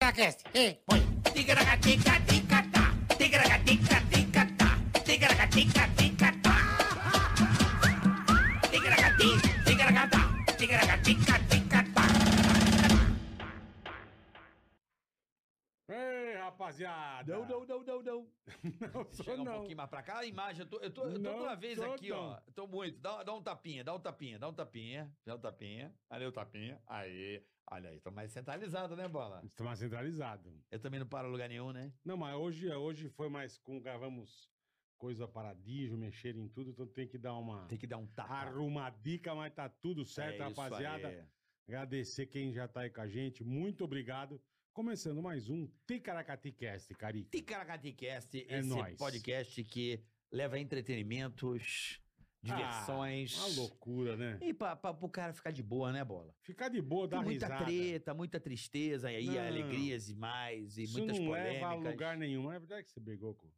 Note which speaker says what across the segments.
Speaker 1: Ticaracacast. Ei, põe.
Speaker 2: Ticaracatica-ticatá, ticaracatica-ticatá, ticaracatica-ticatá. Ticaracati, ticaracatá, ticaracatica-ticatá.
Speaker 3: Ei, rapaziada!
Speaker 4: Não, não, não, não, não.
Speaker 3: Não sou
Speaker 4: Chega um
Speaker 3: não.
Speaker 4: pouquinho mais pra cá. A imagem, eu tô, eu tô, eu tô
Speaker 3: Não
Speaker 4: toda vez
Speaker 3: sou
Speaker 4: aqui,
Speaker 3: não.
Speaker 4: ó. Eu Tô muito. Dá, dá um tapinha, dá um tapinha, dá um tapinha. Dá um tapinha. Olha o tapinha. Aí. Olha aí, tô mais centralizado, né, Bola?
Speaker 3: Está mais centralizado.
Speaker 4: Eu também não paro em lugar nenhum, né?
Speaker 3: Não, mas hoje, hoje foi mais com gravamos coisa paradiso, mexer em tudo, então tem que dar uma
Speaker 4: Tem que dar um tapa.
Speaker 3: arrumadica, mas tá tudo certo,
Speaker 4: É isso
Speaker 3: rapaziada.
Speaker 4: aí.
Speaker 3: Agradecer quem já tá aí com a gente. Muito obrigado. Começando mais um Ticaracaticast, Carica.
Speaker 4: Ticaracaticast,
Speaker 3: É
Speaker 4: esse
Speaker 3: nóis.
Speaker 4: podcast que leva entretenimentos, diversões.
Speaker 3: Uma loucura, né?
Speaker 4: E pra, pra, pro cara ficar de boa, né, Bola?
Speaker 3: Ficar de boa, dar
Speaker 4: Tem muita
Speaker 3: risada.
Speaker 4: treta, muita tristeza, e aí
Speaker 3: Não.
Speaker 4: alegrias e mais, e
Speaker 3: Isso
Speaker 4: muitas
Speaker 3: não
Speaker 4: polêmicas.
Speaker 3: leva a lugar nenhum. É verdade que você brigou com,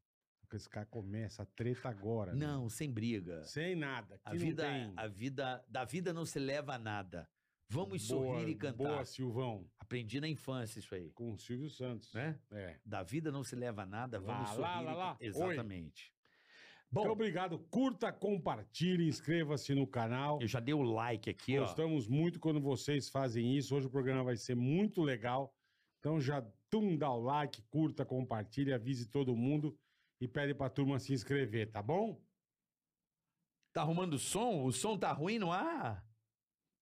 Speaker 3: com esse cara. Começa a treta agora. né?
Speaker 4: Não, sem briga.
Speaker 3: Sem nada.
Speaker 4: A
Speaker 3: que não
Speaker 4: vida, é
Speaker 3: tem.
Speaker 4: a vida, da vida não se leva a nada. Vamos
Speaker 3: Boa-
Speaker 4: sorrir e cantar.
Speaker 3: Boa, Silvão.
Speaker 4: Aprendi na infância isso aí,
Speaker 3: Com o Silvio Santos.
Speaker 4: né?
Speaker 3: É.
Speaker 4: Da vida não se leva a nada,
Speaker 3: Lá,
Speaker 4: vamos
Speaker 3: lá,
Speaker 4: sorrir.
Speaker 3: lá,
Speaker 4: e
Speaker 3: lá.
Speaker 4: cantar. Exatamente. Bom,
Speaker 3: Então, obrigado. Curta, compartilhe, inscreva-se no canal.
Speaker 4: eu já dei o like aqui, ó.
Speaker 3: Gostamos muito quando vocês fazem isso. Hoje o programa vai ser muito legal. Então já tum, dá o like, curta, compartilha, avise todo mundo e pede pra turma se inscrever, tá bom?
Speaker 4: Tá arrumando o som? O som tá ruim, não há?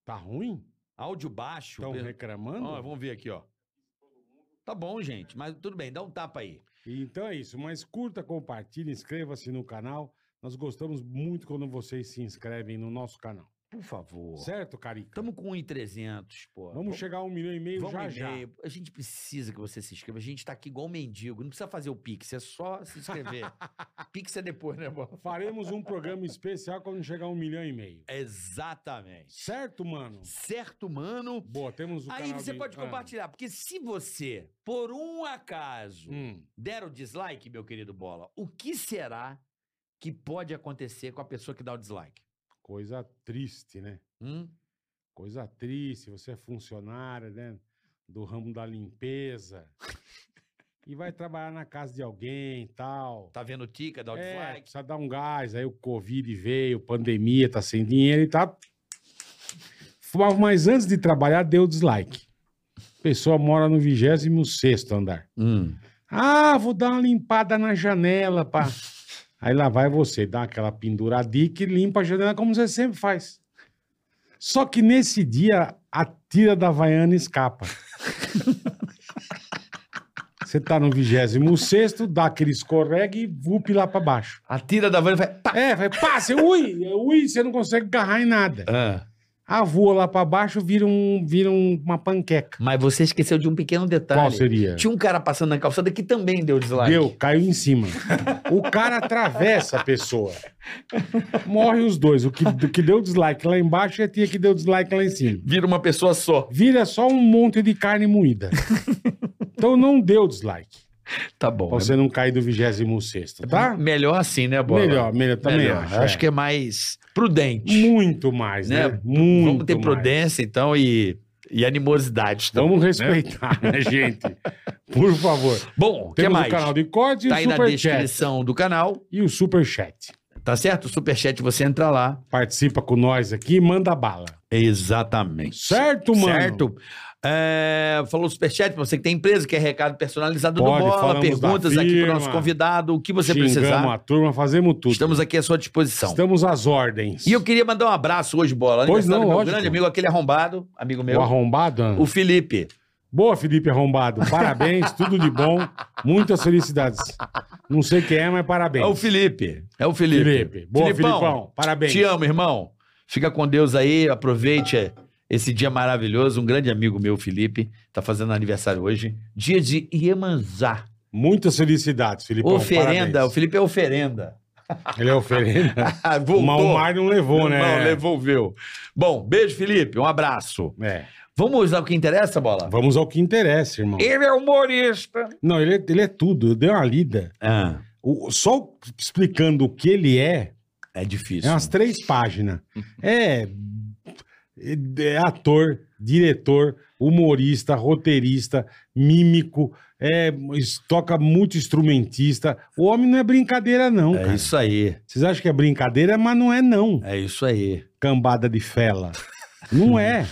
Speaker 3: Tá ruim?
Speaker 4: Áudio baixo.
Speaker 3: Estão
Speaker 4: per-
Speaker 3: reclamando?
Speaker 4: Ó, vamos ver aqui, ó. Tá bom, gente, mas tudo bem, dá um tapa aí.
Speaker 3: Então é isso, mas curta, compartilhe, inscreva-se no canal. Nós gostamos muito quando vocês se inscrevem no nosso canal.
Speaker 4: Por favor.
Speaker 3: Certo, Carica?
Speaker 4: Tamo com 1,300, pô.
Speaker 3: Vamos chegar a um milhão e meio
Speaker 4: Vamos
Speaker 3: já
Speaker 4: e
Speaker 3: já.
Speaker 4: meio. A gente precisa que você se inscreva. A gente tá aqui igual mendigo. Não precisa fazer o Pix, é só se inscrever. Pix é depois, né, bom?
Speaker 3: Faremos um programa especial quando chegar a um milhão e meio.
Speaker 4: Exatamente.
Speaker 3: Certo, mano?
Speaker 4: Certo, mano.
Speaker 3: Boa, temos o
Speaker 4: Aí
Speaker 3: canal
Speaker 4: você
Speaker 3: de-
Speaker 4: pode
Speaker 3: Ah.
Speaker 4: compartilhar, porque se você, por um acaso,
Speaker 3: Hum,
Speaker 4: der o dislike, meu querido Bola, o que será que pode acontecer com a pessoa que dá o dislike?
Speaker 3: coisa triste, né?
Speaker 4: Hum?
Speaker 3: Coisa triste. Você é funcionária, né? Do ramo da limpeza. e vai trabalhar na casa de alguém e tal.
Speaker 4: Tá vendo o Tica, dá o
Speaker 3: É,
Speaker 4: dislike?
Speaker 3: precisa dar um gás. Aí o Covid veio, pandemia, tá sem dinheiro e tá. Fumava, mas antes de trabalhar, deu dislike. Pessoa mora no 26 andar. Ah, vou dar uma limpada na janela, pá. Aí lá vai você, dá aquela penduradica e limpa a janela como você sempre faz. Só que nesse dia, a tira da Havaiana escapa. Você tá no 26, dá aquele escorrega e vup lá pra baixo.
Speaker 4: A tira da van vai.
Speaker 3: É, vai, pá, você, ui, ui, você não consegue agarrar em nada. Ah, voa lá pra baixo, vira, um, vira um- uma panqueca.
Speaker 4: Mas você esqueceu de um pequeno detalhe.
Speaker 3: Qual seria?
Speaker 4: Tinha um cara passando na calçada que também deu dislike.
Speaker 3: Deu, caiu em cima. O cara atravessa a pessoa. Morre os dois. O que, do que deu dislike lá embaixo e a tia que deu dislike lá em cima.
Speaker 4: Vira uma pessoa só.
Speaker 3: Vira só um monte de carne moída. Então não deu dislike.
Speaker 4: Tá bom. É
Speaker 3: Pra você não cair do 26, tá?
Speaker 4: Melhor assim, né, Bola?
Speaker 3: Melhor, melhor. Também
Speaker 4: Melhor.
Speaker 3: acho.
Speaker 4: Acho,
Speaker 3: é.
Speaker 4: que é mais prudente.
Speaker 3: Muito mais, né?
Speaker 4: Né?
Speaker 3: Muito
Speaker 4: Vamos ter
Speaker 3: mais.
Speaker 4: prudência, então, e, e animosidade. Então.
Speaker 3: Vamos respeitar, né, gente? Por favor.
Speaker 4: Bom, o que
Speaker 3: Temos
Speaker 4: mais?
Speaker 3: o canal de corte e
Speaker 4: tá
Speaker 3: o
Speaker 4: aí na
Speaker 3: superchat.
Speaker 4: descrição do canal,
Speaker 3: E o superchat.
Speaker 4: tá certo? O superchat, você entra lá.
Speaker 3: Participa com nós aqui e manda bala.
Speaker 4: Exatamente.
Speaker 3: Certo, mano?
Speaker 4: Certo? É, falou do superchat, pra você que tem empresa, quer recado personalizado
Speaker 3: Pode,
Speaker 4: do Bola,
Speaker 3: falamos
Speaker 4: perguntas
Speaker 3: da
Speaker 4: aqui pro
Speaker 3: firma,
Speaker 4: nosso convidado, o que você
Speaker 3: Xingamos
Speaker 4: precisar.
Speaker 3: a turma, fazemos tudo.
Speaker 4: Estamos aqui à sua disposição.
Speaker 3: Estamos às ordens.
Speaker 4: E eu queria mandar um abraço hoje, Bola.
Speaker 3: Pois
Speaker 4: Aniversário
Speaker 3: não,
Speaker 4: do meu
Speaker 3: lógico.
Speaker 4: grande amigo, aquele arrombado, amigo meu,
Speaker 3: O arrombado? Ana?
Speaker 4: o Felipe.
Speaker 3: Boa, Felipe Arrombado. Parabéns, tudo de bom. Muitas felicidades. Não sei quem é, mas parabéns.
Speaker 4: É o Felipe. É o Felipe.
Speaker 3: Felipe. Boa, Filipão. Parabéns.
Speaker 4: Te amo, irmão. Fica com Deus aí, aproveite esse dia maravilhoso. Um grande amigo meu, Felipe, tá fazendo aniversário hoje. Dia de Iemanjá.
Speaker 3: Muitas felicidades, Felipe.
Speaker 4: oferenda. O Felipe é oferenda. Ah,
Speaker 3: Ele é oferenda.
Speaker 4: Voltou.
Speaker 3: Mas o Mar não levou, né?
Speaker 4: Não, devolveu. Bom, beijo, Felipe. Um abraço.
Speaker 3: É.
Speaker 4: Vamos ao que interessa, Bola?
Speaker 3: Vamos ao que interessa, irmão.
Speaker 4: Ele é humorista.
Speaker 3: Não, ele é, ele é tudo. Eu dei uma lida.
Speaker 4: Ah,
Speaker 3: O- só explicando o que ele é,
Speaker 4: é difícil.
Speaker 3: É umas três páginas. É, é ator, é diretor, humorista, roteirista, mímico, é, es- toca muito instrumentista. O homem não é brincadeira, não,
Speaker 4: É
Speaker 3: cara.
Speaker 4: isso aí.
Speaker 3: Vocês acham que é brincadeira, mas não é, não.
Speaker 4: É isso aí.
Speaker 3: Cambada de fela. Não é.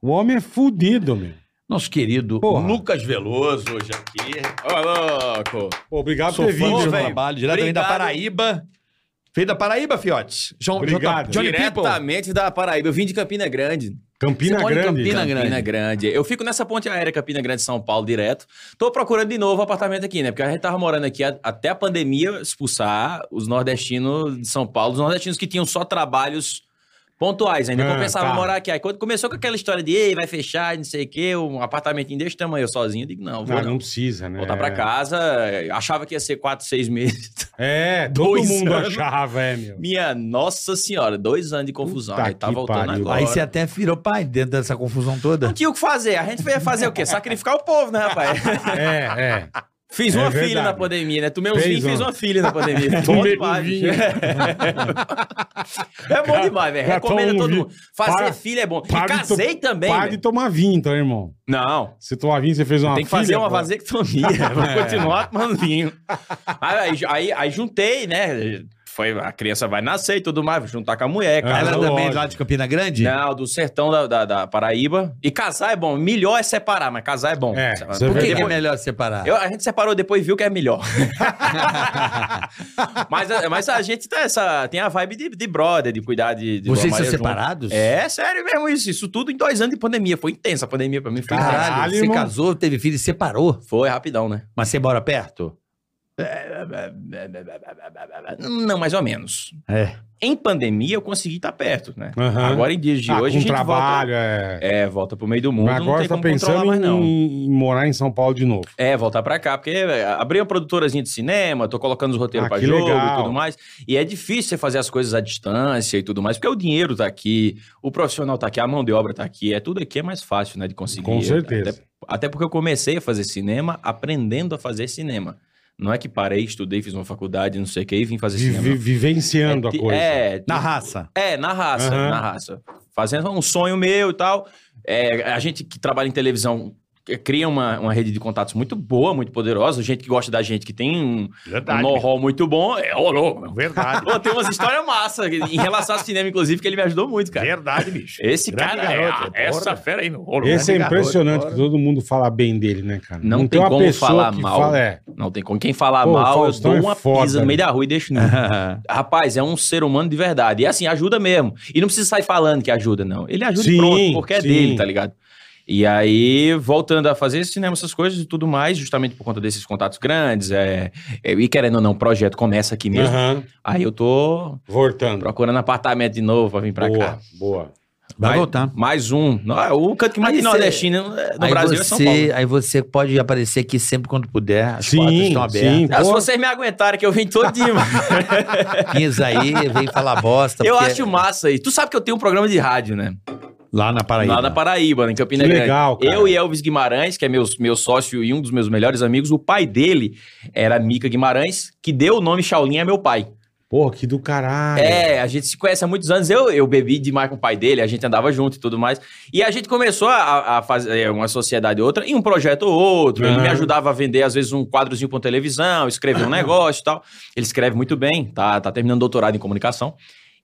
Speaker 3: O homem é fudido, meu.
Speaker 4: Nosso querido
Speaker 3: Porra.
Speaker 4: Lucas Veloso hoje aqui.
Speaker 1: Ô, louco!
Speaker 3: Obrigado
Speaker 4: Sou
Speaker 3: por ter
Speaker 4: fã do
Speaker 3: vindo,
Speaker 4: seu
Speaker 3: velho.
Speaker 4: trabalho, diretamente da
Speaker 1: Obrigado.
Speaker 4: Paraíba. Veio da Paraíba, fiote. João,
Speaker 3: Obrigado.
Speaker 4: Johnny People.
Speaker 1: Diretamente da Paraíba. Eu vim de Campina Grande.
Speaker 3: Campina
Speaker 1: Você mora em
Speaker 3: Grande. né?
Speaker 1: Campina Grande. né?
Speaker 4: Grande.
Speaker 1: Campina Grande. Eu fico nessa ponte aérea Campina Grande São Paulo direto. Tô procurando de novo apartamento aqui, né? Porque a gente tava morando aqui a- até a pandemia expulsar os nordestinos de São Paulo, os nordestinos que tinham só trabalhos pontuais ainda.
Speaker 3: Ah,
Speaker 1: compensava
Speaker 3: tá.
Speaker 1: morar aqui. Aí quando começou com aquela história de Ei, vai fechar, não sei o quê, um apartamentinho desse tamanho, eu sozinho, eu digo, não, vou
Speaker 3: Ah,
Speaker 1: não.
Speaker 3: não precisa, né?
Speaker 1: Voltar pra casa, achava que ia ser quatro, seis meses.
Speaker 3: É, todo
Speaker 1: Dois
Speaker 3: mundo
Speaker 1: anos.
Speaker 3: achava, é, meu.
Speaker 1: Minha nossa senhora, dois anos de confusão.
Speaker 3: Puta
Speaker 1: Aí tá
Speaker 3: que
Speaker 1: voltando
Speaker 3: pariu.
Speaker 1: agora.
Speaker 4: Aí você até virou pai dentro dessa confusão toda.
Speaker 1: Não tinha o que fazer. A gente veio fazer o quê? Sacrificar o povo, né, rapaz?
Speaker 3: É, é.
Speaker 1: Fiz
Speaker 3: É
Speaker 1: uma
Speaker 3: verdade.
Speaker 1: filha na pandemia, né? Tomei uns
Speaker 3: Fez
Speaker 1: vinhos e fiz
Speaker 3: uma.
Speaker 1: uma filha na pandemia. Bom
Speaker 3: Tomei um
Speaker 1: demais.
Speaker 3: vinho.
Speaker 1: É bom demais, velho.
Speaker 3: Catou
Speaker 1: Recomendo a
Speaker 3: um
Speaker 1: todo
Speaker 3: vinho.
Speaker 1: mundo. Fazer
Speaker 3: Para-
Speaker 1: filha é bom.
Speaker 3: para
Speaker 1: E
Speaker 3: de
Speaker 1: casei também,
Speaker 3: Para de
Speaker 1: velho.
Speaker 3: tomar vinho, então, irmão.
Speaker 1: Não.
Speaker 3: Você tomar vinho, você fez uma é
Speaker 1: Tem que fazer
Speaker 3: filha,
Speaker 1: uma
Speaker 3: pô.
Speaker 1: vasectomia. Vou continuar tomando vinho. Aí, aí- aí- aí juntei, né? Foi, a criança vai nascer e tudo mais. Vou juntar com a mulher,
Speaker 3: Ah,
Speaker 1: cara.
Speaker 4: Ela
Speaker 3: não,
Speaker 4: também
Speaker 3: lógico.
Speaker 4: lá de Campina Grande?
Speaker 1: Não, do sertão da, da- da Paraíba. E casar é bom. Melhor é separar, mas casar é bom.
Speaker 3: É,
Speaker 1: Separar.
Speaker 3: isso é
Speaker 4: Por que, que é
Speaker 3: Depois-
Speaker 4: melhor separar?
Speaker 1: Ah. Eu- a gente separou depois e viu que é melhor. mas, a- mas a gente tá essa, tem a vibe de, de brother, de cuidar de. de
Speaker 4: Vocês são
Speaker 1: trabalhar junto.
Speaker 4: separados?
Speaker 1: um. É, sério mesmo isso. Isso tudo em dois anos de pandemia. Foi intensa a pandemia pra mim. Foi,
Speaker 4: Caralho,
Speaker 1: intensa.
Speaker 3: Caralho,
Speaker 4: você
Speaker 3: irmão.
Speaker 4: casou, teve filho e separou.
Speaker 1: foi rapidão, né?
Speaker 4: Mas você mora perto?
Speaker 1: Não, mais ou menos.
Speaker 4: É.
Speaker 1: Em pandemia eu consegui estar perto, né?
Speaker 3: Aham.
Speaker 1: Agora em dias de
Speaker 3: Ah,
Speaker 1: hoje a
Speaker 3: com
Speaker 1: gente
Speaker 3: trabalho,
Speaker 1: volta.
Speaker 3: é.
Speaker 1: É, volta pro meio do mundo.
Speaker 3: Mas
Speaker 1: não
Speaker 3: agora você
Speaker 1: tem
Speaker 3: tá
Speaker 1: como controlar
Speaker 3: pensando
Speaker 1: mais, não.
Speaker 3: em, em morar em São Paulo de novo.
Speaker 1: É, voltar pra cá, porque é, abri uma produtorazinha de cinema, tô colocando os roteiros
Speaker 3: Ah,
Speaker 1: pra
Speaker 3: que
Speaker 1: jogo
Speaker 3: legal.
Speaker 1: e tudo mais. E é difícil você fazer as coisas à distância e tudo mais, porque o dinheiro tá aqui, o profissional tá aqui, a mão de obra tá aqui, é tudo aqui é mais fácil, né, de conseguir.
Speaker 3: Com certeza.
Speaker 1: Até, até porque eu comecei a fazer cinema aprendendo a fazer cinema. Não é que parei, estudei, fiz uma faculdade, não sei o que, e vim fazer
Speaker 3: Vi- vi-
Speaker 1: cinema.
Speaker 3: vivenciando
Speaker 1: assim, é,
Speaker 3: a coisa.
Speaker 1: É,
Speaker 4: Na raça.
Speaker 1: é, na raça,
Speaker 3: Aham.
Speaker 1: na raça. Fazendo um sonho meu e tal. É, a gente que trabalha em televisão é, cria uma, uma rede de contatos muito boa, muito poderosa. Gente que gosta da gente, que tem um, um know-how muito bom. É, ô, louco. meu.
Speaker 5: Verdade.
Speaker 1: Pô, tem umas histórias massas em relação ao cinema, inclusive, que ele me ajudou muito, cara.
Speaker 5: Verdade, bicho.
Speaker 1: Esse
Speaker 5: Grande
Speaker 1: cara é
Speaker 5: garoto,
Speaker 1: a- essa
Speaker 5: porra. fera aí, meu. Ô,
Speaker 3: Esse é
Speaker 5: grande garoto,
Speaker 3: impressionante
Speaker 5: porra.
Speaker 3: que todo mundo fala bem dele, né, cara?
Speaker 1: Não tem como falar mal.
Speaker 3: é.
Speaker 1: Não tem com quem falar
Speaker 3: Pô,
Speaker 1: mal, eu
Speaker 3: Faustão
Speaker 1: dou
Speaker 3: é
Speaker 1: uma
Speaker 3: foda,
Speaker 1: pisa
Speaker 3: né?
Speaker 1: no meio da rua e deixo nu. Rapaz, é um ser humano de verdade. E assim, ajuda mesmo. E não precisa sair falando que ajuda, não. Ele ajuda
Speaker 3: Sim,
Speaker 1: e pronto, porque é
Speaker 3: sim.
Speaker 1: dele, tá ligado? E aí, voltando a fazer cinema, essas coisas e tudo mais, justamente por conta desses contatos grandes, é, é, e querendo ou não, o projeto começa aqui mesmo.
Speaker 3: Aham.
Speaker 1: Aí eu tô
Speaker 3: Voltando.
Speaker 1: procurando apartamento de novo pra vir pra
Speaker 3: boa,
Speaker 1: cá.
Speaker 3: boa.
Speaker 4: Vai,
Speaker 1: Vai-
Speaker 4: voltar.
Speaker 1: Mais um. Não, O canto que mais
Speaker 4: Aí
Speaker 1: tem
Speaker 4: cê-
Speaker 1: nordestino é, no
Speaker 4: aí
Speaker 1: Brasil
Speaker 4: você,
Speaker 1: é São Paulo.
Speaker 4: Aí você pode aparecer aqui sempre quando puder. As portas
Speaker 3: Sim,
Speaker 4: estão
Speaker 3: sim.
Speaker 4: abertas.
Speaker 1: Ah, se
Speaker 3: Porra.
Speaker 1: vocês me aguentarem, que eu vim todinho.
Speaker 4: Pisa aí, vem falar bosta.
Speaker 1: eu
Speaker 4: porque-
Speaker 1: acho massa aí. Tu sabe que eu tenho um programa de rádio, né?
Speaker 4: Lá na Paraíba.
Speaker 1: Lá na Paraíba, né? em Campina
Speaker 3: Que
Speaker 1: Grande.
Speaker 3: legal, cara.
Speaker 1: Eu e Elvis Guimarães, que é meus, meu sócio e um dos meus melhores amigos, o pai dele era Mica Guimarães, que deu o nome Shaolin a meu pai.
Speaker 3: Porra, que do caralho.
Speaker 1: É, a gente se conhece há muitos anos. Eu, eu bebi demais com o pai dele, a gente andava junto e tudo mais. E a gente começou a, a fazer é, uma sociedade ou outra, em um projeto ou outro. Ele
Speaker 3: Aham.
Speaker 1: me ajudava a vender, às vezes, um quadrozinho pra televisão, escrever um negócio e tal. Ele escreve muito bem, tá, tá terminando doutorado em comunicação.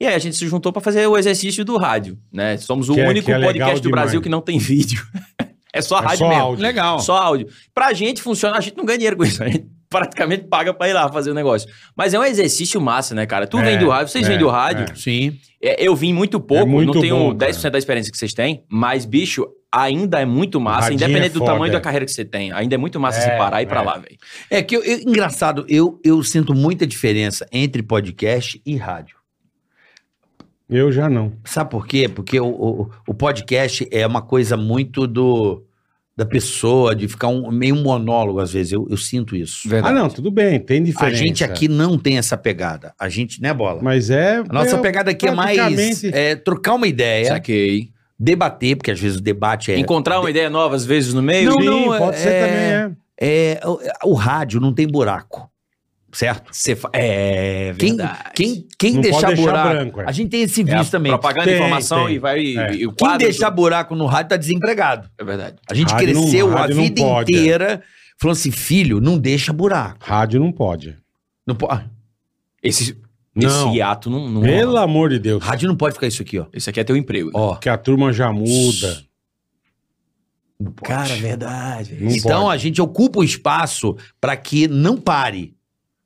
Speaker 1: E aí a gente se juntou pra fazer o exercício do rádio, né? Somos o
Speaker 3: Que é-
Speaker 1: único
Speaker 3: que é legal
Speaker 1: podcast do
Speaker 3: demais.
Speaker 1: Brasil que não tem vídeo. é só
Speaker 3: É
Speaker 1: rádio
Speaker 3: só
Speaker 1: mesmo.
Speaker 3: áudio.
Speaker 4: Legal.
Speaker 1: Só áudio. Pra gente funciona, a gente não ganha dinheiro com isso. A gente praticamente paga pra ir lá fazer o negócio. Mas é um exercício massa, né, cara? Tu
Speaker 3: É,
Speaker 1: vem do rádio, vocês
Speaker 3: é,
Speaker 1: vêm do rádio.
Speaker 4: Sim.
Speaker 1: É, eu vim muito pouco,
Speaker 3: muito é.
Speaker 1: não tenho
Speaker 3: bom, cara.
Speaker 1: 10% da experiência que vocês têm, mas, bicho, ainda é muito massa,
Speaker 3: Radinho
Speaker 1: independente
Speaker 3: é
Speaker 1: do
Speaker 3: tamanho
Speaker 1: tamanho
Speaker 3: foda.
Speaker 1: da carreira que você tem. Ainda é muito massa
Speaker 3: É,
Speaker 1: você parar e ir pra
Speaker 3: é.
Speaker 1: lá, velho.
Speaker 4: É que eu, eu- engraçado, eu, eu sinto muita diferença entre podcast e rádio.
Speaker 3: Eu já não.
Speaker 4: Sabe por quê? Porque o, o, o podcast é uma coisa muito do da pessoa, de ficar um, meio um monólogo às vezes. Eu, eu sinto isso.
Speaker 3: Ah, não, tudo bem, tem
Speaker 4: A
Speaker 3: diferença.
Speaker 4: gente aqui não tem essa pegada. A gente, né, bola?
Speaker 3: Mas é.
Speaker 4: A nossa
Speaker 3: é-
Speaker 4: pegada aqui é mais
Speaker 3: praticamente-
Speaker 4: é, trocar uma ideia,
Speaker 1: Saquei.
Speaker 4: debater, porque às vezes o debate é.
Speaker 1: Encontrar uma ideia nova, às vezes, no meio.
Speaker 3: é
Speaker 4: Não,
Speaker 3: Sim,
Speaker 4: não,
Speaker 3: pode ser
Speaker 4: é-
Speaker 3: também, é.
Speaker 4: é- o, o rádio não tem buraco. certo?
Speaker 1: Você fa- É
Speaker 4: Quem,
Speaker 1: verdade.
Speaker 4: quem, quem
Speaker 3: Não
Speaker 4: deixar
Speaker 3: pode deixar
Speaker 4: buraco.
Speaker 3: branco, é.
Speaker 4: A gente tem esse
Speaker 1: É a
Speaker 4: vício também.
Speaker 1: Propaganda,
Speaker 3: Tem,
Speaker 1: informação
Speaker 3: tem.
Speaker 1: e vai. e-
Speaker 3: É.
Speaker 1: E o
Speaker 4: Quem
Speaker 1: quadro
Speaker 4: deixar buraco no rádio tá desempregado.
Speaker 1: É verdade.
Speaker 4: A gente
Speaker 3: Rádio não-
Speaker 4: cresceu a
Speaker 3: rádio não
Speaker 4: vida
Speaker 3: pode, é.
Speaker 4: inteira falando assim, filho, não deixa buraco.
Speaker 3: Rádio não pode.
Speaker 4: Não po- ah,
Speaker 1: Esse,
Speaker 3: Não.
Speaker 1: esse hiato não. não
Speaker 3: Pelo amor de Deus.
Speaker 4: é um- rádio não pode ficar isso aqui, ó.
Speaker 1: Esse aqui é teu emprego.
Speaker 4: Ó,
Speaker 3: Que a turma já muda.
Speaker 4: não pode.
Speaker 1: Cara, verdade.
Speaker 3: Não
Speaker 4: é então
Speaker 3: pode.
Speaker 4: a gente ocupa o espaço para que não pare.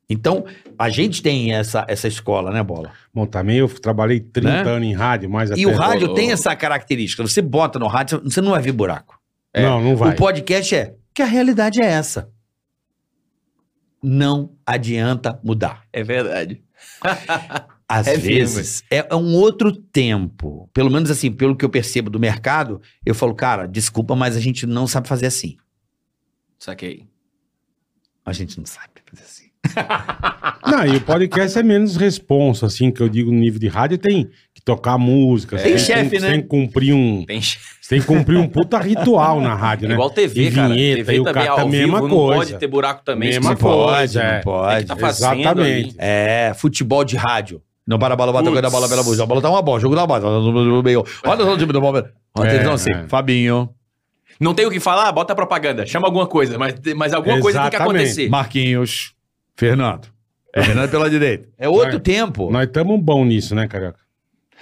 Speaker 4: Então, a gente tem essa, essa escola, né, Bola?
Speaker 3: Bom, também eu trabalhei 30
Speaker 4: Né?
Speaker 3: anos em rádio, mas até...
Speaker 4: E o rádio
Speaker 1: o-
Speaker 4: tem essa característica. Você bota no rádio, você não vai ver buraco.
Speaker 1: é,
Speaker 3: Não, não vai.
Speaker 4: O podcast é que a realidade é essa. Não adianta mudar.
Speaker 1: É verdade.
Speaker 4: Às
Speaker 1: É
Speaker 4: vezes é, é um outro tempo. Pelo menos assim, pelo que eu percebo do mercado, eu falo, cara, desculpa, mas a gente não sabe fazer assim.
Speaker 1: Saquei.
Speaker 4: A gente não sabe fazer assim.
Speaker 3: Não, e o podcast é menos responsa, assim, que eu digo no nível de rádio, tem que tocar música.
Speaker 1: É.
Speaker 3: você
Speaker 1: Tem
Speaker 4: chefe,
Speaker 3: que-
Speaker 4: né?
Speaker 3: Você tem que cumprir um...
Speaker 1: Tem
Speaker 3: Você tem que cumprir um puta ritual na rádio,
Speaker 1: É
Speaker 3: né?
Speaker 1: Igual TV,
Speaker 3: E
Speaker 1: cara.
Speaker 3: vinheta,
Speaker 1: TV
Speaker 3: e o
Speaker 1: também é
Speaker 3: cara tá
Speaker 1: ao
Speaker 3: mesma
Speaker 1: vivo, não
Speaker 3: coisa.
Speaker 1: pode ter buraco também.
Speaker 3: Mesma
Speaker 1: se
Speaker 4: Não
Speaker 1: você for-
Speaker 3: coisa.
Speaker 4: pode,
Speaker 3: é.
Speaker 4: não pode.
Speaker 1: Tem que tá fazendo
Speaker 3: Exatamente.
Speaker 1: ali.
Speaker 4: É, futebol de rádio. Não para a bola, bate
Speaker 1: Putz.
Speaker 4: agora a bola pela bola. A bola tá uma bola, jogo da bola. Olha só o time do Palmeiras. Olha a
Speaker 3: É,
Speaker 4: televisão assim,
Speaker 3: é.
Speaker 4: Fabinho,
Speaker 1: Não tem o que falar, bota propaganda. Chama alguma coisa, mas, mas alguma coisa tem que
Speaker 3: Exatamente.
Speaker 1: acontecer.
Speaker 4: Marquinhos, Fernando. Fernando pela direita. É outro
Speaker 3: Vai.
Speaker 4: tempo.
Speaker 3: Nós estamos bom nisso, né, Carioca?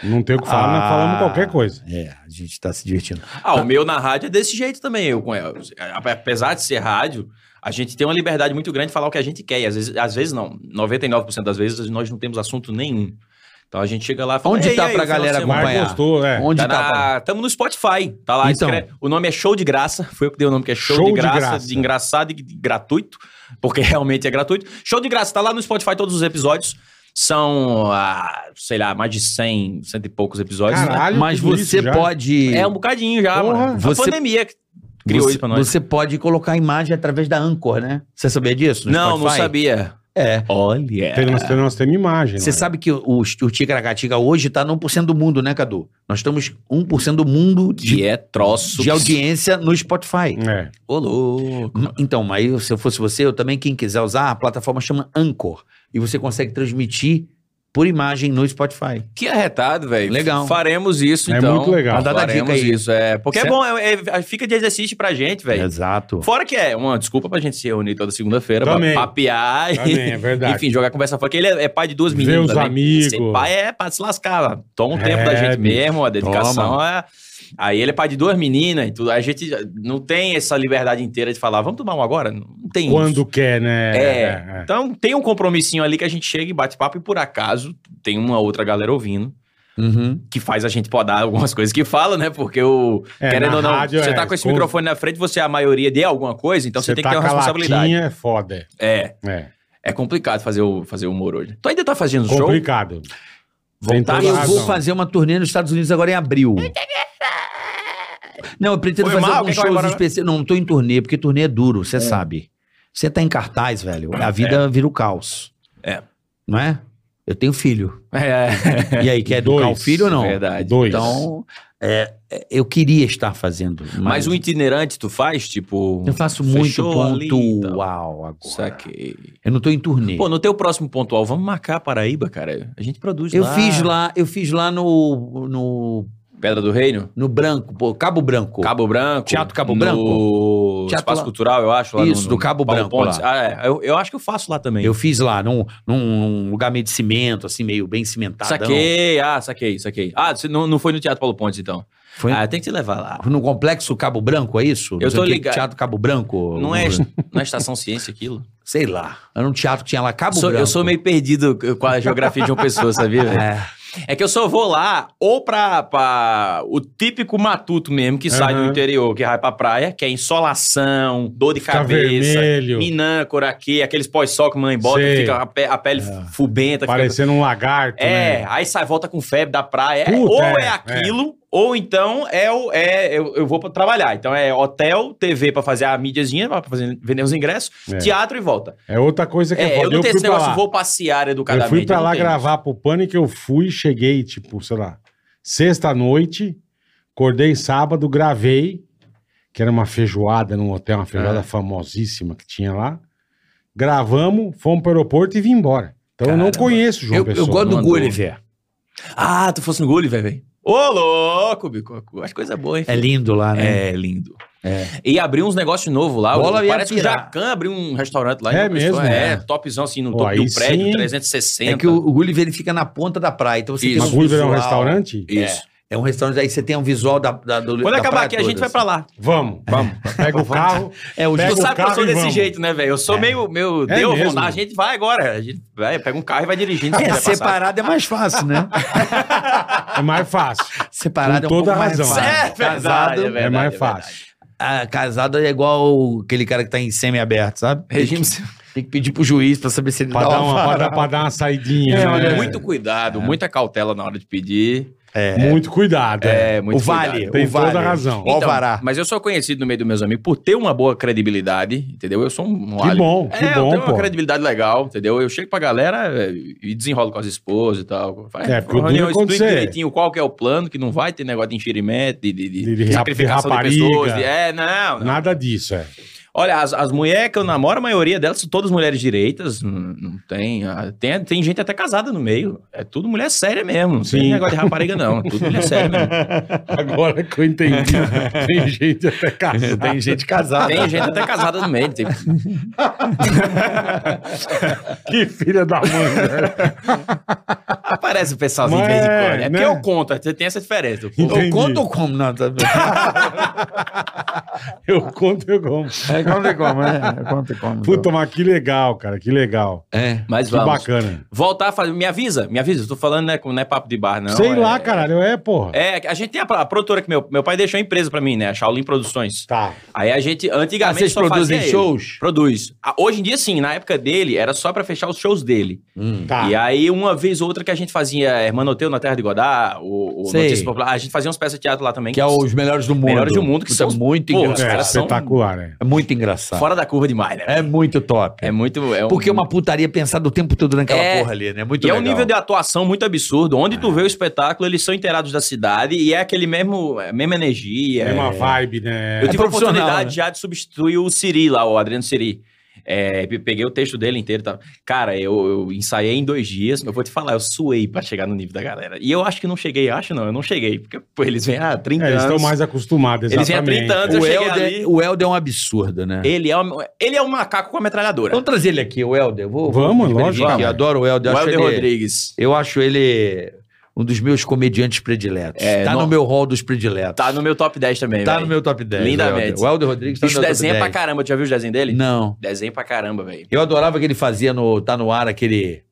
Speaker 3: Não tem o que falar,
Speaker 4: Ah.
Speaker 3: nós falamos qualquer coisa.
Speaker 4: É, a gente tá se divertindo.
Speaker 1: Ah, o meu na rádio é desse jeito também. Eu, com- eu- apesar de ser rádio, a gente tem uma liberdade muito grande de falar o que a gente quer. E às vezes, às vezes não. 99% das vezes nós não temos assunto nenhum. Então a gente chega lá e fala...
Speaker 4: Onde
Speaker 1: "Ei,
Speaker 4: tá
Speaker 1: ei,
Speaker 4: pra
Speaker 1: final de
Speaker 4: galera
Speaker 1: semana?"
Speaker 3: Mas
Speaker 4: acompanhar.
Speaker 3: gostou, é.
Speaker 4: Onde
Speaker 1: Tá
Speaker 4: tá? Paulo?
Speaker 1: na... Tamo no Spotify, tá lá.
Speaker 4: Então.
Speaker 1: escreve- O nome é Show de Graça. Foi eu que dei o nome, que é Show, de, graça, de engraçado e de gratuito, porque realmente é gratuito. Show de Graça, tá lá no Spotify todos os episódios. São, ah, sei lá, mais de 100, cento e poucos episódios.
Speaker 3: Caralho,
Speaker 4: Mas
Speaker 3: tudo
Speaker 4: você
Speaker 3: isso já?
Speaker 4: pode.
Speaker 1: É um bocadinho já,
Speaker 3: Porra.
Speaker 1: mano.
Speaker 4: Você-
Speaker 1: A pandemia que criou
Speaker 4: você,
Speaker 1: isso pra nós.
Speaker 4: Você pode colocar a imagem através da Anchor, né? Você sabia disso? no
Speaker 1: Não, não
Speaker 4: Spotify?
Speaker 1: sabia.
Speaker 4: É.
Speaker 1: Olha.
Speaker 3: Tem, nós, tem- nós temos imagem.
Speaker 4: Você
Speaker 3: né?
Speaker 4: sabe que o, o Ticaracatiga hoje tá no 1% do mundo, né, Cadu? Nós estamos 1% do mundo
Speaker 1: Que
Speaker 4: de,
Speaker 1: é troço.
Speaker 4: de audiência no Spotify.
Speaker 3: É.
Speaker 1: Ô, louco.
Speaker 4: M- Então, mas se eu fosse você, eu também, quem quiser usar, a plataforma chama Anchor. E você consegue transmitir por imagem no Spotify.
Speaker 1: Que arretado, velho.
Speaker 4: Legal.
Speaker 1: Faremos isso,
Speaker 3: É
Speaker 1: então.
Speaker 3: muito legal.
Speaker 4: Tá dada a dica
Speaker 1: Faremos
Speaker 4: aí.
Speaker 1: isso, é. Porque é
Speaker 4: Certo.
Speaker 1: bom, é- é- fica de exercício pra gente, velho.
Speaker 4: Exato.
Speaker 1: Fora que é uma desculpa pra gente se reunir toda segunda-feira, pra
Speaker 3: Também.
Speaker 1: papear e-
Speaker 3: Também, é verdade.
Speaker 1: enfim, jogar conversa fora. Que ele é, é pai de duas
Speaker 3: Ver
Speaker 1: meninas.
Speaker 3: os
Speaker 1: também.
Speaker 3: amigos.
Speaker 1: Ser pai é pra se lascar. mano. Toma um tempo
Speaker 3: É,
Speaker 1: da gente
Speaker 3: bicho.
Speaker 1: mesmo, a dedicação
Speaker 4: Toma.
Speaker 1: é. Aí ele é pai de duas meninas e tudo. A gente não tem essa liberdade inteira de falar, vamos tomar um agora? Não tem isso.
Speaker 3: Quando quer, né?
Speaker 1: É. Então tem um compromissinho ali que a gente chega e bate papo e por acaso tem uma outra galera ouvindo.
Speaker 4: Uhum.
Speaker 1: Que faz a gente podar algumas coisas que fala, né? Porque o.
Speaker 3: É,
Speaker 1: querendo
Speaker 3: na
Speaker 1: ou não,
Speaker 3: rádio,
Speaker 1: você
Speaker 3: é, tá
Speaker 1: tá com esse
Speaker 3: com-
Speaker 1: microfone na frente, você é a maioria de alguma coisa, então você, tem que ter uma responsabilidade.
Speaker 3: é foda.
Speaker 1: É.
Speaker 3: É.
Speaker 1: É complicado fazer, o, fazer humor hoje. Tu ainda tá fazendo show?
Speaker 3: Complicado. Tem
Speaker 1: Vontade,
Speaker 3: toda
Speaker 4: Tá, eu
Speaker 3: a
Speaker 4: vou
Speaker 3: razão.
Speaker 4: fazer uma turnê nos Estados Unidos agora em abril. Não, eu pretendo
Speaker 1: Foi
Speaker 4: fazer
Speaker 1: mal?
Speaker 4: alguns
Speaker 1: Quem vai
Speaker 4: shows
Speaker 1: embora?
Speaker 4: especiais. Não, não tô em turnê, porque turnê é duro, você sabe. Você tá em cartaz, velho. A vida vira o caos.
Speaker 1: É.
Speaker 4: Não é? Eu tenho filho.
Speaker 1: É.
Speaker 4: E aí, quer educar
Speaker 3: Dois.
Speaker 4: o filho ou não?
Speaker 1: Verdade.
Speaker 3: Dois.
Speaker 4: Então, é, é, eu queria estar fazendo.
Speaker 1: Mas
Speaker 4: Mas,
Speaker 1: um itinerante tu faz, tipo.
Speaker 4: eu faço muito
Speaker 1: Fechou ali,
Speaker 4: pontual agora.
Speaker 1: Saquei.
Speaker 4: Eu não tô em turnê.
Speaker 1: Pô, no teu próximo pontual, vamos marcar a Paraíba, cara. A gente produz
Speaker 4: eu
Speaker 1: lá.
Speaker 4: fiz lá, eu fiz lá no, no,
Speaker 1: Pedra do Reino?
Speaker 4: no Branco, pô, Cabo Branco.
Speaker 1: Cabo Branco.
Speaker 4: Teatro Cabo
Speaker 1: no
Speaker 4: Branco? Teatro
Speaker 1: Espaço
Speaker 4: lá-
Speaker 1: Cultural, eu acho. Lá
Speaker 4: Isso,
Speaker 1: no,
Speaker 4: do Cabo
Speaker 1: Paulo
Speaker 4: Branco
Speaker 1: Pontes.
Speaker 4: lá.
Speaker 1: Ah, é. Eu, eu acho que eu faço lá também.
Speaker 4: Eu fiz lá, num, num lugar meio de cimento, assim, meio bem cimentado.
Speaker 1: Saquei, ah, saquei, saquei. Ah, você não, não foi no Teatro Paulo Pontes, então.
Speaker 4: Foi
Speaker 1: Ah, tem que te levar lá.
Speaker 4: no complexo Cabo Branco, é isso?
Speaker 1: Eu
Speaker 4: Não sei
Speaker 1: tô
Speaker 4: o quê,
Speaker 1: ligado.
Speaker 4: Teatro Cabo Branco?
Speaker 1: Não é, não é Estação Ciência aquilo?
Speaker 4: Sei lá. Era um teatro que tinha lá Cabo
Speaker 1: Sou-
Speaker 4: Branco.
Speaker 1: eu sou meio perdido com a geografia de uma pessoa, sabia? velho?
Speaker 4: É.
Speaker 1: É que eu só vou lá ou pra, pra o típico matuto mesmo que sai do
Speaker 3: Aham.
Speaker 1: interior, que vai pra praia, que é insolação, dor de
Speaker 3: Fica
Speaker 1: cabeça,
Speaker 3: vermelho.
Speaker 1: minâncora aqui, aqueles pós-sol que mãe bota,
Speaker 3: Sei. É.
Speaker 1: fica a, pe- a pele fubenta. fica-
Speaker 3: Parecendo um lagarto,
Speaker 1: É,
Speaker 3: né?
Speaker 1: aí sai, volta com febre da praia. É,
Speaker 3: Puta,
Speaker 1: ou é,
Speaker 3: é,
Speaker 1: aquilo, ou então é, o- é eu, eu vou pra trabalhar. Então é hotel, TV pra fazer a mídiazinha, pra fazer, vender os ingressos,
Speaker 3: É.
Speaker 1: teatro e volta.
Speaker 3: É outra coisa que
Speaker 1: É, eu
Speaker 3: foda.
Speaker 1: não tenho
Speaker 3: fui
Speaker 1: esse
Speaker 3: pra
Speaker 1: negócio,
Speaker 3: lá.
Speaker 1: vou passear educadamente.
Speaker 3: Eu fui pra
Speaker 1: não
Speaker 3: lá
Speaker 1: tenho
Speaker 3: gravar pro Pânico, eu fui, cheguei, tipo, sei lá, sexta-noite, acordei sábado, gravei, que era uma feijoada num hotel, uma feijoada famosíssima que tinha lá. gravamos, fomos pro aeroporto e vim embora. Então eu
Speaker 1: Caramba.
Speaker 3: não conheço o João
Speaker 4: Eu, eu
Speaker 3: Pessoa.
Speaker 4: gosto do
Speaker 1: mandou.
Speaker 4: Gulliver.
Speaker 1: Ah, tu fosse no Gulliver, velho. Ô, louco, Bicoco. Acho coisa boa, hein?
Speaker 4: É lindo lá, né?
Speaker 1: É lindo.
Speaker 4: É.
Speaker 1: E abriu uns negócios novos lá.
Speaker 4: Bola
Speaker 1: o-
Speaker 4: ia
Speaker 1: parece que o
Speaker 4: pirar.
Speaker 1: Jacan abriu um restaurante lá. em
Speaker 3: É
Speaker 1: João Pessoa.
Speaker 3: mesmo,
Speaker 1: É,
Speaker 3: é.
Speaker 1: topzão assim, no
Speaker 3: Pô,
Speaker 1: topo
Speaker 3: aí
Speaker 1: do prédio,
Speaker 3: sim.
Speaker 1: 360.
Speaker 4: É que o, o Gulliver ele fica na ponta da praia. Então você
Speaker 1: Isso.
Speaker 3: Mas
Speaker 4: tem um
Speaker 3: Gulliver é um
Speaker 4: visual-
Speaker 3: restaurante?
Speaker 1: Isso.
Speaker 4: É um restaurante, aí você tem um visual da, da do,
Speaker 1: Quando
Speaker 4: da
Speaker 1: acabar
Speaker 4: praia
Speaker 1: aqui, a gente
Speaker 4: toda,
Speaker 1: vai pra lá.
Speaker 3: Vamos, vamos. Pega o carro.
Speaker 4: assim. É, o
Speaker 3: É. Pega
Speaker 1: tu
Speaker 3: o
Speaker 1: sabe que eu
Speaker 3: carro
Speaker 1: sou
Speaker 3: e
Speaker 1: desse
Speaker 3: vamos.
Speaker 1: jeito, né, velho? Eu sou meio. meu
Speaker 3: É
Speaker 1: Deus,
Speaker 3: mesmo.
Speaker 1: vamos lá, a gente vai agora. A gente vai, pega um carro e vai dirigindo. se
Speaker 4: É,
Speaker 1: quiser passar.
Speaker 4: separado é mais fácil, né?
Speaker 3: É mais fácil.
Speaker 4: Separado
Speaker 3: Com
Speaker 4: é um
Speaker 3: toda
Speaker 4: pouco
Speaker 3: a
Speaker 4: mais
Speaker 3: razão.
Speaker 4: fácil.
Speaker 1: É verdade,
Speaker 4: Casado,
Speaker 1: é
Speaker 3: é
Speaker 1: verdade,
Speaker 3: mais
Speaker 1: é
Speaker 3: fácil.
Speaker 4: ah, casado é igual aquele cara que tá em semi-aberto, sabe?
Speaker 1: Regime.
Speaker 4: Tem que pedir pro juiz pra saber se ele
Speaker 3: Pra
Speaker 4: dá
Speaker 3: dar
Speaker 4: uma,
Speaker 3: uma, pra
Speaker 4: vara.
Speaker 3: dar, pra dar uma saidinha.
Speaker 4: É,
Speaker 3: né?
Speaker 4: olha,
Speaker 1: Muito cuidado,
Speaker 3: É.
Speaker 1: muita cautela na hora de pedir.
Speaker 3: Muito cuidado. é.
Speaker 1: É, muito
Speaker 4: É. O vale,
Speaker 1: cuidado.
Speaker 3: Tem
Speaker 4: o vale. Então,
Speaker 3: toda a razão.
Speaker 4: Ó, o vará.
Speaker 1: Então, Mas eu sou conhecido no meio dos meus amigos por ter uma boa credibilidade, entendeu? Eu sou um
Speaker 3: Que
Speaker 1: alho.
Speaker 3: bom, que
Speaker 1: É, eu
Speaker 3: bom,
Speaker 1: tenho uma
Speaker 3: pô.
Speaker 1: credibilidade legal, entendeu? Eu chego pra galera é, e desenrolo com as esposas e tal. Faz
Speaker 3: É, porque o
Speaker 1: uma
Speaker 3: duro
Speaker 1: reunião,
Speaker 3: é quando
Speaker 1: explico
Speaker 3: você-
Speaker 1: direitinho qual que é o plano, que não vai ter negócio de enxerimento, de, de, de,
Speaker 3: De- de rap-
Speaker 1: sacrificação de,
Speaker 3: de
Speaker 1: pessoas.
Speaker 3: rapariga.
Speaker 1: de- é, não, não.
Speaker 3: Nada disso, é.
Speaker 1: Olha, as, as mulheres que eu namoro, a maioria delas são todas mulheres direitas. Não, não tem, ah, tem. Tem gente até casada no meio. É tudo mulher séria mesmo. Não
Speaker 3: Sim.
Speaker 1: tem negócio de rapariga, não. É tudo mulher séria mesmo.
Speaker 3: Agora que eu entendi. Tem gente até casada.
Speaker 4: É, Tem gente
Speaker 3: Tá.
Speaker 4: casada.
Speaker 1: Tem gente até casada no meio. Tem,
Speaker 3: Que filha da mãe. né?
Speaker 1: aparece o pessoalzinho de
Speaker 3: Mas
Speaker 1: vez em
Speaker 3: é,
Speaker 1: quando. É porque
Speaker 3: né?
Speaker 1: eu conto, você tem essa diferença. O povo-
Speaker 4: então, Eu
Speaker 3: Entendi.
Speaker 4: conto ou como? Não, tá...
Speaker 3: Eu conto, eu como.
Speaker 4: é, conta e como, né? Eu conto e como.
Speaker 3: Puta, mas que legal, cara. Que legal.
Speaker 4: É.
Speaker 1: Mas
Speaker 3: Que
Speaker 1: vamos.
Speaker 3: bacana.
Speaker 1: Voltar a fazer. Me avisa, me avisa. Eu tô falando, né? com- Não é papo de bar, não.
Speaker 3: Sei
Speaker 1: é-
Speaker 3: lá, caralho. É, porra.
Speaker 1: É, a gente tem a, a produtora que meu, meu pai deixou a empresa pra mim, né? A Shaolin Produções.
Speaker 3: Tá.
Speaker 1: Aí a gente,
Speaker 4: Ah,
Speaker 1: antigamente.
Speaker 4: vocês
Speaker 1: só
Speaker 4: produzem
Speaker 1: fazia ele.
Speaker 4: shows?
Speaker 1: Produz. Ah, Hoje em dia, sim, na época dele, era só pra fechar os shows dele.
Speaker 4: Hum.
Speaker 3: Tá.
Speaker 1: E aí, uma vez ou outra que a gente fazia Hermanoteu na Terra de Godá, o, o
Speaker 4: Sei.
Speaker 1: Notícia Popular, a gente fazia umas peças de teatro lá também.
Speaker 4: Que é os melhores do mundo.
Speaker 1: Melhores do mundo, que
Speaker 4: Puta,
Speaker 1: são-
Speaker 4: muito
Speaker 1: Porra,
Speaker 3: É,
Speaker 1: os
Speaker 4: engraçado.
Speaker 1: caras são-
Speaker 3: espetacular, né?
Speaker 4: É muito engraçado.
Speaker 1: Fora da curva demais, né?
Speaker 4: É muito top.
Speaker 1: É muito. É um-
Speaker 4: Porque é uma putaria pensada o tempo todo naquela
Speaker 1: É.
Speaker 4: porra ali, né? Muito
Speaker 1: E é um
Speaker 4: legal. É.
Speaker 1: nível de atuação muito absurdo. Onde tu vê o espetáculo, eles são inteirados da cidade e é aquele mesmo, é a mesma energia.
Speaker 3: É uma vibe, né?
Speaker 1: Eu tive a
Speaker 4: profissional,
Speaker 1: oportunidade
Speaker 4: né?
Speaker 1: já de substituir o Siri lá, o Adriano Siri. É, pe- peguei o texto dele inteiro e tal. Cara, eu, eu ensaiei em dois dias. Eu vou te falar, eu suei pra chegar no nível da galera. E eu acho que não cheguei, acho não, eu não cheguei. Porque pô, eles vêm há 30
Speaker 3: É, eles estão
Speaker 1: anos.
Speaker 3: mais acostumados,
Speaker 1: Eles vêm há
Speaker 3: exatamente.
Speaker 1: 30 anos.
Speaker 4: O
Speaker 1: Eu cheguei
Speaker 4: Helder,
Speaker 1: ali-
Speaker 4: o Helder é um absurdo, né?
Speaker 1: Ele, é um, ele é um macaco com a metralhadora.
Speaker 4: Vamos trazer ele aqui, o Helder. Vou,
Speaker 3: Vamos,
Speaker 4: vou-
Speaker 3: lógico,
Speaker 4: aqui.
Speaker 3: vamos.
Speaker 4: Então tá, Eu adoro o
Speaker 1: O
Speaker 4: Helder. acho
Speaker 1: Helder
Speaker 4: ele-
Speaker 1: Rodrigues.
Speaker 4: Eu acho ele um dos meus comediantes prediletos.
Speaker 1: É,
Speaker 4: tá
Speaker 1: no-
Speaker 4: no meu hall dos prediletos.
Speaker 1: Tá no meu top 10 também,
Speaker 4: Tá
Speaker 1: velho.
Speaker 4: no meu top 10. o Helder.
Speaker 1: Lindamente.
Speaker 4: O Helder Rodrigues tá
Speaker 1: Bicho,
Speaker 4: no meu
Speaker 1: desenha pra
Speaker 4: top 10.
Speaker 1: caramba. Tu já viu os desenhos dele?
Speaker 4: Não.
Speaker 1: Desenho pra caramba, velho.
Speaker 4: Eu adorava que ele fazia no Tá No Ar aquele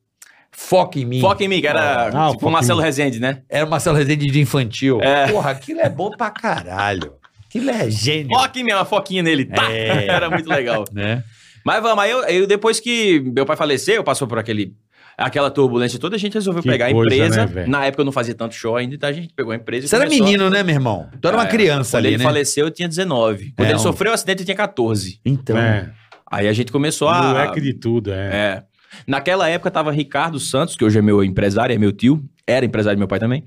Speaker 4: Foca em Mim.
Speaker 1: Foca em mim, que era
Speaker 3: Ah, o
Speaker 1: tipo
Speaker 3: Foca
Speaker 1: o
Speaker 3: em
Speaker 1: Marcelo Rezende, né?
Speaker 4: Era o Marcelo Rezende de infantil.
Speaker 1: É.
Speaker 4: Porra, aquilo é bom pra caralho. Aquilo é gênio.
Speaker 1: Foca em mim, uma foquinha nele. Tá!
Speaker 4: É.
Speaker 1: Era muito legal.
Speaker 4: Né?
Speaker 1: Mas vamos, aí eu, eu- depois que meu pai faleceu, passou por aquele, aquela turbulência toda, a gente resolveu
Speaker 3: Que
Speaker 1: pegar a
Speaker 3: coisa, né,
Speaker 1: empresa.
Speaker 3: velho?
Speaker 1: Na época eu não fazia tanto show ainda, então a gente pegou a empresa. e
Speaker 4: Você era
Speaker 1: começou a-
Speaker 4: menino, né, meu irmão? Tu era uma
Speaker 1: É,
Speaker 4: criança
Speaker 1: Quando
Speaker 4: ali,
Speaker 1: ele
Speaker 4: né?
Speaker 1: faleceu, eu tinha 19. Quando
Speaker 4: É,
Speaker 1: ele
Speaker 4: um-
Speaker 1: sofreu o acidente, eu tinha 14.
Speaker 4: Então.
Speaker 3: É,
Speaker 1: Aí a gente começou a.
Speaker 3: moleque de tudo, é.
Speaker 1: É. Naquela época tava Ricardo Santos, que hoje é meu empresário, é meu tio, era empresário do meu pai também.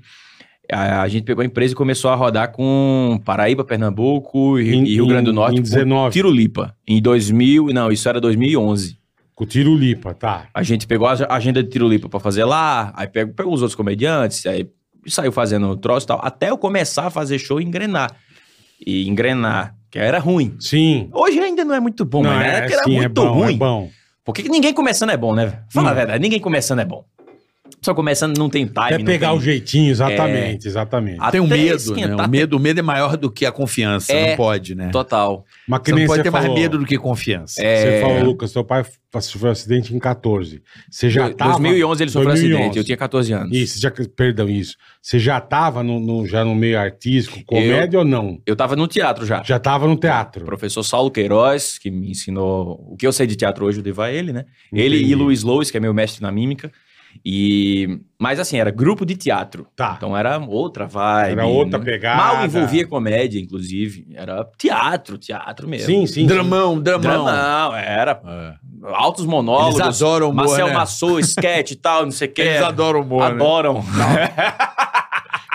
Speaker 1: A, a gente pegou a empresa e começou a rodar com Paraíba, Pernambuco e,
Speaker 3: Em-
Speaker 1: e Rio Grande do
Speaker 3: em-
Speaker 1: Norte.
Speaker 3: em
Speaker 1: com
Speaker 3: 19.
Speaker 1: Tirulipa. Em 2000, não, isso era 2011.
Speaker 3: Com o Tirulipa, tá.
Speaker 1: A gente pegou a ag- agenda de Tirulipa pra fazer lá, aí pegou, pegou os outros comediantes, aí saiu fazendo o troço e tal, até eu começar a fazer show e engrenar. E engrenar, que era ruim.
Speaker 3: Sim.
Speaker 1: Hoje ainda não é muito bom,
Speaker 3: Não,
Speaker 1: mas na época era
Speaker 3: sim,
Speaker 1: muito
Speaker 3: bom,
Speaker 1: ruim.
Speaker 3: É bom.
Speaker 1: Por que que ninguém começando é bom, né? velho? Fala
Speaker 3: Hum.
Speaker 1: a verdade, ninguém começando é bom. Só começando não tem time.
Speaker 3: Até
Speaker 1: não
Speaker 3: É pegar
Speaker 1: tem... É. Ah,
Speaker 3: o jeitinho, exatamente, exatamente.
Speaker 1: Até
Speaker 4: Tem um medo, né?
Speaker 1: esquentar,
Speaker 4: O medo, o medo é maior do que a confiança.
Speaker 1: É.
Speaker 4: Não pode, né?
Speaker 1: Total.
Speaker 3: Mas que
Speaker 4: Você não
Speaker 3: nem
Speaker 4: pode
Speaker 3: você
Speaker 4: ter
Speaker 3: falou,
Speaker 4: mais medo do que confiança.
Speaker 3: Você
Speaker 1: É.
Speaker 3: falou, Lucas, seu pai sofreu um acidente em 14. Você já
Speaker 1: Em
Speaker 3: tava...
Speaker 1: 2011 ele sofreu um
Speaker 3: 2011.
Speaker 1: acidente, eu tinha 14 anos.
Speaker 3: Isso, já, perdão, isso. Você já tava no, no- já no meio artístico, comédia ou não?
Speaker 1: Eu tava no teatro já.
Speaker 3: Já tava no
Speaker 1: O
Speaker 3: teatro.
Speaker 1: professor Saulo Queiroz, que me ensinou o que eu sei de teatro hoje, eu devo a ele, né? Ele
Speaker 3: Entendi.
Speaker 1: e Luiz Lois, que é meu mestre na mímica. E... Mas assim, era grupo de teatro.
Speaker 3: Tá.
Speaker 1: Então era outra vibe.
Speaker 3: Era outra
Speaker 1: né?
Speaker 3: pegada.
Speaker 1: Mal envolvia comédia, inclusive. Era teatro, teatro mesmo.
Speaker 3: Sim, sim.
Speaker 4: Dramão, dramão.
Speaker 1: Dramão, era
Speaker 4: É.
Speaker 1: altos
Speaker 4: Eles
Speaker 1: monólogos.
Speaker 4: adoram humor,
Speaker 1: Marcel
Speaker 4: né?
Speaker 1: Massou, sketch e tal, não sei o que.
Speaker 4: Eles adoram humor, né?
Speaker 1: Adoram.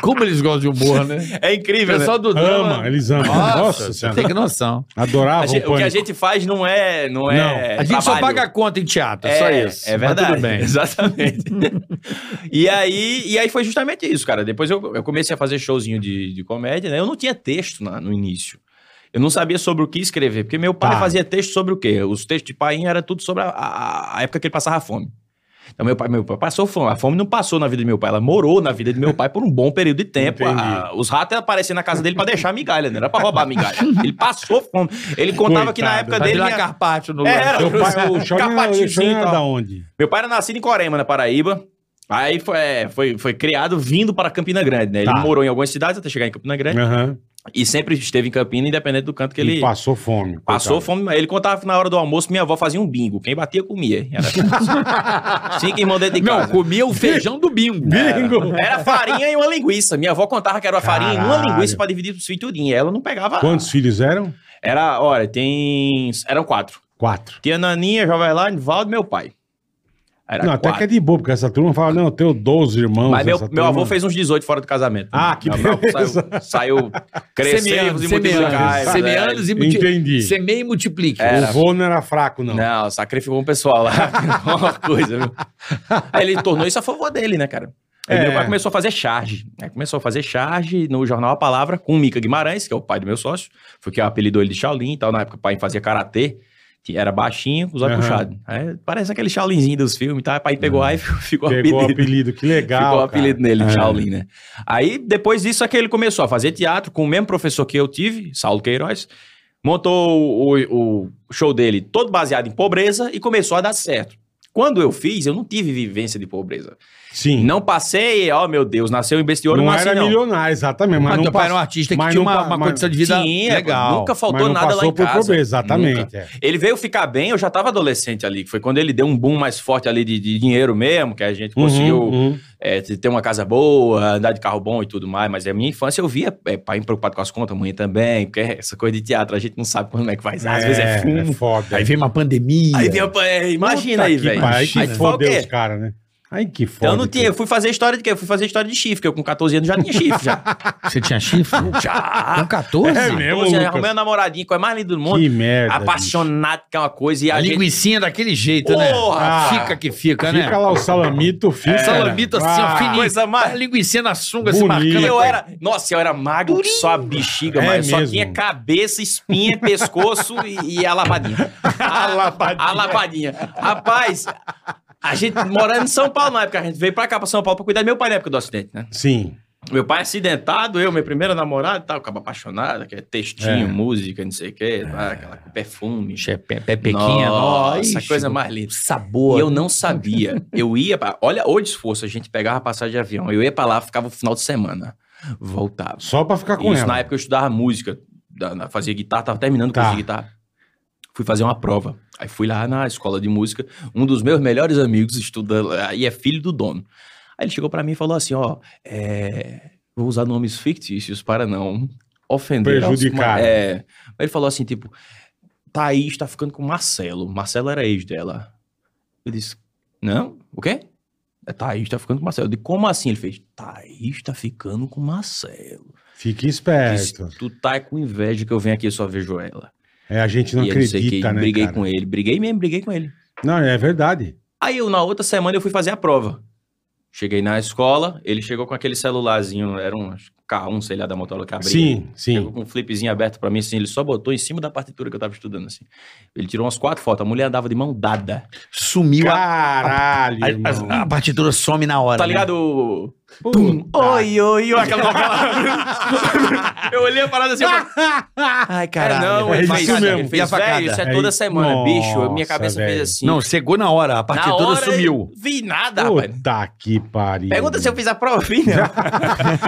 Speaker 4: Como eles gostam de humor, né?
Speaker 1: É
Speaker 4: O
Speaker 1: incrível, né?
Speaker 4: pessoal do drama...
Speaker 3: Ama, eles amam.
Speaker 4: Nossa,
Speaker 3: Nossa
Speaker 4: você
Speaker 3: senhora.
Speaker 4: tem que noção.
Speaker 3: Adorava
Speaker 1: A
Speaker 3: o
Speaker 1: gente- o que
Speaker 3: pânico.
Speaker 1: a gente faz não é. Não é
Speaker 3: Não,
Speaker 4: a gente só
Speaker 1: trabalho.
Speaker 4: paga a conta em teatro, só isso.
Speaker 1: É
Speaker 4: Mas
Speaker 1: verdade.
Speaker 4: tudo bem.
Speaker 1: Exatamente. e, aí, e aí foi justamente isso, cara. Depois eu, eu comecei a fazer showzinho de, de comédia, né? Eu não tinha texto na- no início. Eu não sabia sobre o que escrever, porque meu pai
Speaker 4: Tá.
Speaker 1: fazia texto sobre o quê? Os textos de painha era tudo sobre a, a- a época que ele passava fome. Então, meu pai, meu pai passou fome. A fome não passou na vida do meu pai. Ela morou na vida do meu pai por um bom período de tempo.
Speaker 3: Entendi.
Speaker 1: A- os ratos apareciam na casa dele pra deixar migalha, não era pra roubar migalha. Ele passou fome. Ele contava que na
Speaker 3: Coitado.
Speaker 1: época
Speaker 4: Vai
Speaker 1: dele.
Speaker 4: virar
Speaker 1: minha-
Speaker 4: carpaccio no
Speaker 1: É,
Speaker 4: lanche.
Speaker 1: era.
Speaker 3: Seu pai, o Chorinho era- o
Speaker 1: Capatizinho
Speaker 3: Chorinho
Speaker 1: e
Speaker 3: era
Speaker 1: tal.
Speaker 3: da onde?
Speaker 1: Meu pai era nascido em Corema, na Paraíba. Aí foi, é, foi, foi criado vindo para Campina Grande, né? Ele
Speaker 3: Tá.
Speaker 1: morou em algumas cidades até chegar em Campina Grande.
Speaker 3: Aham.
Speaker 1: E sempre esteve em Campina, independente do canto É. que ele...
Speaker 3: E passou fome.
Speaker 1: Passou
Speaker 3: coitado.
Speaker 1: fome, mas ele contava que na hora do almoço minha avó fazia um bingo. Quem batia, comia. Era- Cinco irmãos dentro de
Speaker 4: Não,
Speaker 1: casa.
Speaker 4: comia o feijão do bingo.
Speaker 3: Bingo!
Speaker 1: Era farinha e uma linguiça. Minha avó contava que era uma farinha e uma
Speaker 3: Caralho.
Speaker 1: linguiça pra dividir pros filhos tudinho. Ela não pegava...
Speaker 3: Quantos filhos eram?
Speaker 1: Era, olha, tem... Eram quatro.
Speaker 3: Quatro.
Speaker 1: Tinha Naninha, Jovem Lá, Nivaldo e meu pai. Era
Speaker 3: não, até que é de boa, porque essa turma fala, não, eu tenho 12 irmãos.
Speaker 1: Mas meu,
Speaker 3: essa
Speaker 1: meu avô
Speaker 3: turma-
Speaker 1: fez uns 18 fora do casamento.
Speaker 3: Ah, que
Speaker 1: Meu avô
Speaker 3: beleza.
Speaker 1: Saiu, saiu crescendo
Speaker 4: Semeanos,
Speaker 1: e
Speaker 4: semeanos,
Speaker 1: multiplicando.
Speaker 4: semeanos e multi...
Speaker 3: Entendi.
Speaker 4: Semeia e multiplique.
Speaker 1: É.
Speaker 3: O avô não era fraco, não.
Speaker 1: Não, sacrificou um pessoal lá. Uma coisa, viu? Aí ele tornou isso a favor dele, né, cara? Aí
Speaker 3: É.
Speaker 1: meu pai começou a fazer charge. né? Começou a fazer charge no jornal A Palavra com o Mica Guimarães, que é o pai do meu sócio. Foi que apelidou ele de Shaolin e tal. Na época o pai fazia karatê. que Era baixinho, com os olhos
Speaker 3: Aham.
Speaker 1: puxados. Aí parece aquele Shaolinzinho dos filmes, tá? O pai pegou aí e ficou
Speaker 3: Pegou o
Speaker 1: apelido.
Speaker 3: apelido, que legal.
Speaker 1: Ficou o
Speaker 3: cara.
Speaker 1: apelido nele,
Speaker 3: É.
Speaker 1: Shaolin, né? Aí, depois disso, é que ele começou a fazer teatro com o mesmo professor que eu tive, Saulo Queiroz. Montou o, o- o show dele todo baseado em pobreza e começou a dar certo. Quando eu fiz, eu não tive vivência de pobreza.
Speaker 3: Sim.
Speaker 1: Não passei, ó meu Deus, nasceu em besteiro,
Speaker 3: Não
Speaker 1: não nasci
Speaker 3: era
Speaker 1: não.
Speaker 3: milionário, exatamente. Mas,
Speaker 4: Mas
Speaker 3: não
Speaker 4: teu pai era um
Speaker 3: passou,
Speaker 4: artista que
Speaker 3: mas
Speaker 4: tinha
Speaker 3: não
Speaker 4: uma,
Speaker 3: pa-
Speaker 4: uma
Speaker 3: mas-
Speaker 4: condição de vida
Speaker 1: Tinha,
Speaker 4: legal.
Speaker 1: nunca
Speaker 3: mas
Speaker 1: faltou
Speaker 3: não
Speaker 1: nada lá
Speaker 3: passou
Speaker 1: em
Speaker 3: por
Speaker 1: casa.
Speaker 3: pobreza, exatamente. é.
Speaker 1: Ele veio ficar bem, eu já estava adolescente ali, que foi quando ele deu um boom mais forte ali de, de dinheiro mesmo, que a gente conseguiu
Speaker 3: Uhum, uhum.
Speaker 1: é, de ter uma casa boa, andar de carro bom e tudo mais, mas a minha infância eu via é, pai preocupado com as contas, mãe também, porque essa coisa de teatro a gente não sabe como é que faz. Às vezes é fumo.
Speaker 3: é foda.
Speaker 4: Aí veio uma pandemia.
Speaker 1: Aí vem, a- é, imagina
Speaker 3: Puta
Speaker 1: aí,
Speaker 3: que
Speaker 1: velho.
Speaker 3: pariu, Aí
Speaker 1: Aí
Speaker 3: que
Speaker 1: tu fala o
Speaker 3: fodeu os
Speaker 1: quê?
Speaker 3: caras, né? Aí que foda.
Speaker 1: Então eu não tinha, eu
Speaker 3: cara.
Speaker 1: fui fazer história de quê? Eu fui fazer história de chifre, porque eu com 14 anos já tinha chifre já.
Speaker 4: Você tinha chifre?
Speaker 1: já.
Speaker 4: Com 14?
Speaker 3: É mesmo?
Speaker 1: 14 anos,
Speaker 3: Lucas.
Speaker 1: arrumei uma namoradinha, coisa mais linda do mundo.
Speaker 3: Que merda.
Speaker 1: um apaixonado que é uma coisa e a,
Speaker 4: A
Speaker 1: gente.
Speaker 4: linguicinha daquele jeito, né?
Speaker 1: Porra!
Speaker 4: Fica que fica,
Speaker 3: bicho.
Speaker 4: né?
Speaker 3: Fica lá o salamito, fica.
Speaker 4: É. Salamito assim, ó,
Speaker 3: Ah,
Speaker 4: fininho.
Speaker 1: coisa mais-
Speaker 4: A linguicinha na sunga se
Speaker 3: Bonito.
Speaker 1: E
Speaker 4: marcando.
Speaker 1: eu era, nossa, eu era magro que só a bexiga,
Speaker 3: É
Speaker 1: mas só
Speaker 3: mesmo.
Speaker 1: tinha cabeça, espinha, pescoço e, e a lapadinha. A lapadinha. A lapadinha. Rapaz, a gente morando em São Paulo na época, a gente veio pra cá, pra São Paulo, pra cuidar do meu pai na época do acidente, né?
Speaker 3: Sim.
Speaker 1: Meu pai acidentado, eu, minha primeira namorada, e tal, acaba apaixonada, que é textinho, música, não sei o quê, tá, aquela com perfume.
Speaker 4: Che- é pe- Pepequinha,
Speaker 1: nossa,
Speaker 4: ixi,
Speaker 1: coisa mais linda.
Speaker 4: Sabor.
Speaker 1: E eu não sabia. Eu ia pra... Olha o esforço, a gente pegava passagem de avião. Eu ia pra lá, ficava o final de semana. Voltava.
Speaker 3: Só pra ficar com
Speaker 1: Isso, na
Speaker 3: ela.
Speaker 1: época eu estudava música, da- na- fazia guitarra, tava terminando
Speaker 3: Tá.
Speaker 1: com guitarra. Fui fazer uma prova. Aí fui lá na escola de música, um dos meus melhores amigos estuda lá e é filho do dono. Aí ele chegou pra mim e falou assim, ó, é, vou usar nomes fictícios para não ofender. aos-
Speaker 3: Prejudicar.
Speaker 1: É, mas ele falou assim, tipo, Thaís tá ficando com Marcelo. Marcelo era ex dela. Eu disse, não, o quê? É, Thaís tá ficando com Marcelo. Eu disse, como assim? Ele fez, Thaís tá ficando com Marcelo.
Speaker 3: Fique
Speaker 1: Disse,
Speaker 3: esperto.
Speaker 1: tu tá com inveja que eu venho aqui e só vejo ela.
Speaker 3: É, a gente não
Speaker 1: e eu não sei
Speaker 3: acredita,
Speaker 1: quem.
Speaker 3: né?
Speaker 1: briguei
Speaker 3: cara?
Speaker 1: com ele. Briguei mesmo, briguei com ele.
Speaker 3: Não, é verdade.
Speaker 1: Aí eu, na outra semana, eu fui fazer a prova. Cheguei na escola, ele chegou com aquele celularzinho, era um acho que K1, sei lá, da Motorola que abria.
Speaker 3: Sim,
Speaker 1: Chegou
Speaker 3: sim.
Speaker 1: com um flipzinho aberto pra mim, assim, ele só botou em cima da partitura que eu tava estudando, assim. Ele tirou umas quatro fotos, a mulher andava de mão dada.
Speaker 4: Sumiu a,
Speaker 3: Caralho, irmão.
Speaker 4: a, a partitura some na hora.
Speaker 1: Tá
Speaker 4: né?
Speaker 1: ligado?
Speaker 3: Puta.
Speaker 1: Tum,
Speaker 3: tá.
Speaker 1: oi, oi, oi, aquela novela. eu olhei a parada assim, eu falei,
Speaker 4: né? Ai, caralho.
Speaker 1: É, não,
Speaker 3: É
Speaker 1: ele
Speaker 3: isso
Speaker 1: faz,
Speaker 3: mesmo.
Speaker 1: Ele
Speaker 4: E a
Speaker 1: fez,
Speaker 4: facada?
Speaker 1: velho, isso é
Speaker 3: É
Speaker 1: toda
Speaker 3: isso?
Speaker 1: semana, bicho. Minha
Speaker 3: Nossa,
Speaker 1: cabeça
Speaker 3: velho.
Speaker 1: fez assim.
Speaker 4: Não, chegou na hora. A
Speaker 1: na
Speaker 4: partitura
Speaker 1: hora,
Speaker 4: sumiu.
Speaker 1: Vi nada, rapaz.
Speaker 3: Puta que pariu.
Speaker 1: Pergunta se eu fiz a prova, vi, né?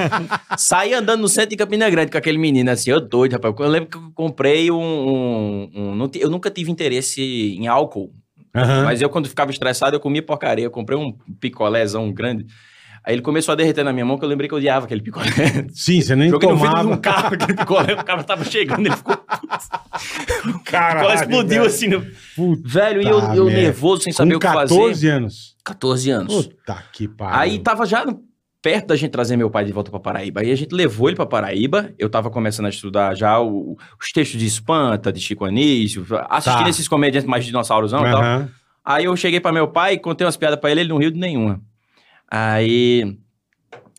Speaker 1: Saí andando no centro de Campina Grande com aquele menino, assim, eu doido, rapaz. Eu lembro que eu comprei um... um- um- não ti- eu nunca tive interesse em álcool,
Speaker 3: Aham.
Speaker 1: mas eu quando ficava estressado, eu comia porcaria. Eu comprei um picolézão grande. Aí ele começou a derreter na minha mão, que eu lembrei que eu odiava aquele picolé.
Speaker 3: Sim, você nem
Speaker 1: Joguei no vidro de
Speaker 3: tomava.
Speaker 1: um carro, aquele picolé, o cara tava chegando, ele ficou... O
Speaker 3: Caralho,
Speaker 1: picolé explodiu,
Speaker 3: velho.
Speaker 1: assim, no...
Speaker 3: Puta,
Speaker 1: Velho, e eu,
Speaker 3: Tá,
Speaker 1: eu
Speaker 3: merda.
Speaker 1: nervoso, sem saber
Speaker 3: com
Speaker 1: o que
Speaker 3: 14
Speaker 1: fazer.
Speaker 3: anos.
Speaker 1: 14 anos. então,
Speaker 3: Puta que pariu.
Speaker 1: Aí tava já no perto da gente trazer meu pai de volta para Paraíba. Aí a gente levou ele para Paraíba. Eu tava começando a estudar já o- os textos de Espanta, de Chico Anísio, assistindo
Speaker 4: Tá.
Speaker 1: esses comediantes mais dinossauros e tal.
Speaker 3: Aham.
Speaker 1: Aí eu cheguei pra meu pai, contei umas piadas pra ele, ele não riu de nenhuma. Aí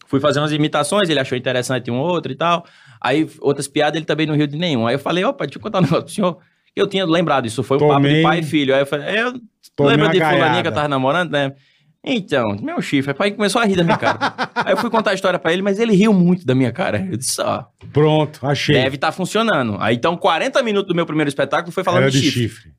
Speaker 1: fui fazer umas imitações, ele achou interessante um outro e tal. Aí outras piadas ele também não riu de nenhuma. Aí eu falei, opa, deixa eu contar um negócio pro senhor. Eu tinha lembrado, isso foi um papo
Speaker 3: Tomei-
Speaker 1: de pai e filho. Aí eu falei, é,
Speaker 3: Tomei
Speaker 1: lembra
Speaker 3: uma
Speaker 1: de fulaninha que
Speaker 3: gaiada.
Speaker 1: eu tava namorando, né? Então, meu chifre. Aí o pai começou a rir da minha cara. Aí eu fui contar a história pra ele, mas ele riu muito da minha cara. Eu disse, ó,
Speaker 3: Pronto, achei.
Speaker 1: deve estar funcionando. Aí então 40 minutos do meu primeiro espetáculo foi falando
Speaker 3: Era
Speaker 1: de chifre.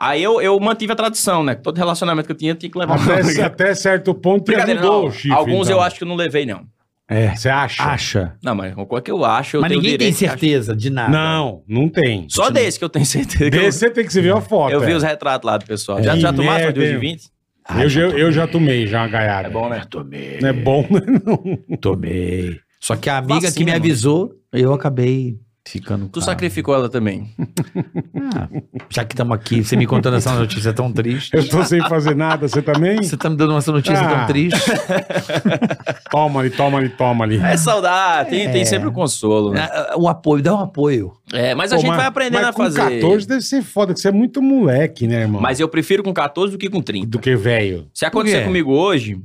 Speaker 1: Aí eu, eu mantive a tradição, né? Todo relacionamento que eu tinha, eu tinha que levar
Speaker 3: Até,
Speaker 1: uma
Speaker 3: até certo ponto te
Speaker 1: Tá Brincadeira,
Speaker 3: ajudou
Speaker 1: não.
Speaker 3: o chifre.
Speaker 1: Alguns
Speaker 3: então.
Speaker 1: eu acho que eu não levei, não.
Speaker 3: É, você acha?
Speaker 4: Acha.
Speaker 1: Não, mas qual que eu acho, eu
Speaker 4: Mas
Speaker 1: tenho
Speaker 4: ninguém tem
Speaker 1: direito de achar.
Speaker 4: certeza de nada.
Speaker 3: Não, não tem.
Speaker 1: Só desse que eu tenho certeza. que eu-
Speaker 3: Desse você tem que se ver a foto.
Speaker 1: eu vi
Speaker 3: é.
Speaker 1: os retratos lá do pessoal.
Speaker 3: É.
Speaker 1: Já, já
Speaker 3: Que
Speaker 1: tomaram sua
Speaker 3: merda,
Speaker 1: de hoje
Speaker 3: hein?
Speaker 1: 20?
Speaker 4: Ah,
Speaker 3: eu,
Speaker 4: já
Speaker 3: já, eu já tomei já uma gaiada.
Speaker 1: É bom, né?
Speaker 4: Já tomei.
Speaker 3: Não é bom, né? Não.
Speaker 4: Tomei. Só que a amiga
Speaker 1: Vacina,
Speaker 4: que me
Speaker 1: mano.
Speaker 4: avisou, eu acabei ficando.
Speaker 1: Tu
Speaker 4: com a-
Speaker 1: sacrificou ela também.
Speaker 4: Ah, já que estamos aqui, você me contando essa notícia tão triste.
Speaker 3: Eu tô sem fazer nada, você também?
Speaker 4: Você tá me dando essa notícia
Speaker 3: Ah.
Speaker 4: tão triste.
Speaker 3: Toma ali, toma ali, toma ali.
Speaker 1: É saudade, tem, tem sempre o consolo, né?
Speaker 4: Ah, O apoio, dá um apoio.
Speaker 1: É, mas a
Speaker 3: Pô,
Speaker 1: gente vai aprendendo
Speaker 3: mas
Speaker 1: a fazer.
Speaker 3: Com 14 deve ser foda, que você é muito moleque, né, irmão?
Speaker 1: Mas eu prefiro com 14 do que com 30.
Speaker 3: Do que velho.
Speaker 1: Se acontecer
Speaker 4: quê?
Speaker 1: comigo hoje,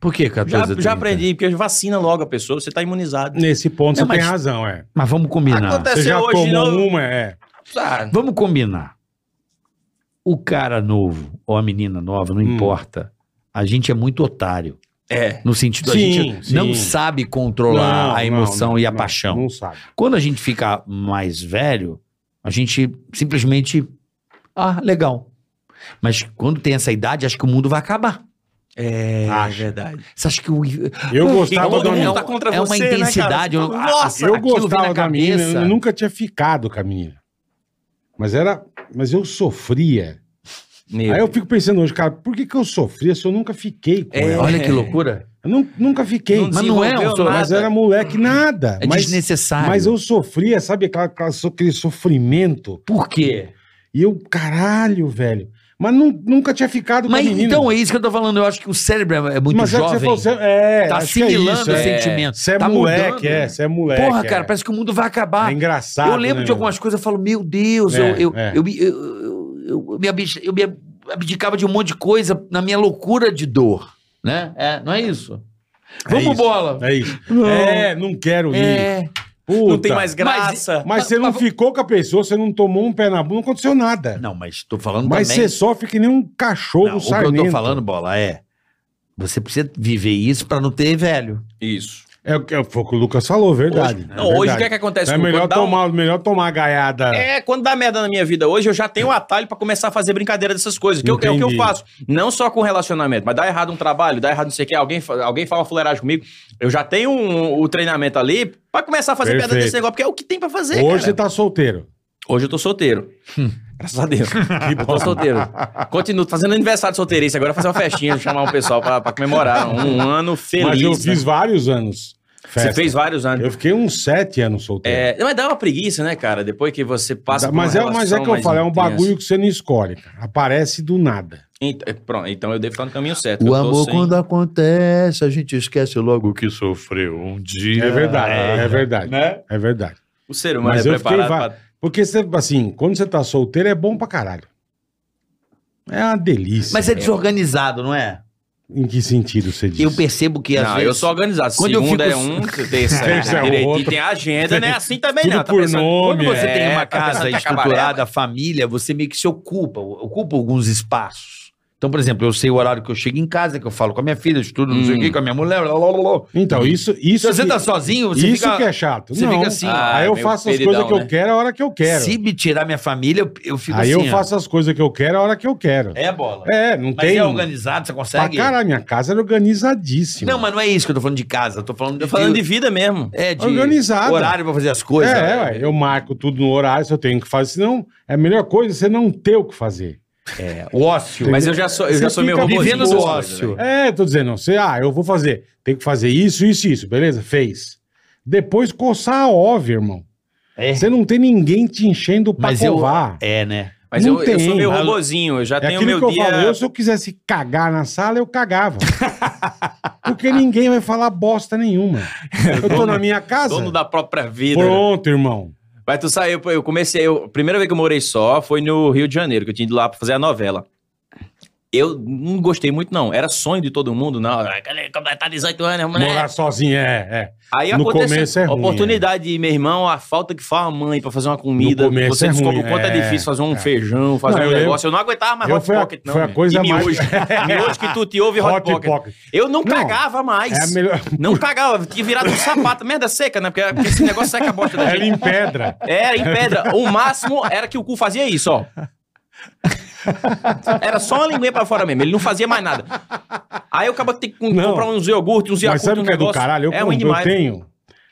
Speaker 4: Por que
Speaker 1: já,
Speaker 4: 14 30?
Speaker 1: já aprendi, porque vacina logo a pessoa, você tá imunizado.
Speaker 3: Nesse ponto
Speaker 4: É,
Speaker 3: você tem
Speaker 4: mas-
Speaker 3: razão, é.
Speaker 4: Mas vamos combinar.
Speaker 1: Acontece
Speaker 3: Você já
Speaker 1: hoje de
Speaker 3: tomou
Speaker 1: novo.
Speaker 3: uma, é.
Speaker 1: Ah,
Speaker 4: Vamos combinar. O cara novo ou a menina nova, não
Speaker 3: Hum.
Speaker 4: importa. A gente é muito otário.
Speaker 1: é.
Speaker 4: No sentido,
Speaker 3: Sim,
Speaker 4: a gente
Speaker 3: sim.
Speaker 4: não sabe controlar a emoção e a paixão.
Speaker 3: Não, sabe.
Speaker 4: Quando a gente fica mais velho, a gente simplesmente. Ah, legal. Mas quando tem essa idade, acho que o mundo vai acabar.
Speaker 1: É,
Speaker 3: Acho.
Speaker 1: verdade.
Speaker 4: Você acha que o.
Speaker 3: Eu
Speaker 4: Pô,
Speaker 3: gostava
Speaker 1: Todo
Speaker 3: da
Speaker 1: mundo
Speaker 3: minha.
Speaker 1: tá contra
Speaker 4: é uma
Speaker 1: você, né, cara?
Speaker 4: intensidade, eu-
Speaker 1: Nossa,
Speaker 3: Eu
Speaker 4: aquilo vem
Speaker 3: gostava
Speaker 4: na
Speaker 3: da menina,
Speaker 4: cabeça.
Speaker 3: eu nunca tinha ficado com a menina. Mas era. Mas eu sofria.
Speaker 1: Meu
Speaker 3: Aí eu fico pensando hoje, cara, por que, que eu sofria se eu nunca fiquei com
Speaker 1: É.
Speaker 3: ela?
Speaker 4: Olha que loucura.
Speaker 3: Eu nun- nunca fiquei.
Speaker 1: Não
Speaker 4: Mas não é um
Speaker 1: desenvolveu
Speaker 4: soro-
Speaker 3: mas
Speaker 1: nada.
Speaker 3: era moleque, nada.
Speaker 4: É
Speaker 3: mas,
Speaker 4: desnecessário.
Speaker 3: mas eu sofria, sabe, aquela, aquela so- aquele sofrimento.
Speaker 4: Por quê?
Speaker 3: E eu, caralho, velho. Mas nun- nunca tinha ficado
Speaker 4: Mas
Speaker 3: com a menina.
Speaker 4: então é isso que eu tô falando. Eu acho que o cérebro é é muito
Speaker 3: mas é que
Speaker 4: jovem.
Speaker 3: você falou, você é,
Speaker 4: tá
Speaker 3: acho que é
Speaker 4: assimilando
Speaker 3: isso,
Speaker 4: o
Speaker 3: é.
Speaker 4: sentimento.
Speaker 3: Você é
Speaker 4: tá
Speaker 3: moleque,
Speaker 4: mudando.
Speaker 3: é, você é moleque.
Speaker 4: Porra,
Speaker 3: é.
Speaker 4: cara, parece que o mundo vai acabar.
Speaker 3: É engraçado.
Speaker 4: eu lembro
Speaker 3: né,
Speaker 4: de algumas coisas, eu falo, meu Deus, eu,
Speaker 3: É,
Speaker 4: eu,
Speaker 3: é.
Speaker 4: eu, me- eu, eu- eu me abis- eu me abdicava de um monte de coisa na minha loucura de dor. Né? É, não é isso?
Speaker 3: meu?
Speaker 4: Vamos,
Speaker 3: é isso,
Speaker 4: bola!
Speaker 3: É isso.
Speaker 4: Não.
Speaker 3: É, não quero ir.
Speaker 4: É.
Speaker 3: Puta.
Speaker 1: Não tem mais graça.
Speaker 3: Mas você não
Speaker 4: Ah, Mas-
Speaker 3: ficou com a pessoa, você não tomou um pé na bunda, não aconteceu nada.
Speaker 4: Não, mas tô falando
Speaker 3: mas
Speaker 4: também.
Speaker 3: você sofre que nem um cachorro
Speaker 4: Não, o que eu
Speaker 3: sarmento.
Speaker 4: tô falando, bola, é. Você precisa viver isso pra não ter velho.
Speaker 1: Isso.
Speaker 3: É, o que- foi o que o Lucas falou, verdade.
Speaker 1: Hoje,
Speaker 3: é
Speaker 1: não, hoje o
Speaker 3: verdade.
Speaker 1: que é que acontece?
Speaker 3: é
Speaker 1: comigo?
Speaker 3: melhor
Speaker 1: Quando dá um-
Speaker 3: tomar, melhor tomar a gaiada.
Speaker 1: É, quando dá merda na minha vida hoje, eu já tenho um atalho pra começar a fazer brincadeira dessas coisas. Que eu, é o que eu
Speaker 3: Entendi.
Speaker 1: faço. Não só com relacionamento, mas dá errado um trabalho, dá errado não sei o que, alguém, fa- alguém fala uma fuleiragem comigo. Eu já tenho um- o treinamento ali pra começar a fazer
Speaker 3: Perfeito.
Speaker 1: piada desse negócio, porque é o que tem pra fazer,
Speaker 3: hoje você
Speaker 1: cara.
Speaker 3: tá Hum. solteiro.
Speaker 1: Hoje eu tô solteiro. Graças a Deus. Eu tô solteiro. Continuo fazendo aniversário de solteirice agora, fazer uma festinha, chamar um pessoal pra, pra comemorar. Um ano feliz.
Speaker 3: mas eu
Speaker 1: né?
Speaker 3: fiz vários anos.
Speaker 1: Você
Speaker 3: festa.
Speaker 1: fez vários anos.
Speaker 3: Eu fiquei uns sete anos solteiro.
Speaker 1: É, mas dá uma preguiça, né, cara? Depois que você passa
Speaker 3: Dá-
Speaker 1: por uma
Speaker 3: mas, é, mas é
Speaker 1: relação
Speaker 3: que eu
Speaker 1: mais
Speaker 3: falo, é um
Speaker 1: intensa.
Speaker 3: bagulho que você não escolhe, cara. Aparece do nada.
Speaker 1: Ent- é, pronto, então eu devo estar no caminho certo.
Speaker 4: O
Speaker 1: eu tô
Speaker 4: amor,
Speaker 1: sem-
Speaker 4: quando acontece, a gente esquece logo o que sofreu um dia.
Speaker 3: É verdade, é verdade.
Speaker 4: Né?
Speaker 3: É verdade.
Speaker 1: O ser humano
Speaker 3: Mas
Speaker 1: é
Speaker 3: eu fiquei
Speaker 1: preparado
Speaker 3: va-
Speaker 1: pra...
Speaker 3: Porque, você, assim, quando você tá solteiro é bom pra caralho. É uma delícia.
Speaker 4: Mas é desorganizado, não é?
Speaker 3: Em que sentido você diz?
Speaker 4: Eu percebo que às
Speaker 1: não,
Speaker 4: vezes.
Speaker 1: eu sou organizado.
Speaker 4: Quando eu
Speaker 1: Segunda
Speaker 4: fico-
Speaker 1: é um, terça é
Speaker 3: Terça é
Speaker 1: direitinho,
Speaker 3: outro.
Speaker 1: tem agenda, né? Assim também
Speaker 3: Tudo
Speaker 1: não. Tá
Speaker 3: por
Speaker 1: pensando-
Speaker 3: nome,
Speaker 4: Quando você
Speaker 1: é,
Speaker 4: tem uma
Speaker 1: tá pensando
Speaker 4: casa
Speaker 1: que é cabaré,
Speaker 4: estruturada, família, você meio que se ocupa, ocupa alguns espaços. Então, por exemplo, eu sei o horário que eu chego em casa, que eu falo com a minha filha, eu estudo, não sei o
Speaker 1: Hum.
Speaker 4: quê, com a minha mulher, blá, blá, blá, blá.
Speaker 3: Então, isso. isso
Speaker 4: Se você
Speaker 3: que-
Speaker 4: tá sozinho, você
Speaker 3: Isso
Speaker 4: fica...
Speaker 3: que é chato.
Speaker 4: você
Speaker 3: não.
Speaker 4: fica assim,
Speaker 1: ah,
Speaker 3: aí eu
Speaker 1: meio
Speaker 3: faço as
Speaker 1: peridão,
Speaker 3: coisas que eu
Speaker 1: né?
Speaker 3: quero a hora que eu quero.
Speaker 4: Se me tirar minha família, eu, eu fico
Speaker 3: aí
Speaker 4: assim...
Speaker 3: eu
Speaker 4: ó.
Speaker 3: faço as coisas que eu quero a hora que eu quero.
Speaker 4: É, bola.
Speaker 3: É, não
Speaker 4: mas
Speaker 3: tem.
Speaker 4: é organizado, você
Speaker 3: pra
Speaker 4: consegue?
Speaker 3: caralho, minha casa era organizadíssima.
Speaker 4: não, mas não é isso que eu tô falando de casa, eu tô falando de...
Speaker 1: Tô falando de vida mesmo.
Speaker 4: É, de
Speaker 3: Organizada.
Speaker 4: horário pra fazer as coisas. né?
Speaker 3: é, é, ué, eu marco tudo no horário, se eu tenho que fazer. Senão, é a melhor coisa você não ter o que fazer.
Speaker 4: É, o ócio.
Speaker 1: Mas eu já sou, eu
Speaker 3: Você
Speaker 1: já sou meio
Speaker 3: fica
Speaker 1: robôzinho
Speaker 4: vivendo
Speaker 1: dessas
Speaker 4: do
Speaker 1: coisas, né?
Speaker 4: ócio.
Speaker 1: velho.
Speaker 3: É, tô dizendo, você, ah, eu vou fazer. Tem que fazer isso, isso, e isso, beleza? Fez. Depois coçar a ova, irmão.
Speaker 4: É.
Speaker 3: Você não tem ninguém te enchendo pra
Speaker 4: Mas eu-
Speaker 3: covar.
Speaker 4: É, né?
Speaker 1: Mas
Speaker 3: Não
Speaker 1: eu, eu
Speaker 3: tem,
Speaker 1: sou meio
Speaker 3: mas-
Speaker 1: robôzinho, eu já
Speaker 3: É
Speaker 1: tenho
Speaker 3: aquilo
Speaker 1: meu
Speaker 3: que eu
Speaker 1: dia...
Speaker 3: falo, eu se eu quisesse cagar na sala, eu cagava. porque ninguém vai falar bosta nenhuma. Eu tô na minha casa.
Speaker 1: Dono da própria vida. né?
Speaker 3: Pronto, irmão.
Speaker 1: Mas tu saiu, pô, eu comecei. Eu, a primeira vez que eu morei só foi no Rio de Janeiro, que eu tinha ido lá pra fazer a novela. Eu não gostei muito, não. Era sonho de todo mundo, não. Ah, galera, Completar 18 anos, mulher.
Speaker 3: Morar sozinho, é, é.
Speaker 1: Aí
Speaker 3: No
Speaker 1: aconteceu
Speaker 3: começo é ruim,
Speaker 1: oportunidade, meu irmão, a falta que faz a mãe pra fazer uma comida.
Speaker 3: No começo
Speaker 1: você
Speaker 3: é
Speaker 1: descobre
Speaker 3: ruim,
Speaker 1: o quanto é,
Speaker 3: é,
Speaker 1: difícil fazer um
Speaker 3: é.
Speaker 1: feijão, fazer
Speaker 3: Não,
Speaker 1: um
Speaker 3: eu-
Speaker 1: negócio. Eu, não aguentava mais
Speaker 3: eu
Speaker 1: hot
Speaker 3: foi a-
Speaker 1: pocket, não.
Speaker 3: foi a
Speaker 1: velho.
Speaker 3: coisa
Speaker 1: e
Speaker 3: mais-
Speaker 1: miojo. miojo que tu te ouve hot,
Speaker 3: é. Hot
Speaker 1: pocket.
Speaker 3: pocket.
Speaker 1: Eu não,
Speaker 3: Não,
Speaker 1: cagava mais.
Speaker 3: É a melhor.
Speaker 1: Não cagava, tinha virado um sapato, merda seca, né? Porque, porque esse negócio seca a bosta da gente.
Speaker 3: Ela é em pedra.
Speaker 1: Era em pedra. O máximo era que o cu fazia isso, ó. Era só uma linguinha pra fora mesmo. Ele não fazia mais nada. Aí eu acabo de ter que com-
Speaker 3: Não.
Speaker 1: comprar uns iogurte, uns
Speaker 3: Mas
Speaker 1: iogurte,
Speaker 3: sabe o que é do caralho? Eu,
Speaker 1: é
Speaker 3: compro-
Speaker 1: ruim
Speaker 3: eu
Speaker 1: demais.
Speaker 3: tenho.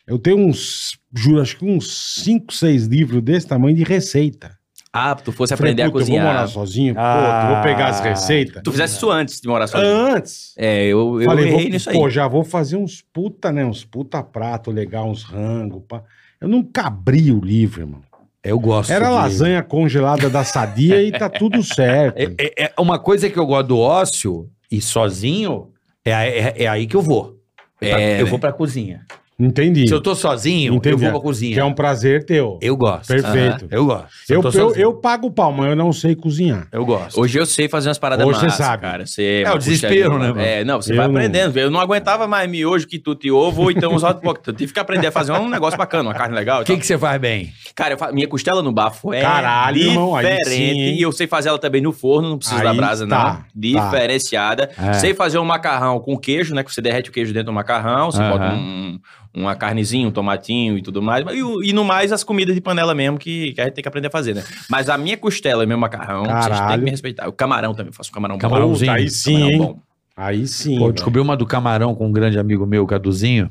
Speaker 3: Eu tenho uns, juro, acho que uns 5, 6 livros desse tamanho de receita.
Speaker 1: Ah, tu fosse aprender a
Speaker 3: Falei, "Puta, eu Vou
Speaker 1: cozinhar.
Speaker 3: morar sozinho,
Speaker 4: Ah.
Speaker 3: pô, tu vou pegar as receitas.
Speaker 1: Tu fizesse isso antes de morar sozinho.
Speaker 3: Antes.
Speaker 1: É, eu, eu
Speaker 3: Falei,
Speaker 1: errei
Speaker 3: vou,
Speaker 1: nisso aí.
Speaker 3: pô, já vou fazer uns puta, né? Uns puta prato legal, uns rango. Pá. Eu nunca abri o livro, irmão.
Speaker 4: Eu gosto.
Speaker 3: Era
Speaker 4: de-
Speaker 3: lasanha congelada da sadia e tá tudo certo.
Speaker 4: É- é- é uma coisa que eu gosto do ócio e sozinho é, é- é aí que eu vou.
Speaker 1: É,
Speaker 4: Pra- eu
Speaker 1: né?
Speaker 4: vou pra cozinha.
Speaker 3: Entendi.
Speaker 4: Se eu tô sozinho, eu
Speaker 3: Entendi.
Speaker 4: vou pra
Speaker 3: Que é
Speaker 4: cozinha.
Speaker 3: um prazer teu.
Speaker 4: Eu gosto.
Speaker 3: Perfeito.
Speaker 4: Aham, Eu gosto. Se
Speaker 3: Eu,
Speaker 4: tô
Speaker 3: eu,
Speaker 4: sozinho,
Speaker 3: eu pago o pau, mas eu não sei cozinhar.
Speaker 4: eu gosto.
Speaker 1: Hoje eu sei fazer umas paradas
Speaker 3: Hoje você
Speaker 1: massas,
Speaker 3: sabe.
Speaker 1: cara. Você
Speaker 4: É, o desespero,
Speaker 1: puxa,
Speaker 4: né, mano?
Speaker 1: É, não, você
Speaker 3: Eu
Speaker 1: vai
Speaker 3: não-
Speaker 1: aprendendo. Eu não aguentava mais miojo, quitute e ovo, ou então os hot pockets. Eu tive que aprender a fazer um negócio bacana, uma carne legal. e
Speaker 4: O que,
Speaker 1: tal.
Speaker 4: que você faz bem?
Speaker 1: Cara, eu fa- minha costela no bafo é
Speaker 3: Caralho,
Speaker 1: diferente.
Speaker 3: irmão, aí sim, hein?
Speaker 1: e eu sei fazer ela também no forno, não precisa
Speaker 3: Aí
Speaker 1: da brasa,
Speaker 3: tá, tá.
Speaker 1: não. Diferenciada.
Speaker 4: É.
Speaker 1: Sei fazer um macarrão com queijo, né? Que você derrete o queijo dentro do macarrão, você
Speaker 4: Aham.
Speaker 1: bota um- uma carnezinha, um tomatinho e tudo mais. E, o- e no mais, as comidas de panela mesmo, que, que a gente tem que aprender a fazer, né? Mas a minha costela e meu macarrão, vocês têm
Speaker 3: Caralho.
Speaker 1: que me respeitar. O camarão também, eu faço um camarão bom.
Speaker 4: Camarãozinho.
Speaker 3: Puta, aí sim,
Speaker 1: Camarão
Speaker 3: hein?
Speaker 1: bom.
Speaker 3: Aí sim.
Speaker 4: tá Pô, eu
Speaker 3: velho.
Speaker 4: descobri uma do camarão com um grande amigo meu, o Caduzinho.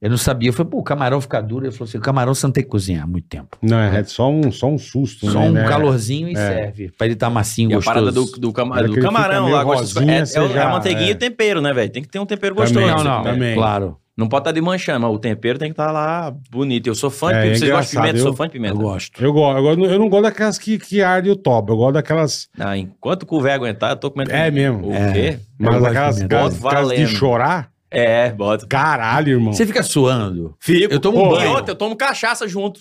Speaker 4: Eu não sabia. Eu falei, pô, o camarão fica duro. Ele falou assim: o camarão você não tem que cozinhar há muito tempo.
Speaker 3: Não, é só um, só um susto,
Speaker 4: Só
Speaker 3: né,
Speaker 4: um
Speaker 3: né?
Speaker 4: calorzinho e serve. Pra ele estar massinho,
Speaker 1: E a
Speaker 4: gostoso.
Speaker 1: parada do, do, cama-
Speaker 3: Era
Speaker 1: do
Speaker 3: que ele fica
Speaker 1: camarão
Speaker 3: meio
Speaker 1: lá, gostoso.
Speaker 3: rosinha,
Speaker 1: É,
Speaker 3: você
Speaker 1: é o- é
Speaker 3: já-
Speaker 1: a manteiguinha
Speaker 3: é.
Speaker 1: e o tempero, né, velho? Tem que ter um tempero
Speaker 3: Também,
Speaker 1: gostoso. Né?
Speaker 4: Não, não,
Speaker 3: Também.
Speaker 4: claro.
Speaker 1: Não pode estar de manchã, mas o tempero tem que estar lá bonito. Eu sou fã de
Speaker 3: É,
Speaker 1: pimenta. Vocês gostam de
Speaker 3: engraçado,
Speaker 1: pimenta? Eu
Speaker 3: eu-
Speaker 1: sou fã de pimenta.
Speaker 4: Eu gosto.
Speaker 3: Eu, gosto, eu, gosto- eu não gosto daquelas que, que arde o toba. Eu gosto daquelas.
Speaker 1: Ah, enquanto o cu vai aguentar, eu tô comendo.
Speaker 3: É mesmo.
Speaker 1: O
Speaker 4: É.
Speaker 1: quê?
Speaker 3: Mas
Speaker 4: gosto de
Speaker 3: aquelas
Speaker 4: pimenta.
Speaker 3: aquelas-
Speaker 1: Bota
Speaker 3: aquelas de
Speaker 1: valendo.
Speaker 3: chorar.
Speaker 1: É, bota.
Speaker 3: Caralho, irmão.
Speaker 4: Você fica suando.
Speaker 1: Fico.
Speaker 4: Eu tomo um
Speaker 3: Pô,
Speaker 1: E
Speaker 4: banho.
Speaker 1: outra, eu tomo cachaça junto.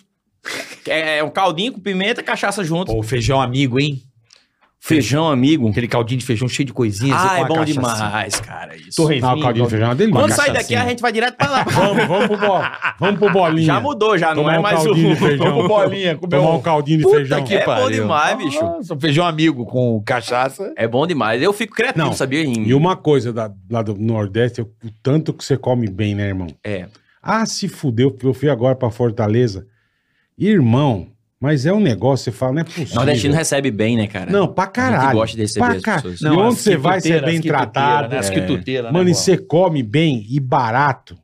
Speaker 1: É é um caldinho com pimenta e cachaça junto.
Speaker 4: Pô, feijão amigo, hein? Um
Speaker 1: Feijão, amigo.
Speaker 4: Aquele caldinho de feijão cheio de coisinhas.
Speaker 1: Ah,
Speaker 4: com
Speaker 1: é
Speaker 4: uma
Speaker 1: bom
Speaker 4: cachaça.
Speaker 1: demais, cara. Isso.
Speaker 4: Torresminho,
Speaker 3: Ah, o caldinho de feijão é uma delícia.
Speaker 1: Quando
Speaker 4: Uma
Speaker 1: sair daqui,
Speaker 4: cachacinha.
Speaker 1: a gente vai direto pra lá.
Speaker 3: Vamos, vamos pro, bo... vamos pro bolinha.
Speaker 1: Já mudou, já. Não
Speaker 3: Tomar
Speaker 1: é
Speaker 3: um
Speaker 1: mais o.
Speaker 3: caldinho de feijão.
Speaker 4: Ô, bolinha, comeu
Speaker 3: Tomar
Speaker 4: um-
Speaker 3: um caldinho de
Speaker 4: Puta
Speaker 3: feijão.
Speaker 4: que
Speaker 1: É bom
Speaker 4: pariu.
Speaker 1: demais, bicho.
Speaker 4: Nossa, um feijão amigo com cachaça.
Speaker 1: É bom demais. Eu fico criativo,
Speaker 3: Não.
Speaker 1: sabia? Em...
Speaker 3: E uma coisa da- lá do Nordeste, o o tanto que você come bem, né, irmão?
Speaker 1: É.
Speaker 3: Ah, se fudeu, eu fui agora pra Fortaleza. Irmão, mas é um negócio, você fala, não é possível.
Speaker 1: Nordestino recebe bem, né, cara?
Speaker 3: Não, pra caralho.
Speaker 1: A gente gosta de receber
Speaker 3: pra
Speaker 1: as
Speaker 3: ca-
Speaker 1: pessoas.
Speaker 3: E onde você vai ser bem tratado.
Speaker 4: Né? As
Speaker 3: É.
Speaker 1: Tá
Speaker 4: quituteiras, né,
Speaker 3: Mano, e
Speaker 4: bola?
Speaker 3: você come bem e barato.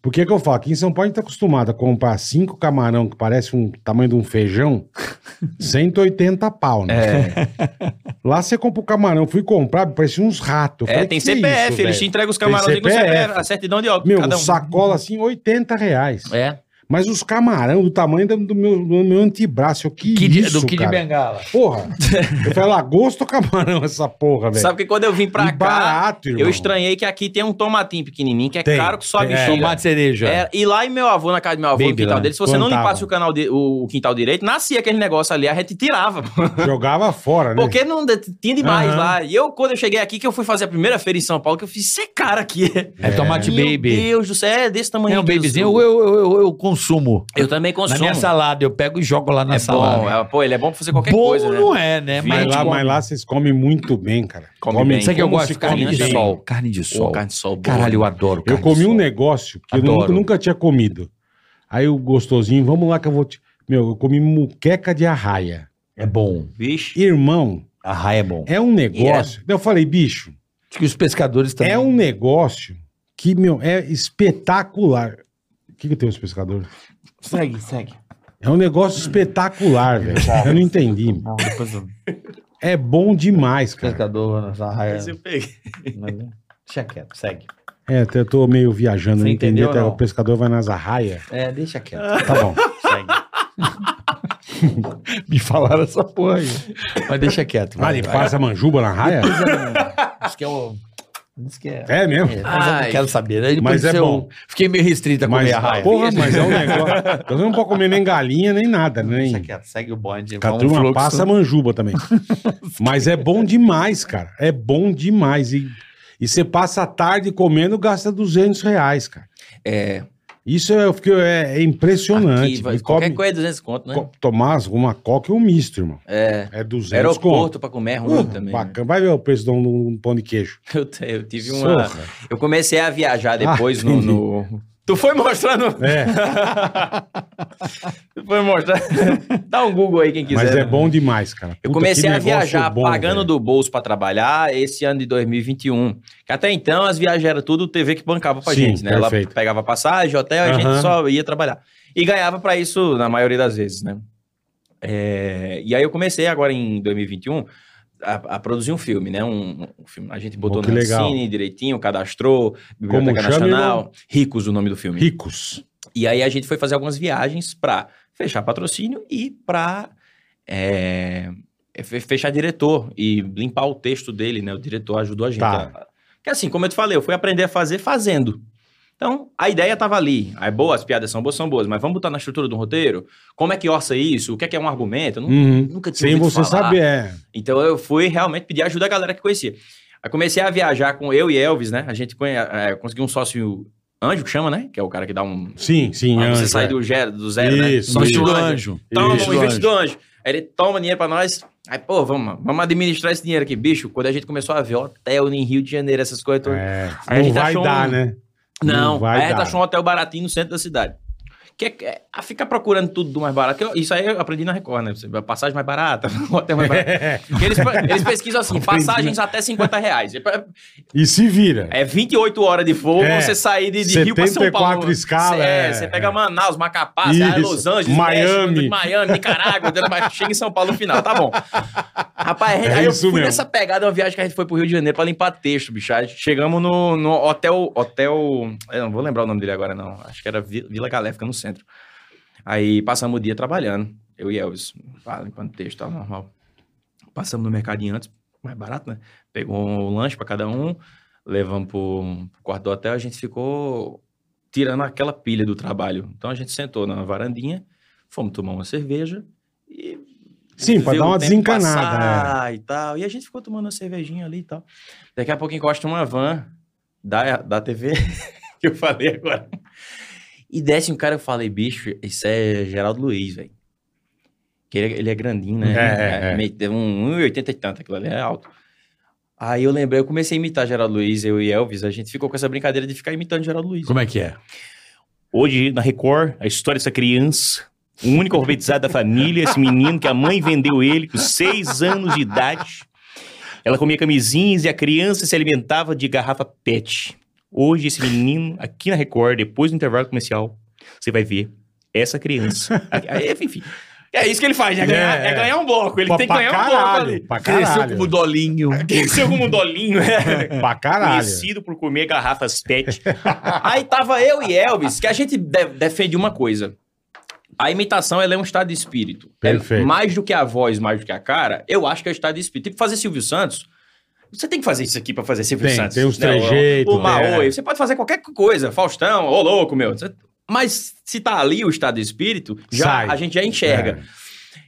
Speaker 3: Por que que eu falo? Aqui em São Paulo a gente tá acostumado a comprar cinco camarão que parece um tamanho de um feijão, 180 pau, né?
Speaker 1: É,
Speaker 3: Lá você compra o camarão, fui comprar, parecia uns ratos. Eu
Speaker 1: é
Speaker 3: falei,
Speaker 1: tem
Speaker 3: "Que é
Speaker 1: CPF,
Speaker 3: isso,
Speaker 1: eles
Speaker 3: velho?"
Speaker 1: te entregam os
Speaker 3: Tem
Speaker 1: camarões com
Speaker 3: CPF.
Speaker 1: CPF, a certidão de óbito. um.
Speaker 3: Meu, sacola assim, 80 reais.
Speaker 1: É.
Speaker 3: Mas os camarão do tamanho do do meu, do meu antebraço, eu, que,
Speaker 4: Kid-
Speaker 3: isso,
Speaker 4: do Kid
Speaker 3: cara?
Speaker 4: Bengala.
Speaker 3: Porra, eu falei, lagosta ou camarão essa porra, velho?
Speaker 1: Sabe que quando eu vim pra
Speaker 3: E
Speaker 1: cá,
Speaker 3: barato, irmão.
Speaker 1: eu estranhei que aqui tem um tomatinho pequenininho, que é
Speaker 3: Tem,
Speaker 1: caro que só a
Speaker 3: tem, é.
Speaker 1: bexiga.
Speaker 4: Tomate cereja.
Speaker 1: É, e lá em meu avô, na casa de meu avô, no
Speaker 4: Baby
Speaker 1: quintal
Speaker 4: lá,
Speaker 1: dele, se você não
Speaker 3: plantava.
Speaker 1: limpasse o, canal de- o, o quintal direito, nascia aquele negócio ali, a gente tirava.
Speaker 3: Jogava fora, né?
Speaker 1: Porque não de- tinha demais
Speaker 3: Aham.
Speaker 1: lá. E eu, quando eu cheguei aqui, que eu fui fazer a primeira feira em São Paulo, que eu fiz, "Cê é cara aqui.
Speaker 4: É, tomate
Speaker 1: Meu
Speaker 4: baby.
Speaker 1: Deus do céu, é desse tamanho.
Speaker 4: É um
Speaker 1: aqui,
Speaker 4: babyzinho, eu, eu, eu, eu consumo.
Speaker 1: Eu também
Speaker 4: Na
Speaker 1: consumo.
Speaker 4: minha salada, eu pego e jogo lá na né?
Speaker 1: é
Speaker 4: salada.
Speaker 1: bom, é- pô, ele é bom pra fazer qualquer
Speaker 4: bom
Speaker 1: coisa, né?
Speaker 4: não é, né?
Speaker 1: Sim.
Speaker 3: Mas
Speaker 1: Mas
Speaker 3: lá,
Speaker 4: come.
Speaker 3: mas lá vocês comem muito bem, cara.
Speaker 1: Come bem.
Speaker 4: Sabe o que eu
Speaker 3: como
Speaker 4: gosto?
Speaker 3: se
Speaker 4: Carne
Speaker 3: come
Speaker 4: de
Speaker 3: bem.
Speaker 4: sol. Carne de
Speaker 1: Pô,
Speaker 4: sol.
Speaker 1: carne de sol boa,
Speaker 4: Caralho, eu
Speaker 1: né?
Speaker 4: adoro
Speaker 3: Eu
Speaker 4: carne
Speaker 3: comi
Speaker 4: de
Speaker 3: um
Speaker 4: sol.
Speaker 3: negócio que eu
Speaker 4: Adoro.
Speaker 3: nunca, nunca tinha comido. Aí o gostosinho, vamos lá que eu vou te... Meu, eu comi muqueca de arraia.
Speaker 4: É bom.
Speaker 1: Vixe.
Speaker 3: Irmão,
Speaker 4: A raia é bom.
Speaker 3: é um negócio... Eu falei, bicho,
Speaker 4: Acho que os pescadores também.
Speaker 3: É um negócio que, meu, é espetacular. O que, que tem os pescadores?
Speaker 4: Segue, segue.
Speaker 3: É um negócio espetacular, velho. Eu não entendi.
Speaker 4: Não, depois o
Speaker 3: É bom demais, cara.
Speaker 4: pescador, a raia.
Speaker 1: Esse eu peguei.
Speaker 4: é. Deixa quieto, segue.
Speaker 3: É, até eu tô meio viajando,
Speaker 4: Você
Speaker 3: não entendi.
Speaker 4: entendeu
Speaker 3: Até
Speaker 4: ou
Speaker 3: o
Speaker 4: não?
Speaker 3: pescador vai nas arraias.
Speaker 4: É, deixa quieto.
Speaker 3: Tá bom.
Speaker 4: Segue. Me falaram essa porra aí. Mas deixa quieto.
Speaker 3: Ah, ele passa manjuba na arraia?
Speaker 4: Acho que é o. Disse que é.
Speaker 3: É mesmo?
Speaker 4: É, mas eu não
Speaker 1: Ai.
Speaker 4: quero saber. Ele
Speaker 3: Mas
Speaker 4: pode
Speaker 3: é
Speaker 4: ser
Speaker 3: bom.
Speaker 4: um- Fiquei meio restrita com a
Speaker 3: Mas,
Speaker 4: minha raiva.
Speaker 3: porra, mas é um negócio. Então você não pode comer nem galinha, nem nada,
Speaker 4: Deixa
Speaker 1: é
Speaker 3: nem.
Speaker 4: quieto, segue o bonde.
Speaker 1: um
Speaker 3: Com a
Speaker 4: vamos
Speaker 3: turma
Speaker 4: fluxo.
Speaker 3: passa manjuba também. Mas é bom demais, cara. É bom demais. E, e você passa a tarde comendo, gasta 200 reais, cara.
Speaker 1: É,
Speaker 3: Isso é, eu fiquei- é, é impressionante.
Speaker 1: aqui, vai-
Speaker 3: E
Speaker 1: qualquer
Speaker 3: come-
Speaker 1: coisa é 200 conto, né?
Speaker 3: co- tomar uma coca e um misto, irmão.
Speaker 1: É.
Speaker 3: É 200
Speaker 1: Aeroporto pra comer é ruim
Speaker 3: conto.
Speaker 1: também.
Speaker 3: Também,
Speaker 1: né?
Speaker 3: Vai ver o preço de um, um pão de queijo.
Speaker 1: Eu, te- eu tive uma.
Speaker 3: Porra.
Speaker 1: Eu comecei a viajar depois
Speaker 3: Ah,
Speaker 1: no, no- Tu foi mostrando.
Speaker 3: É,
Speaker 1: Tu foi mostrar. Dá um Google aí quem quiser.
Speaker 3: mas é bom demais, cara.
Speaker 1: Eu
Speaker 3: Puta,
Speaker 1: comecei
Speaker 3: que
Speaker 1: a
Speaker 3: negócio
Speaker 1: viajar
Speaker 3: bom,
Speaker 1: pagando
Speaker 3: velho.
Speaker 1: do bolso pra trabalhar esse ano de 2021. Que até então as viagens eram tudo TV que bancava pra
Speaker 3: Sim,
Speaker 1: gente, né?
Speaker 3: perfeito.
Speaker 1: Ela pegava passagem, hotel, a
Speaker 3: Aham.
Speaker 1: gente só ia trabalhar. E ganhava pra isso na maioria das vezes, né? É, E aí eu comecei agora em 2021 a, a produzir um filme, né? Um, um filme. A gente botou
Speaker 3: Pô, que
Speaker 1: no
Speaker 3: legal.
Speaker 1: cine direitinho, cadastrou, Biblioteca
Speaker 3: chama,
Speaker 1: Nacional, Ricos o nome do filme.
Speaker 3: Ricos.
Speaker 1: E aí a gente foi fazer algumas viagens para fechar patrocínio e para fechar diretor e limpar o texto dele, né? O diretor ajudou a gente.
Speaker 3: Tá.
Speaker 1: a- Que assim, como eu te falei, eu fui aprender a fazer fazendo. Então, a ideia estava ali. Aí, boas, as piadas são boas, são boas, mas vamos botar na estrutura do roteiro? Como é que orça isso? O que é que é um argumento? Eu nu-
Speaker 3: Uhum.
Speaker 1: nunca tinha
Speaker 3: Sem
Speaker 1: ouvido
Speaker 3: você
Speaker 1: falar.
Speaker 3: saber, é.
Speaker 1: Então eu fui realmente pedir ajuda à galera que conhecia. Aí comecei a viajar com eu e Elvis, né? A gente conhe... eh, conseguiu um sócio anjo que chama, né? Que é o cara que dá um.
Speaker 3: Sim, sim.
Speaker 1: Ah, você
Speaker 3: anjo,
Speaker 1: sai
Speaker 3: é.
Speaker 1: do zero, do zero né?
Speaker 3: Isso,
Speaker 1: Sócio
Speaker 3: isso.
Speaker 1: anjo. Toma,
Speaker 3: Isso,
Speaker 1: um investidor anjo. Aí ele toma dinheiro pra nós. Aí, pô, vamos, vamos administrar esse dinheiro aqui, bicho. Quando a gente começou a ver hotel em Rio de Janeiro, essas coisas. todas.
Speaker 3: É,
Speaker 1: Aí a
Speaker 3: não
Speaker 1: gente
Speaker 3: vai
Speaker 1: achou
Speaker 3: dar,
Speaker 1: um-
Speaker 3: né?
Speaker 1: Não,
Speaker 3: Não vai
Speaker 1: aí a gente
Speaker 3: dar.
Speaker 1: achou um hotel baratinho no centro da cidade. Que é- é, a ficar procurando tudo do mais barato. que eu- isso aí eu aprendi na Record, né? Você- a Passagem mais barata, hotel mais barato. Porque Eles, eles pesquisam assim, passagens até 50 reais.
Speaker 3: E se vira.
Speaker 1: É 28 horas de voo,
Speaker 3: É,
Speaker 1: você sair de, de Rio pra São
Speaker 3: 74
Speaker 1: Paulo.
Speaker 3: escala,
Speaker 1: Cê-
Speaker 3: é,
Speaker 1: é, você pega
Speaker 3: é.
Speaker 1: Manaus, Macapá, você vai a
Speaker 3: Isso.
Speaker 1: Los Angeles,
Speaker 3: Miami.
Speaker 1: México, Miami, Nicarágua, mas chega em São Paulo no final, tá bom. Rapaz,
Speaker 3: É
Speaker 1: aí eu
Speaker 3: isso
Speaker 1: fui
Speaker 3: mesmo.
Speaker 1: nessa pegada, uma viagem que a gente foi pro Rio de Janeiro pra limpar texto, bicho. Aí chegamos no, no hotel, hotel, eu não vou lembrar o nome dele agora não, acho que era Vi- Vila Galé, fica no centro. Aí passamos o dia trabalhando, eu e Elvis, pá, limpando texto, tava normal. Passamos no mercadinho antes, mais barato, né? Pegou um lanche pra cada um, levamos pro pro quarto do hotel, a gente ficou tirando aquela pilha do trabalho. Então a gente sentou na varandinha, fomos tomar uma cerveja e
Speaker 3: Sim, pra
Speaker 1: ver
Speaker 3: dar
Speaker 1: o
Speaker 3: uma
Speaker 1: tempo
Speaker 3: desencanada. né? é.
Speaker 1: passar e tal. E a gente ficou tomando uma cervejinha ali e tal. Daqui a pouco encosta uma van da, da TV, que eu falei agora. E desce um cara, eu falei, bicho, isso é Geraldo Luiz, velho. Que ele, é- ele é grandinho, né?
Speaker 3: É, é, é.
Speaker 1: meio- Um 1,80 e tanto, aquilo ali é alto. Aí eu lembrei, eu comecei a imitar Geraldo Luiz, eu e Elvis, a gente ficou com essa brincadeira de ficar imitando Geraldo Luiz.
Speaker 4: Como é que é?
Speaker 5: Hoje, na Record, a história dessa criança, o único alfabetizado da família, esse menino que a mãe vendeu ele com seis anos de idade. Ela comia camisinhas e a criança se alimentava de garrafa PET. Hoje, esse menino, aqui na Record, depois do intervalo comercial, você vai ver essa criança. Aí, Enfim. É isso que ele faz, né? Ganhar-
Speaker 3: É,
Speaker 5: é ganhar um bloco. Ele
Speaker 3: Pô,
Speaker 5: tem que
Speaker 3: pra
Speaker 5: ganhar um bloco ali.
Speaker 3: caralho, pra
Speaker 4: Cresceu
Speaker 3: caralho.
Speaker 4: como dolinho.
Speaker 5: Tem que ser algum dolinho, né?
Speaker 3: Pra caralho.
Speaker 5: Conhecido por comer garrafas PET.
Speaker 1: Aí tava eu e Elvis, que a gente de- defende uma coisa. A imitação, ela é um estado de espírito.
Speaker 3: Perfeito.
Speaker 1: É, mais do que a voz, mais do que a cara, eu acho que é estado de espírito. Tipo, fazer Silvio Santos, você tem que fazer isso aqui pra fazer Silvio
Speaker 3: Tem,
Speaker 1: Santos.
Speaker 3: tem uns
Speaker 1: né?
Speaker 3: trejeitos,
Speaker 1: O, o Maoi,
Speaker 3: é.
Speaker 1: você pode fazer qualquer coisa. Faustão, ô louco, meu. Você- Mas se tá ali o estado de espírito, já,
Speaker 3: Sai. É.
Speaker 1: a gente já enxerga.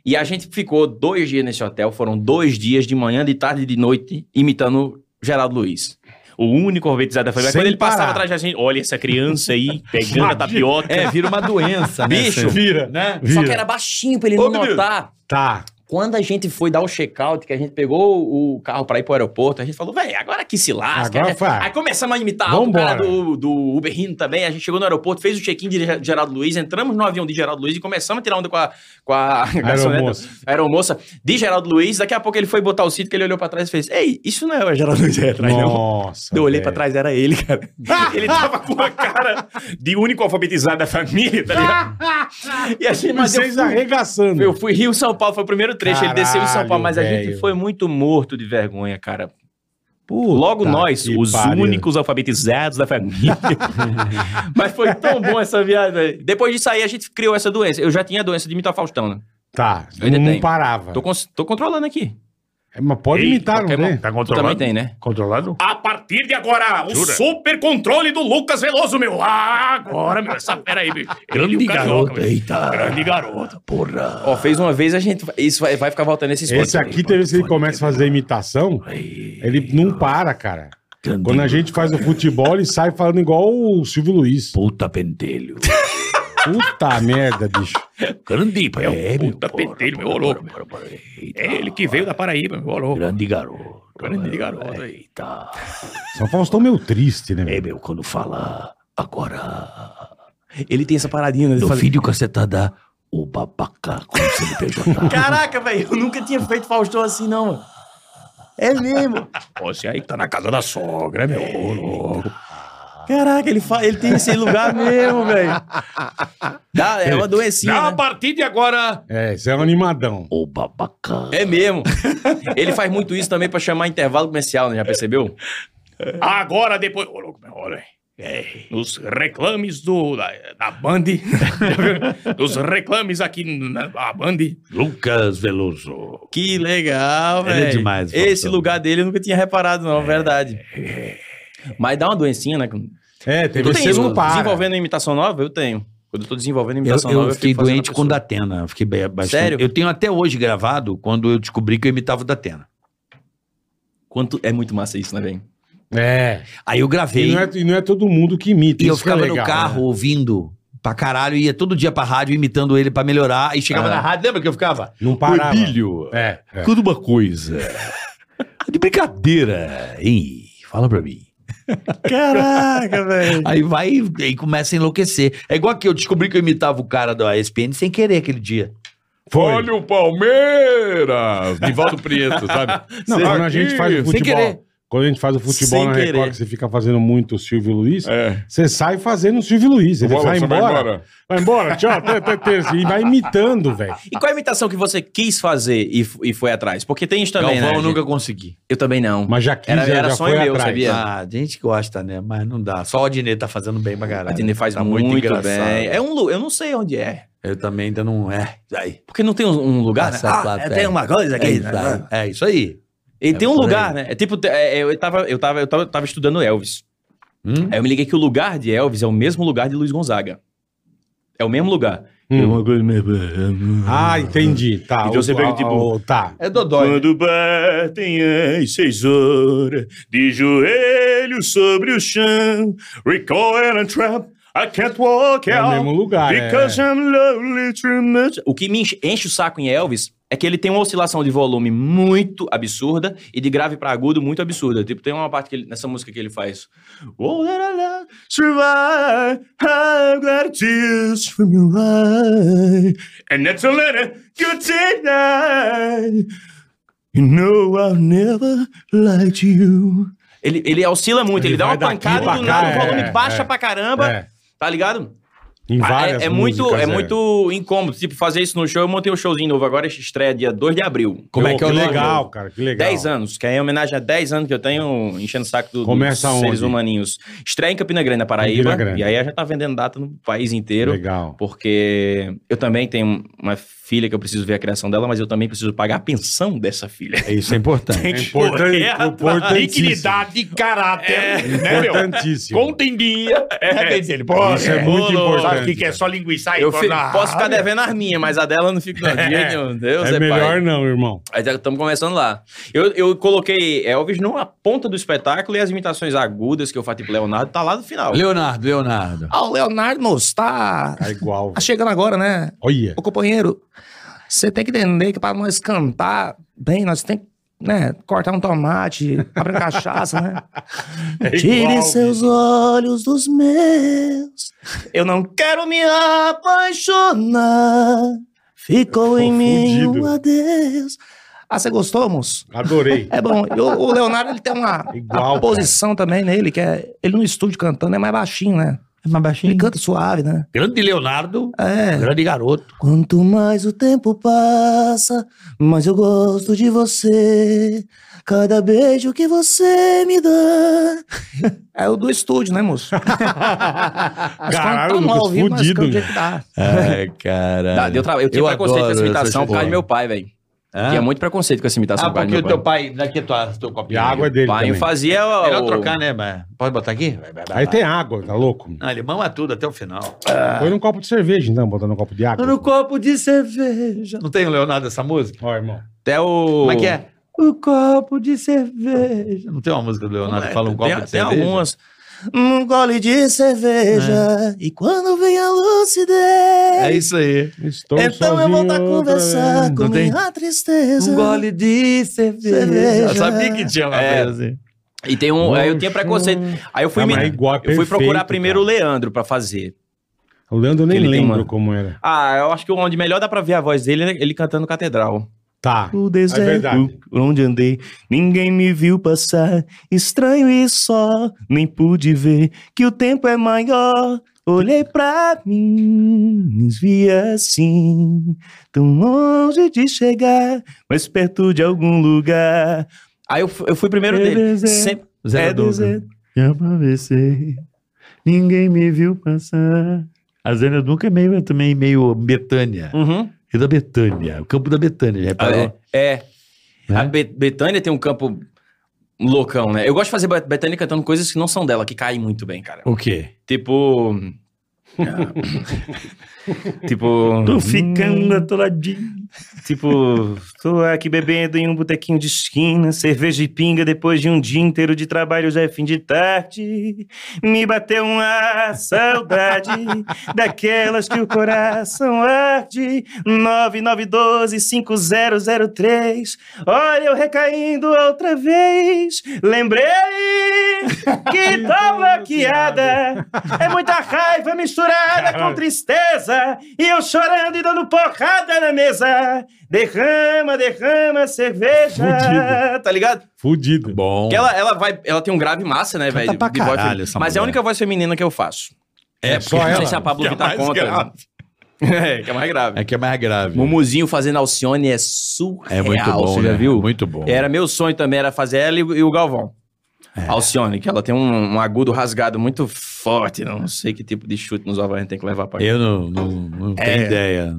Speaker 1: E a gente ficou dois dias nesse hotel, foram dois dias de manhã, de tarde e de noite, imitando Geraldo Luiz.
Speaker 5: O único alfabetizado da família.
Speaker 3: Sem
Speaker 5: Quando ele passava
Speaker 3: parar.
Speaker 5: atrás da gente, olha essa criança aí, pegando a tapioca.
Speaker 4: É, vira uma doença, né?
Speaker 1: Bicho,
Speaker 3: É. Vira,
Speaker 4: né?
Speaker 3: vira.
Speaker 1: Só que era baixinho pra ele
Speaker 4: Ô,
Speaker 1: não
Speaker 4: menino.
Speaker 1: notar.
Speaker 3: Tá.
Speaker 1: Quando a gente foi dar o check-out, que a gente pegou o carro pra ir pro aeroporto, a gente falou, velho, agora que se lasca.
Speaker 3: Agora
Speaker 1: né?"
Speaker 3: vai.
Speaker 1: Aí começamos a imitar alto o
Speaker 3: Vambora.
Speaker 1: cara do, do Uber Hino também. A gente chegou no aeroporto, fez o check-in de Ge- Geraldo Luiz, entramos no avião de Geraldo Luiz e começamos a tirar onda com a, com a garçonete,
Speaker 3: Aeromoça.
Speaker 1: a aeromoça de Geraldo Luiz. Daqui a pouco ele foi botar o cinto que ele olhou pra trás e fez, ei, isso não é o Geraldo Luiz aí atrás, não.
Speaker 3: Nossa.
Speaker 1: Eu olhei pra
Speaker 3: velho.
Speaker 1: trás, era ele, cara.
Speaker 5: Ele tava com a cara de único alfabetizado da família, tá ligado?
Speaker 1: E a gente,
Speaker 3: Mas
Speaker 1: mas eu
Speaker 3: vocês
Speaker 1: fui,
Speaker 3: arregaçando.
Speaker 1: eu fui Rio-São Paulo, foi o primeiro trecho. ele desceu em São
Speaker 3: Caralho,
Speaker 1: Paulo, mas a gente
Speaker 3: velho.
Speaker 1: foi muito morto de vergonha, cara.
Speaker 5: Logo nós,
Speaker 3: que
Speaker 5: os
Speaker 3: pariu.
Speaker 5: únicos alfabetizados da família.
Speaker 1: Mas foi tão bom essa viagem. velho. Depois disso aí, a gente criou essa doença. Eu já tinha a doença de imitar Faustão, né?
Speaker 3: Tá.
Speaker 1: Eu ainda
Speaker 3: não
Speaker 1: tenho.
Speaker 3: parava.
Speaker 1: Tô, cons- tô controlando aqui.
Speaker 3: É, Mas pode
Speaker 5: Ei,
Speaker 3: imitar, não
Speaker 5: qualquer
Speaker 3: tem?
Speaker 5: mão. Tá
Speaker 1: Tu também
Speaker 5: controlado?
Speaker 1: tem, né?
Speaker 5: Controlado? A partir partir de agora, o super controle do Lucas Veloso, meu. Ah, agora, meu, essa fera aí, bicho. Ele e o Carioca, meu.
Speaker 4: eita.
Speaker 5: Grande garota.
Speaker 4: Porra.
Speaker 1: Ó, fez uma vez, a gente. Isso vai, vai ficar voltando nesse
Speaker 3: Esse aqui, teve vezes que ele começa a fazer imitação, ele não para, cara. Quando a gente faz o futebol, ele sai falando igual o Silvio Luiz.
Speaker 4: Puta pentelho.
Speaker 3: Puta merda, bicho.
Speaker 4: Grande é,
Speaker 5: um puta pentelho, meu, ô, louco. É ele que veio da Paraíba, meu. Ô, louco.
Speaker 4: Grande garoto.
Speaker 5: Grande garoto.
Speaker 4: Eita.
Speaker 3: São Faustão meio triste, né?
Speaker 4: É,
Speaker 3: velho?
Speaker 4: meu, quando fala agora.
Speaker 1: Ele tem essa paradinha, né? de
Speaker 4: Do
Speaker 1: fazer-
Speaker 4: filho cacetada, o babaca com o CNPJ.
Speaker 1: Caraca, velho, eu nunca tinha feito Faustão assim, não, mano. É mesmo.
Speaker 5: Você aí que tá na casa da sogra,
Speaker 4: É,
Speaker 5: meu. Ô, louco.
Speaker 1: Caraca, ele, fa... ele tem esse lugar mesmo, velho. Dá- É uma doencinha.
Speaker 5: A
Speaker 1: né?
Speaker 5: partir de agora.
Speaker 3: É, isso é um animadão.
Speaker 4: o babaca.
Speaker 1: É mesmo. Ele faz muito isso também pra chamar intervalo comercial, né? Já percebeu?
Speaker 5: Agora, depois. Ô, louco, meu, olha aí. Nos reclames do, da, da Band. Nos reclames aqui na na Band.
Speaker 4: Lucas Veloso.
Speaker 1: Que legal,
Speaker 4: Ele é
Speaker 1: velho.
Speaker 4: demais, Faustão. É.
Speaker 1: Esse lugar dele eu nunca tinha reparado, não, verdade. Mas dá uma doencinha, né? Tu
Speaker 3: É, teve
Speaker 1: tem
Speaker 3: esse
Speaker 1: isso
Speaker 3: não para.
Speaker 1: desenvolvendo uma imitação nova? Eu tenho. Quando eu tô desenvolvendo
Speaker 4: Eu,
Speaker 1: imitação
Speaker 4: eu
Speaker 1: nova,
Speaker 4: fiquei
Speaker 1: fico fazendo
Speaker 4: doente
Speaker 1: a
Speaker 4: com o
Speaker 1: pessoa.
Speaker 4: Datena. Fiquei ba- bastante.
Speaker 1: Sério?
Speaker 4: Eu tenho até hoje gravado quando eu descobri que eu imitava o Datena.
Speaker 1: Quanto... É muito massa isso, né, velho?
Speaker 3: É.
Speaker 4: Aí eu gravei.
Speaker 3: E não é, e não é todo mundo que imita.
Speaker 4: E eu
Speaker 3: isso que é
Speaker 4: ficava no
Speaker 3: legal,
Speaker 4: carro
Speaker 3: né?
Speaker 4: ouvindo pra caralho, ia todo dia pra rádio imitando ele pra melhorar. E chegava
Speaker 1: Ah.
Speaker 4: na rádio, lembra que eu ficava?
Speaker 3: Não parava.
Speaker 4: Bilho,
Speaker 3: É, é.
Speaker 4: quando uma coisa. "Ah, De brincadeira, hein? Fala pra mim.
Speaker 1: Caraca, velho.
Speaker 4: Aí vai e e começa a enlouquecer. É igual que eu descobri que eu imitava o cara da ESPN sem querer aquele dia.
Speaker 3: Foi.
Speaker 6: Olha o Palmeiras! Nivaldo Prieto, sabe?
Speaker 3: Não, quando a gente faz o
Speaker 4: Sem querer.
Speaker 3: futebol. Quando a gente faz o futebol
Speaker 1: Sem
Speaker 3: na Record,
Speaker 1: querer.
Speaker 3: que você fica fazendo muito o Silvio Luiz,
Speaker 6: É.
Speaker 3: você sai fazendo o Silvio Luiz. Ele
Speaker 6: Wallace,
Speaker 3: vai
Speaker 6: vai
Speaker 3: embora, vai embora.
Speaker 5: Hum.
Speaker 6: embora.
Speaker 3: tchau, até, até terça. E vai imitando, velho.
Speaker 1: E qual é a imitação que você quis fazer e, f- e foi atrás? Porque tem isso também,
Speaker 4: Galvão
Speaker 1: né?
Speaker 4: eu
Speaker 1: gente?
Speaker 4: nunca consegui.
Speaker 1: Eu também não.
Speaker 3: Mas já quis,
Speaker 1: Era-
Speaker 3: já,
Speaker 1: era
Speaker 3: já
Speaker 1: sonho
Speaker 3: foi
Speaker 1: meu,
Speaker 3: atrás. né?
Speaker 1: sabia? Yeah.
Speaker 4: Ah, a gente gosta, né? Mas não dá. Só o Adnet tá fazendo bem pra caralho.
Speaker 1: A Tine faz
Speaker 4: Tá
Speaker 1: muito,
Speaker 4: engraçado.
Speaker 1: bem. É um, lu- eu não sei onde é.
Speaker 4: Eu também ainda não... É, aí.
Speaker 1: Porque não tem um, um lugar, né?
Speaker 4: Passa a
Speaker 1: Ah,
Speaker 4: plateia.
Speaker 1: tem uma
Speaker 4: É
Speaker 1: coisa aqui.
Speaker 4: isso aí. É isso aí.
Speaker 1: Ele
Speaker 4: É
Speaker 1: tem um
Speaker 4: por
Speaker 1: lugar,
Speaker 4: aí.
Speaker 1: né? É tipo, é, é, eu, tava, eu, tava, eu, tava, eu tava estudando Elvis.
Speaker 4: Hum?
Speaker 1: Aí eu me liguei que o lugar de Elvis é o mesmo lugar de Luiz Gonzaga. É o mesmo lugar.
Speaker 3: Hum. Ah, entendi. Tá.
Speaker 5: Então você
Speaker 3: o-
Speaker 5: veio,
Speaker 3: a-
Speaker 5: tipo,
Speaker 3: o- tá.
Speaker 4: É Dodói.
Speaker 5: Quando batem as seis horas, de joelho sobre o chão, recoil and trap, I can't walk
Speaker 3: É o
Speaker 5: out,
Speaker 3: mesmo lugar. é.
Speaker 5: because I'm lonely too much.
Speaker 1: O que me enche, enche o saco em Elvis é que ele tem uma oscilação de volume muito absurda e de grave pra agudo muito absurda. Tipo, tem uma parte que ele- nessa música que ele faz.
Speaker 5: Oh, la, la, la, survive, I've got tears from your eye, and that's a letter, good day night. You know I've never liked you.
Speaker 1: Ele, ele oscila muito,
Speaker 3: Ele
Speaker 1: ele, dá
Speaker 3: vai
Speaker 1: uma
Speaker 3: daqui
Speaker 1: pancada
Speaker 3: pra
Speaker 1: do
Speaker 3: cá,
Speaker 1: nada, o volume
Speaker 3: é,
Speaker 1: baixa
Speaker 3: é.
Speaker 1: pra caramba,
Speaker 3: É,
Speaker 1: tá ligado?
Speaker 3: em
Speaker 1: Ah,
Speaker 3: várias
Speaker 1: é, é muito,
Speaker 3: músicas,
Speaker 1: é muito incômodo. Tipo, fazer isso no show, eu montei um showzinho novo agora, estreia dia 2 de abril.
Speaker 4: Como é que é o nome?
Speaker 3: legal, cara? Que legal.
Speaker 1: 10 anos, que é em homenagem a 10 anos que eu tenho enchendo o saco do, dos
Speaker 3: Começa onde?
Speaker 1: seres humaninhos. Estreia em Campina Grande, na Paraíba.
Speaker 3: Campina Grande.
Speaker 1: E aí já tá vendendo data no país inteiro.
Speaker 3: Legal.
Speaker 1: Porque eu também tenho uma filha que eu preciso ver a criação dela, mas eu também preciso pagar a pensão dessa filha.
Speaker 4: Isso é importante.
Speaker 3: É importante, importantíssimo. É.
Speaker 5: Dignidade e caráter, né, meu?
Speaker 3: Importantíssimo.
Speaker 5: Conta em dia. É, ele, pô,
Speaker 3: Isso é muito importante,
Speaker 5: Sabe o que, que é
Speaker 3: cara.
Speaker 5: só linguiçar e
Speaker 1: Eu fi-
Speaker 5: tornar
Speaker 1: posso ficar
Speaker 5: rápido?
Speaker 1: devendo as minhas, mas a dela eu não fico não. De jeito nenhum. Deus
Speaker 3: É
Speaker 1: é,
Speaker 3: melhor
Speaker 1: pai.
Speaker 3: não, irmão.
Speaker 1: Mas estamos começando lá. Eu, eu coloquei Elvis numa ponta do espetáculo e as imitações agudas que eu faço tipo Leonardo tá lá no final.
Speaker 4: Leonardo, Leonardo.
Speaker 7: Ah, o Leonardo moço, tá
Speaker 3: Tá igual.
Speaker 7: tá chegando agora, né?
Speaker 3: Olha.
Speaker 7: Ô companheiro, você tem que entender que pra nós cantar bem, nós tem que né, cortar um tomate, abrir cachaça, né?
Speaker 4: É
Speaker 7: Tire seus olhos dos meus, eu não quero me apaixonar, ficou em mim
Speaker 3: Fudido.
Speaker 7: um adeus. Ah, você gostou, moço?
Speaker 3: Adorei.
Speaker 7: É bom, e o, o Leonardo ele tem uma,
Speaker 3: Igual,
Speaker 7: uma posição também nele, que é ele no estúdio cantando é mais baixinho, né?
Speaker 4: É mais
Speaker 7: Ele
Speaker 4: baixinho.
Speaker 7: canta suave, né?
Speaker 4: Grande Leonardo,
Speaker 7: É.
Speaker 4: grande garoto.
Speaker 7: Quanto mais o tempo passa, mais eu gosto de você. Cada beijo que você me dá. É o do estúdio, né, moço?
Speaker 3: Caralho, Lucas, fudido. É,
Speaker 7: que dá.
Speaker 4: Ai,
Speaker 1: Dá,
Speaker 4: cara. É,
Speaker 1: deu tra... Eu tinha preconceito com essa imitação por causa do meu pai, velho.
Speaker 4: Hã?
Speaker 1: Que é muito preconceito com essa imitação
Speaker 4: Ah,
Speaker 1: com a
Speaker 4: porque
Speaker 1: meu
Speaker 4: o teu pai... Daqui é tua, teu
Speaker 3: E
Speaker 4: copinho.
Speaker 3: a água é dele
Speaker 1: pai
Speaker 3: também.
Speaker 1: fazia. o-
Speaker 4: Melhor trocar, né? mas- Pode botar aqui? Vai, vai, vai,
Speaker 3: Aí
Speaker 4: vai.
Speaker 3: tem água, tá louco?
Speaker 4: Não, ele mama tudo até o final.
Speaker 1: Ah.
Speaker 3: Põe num copo de cerveja, então, botando um copo de água.
Speaker 4: No copo de cerveja. Não tem o Leonardo essa música?
Speaker 3: Ó, irmão.
Speaker 1: Até o.
Speaker 4: Como é que é? O copo de cerveja. Não tem uma música do Leonardo
Speaker 1: É,
Speaker 4: que fala um copo
Speaker 1: tem,
Speaker 4: de
Speaker 1: tem
Speaker 4: cerveja?
Speaker 1: algumas.
Speaker 7: Um gole de cerveja. E quando vem a lucidez.
Speaker 4: É isso aí.
Speaker 3: Estou
Speaker 7: Então eu
Speaker 3: sozinho
Speaker 7: volto a
Speaker 3: outra
Speaker 7: conversar
Speaker 3: vez.
Speaker 7: com
Speaker 4: Não tem?
Speaker 7: minha tristeza.
Speaker 4: Um gole de cerveja.
Speaker 7: Cerveja.
Speaker 4: Eu sabia que tinha uma
Speaker 1: É.
Speaker 4: coisa assim.
Speaker 1: E tem um. Aí eu tinha preconceito. Aí eu fui,
Speaker 3: Ah,
Speaker 1: me-
Speaker 3: mas é igual, é
Speaker 1: eu fui
Speaker 3: perfeito,
Speaker 1: procurar
Speaker 3: cara.
Speaker 1: primeiro o Leandro pra fazer.
Speaker 3: O Leandro eu nem
Speaker 1: Ele tem
Speaker 3: lembro
Speaker 1: uma-
Speaker 3: como era.
Speaker 1: Ah, eu acho que onde melhor dá pra ver a voz dele é ele cantando Catedral.
Speaker 3: Tá.
Speaker 5: O
Speaker 3: É verdade.
Speaker 5: onde andei, ninguém me viu passar. Estranho e só, nem pude ver que o tempo é maior. Olhei pra mim, desvi assim, tão longe de chegar, mas perto de algum lugar.
Speaker 1: Aí eu, fu- eu fui primeiro dele.
Speaker 5: Beleza.
Speaker 1: Sempre...
Speaker 4: Zero
Speaker 5: é
Speaker 4: dúvida.
Speaker 5: deserto, já atravessei, ninguém me viu passar. A Zélia Duncan é meio, também meio Betânia.
Speaker 1: Uhum.
Speaker 4: E da Betânia, o campo da Betânia, já
Speaker 1: Ah,
Speaker 4: reparou?
Speaker 1: é. é.
Speaker 4: Né?
Speaker 1: A Be- Betânia tem um campo loucão, né? Eu gosto de fazer Bet- Betânia cantando coisas que não são dela, que caem muito bem, cara.
Speaker 4: O quê?
Speaker 1: Tipo. ah, tipo.
Speaker 4: Hum.
Speaker 5: Tô ficando atoladinho. Tipo, tô aqui bebendo em um botequinho de esquina, cerveja e pinga depois de um dia inteiro de trabalho, já é fim de tarde. Me bateu uma saudade daquelas que o coração arde. 9912-5003. Olha eu recaindo outra vez. Lembrei que tô bloqueada. É muita raiva misturada com tristeza. E eu chorando e dando porrada na mesa. Derrama, derrama cerveja.
Speaker 3: Fudido.
Speaker 1: Tá ligado?
Speaker 3: Fudido.
Speaker 4: Bom.
Speaker 1: Que ela, ela, vai, ela tem um grave massa, né, velho?
Speaker 4: é. pra
Speaker 1: de voz
Speaker 4: caralho
Speaker 1: feminina.
Speaker 4: essa
Speaker 1: Mas é a
Speaker 4: mulher.
Speaker 1: única voz feminina que eu faço.
Speaker 3: É, só
Speaker 1: Não
Speaker 3: ela.
Speaker 1: sei se a Pablo
Speaker 4: que é
Speaker 1: Vittar
Speaker 4: mais
Speaker 1: conta.
Speaker 4: grave.
Speaker 1: é, que é mais grave.
Speaker 4: É que é mais grave.
Speaker 1: Mumuzinho fazendo Alcione é surreal.
Speaker 4: É muito bom,
Speaker 1: você já
Speaker 4: né?
Speaker 1: viu?
Speaker 4: Muito bom. É.
Speaker 1: Era meu sonho também, era fazer ela e, e o Galvão. Alcione, que ela tem um, um agudo rasgado muito forte. Não sei que tipo de chute nos ovos a gente tem que levar pra
Speaker 4: Eu não, não, não tenho ideia.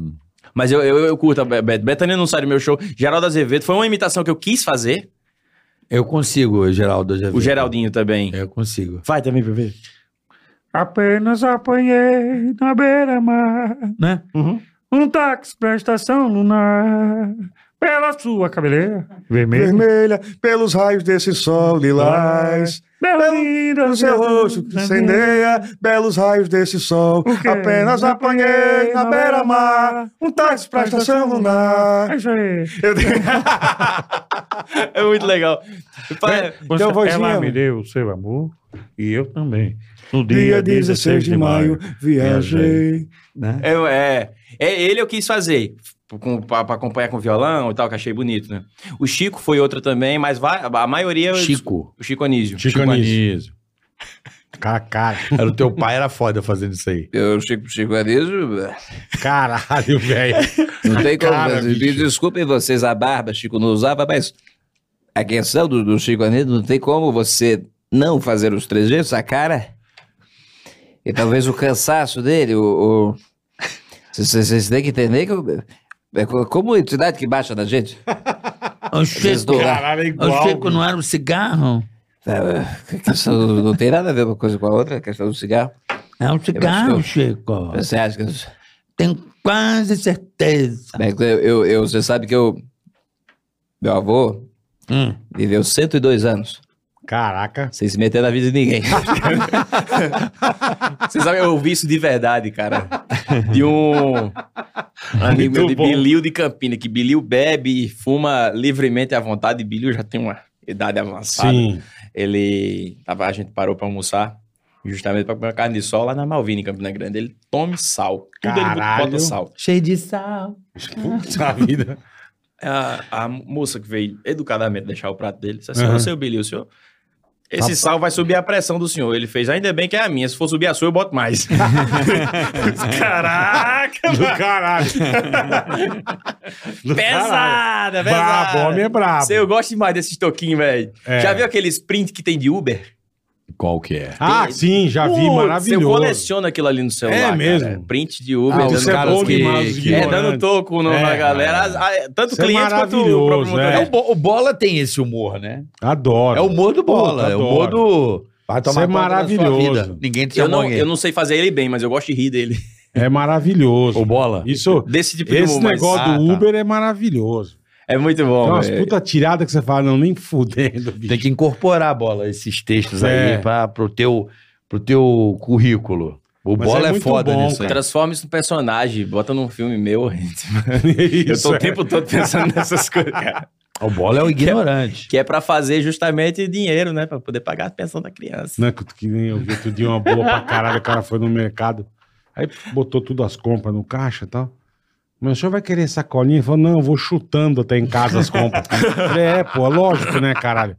Speaker 1: Mas eu, eu, eu curto a Be- Be- Bethânia não sai do meu show. Geraldo Azevedo foi uma imitação que eu quis fazer.
Speaker 4: Eu consigo, Geraldo.
Speaker 1: O Geraldinho também.
Speaker 4: Eu consigo.
Speaker 1: Vai também pra ver.
Speaker 5: Apenas apanhei na beira-mar
Speaker 4: Né?
Speaker 5: um táxi pra estação lunar pela sua cabeleira vermelha,
Speaker 8: vermelha pelos raios desse sol lilás.
Speaker 5: bela linda
Speaker 8: No seu rosto que incendeia, belos raios desse sol.
Speaker 5: quê?
Speaker 8: Apenas apanhei na beira-mar um táxi pra estação lunar. Eu
Speaker 1: É muito legal. Eu falei,
Speaker 5: é
Speaker 8: Então, vozinha.
Speaker 5: Ela me deu o seu amor e eu também. No
Speaker 8: Dia 16 de maio, viajei.
Speaker 1: É, é, é, ele eu quis fazer. Com, pra, pra acompanhar com violão e tal, que achei bonito, né? O Chico foi outra também, mas vai- a maioria. eu-
Speaker 4: Chico.
Speaker 1: O Chico Anísio.
Speaker 3: Chico Anísio.
Speaker 4: Anísio.
Speaker 3: Cacá.
Speaker 4: Era o teu pai, era foda fazendo isso aí.
Speaker 9: Eu, Chico, Chico Anísio,
Speaker 3: Caralho, velho.
Speaker 9: não tem como.
Speaker 3: Cara,
Speaker 9: me
Speaker 3: bicho.
Speaker 9: desculpem vocês, a barba Chico não usava, mas a questão do, do Chico Anísio, não tem como você não fazer os trejeitos, a cara. E talvez o cansaço dele, o. Vocês têm que entender que. eu- é co- como a entidade que baixa na gente.
Speaker 4: O
Speaker 9: Vocês do lá.
Speaker 3: Caralho, é igual.
Speaker 4: não era um cigarro?
Speaker 9: É, A questão do- não tem nada a ver uma coisa com a outra, a questão do cigarro.
Speaker 4: É um
Speaker 9: cigarro,
Speaker 4: Chico.
Speaker 9: Você acha que.
Speaker 4: Tenho quase certeza.
Speaker 9: Mas eu, eu- eu- você sabe que eu. Meu avô viveu 102 anos.
Speaker 3: Caraca.
Speaker 9: Sem se meter na vida de ninguém.
Speaker 1: Você sabe, eu ouvi isso de verdade, cara. De um
Speaker 3: Ah,
Speaker 1: amigo meu de
Speaker 3: bom.
Speaker 1: Bilil de Campina, que Bilil bebe e fuma livremente à vontade. E Bilil já tem uma idade avançada.
Speaker 3: Sim.
Speaker 1: Ele. tava- A gente parou pra almoçar, justamente pra comer uma carne de sol lá na Malvina, em Campina Grande. Ele tome sal. Tudo ele
Speaker 3: Caralho.
Speaker 1: bota sal.
Speaker 4: Cheio de sal.
Speaker 3: Puta vida.
Speaker 1: A, a moça que veio educadamente deixar o prato dele, disse assim,
Speaker 3: Aham.
Speaker 1: "Ô, seu Billy, o senhor... Esse sal vai subir a pressão do senhor. Ele fez, ainda bem que é a minha. Se for subir a sua, eu boto mais. Caraca!
Speaker 3: Do caralho. Do caralho.
Speaker 1: pesada,
Speaker 3: Brabo,
Speaker 1: pesada.
Speaker 3: homem é brabo.
Speaker 1: Sei, eu gosto demais desses toquinhos, velho.
Speaker 3: É.
Speaker 1: Já viu aqueles print que tem de Uber?
Speaker 6: Qual que é?
Speaker 3: Ah, sim, já vi,
Speaker 1: Eu
Speaker 3: maravilhoso.
Speaker 1: coleciono aquilo ali no celular.
Speaker 3: É
Speaker 1: cara.
Speaker 3: mesmo?
Speaker 1: Print de Uber,
Speaker 4: Ah,
Speaker 1: dando
Speaker 4: isso é
Speaker 1: caras
Speaker 4: bom
Speaker 1: que-
Speaker 4: demais,
Speaker 1: que-
Speaker 4: os
Speaker 1: É,
Speaker 3: ignorantes.
Speaker 1: dando toco no-
Speaker 3: É,
Speaker 1: na galera.
Speaker 3: é.
Speaker 1: Ah, é, Tanto
Speaker 3: Isso é
Speaker 1: cliente quanto o próprio
Speaker 3: maravilhoso,
Speaker 4: É,
Speaker 1: motorista.
Speaker 4: o, Bo- o Bola tem esse humor, né?
Speaker 3: Adoro.
Speaker 4: É o humor do Bola.
Speaker 3: Puta,
Speaker 4: é o
Speaker 3: adoro.
Speaker 4: humor do. Vai
Speaker 3: Isso é
Speaker 4: conta da sua
Speaker 3: maravilhoso.
Speaker 4: vida. Ninguém te
Speaker 1: Eu
Speaker 4: chamou
Speaker 1: não, eu
Speaker 4: alguém.
Speaker 1: não sei fazer ele bem, mas eu gosto de rir dele.
Speaker 3: É maravilhoso.
Speaker 6: O bola?
Speaker 3: Isso,
Speaker 1: Desse tipo de
Speaker 3: esse
Speaker 1: humor, mas-
Speaker 3: negócio
Speaker 4: Ah,
Speaker 3: do
Speaker 4: tá.
Speaker 3: Uber é maravilhoso.
Speaker 1: É muito
Speaker 3: Tem
Speaker 1: bom.
Speaker 3: umas
Speaker 1: velho.
Speaker 3: puta tirada que você fala, não, nem fudendo, bicho.
Speaker 4: Tem que incorporar, Bola, esses textos
Speaker 3: É.
Speaker 4: aí pra, pro, teu, pro teu currículo. O
Speaker 3: Mas
Speaker 4: Bola
Speaker 3: é
Speaker 4: é,
Speaker 3: muito
Speaker 4: foda
Speaker 3: bom,
Speaker 4: nisso aí.
Speaker 1: Transforma isso num personagem, bota num filme meu. eu
Speaker 3: Isso
Speaker 1: tô
Speaker 3: é.
Speaker 1: o tempo todo pensando nessas coisas, cara.
Speaker 4: O Bola é o ignorante.
Speaker 1: Que é pra fazer justamente dinheiro, né? Pra poder pagar a pensão da criança.
Speaker 3: Não, que que nem eu vi outro dia uma boa pra caralho, o cara foi no mercado, aí botou tudo as compras no caixa e tal. Mas o senhor vai querer sacolinha? Ele falou, não, eu vou chutando até em casa as compras. Eu falei, é, pô, lógico, né, caralho?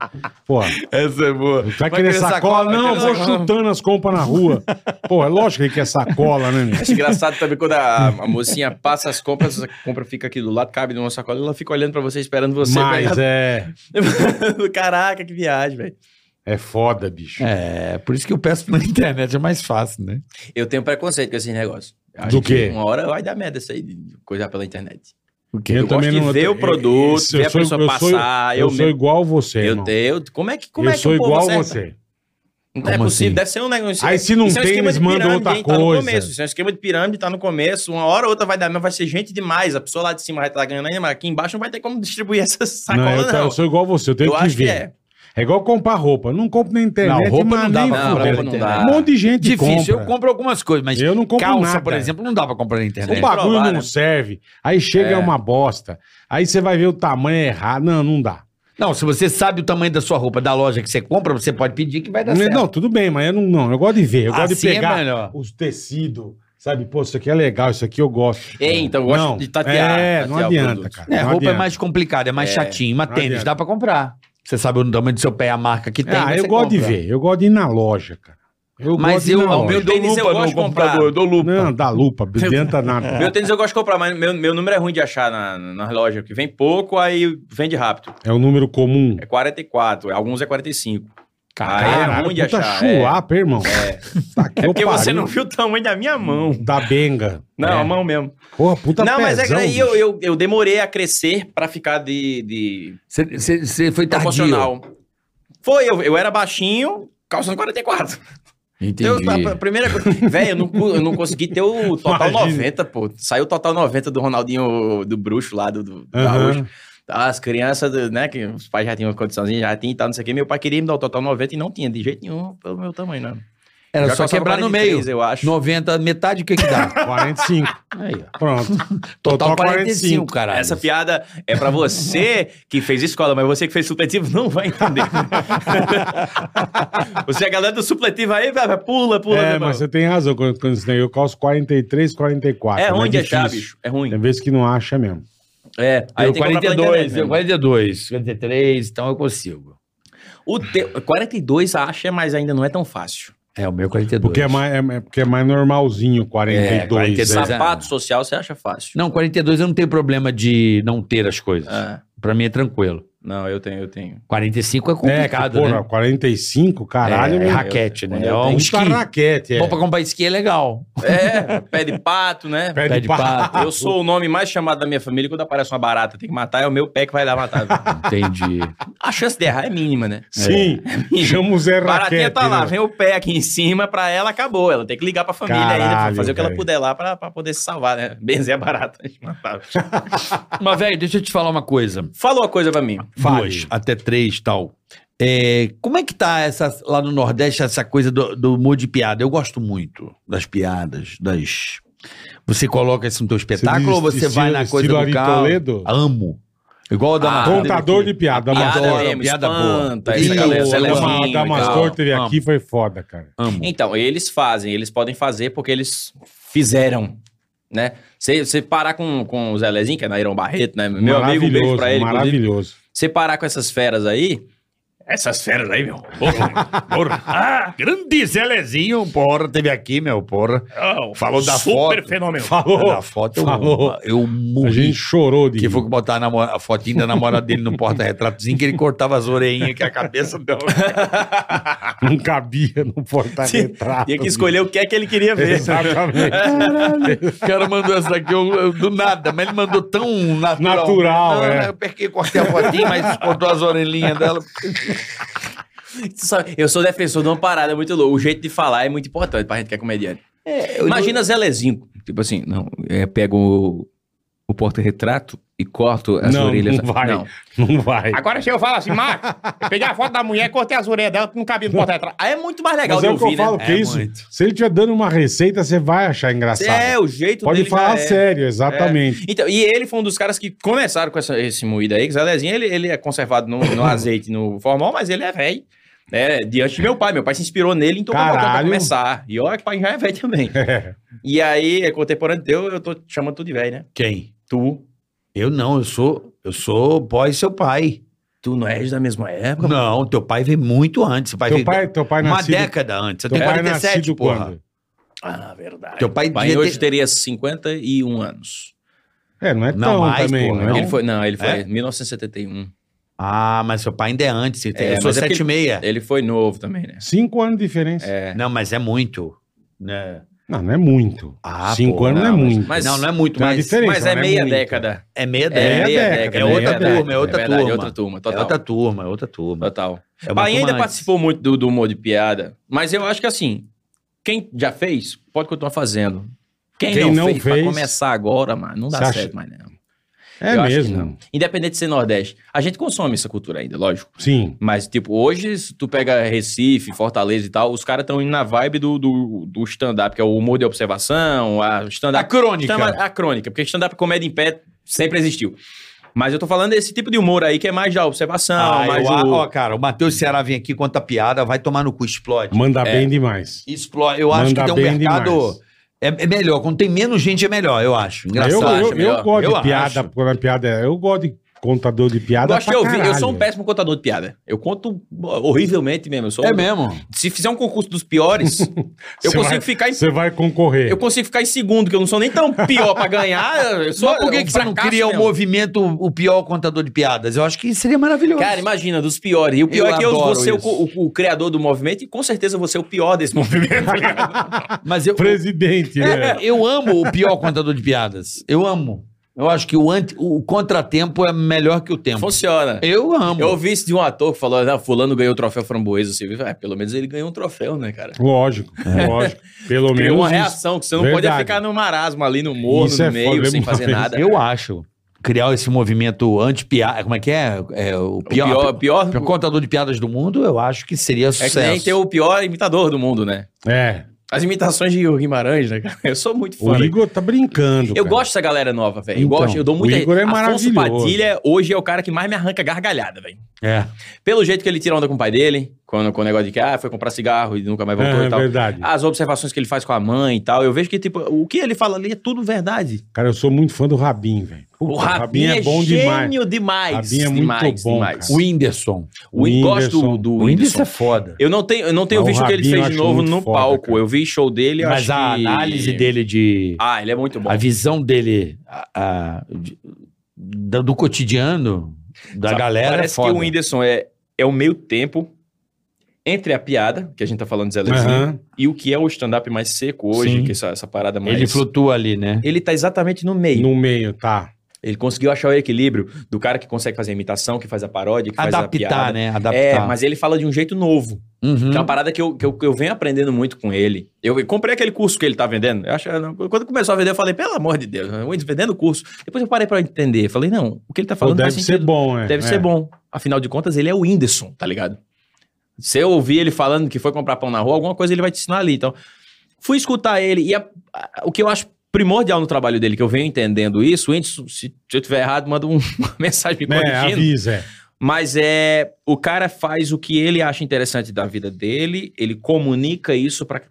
Speaker 3: Pô,
Speaker 6: Essa é boa.
Speaker 3: vai querer sacola? Não, eu vou chutando as compras na rua. Pô, é lógico que ele quer sacola, né, meu?
Speaker 1: Acho engraçado também quando a, a mocinha passa as compras, a compra fica aqui do lado, cabe numa sacola, ela fica olhando pra você, esperando você.
Speaker 3: Mas é,
Speaker 1: pegar. Caraca, que viagem, velho.
Speaker 3: é foda, bicho.
Speaker 4: É, por isso que eu peço na internet, é mais fácil, né?
Speaker 1: Eu tenho preconceito com esses negócios. Acho
Speaker 3: Do
Speaker 1: que
Speaker 3: quê?
Speaker 1: Uma hora vai dar merda isso aí, de coisa pela internet.
Speaker 3: Eu,
Speaker 1: gosto de ver o produto,
Speaker 3: Isso, eu
Speaker 1: ver a
Speaker 3: sou-
Speaker 1: pessoa
Speaker 3: eu sou-
Speaker 4: Ah,
Speaker 1: passar,
Speaker 3: Eu
Speaker 1: eu
Speaker 3: sou
Speaker 1: mesmo.
Speaker 3: igual você,
Speaker 1: Meu
Speaker 3: irmão.
Speaker 1: Deus, como é que, como
Speaker 3: eu
Speaker 1: é que
Speaker 3: sou
Speaker 1: o povo
Speaker 3: igual
Speaker 1: acerta?
Speaker 3: você.
Speaker 1: Não é
Speaker 4: Como
Speaker 1: possível,
Speaker 4: assim?
Speaker 1: deve ser um negócio.
Speaker 3: Aí se não
Speaker 1: isso é um
Speaker 3: tem,
Speaker 1: esquema
Speaker 3: eles
Speaker 1: de
Speaker 3: mandam
Speaker 1: pirâmide,
Speaker 3: outra
Speaker 1: hein, Tá no
Speaker 3: coisa.
Speaker 1: começo. Isso é um esquema de pirâmide, tá no começo. Uma hora ou outra vai dar, mas vai ser gente demais. A pessoa lá de cima vai estar ganhando ainda, mas aqui embaixo não vai ter como distribuir essa
Speaker 3: não,
Speaker 1: sacola,
Speaker 3: eu,
Speaker 1: não.
Speaker 3: eu sou igual você, eu tenho
Speaker 1: Eu
Speaker 3: que
Speaker 1: acho
Speaker 3: ver.
Speaker 1: que é.
Speaker 3: É igual comprar roupa. Não compro na internet,
Speaker 4: Não, roupa
Speaker 3: mas
Speaker 4: não dá
Speaker 3: nem
Speaker 4: pra
Speaker 1: comprar
Speaker 3: fudendo.
Speaker 1: na internet.
Speaker 3: Um monte de gente
Speaker 4: Difícil, eu
Speaker 3: compra.
Speaker 4: compro algumas coisas, mas
Speaker 3: Eu não compro
Speaker 4: calça,
Speaker 3: nada.
Speaker 4: por exemplo, não dá pra comprar na internet.
Speaker 3: O bagulho
Speaker 1: provar,
Speaker 3: não
Speaker 1: né?
Speaker 3: serve. Aí chega é uma bosta. Aí você vai ver o tamanho errado. Não, não dá.
Speaker 4: Não, se você sabe o tamanho da sua roupa da loja que você compra, você pode pedir que vai dar certo.
Speaker 3: Não, tudo bem, mas eu não, não. Eu gosto de ver. Eu gosto
Speaker 4: Assim
Speaker 3: de
Speaker 4: é
Speaker 3: pegar
Speaker 4: melhor.
Speaker 3: os tecidos. Sabe, pô, isso aqui é legal, isso aqui eu gosto.
Speaker 1: É, então, eu gosto de tatear,
Speaker 3: É, não
Speaker 1: tatear o
Speaker 3: adianta,
Speaker 1: produto.
Speaker 3: cara.
Speaker 4: É,
Speaker 3: não
Speaker 4: roupa é
Speaker 3: adianta.
Speaker 4: mais complicada, é mais
Speaker 1: É,
Speaker 4: chatinho. Mas
Speaker 3: não
Speaker 4: tênis
Speaker 3: adianta.
Speaker 4: dá pra comprar. Você sabe o tamanho do seu pé, a marca que tem.
Speaker 3: Ah,
Speaker 4: você
Speaker 3: eu gosto de
Speaker 4: compra.
Speaker 3: ver. Eu gosto de ir na loja, cara. Eu
Speaker 4: Mas
Speaker 3: gosto de ir
Speaker 4: eu-
Speaker 3: na
Speaker 4: ao
Speaker 3: loja.
Speaker 1: Meu tênis eu gosto de comprar.
Speaker 6: eu dou lupa.
Speaker 3: Não, dá lupa, não adianta nada.
Speaker 1: Meu tênis eu gosto de comprar, mas meu, meu número é ruim de achar na, na loja, porque vem pouco, aí vende rápido.
Speaker 3: É um número comum.
Speaker 1: É 44, alguns é 45. aí é ruim de
Speaker 3: puta
Speaker 1: achar. é.
Speaker 3: chulapa, irmão. Tá que
Speaker 1: É porque
Speaker 3: eu
Speaker 1: você
Speaker 3: pariu.
Speaker 1: não viu o tamanho da minha mão.
Speaker 3: Da benga.
Speaker 1: Não,
Speaker 3: É.
Speaker 1: a mão mesmo.
Speaker 3: Porra, puta
Speaker 1: não, mas é que
Speaker 3: pezão,
Speaker 1: aí eu,
Speaker 3: bicho.
Speaker 1: eu, eu demorei a crescer pra ficar de- de
Speaker 4: Você- Você você foi tardio.
Speaker 1: proporcional. Foi, eu, eu era baixinho, calçando 44. Eu, a, a primeira coisa. Velho, eu não, cu- eu não consegui ter o total
Speaker 3: Imagina.
Speaker 1: 90, pô. Saiu o total 90 do Ronaldinho do Bruxo lá, do, do do Gaúcho.
Speaker 3: Aham.
Speaker 1: As crianças, do- né, que os pais já tinham condiçãozinha, já tinha e tal, não sei o quê. Meu pai queria me dar o total 90 e não tinha, de jeito nenhum, pelo meu tamanho, não.
Speaker 4: Era
Speaker 1: Já
Speaker 4: só
Speaker 1: calçava
Speaker 4: quebrar no
Speaker 1: 43,
Speaker 4: meio.
Speaker 1: Eu acho.
Speaker 4: 90, metade, o que que dá?
Speaker 3: 45.
Speaker 4: Aí, ó.
Speaker 3: Pronto.
Speaker 4: Total 45, caralho.
Speaker 1: Essa piada é pra você que fez escola, mas você que fez supletivo não vai entender. você é a galera do supletivo aí, velho, pula, pula. né,
Speaker 3: É,
Speaker 1: meu
Speaker 3: mas
Speaker 1: irmão.
Speaker 3: você tem razão quando, quando isso daí. Eu calço 43, 44.
Speaker 1: É
Speaker 3: mas
Speaker 1: ruim de achar,
Speaker 3: difícil.
Speaker 1: bicho. É ruim.
Speaker 3: Tem vezes que não acha mesmo.
Speaker 1: É, aí
Speaker 4: Eu
Speaker 1: tem que comprar pela
Speaker 4: 42,
Speaker 1: internet né?
Speaker 4: eu 42, 43, então eu consigo.
Speaker 1: mesmo. O te... 42 acha, mas ainda não é tão fácil.
Speaker 4: É, o meu 42.
Speaker 3: Porque é mais, é- é porque é mais normalzinho 42.
Speaker 4: É, 42.
Speaker 3: né?
Speaker 4: Pois é.
Speaker 1: Sapato social você acha fácil.
Speaker 4: Não, 42 eu não tenho problema de não ter as coisas.
Speaker 1: É.
Speaker 4: Pra mim é tranquilo.
Speaker 1: Não, eu tenho, eu tenho.
Speaker 4: 45 é
Speaker 3: É, que,
Speaker 4: complicado,
Speaker 3: porra,
Speaker 4: né?
Speaker 3: 45, caralho.
Speaker 4: é, é
Speaker 3: meu.
Speaker 4: raquete, né?
Speaker 1: eu
Speaker 4: É um
Speaker 3: Puta
Speaker 4: esqui.
Speaker 3: raquete, é.
Speaker 4: Bom pra comprar esqui é legal.
Speaker 1: É, pé de pato, né?
Speaker 3: Pé
Speaker 4: pé de
Speaker 3: pato.
Speaker 1: Eu sou o nome mais chamado da minha família. Quando aparece uma barata, tem que matar, é o meu pé que vai lá matar.
Speaker 4: Entendi.
Speaker 1: A chance de errar é mínima, né?
Speaker 3: Sim, chama o Zé
Speaker 1: Baratinha
Speaker 3: Raquete.
Speaker 1: tá lá,
Speaker 3: né?
Speaker 1: vem o pé aqui em cima, pra ela acabou. Ela tem que ligar pra família ainda,
Speaker 3: Caralho,
Speaker 1: fazer o que ela
Speaker 3: velho.
Speaker 1: puder lá pra, pra poder se salvar, né? Benzer é barato.
Speaker 4: Mas, velho, deixa eu te falar uma coisa.
Speaker 1: Falou a coisa pra mim.
Speaker 3: Fale.
Speaker 4: Duas, até três tal. É, como é que tá essa, lá no Nordeste essa coisa do, do humor de piada? Eu gosto muito das piadas, das. Você coloca isso no teu espetáculo ou você
Speaker 3: estilo-
Speaker 4: vai na coisa
Speaker 3: estilo
Speaker 4: do
Speaker 3: Ari
Speaker 4: carro?
Speaker 3: Toledo?
Speaker 4: Amo. Igual o da
Speaker 1: Ah,
Speaker 4: Marcelo
Speaker 3: Contador
Speaker 4: aqui.
Speaker 3: de piada.
Speaker 4: Piada
Speaker 3: Adoro.
Speaker 4: adoro, piada boa.
Speaker 1: espanta,
Speaker 4: Ih,
Speaker 1: essa galera,
Speaker 4: o
Speaker 3: Ih,
Speaker 4: Celestino
Speaker 3: Dama-
Speaker 1: Celezinho e tal.
Speaker 3: Damastor teve
Speaker 4: Amo.
Speaker 3: aqui, foi foda, cara.
Speaker 4: Amo.
Speaker 1: Então, eles fazem, eles podem fazer porque eles fizeram, né? Se você parar com, com o Zé Lezinho, que é Nairon Barreto, né? Meu amigo, um beijo pra ele. inclusive.
Speaker 3: Maravilhoso.
Speaker 1: Você parar com essas feras aí,
Speaker 6: Essas feras aí, meu.
Speaker 4: Porra. Ah, grande Zelezinho, porra, teve aqui, meu, porra. Falou da
Speaker 5: super
Speaker 4: foto.
Speaker 5: fenômeno.
Speaker 4: Falou da foto, eu,
Speaker 3: Falou.
Speaker 4: eu
Speaker 3: A
Speaker 4: morri.
Speaker 3: gente chorou de
Speaker 4: Que
Speaker 3: rir.
Speaker 4: foi que botar a, namora- a fotinha da namorada dele no porta-retratozinho, que ele cortava as orelhinhas, que a cabeça dela.
Speaker 3: Não cabia no porta-retrato.
Speaker 1: Tinha que escolher o que é que ele queria ver.
Speaker 3: Exatamente.
Speaker 4: O cara mandou essa daqui eu- eu- do nada, mas ele mandou tão natural.
Speaker 3: Natural,
Speaker 4: Não,
Speaker 3: é.
Speaker 4: não, Eu perquei, cortei a fotinha, mas cortou as orelhinhas dela.
Speaker 1: Tu sabe, Eu sou defensor de uma parada muito louca. O jeito de falar é muito importante pra gente que é comediante. Imagina Zelezinho.
Speaker 9: Tipo assim, não, é, pego o, o porta-retrato e corto as
Speaker 3: Não,
Speaker 9: orelhas.
Speaker 3: não vai. Não, vai.
Speaker 5: Agora se eu falo assim, Marcos, eu peguei a foto da mulher e cortei as orelhas dela, não cabia no porta-retrato.
Speaker 1: Aí é muito mais legal
Speaker 3: Mas
Speaker 1: de
Speaker 3: é o que
Speaker 1: ouvir,
Speaker 3: eu falo,
Speaker 1: né?
Speaker 3: que
Speaker 1: é,
Speaker 3: isso?
Speaker 1: muito.
Speaker 3: Se ele estiver dando uma receita, você vai achar engraçado.
Speaker 1: É, o jeito
Speaker 3: Pode
Speaker 1: dele já
Speaker 3: falar
Speaker 1: é.
Speaker 3: sério, exatamente.
Speaker 1: Então, e ele foi um dos caras que começaram com essa, esse moído aí. que Zelezinho, ele, ele é conservado no, no azeite, no formal, mas ele é velho. né? diante de meu pai. Meu pai se inspirou nele, então vou botar pra
Speaker 3: Caralho.
Speaker 1: começar. E olha que o pai já é velho também. E aí, é contemporâneo teu, eu tô te chamando tu de velho, né?
Speaker 4: Quem?
Speaker 1: Tu.
Speaker 4: Eu não, eu sou, eu sou pós seu pai.
Speaker 1: Tu não és da mesma época?
Speaker 4: Não, teu pai veio muito antes. Seu pai
Speaker 3: Teu
Speaker 4: veio
Speaker 3: pai, teu pai
Speaker 4: uma
Speaker 3: nascido...
Speaker 4: década antes. Eu
Speaker 3: Teu
Speaker 4: tenho
Speaker 3: pai é
Speaker 4: 47,
Speaker 3: nascido
Speaker 4: porra.
Speaker 3: quando?
Speaker 1: Ah, verdade.
Speaker 4: Teu pai,
Speaker 1: Meu pai
Speaker 4: devia
Speaker 1: hoje
Speaker 4: ter-
Speaker 1: teria 51 anos.
Speaker 3: É, não é
Speaker 4: Não,
Speaker 3: tão
Speaker 4: mais,
Speaker 3: também,
Speaker 4: porra,
Speaker 3: não.
Speaker 1: Ele foi, não, ele foi
Speaker 4: É?
Speaker 1: em 1971.
Speaker 4: Ah, mas seu pai ainda é antes. ele tem-
Speaker 1: É,
Speaker 4: eu sou
Speaker 1: mas é porque-
Speaker 4: 7 e meia.
Speaker 1: Ele foi novo também, né?
Speaker 3: Cinco anos de diferença.
Speaker 4: Não, mas é muito. Né?
Speaker 3: Não, não é muito.
Speaker 4: Ah,
Speaker 3: Cinco
Speaker 4: pô,
Speaker 3: anos não é
Speaker 4: não, mas-
Speaker 3: muito.
Speaker 1: mas-
Speaker 4: não, não é muito,
Speaker 3: Tem uma
Speaker 4: mas
Speaker 3: diferença,
Speaker 1: Mas é
Speaker 3: não
Speaker 1: meia
Speaker 3: muito.
Speaker 1: década.
Speaker 4: é meia
Speaker 1: É,
Speaker 4: década.
Speaker 1: meia
Speaker 3: década,
Speaker 1: década.
Speaker 3: é outra
Speaker 4: turma, é outra
Speaker 1: verdade,
Speaker 4: turma.
Speaker 1: outra turma,
Speaker 4: É
Speaker 1: total.
Speaker 4: outra turma, é outra turma.
Speaker 1: Total.
Speaker 4: É uma
Speaker 1: Pai
Speaker 4: turma
Speaker 1: ainda
Speaker 4: antes.
Speaker 1: participou muito do, do humor de piada, mas eu acho que assim, quem já fez, pode continuar fazendo. Quem,
Speaker 3: Quem
Speaker 1: não,
Speaker 3: não
Speaker 1: fez, pra
Speaker 3: fez-
Speaker 1: começar agora, mano, não dá
Speaker 3: Você acha-
Speaker 1: certo mais não.
Speaker 3: É
Speaker 1: Eu acho que
Speaker 3: mesmo.
Speaker 1: não. Independente de ser Nordeste, a gente consome essa cultura ainda, lógico.
Speaker 3: Sim.
Speaker 1: Mas, tipo, hoje, se tu pega Recife, Fortaleza e tal, os caras estão indo na vibe do, do, do stand-up, que é o humor de observação, a
Speaker 4: A
Speaker 1: stand-up
Speaker 4: crônica.
Speaker 1: Chama a crônica, porque stand-up comédia em pé sempre existiu. Mas eu tô falando desse tipo de humor aí que é mais da observação,
Speaker 4: Ah, eu
Speaker 1: mais
Speaker 4: a-
Speaker 1: do...
Speaker 4: Ó, cara, o Matheus Ceará vem aqui, conta piada, vai tomar no cu, explode.
Speaker 1: É.
Speaker 3: Manda bem demais.
Speaker 4: Explode. Eu acho
Speaker 3: Manda
Speaker 4: que tem um
Speaker 3: bem
Speaker 4: mercado.
Speaker 3: demais.
Speaker 4: É, é melhor, quando tem menos gente é melhor, eu acho.
Speaker 3: Eu,
Speaker 4: Engraçado.
Speaker 1: acha
Speaker 3: eu, eu
Speaker 1: melhor?
Speaker 3: gosto
Speaker 4: Eu
Speaker 3: de piada,
Speaker 4: acho.
Speaker 3: quando a piada é- Eu gosto de contador de piada.
Speaker 1: Gosto de
Speaker 3: pra
Speaker 1: ouvir. Eu sou um
Speaker 3: caralho.
Speaker 1: péssimo contador de piada. Eu conto horrivelmente mesmo. Eu sou
Speaker 4: É mesmo.
Speaker 1: Se fizer um concurso dos piores, eu
Speaker 3: Você
Speaker 1: consigo
Speaker 3: vai-
Speaker 1: ficar em.
Speaker 3: Você vai concorrer.
Speaker 1: Eu consigo ficar em segundo, que eu não sou nem tão pior pra ganhar. Eu sou
Speaker 4: Mas por que,
Speaker 1: um
Speaker 4: que você não
Speaker 1: fracasso
Speaker 4: cria o
Speaker 1: mesmo.
Speaker 4: movimento o pior contador de piadas? Eu acho que seria maravilhoso.
Speaker 1: Cara, imagina, dos piores. E o pior
Speaker 4: Eu
Speaker 1: é que eu vou
Speaker 4: adoro
Speaker 1: ser o,
Speaker 4: isso.
Speaker 1: o- o criador do movimento e com certeza vou ser o pior desse movimento. tá
Speaker 4: Mas eu, É,
Speaker 3: Presidente, né?
Speaker 4: eu amo o pior contador de piadas. Eu amo. Eu acho que o, anti, o contratempo é melhor que o tempo.
Speaker 1: Funciona.
Speaker 4: Eu amo.
Speaker 1: Eu ouvi isso de um ator que falou: ah, Fulano ganhou o troféu framboesa. Você viu? Ah, pelo menos ele ganhou um troféu, né, cara?
Speaker 3: Lógico, lógico. Pelo
Speaker 1: É. Criou
Speaker 3: menos
Speaker 1: uma
Speaker 3: isso.
Speaker 1: reação, que você não
Speaker 3: Verdade.
Speaker 1: podia ficar no marasmo ali, no morno,
Speaker 3: Isso
Speaker 1: no
Speaker 3: é
Speaker 1: meio,
Speaker 3: foda,
Speaker 1: sem
Speaker 3: lembro
Speaker 1: fazer
Speaker 3: uma vez.
Speaker 1: nada.
Speaker 4: Eu acho. Criar esse movimento anti-piada. Como é que é? É, o
Speaker 1: O pior,
Speaker 4: pior,
Speaker 1: o pior,
Speaker 4: pior contador de piadas do mundo, eu acho que seria
Speaker 1: é
Speaker 4: sucesso.
Speaker 1: que nem ter o pior imitador do mundo, né?
Speaker 3: É.
Speaker 1: As imitações de Igor Guimarães, né, cara? Eu sou muito
Speaker 3: O
Speaker 1: fã.
Speaker 3: Igor tá brincando.
Speaker 1: Eu
Speaker 3: cara.
Speaker 1: gosto dessa galera nova, velho. Eu
Speaker 3: Então,
Speaker 1: gosto, eu dou
Speaker 3: o
Speaker 1: muita.
Speaker 3: Igor é
Speaker 1: Afonso
Speaker 3: maravilhoso.
Speaker 1: Padilha hoje é o cara que mais me arranca gargalhada, velho.
Speaker 4: É.
Speaker 1: Pelo jeito que ele tira onda com o pai dele, quando, com o negócio de que ah, foi comprar cigarro e nunca mais voltou
Speaker 3: É,
Speaker 1: e
Speaker 3: é
Speaker 1: tal. Ah.
Speaker 3: verdade.
Speaker 1: As observações que ele faz com a mãe e tal, eu vejo que, tipo, o que ele fala ali é tudo verdade.
Speaker 3: Cara, eu sou muito fã do Rabin, velho. Puta,
Speaker 1: O Rabinho é, bom gênio demais.
Speaker 3: Rabin é muito
Speaker 1: demais,
Speaker 3: bom,
Speaker 1: demais.
Speaker 4: O Whindersson.
Speaker 1: O, o gosto do,
Speaker 3: Whindersson.
Speaker 1: do
Speaker 4: O
Speaker 1: Whindersson.
Speaker 4: Whindersson é foda.
Speaker 1: Eu não tenho, eu não tenho
Speaker 3: Mas o
Speaker 1: visto o que ele
Speaker 3: Rabinho eu
Speaker 1: fez de
Speaker 3: acho
Speaker 1: novo
Speaker 3: muito
Speaker 1: no
Speaker 3: foda,
Speaker 1: palco.
Speaker 3: cara.
Speaker 1: Eu vi show dele, eu
Speaker 4: Mas
Speaker 1: acho
Speaker 4: a
Speaker 1: que-
Speaker 4: análise dele de.
Speaker 1: Ah, ele é muito bom.
Speaker 4: A visão dele a- a- de- da- do cotidiano, da
Speaker 1: Sabe,
Speaker 4: galera. é
Speaker 1: Parece
Speaker 4: foda.
Speaker 1: que o Whindersson é, é o meio tempo entre a piada, que a gente tá falando de Zé Lezinho,
Speaker 3: Aham.
Speaker 1: e o que é o stand-up mais seco hoje,
Speaker 4: Sim.
Speaker 1: que essa, essa parada mais...
Speaker 4: Ele flutua ali, né?
Speaker 1: Ele tá exatamente no meio.
Speaker 3: No meio, tá.
Speaker 1: Ele conseguiu achar o equilíbrio do cara que consegue fazer a imitação, que faz a paródia, que faz a
Speaker 4: Adaptar,
Speaker 1: piada.
Speaker 4: né? Adaptar.
Speaker 1: É, mas ele fala de um jeito novo.
Speaker 4: Uhum.
Speaker 1: Que é uma parada que eu, que, eu, que eu venho aprendendo muito com ele. Eu comprei aquele curso que ele tá vendendo. Eu acho, quando começou a vender, eu falei, pelo amor de Deus, o Whindersson vendendo curso. Depois eu parei pra entender. Falei, não, o que ele tá
Speaker 3: Pô,
Speaker 1: falando
Speaker 3: deve
Speaker 1: faz
Speaker 3: ser
Speaker 1: sentido.
Speaker 3: bom, é.
Speaker 1: Deve
Speaker 3: É.
Speaker 1: ser bom. Afinal de contas, ele é o Whindersson, tá ligado? Se eu ouvir ele falando que foi comprar pão na rua, alguma coisa ele vai te ensinar ali. Então, fui escutar ele. E a- a- o que eu acho primordial no trabalho dele, que eu venho entendendo isso, o Whindersson, se, se eu tiver errado, manda um- uma mensagem me
Speaker 3: É,
Speaker 1: corrigindo.
Speaker 3: avisa. é.
Speaker 1: Mas é. O cara faz o que ele acha interessante da vida dele, ele comunica isso para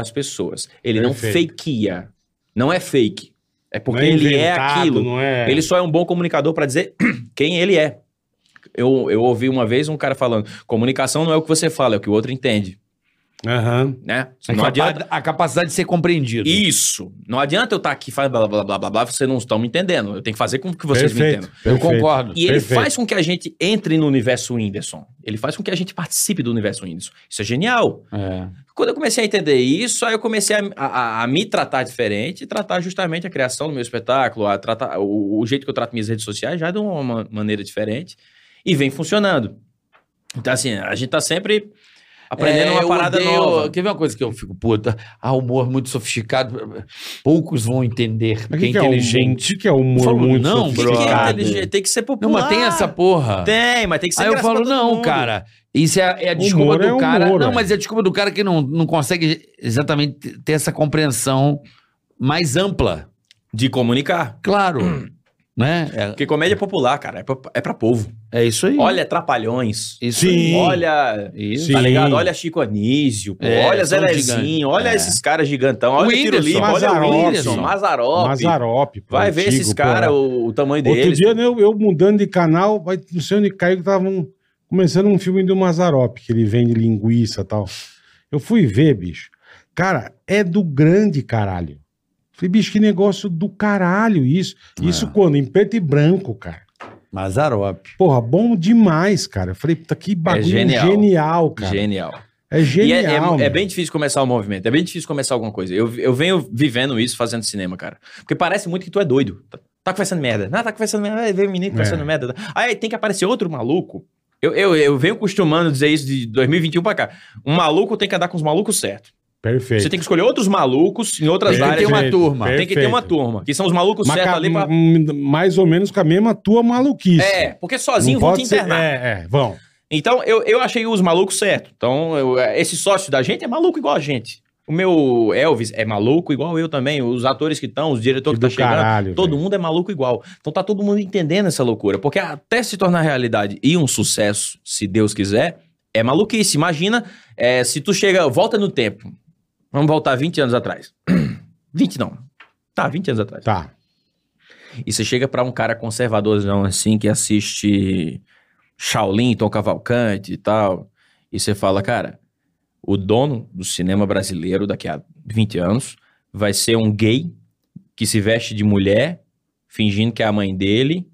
Speaker 1: as pessoas. Ele não
Speaker 3: Perfeito.
Speaker 1: fakeia. Não é fake. É porque
Speaker 3: Não
Speaker 1: ele é
Speaker 3: inventado,
Speaker 1: aquilo.
Speaker 3: Não é...
Speaker 1: Ele só é um bom comunicador para dizer quem ele é. eu, eu ouvi uma vez um cara falando: comunicação não é o que você fala, é o que o outro entende.
Speaker 3: Aham.
Speaker 1: Né?
Speaker 4: A,
Speaker 1: Não
Speaker 4: capa-
Speaker 1: adianta.
Speaker 4: a capacidade de ser compreendido.
Speaker 1: Isso. Não adianta eu estar aqui falando blá blá blá blá blá, vocês não estão me entendendo. Eu tenho que fazer com que vocês me entendam.
Speaker 4: Eu
Speaker 3: perfeito.
Speaker 4: concordo.
Speaker 1: E ele
Speaker 3: Perfeito.
Speaker 1: faz com que a gente entre no universo Whindersson. Ele faz com que a gente participe do universo Whindersson. Isso é genial. Quando eu comecei a entender isso, aí eu comecei a, a- a me tratar diferente, e tratar justamente a criação do meu espetáculo, a tratar, o, o jeito que eu trato minhas redes sociais já é de uma ma- maneira diferente e vem funcionando. Então, assim, a gente tá sempre aprendendo
Speaker 4: É,
Speaker 1: uma
Speaker 4: eu
Speaker 1: parada
Speaker 4: odeio-
Speaker 1: nova.
Speaker 4: Quer ver uma coisa que eu fico puta? Ah, humor muito sofisticado. Poucos vão entender.
Speaker 3: Mas
Speaker 4: Quem
Speaker 3: que
Speaker 4: é
Speaker 3: humor?
Speaker 4: inteligente.
Speaker 3: O que que é humor
Speaker 4: Falo,
Speaker 3: muito
Speaker 4: não,
Speaker 1: Tem que,
Speaker 3: sofisticado?
Speaker 1: é inteligente, tem que ser
Speaker 4: Não,
Speaker 1: popular.
Speaker 4: mas tem essa porra.
Speaker 1: Tem, mas tem que ser
Speaker 4: Aí eu
Speaker 1: graça pra
Speaker 4: falo,
Speaker 1: todo
Speaker 4: não,
Speaker 1: mundo.
Speaker 4: cara. Isso é, é a desculpa
Speaker 3: Humor
Speaker 4: do
Speaker 3: é humor,
Speaker 4: cara. não,
Speaker 3: é.
Speaker 4: mas é a desculpa do cara que não, não consegue exatamente ter essa compreensão mais ampla.
Speaker 1: De comunicar.
Speaker 4: Claro. Né?
Speaker 1: Porque comédia popular, cara, é pra, é pra povo.
Speaker 4: É, é isso aí.
Speaker 1: Olha Trapalhões.
Speaker 4: isso
Speaker 3: Sim.
Speaker 4: aí.
Speaker 1: Olha.
Speaker 4: Isso.
Speaker 3: Sim.
Speaker 1: Tá ligado? Olha Chico Anísio, pô.
Speaker 4: É,
Speaker 1: olha
Speaker 4: são gigantes.
Speaker 1: Zelezinho, olha
Speaker 4: É.
Speaker 1: esses caras gigantão. Olha o
Speaker 4: Whindersson,
Speaker 1: Tiro Lima, olha o
Speaker 3: Mazzaropi.
Speaker 1: Whindersson, Mazarop.
Speaker 3: Mazzaropi, pô,
Speaker 1: é? Vai ver
Speaker 3: antigo,
Speaker 1: esses
Speaker 3: pô,
Speaker 1: caras,
Speaker 3: é.
Speaker 1: o, o tamanho
Speaker 3: Outro
Speaker 1: deles. né?
Speaker 3: dia né, eu, eu mudando de canal, vai- não sei onde caiu, que estavam começando um filme do Mazarop, que ele vende linguiça e tal. Eu fui ver, bicho. Cara, é do grande caralho. Falei, bicho, que negócio do caralho isso.
Speaker 1: É.
Speaker 3: Isso quando? Em preto e branco, cara.
Speaker 4: Mazarop.
Speaker 3: Porra, bom demais, cara. Eu falei, puta, que bagulho
Speaker 1: É genial.
Speaker 3: genial. cara.
Speaker 1: Genial.
Speaker 3: É
Speaker 1: E é- é-
Speaker 3: genial.
Speaker 1: é,
Speaker 3: meu.
Speaker 1: bem difícil começar o movimento, é bem difícil começar alguma coisa. Eu, eu venho vivendo isso fazendo cinema, cara. Porque parece muito que tu é doido. Tá, tá conversando merda. Não, tá conversando merda. Aí vem o menino conversando
Speaker 3: É.
Speaker 1: merda. Aí tem que aparecer outro maluco. Eu, eu, eu venho costumando dizer isso de 2021 pra cá. Um maluco tem que andar com os malucos certos.
Speaker 3: Perfeito.
Speaker 1: Você tem que escolher outros malucos em outras
Speaker 4: Tem que
Speaker 1: áreas.
Speaker 4: ter uma turma.
Speaker 1: Tem que ter uma turma, que são os malucos
Speaker 3: Mas
Speaker 1: certos
Speaker 3: ca-
Speaker 1: ali pra...
Speaker 3: m- Mais ou menos com a mesma tua maluquice.
Speaker 1: É, porque
Speaker 3: Não
Speaker 1: sozinho vão te
Speaker 3: pode ser-
Speaker 1: internar.
Speaker 3: É, é, vão.
Speaker 1: Então, eu, eu achei os malucos certo. Então, eu- esse sócio da gente é maluco igual a gente. O meu Elvis é maluco igual eu também. Os atores que estão, os diretores que
Speaker 3: do
Speaker 1: estão chegando,
Speaker 3: caralho,
Speaker 1: todo
Speaker 3: velho.
Speaker 1: mundo é maluco igual. Então tá todo mundo entendendo essa loucura. Porque até se tornar realidade e um sucesso, se Deus quiser, é maluquice. Imagina é, se tu chega, volta no tempo. Vamos voltar 20 anos atrás. 20 não. Tá, 20 anos atrás.
Speaker 3: Tá.
Speaker 1: E você chega pra um cara conservadorzão assim que assiste Shaolin, Tom Cavalcante e tal, e você fala, cara, o dono do cinema brasileiro daqui a 20 anos vai ser um gay que se veste de mulher, fingindo que é a mãe dele,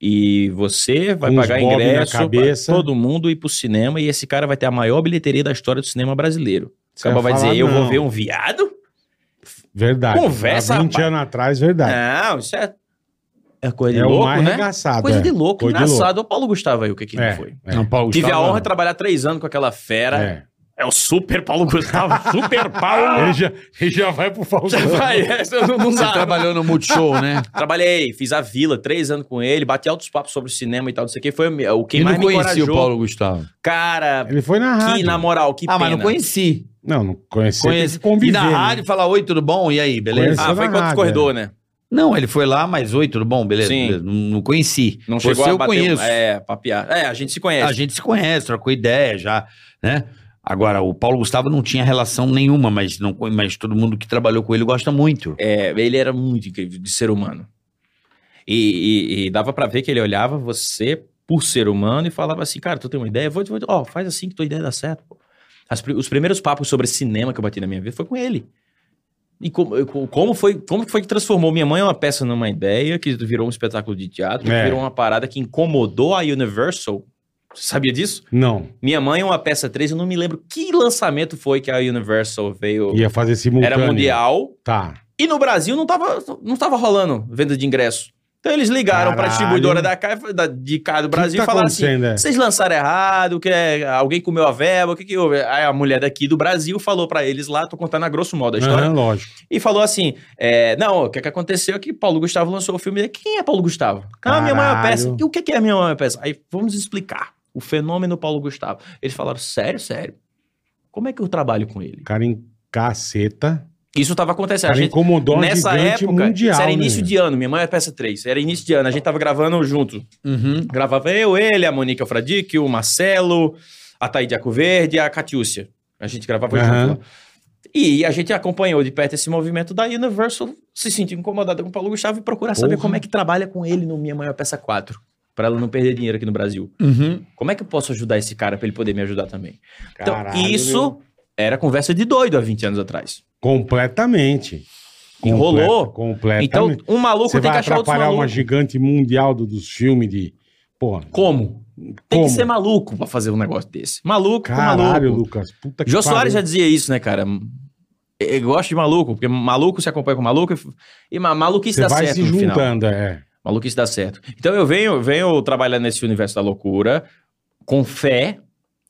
Speaker 1: e você vai
Speaker 3: Com uns
Speaker 1: pagar
Speaker 3: bob na
Speaker 1: ingresso
Speaker 3: cabeça.
Speaker 1: pra todo mundo ir pro cinema e esse cara vai ter a maior bilheteria da história do cinema brasileiro. O
Speaker 3: Você
Speaker 1: cara
Speaker 3: vai
Speaker 1: vai dizer,
Speaker 3: falar,
Speaker 1: eu vou
Speaker 3: "Não."
Speaker 1: ver um viado?
Speaker 3: Verdade.
Speaker 1: Conversa,
Speaker 3: Há 20
Speaker 1: rapaz.
Speaker 3: anos atrás, verdade.
Speaker 1: Não, isso é, é coisa de
Speaker 3: Tá. É, o
Speaker 1: louco,
Speaker 3: mais
Speaker 1: né?
Speaker 3: arregaçado.
Speaker 1: Coisa
Speaker 3: é.
Speaker 1: de louco,
Speaker 3: Coisa de
Speaker 1: engraçado. O Paulo Gustavo aí, o que que
Speaker 3: É,
Speaker 1: ele foi?
Speaker 3: é.
Speaker 4: Paulo
Speaker 1: Tive a
Speaker 4: Gustavo,
Speaker 1: honra de trabalhar três anos com aquela fera.
Speaker 3: É.
Speaker 5: É o super Paulo Gustavo, super Paulo.
Speaker 3: Ele, já, ele já vai pro Faustão.
Speaker 1: Vai, essa eu não, não
Speaker 4: Você
Speaker 1: dá.
Speaker 4: trabalhou no Multishow, né?
Speaker 1: Trabalhei, fiz a Vila, três anos com ele, bati altos papos sobre o cinema e tal, não sei o que. Foi o quem
Speaker 4: eu
Speaker 1: mais
Speaker 4: não
Speaker 1: me
Speaker 4: conhecia o
Speaker 1: encorajou.
Speaker 4: Paulo Gustavo.
Speaker 1: Cara,
Speaker 3: Ele foi na
Speaker 1: que
Speaker 3: rádio.
Speaker 1: na moral, que
Speaker 4: ah,
Speaker 1: pena.
Speaker 4: mas não conheci.
Speaker 3: Não, não conheci.
Speaker 4: Conheci.
Speaker 3: tem que conviver,
Speaker 4: e na
Speaker 3: né?
Speaker 4: rádio falar, oi, tudo bom? E aí, beleza?
Speaker 3: Conheci.
Speaker 4: Ah,
Speaker 1: Ah,
Speaker 3: Só
Speaker 1: foi
Speaker 3: na
Speaker 1: quanto
Speaker 3: rádio,
Speaker 1: corredor, né?
Speaker 4: Não, ele foi lá, mas oi, tudo bom? Beleza?
Speaker 1: Sim.
Speaker 4: beleza. Não, não conheci.
Speaker 1: Não
Speaker 4: Você
Speaker 1: chegou a
Speaker 4: eu
Speaker 1: bater. um-
Speaker 4: conheço.
Speaker 1: É, papiar. É, a gente se conhece.
Speaker 4: A gente se conhece, trocou ideia já, né? Agora, o Paulo Gustavo não tinha relação nenhuma, mas, não, mas todo mundo que trabalhou com ele gosta muito.
Speaker 1: É, ele era muito incrível de ser humano. E, e- e dava pra ver que ele olhava você por ser humano e falava assim, cara, tu tem uma ideia? Vou, te- vou, te- ó, faz assim que tua ideia dá certo. pô." As pri- os primeiros papos sobre cinema que eu bati na minha vida foi com ele. E como, eu- co- como foi como que foi que transformou Minha Mãe é uma peça numa ideia, que virou um espetáculo de teatro,
Speaker 3: É.
Speaker 1: que virou uma parada que incomodou a Universal. Você sabia disso?
Speaker 3: Não,
Speaker 1: Minha Mãe é uma peça 3, eu não me lembro que lançamento foi que a Universal veio.
Speaker 3: ia fazer simultâneo.
Speaker 1: Era mundial.
Speaker 3: Tá.
Speaker 1: E no Brasil não tava, não tava rolando venda de ingresso. Então eles ligaram para
Speaker 3: Caralho.
Speaker 1: distribuidora da, Ca- da- de cá do Brasil
Speaker 3: tá
Speaker 1: e falaram assim:
Speaker 3: acontecendo, é?
Speaker 1: vocês lançaram errado, que é- alguém comeu a verba, o que, que houve? Aí a mulher daqui do Brasil falou para eles lá, tô contando a grosso modo a história,
Speaker 3: Aham, lógico.
Speaker 1: e falou assim: é, não, o que, que aconteceu é que Paulo Gustavo lançou o filme. Quem é Paulo Gustavo? Ah, minha mãe é uma
Speaker 3: Caralho.
Speaker 1: peça. E o que, que é minha mãe é uma peça? Aí vamos explicar o fenômeno Paulo Gustavo. Eles falaram: sério, sério. Como é que eu trabalho com ele?
Speaker 3: O cara em caceta.
Speaker 1: Isso tava acontecendo.
Speaker 3: O
Speaker 1: A
Speaker 3: cara
Speaker 1: gente,
Speaker 3: incomodou um
Speaker 1: Nessa
Speaker 3: gigante
Speaker 1: época,
Speaker 3: mundial.
Speaker 1: isso era início
Speaker 3: né?
Speaker 1: de ano, minha mãe é peça 3, era início de ano, a gente tava gravando junto.
Speaker 4: Uhum.
Speaker 1: Gravava eu, ele, a Monique Alfradique, o Marcelo, a Thaíde Aco Verde e a Catiúcia. A gente gravava
Speaker 3: Aham.
Speaker 1: junto. lá. E a gente acompanhou de perto esse movimento da Universal, se sentiu incomodada com o Paulo Gustavo e procurar saber
Speaker 3: Porra.
Speaker 1: como é que trabalha com ele no Minha Mãe é Peça 4. Pra ela não perder dinheiro aqui no Brasil.
Speaker 3: Uhum.
Speaker 1: Como é que eu posso ajudar esse cara pra ele poder me ajudar também? então,
Speaker 3: Caralho,
Speaker 1: isso
Speaker 3: meu.
Speaker 1: era conversa de doido há 20 anos atrás.
Speaker 3: Completamente.
Speaker 1: Enrolou.
Speaker 3: Completa- Completamente.
Speaker 1: Então, um maluco
Speaker 3: É, tá Você
Speaker 1: tem que
Speaker 3: vai
Speaker 1: achar outro
Speaker 3: atrapalhar
Speaker 1: maluco. Tá
Speaker 3: uma gigante mundial do, dos filmes de. Porra.
Speaker 1: Como? Tem
Speaker 3: Como?
Speaker 1: que ser maluco pra fazer um negócio desse. Maluco, com
Speaker 3: Caralho,
Speaker 1: maluco.
Speaker 3: Lucas. Puta que
Speaker 1: Jô
Speaker 3: pariu.
Speaker 1: Soares já dizia isso, né, cara? Eu gosto de maluco, porque maluco se acompanha com maluco e- e ma- maluquice
Speaker 3: Você
Speaker 1: dá
Speaker 3: vai
Speaker 1: certo
Speaker 3: se
Speaker 1: no final.
Speaker 3: juntando, é.
Speaker 1: Maluquice dá certo. Então eu venho, venho trabalhando nesse universo da loucura com fé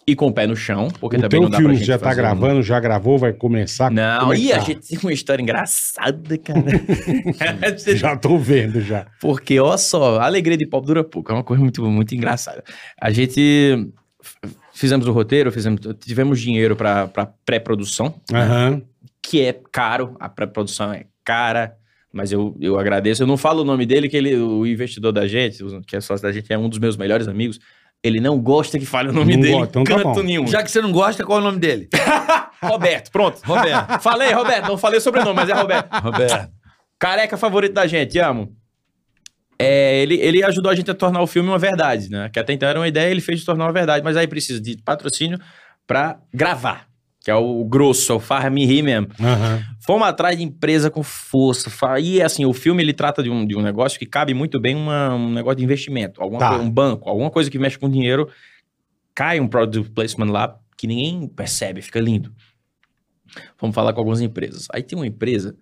Speaker 1: e com o pé no chão, porque
Speaker 3: o
Speaker 1: também
Speaker 3: teu
Speaker 1: não dá pra
Speaker 3: filme
Speaker 1: gente
Speaker 3: já tá
Speaker 1: fazer um-
Speaker 3: gravando, já gravou, vai começar.
Speaker 1: Não,
Speaker 3: Como é que
Speaker 1: e a
Speaker 3: tá?
Speaker 1: gente tem uma história engraçada, cara. Você
Speaker 3: Já tô vendo já.
Speaker 1: Porque, ó só, a alegria de pop dura pouco. É uma coisa muito, muito engraçada. A gente f- fizemos o roteiro, fizemos, tivemos dinheiro para pré-produção, né?
Speaker 3: Aham.
Speaker 1: que é caro. A pré-produção é cara, mas eu, eu agradeço. Eu não falo o nome dele, que ele, o investidor da gente, o- que é sócio da gente, é um dos meus melhores amigos. Ele não gosta que fale o nome
Speaker 3: Não
Speaker 1: dele
Speaker 3: gosta, então
Speaker 1: em
Speaker 3: tá
Speaker 1: canto
Speaker 3: bom.
Speaker 1: nenhum.
Speaker 4: Já que você não gosta, qual é o nome dele?
Speaker 1: Roberto, pronto.
Speaker 4: Roberto.
Speaker 1: falei, Roberto. Não falei o sobrenome, mas é Roberto.
Speaker 4: Roberto.
Speaker 1: Careca favorito da gente, amo. É, ele, ele ajudou a gente a tornar o filme uma verdade, né? Que até então era uma ideia, ele fez de tornar uma verdade, mas aí precisa de patrocínio pra gravar, que é o grosso, é o farra me rir mesmo.
Speaker 3: Aham.
Speaker 1: Fomos atrás de empresa com força. fa- E assim, o filme ele trata de um, de um negócio que cabe muito bem uma- um negócio de investimento, alguma
Speaker 3: Tá.
Speaker 1: coisa- um banco, alguma coisa que mexe com dinheiro. Cai um product placement lá que ninguém percebe, fica lindo. Vamos falar com algumas empresas. Aí tem uma empresa,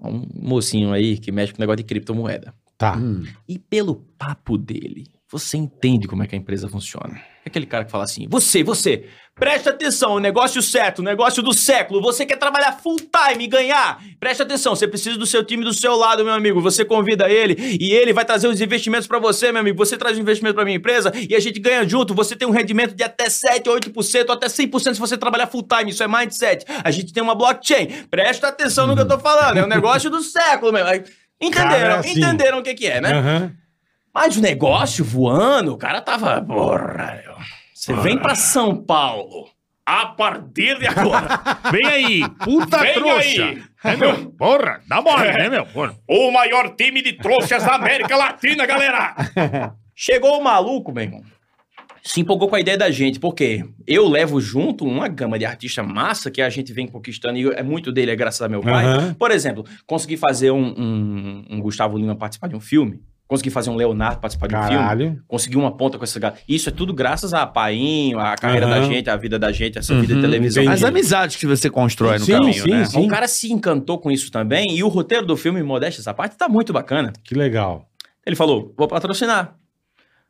Speaker 1: um mocinho aí que mexe com negócio de criptomoeda.
Speaker 3: Tá.
Speaker 1: Hum, E pelo papo dele, você entende como é que a empresa funciona. É aquele cara que fala assim: você, você, presta atenção, o negócio certo, o negócio do século, você quer trabalhar full time e ganhar. Presta atenção, você precisa do seu time do seu lado, meu amigo. Você convida ele e ele vai trazer os investimentos pra você, meu amigo. Você traz o investimento pra minha empresa e a gente ganha junto. Você tem um rendimento de até 7, 8%, até 100% se você trabalhar full time. Isso é mindset. A gente tem uma blockchain. Presta atenção no que eu tô falando, é o negócio do século, meu. Aí,
Speaker 3: Cara,
Speaker 1: Entenderam,
Speaker 3: assim.
Speaker 1: entenderam o que que é, né?
Speaker 3: Aham.
Speaker 1: Mas o negócio voando, o cara tava. Porra, meu. você vem pra São Paulo. A partir de agora.
Speaker 5: Vem aí, puta Vem
Speaker 6: trouxa.
Speaker 5: Aí. É, meu, porra, dá mole, né, meu? Porra.
Speaker 6: O maior time de trouxas da América Latina, galera!
Speaker 1: Chegou o maluco, meu irmão. Se empolgou com a ideia da gente, porque eu levo junto uma gama de artista massa que a gente vem conquistando, e eu- é muito dele, é graças a meu pai.
Speaker 3: Aham.
Speaker 1: Por exemplo, consegui fazer um, um- um Gustavo Lima participar de um filme, consegui fazer um Leonardo participar de um filme,
Speaker 3: Caralho.
Speaker 1: conseguiu uma ponta com essa galera. Isso é tudo graças a Painho, a carreira
Speaker 3: Aham.
Speaker 1: da gente, a vida da gente, essa vida de
Speaker 4: Uhum,
Speaker 1: televisão.
Speaker 3: entendi.
Speaker 4: As amizades que você constrói no
Speaker 3: Sim,
Speaker 4: caminho,
Speaker 3: sim,
Speaker 4: né?
Speaker 3: sim.
Speaker 1: O cara se encantou com isso também e o roteiro do filme, modéstia essa parte, tá muito bacana.
Speaker 3: Que legal.
Speaker 1: Ele falou, vou patrocinar.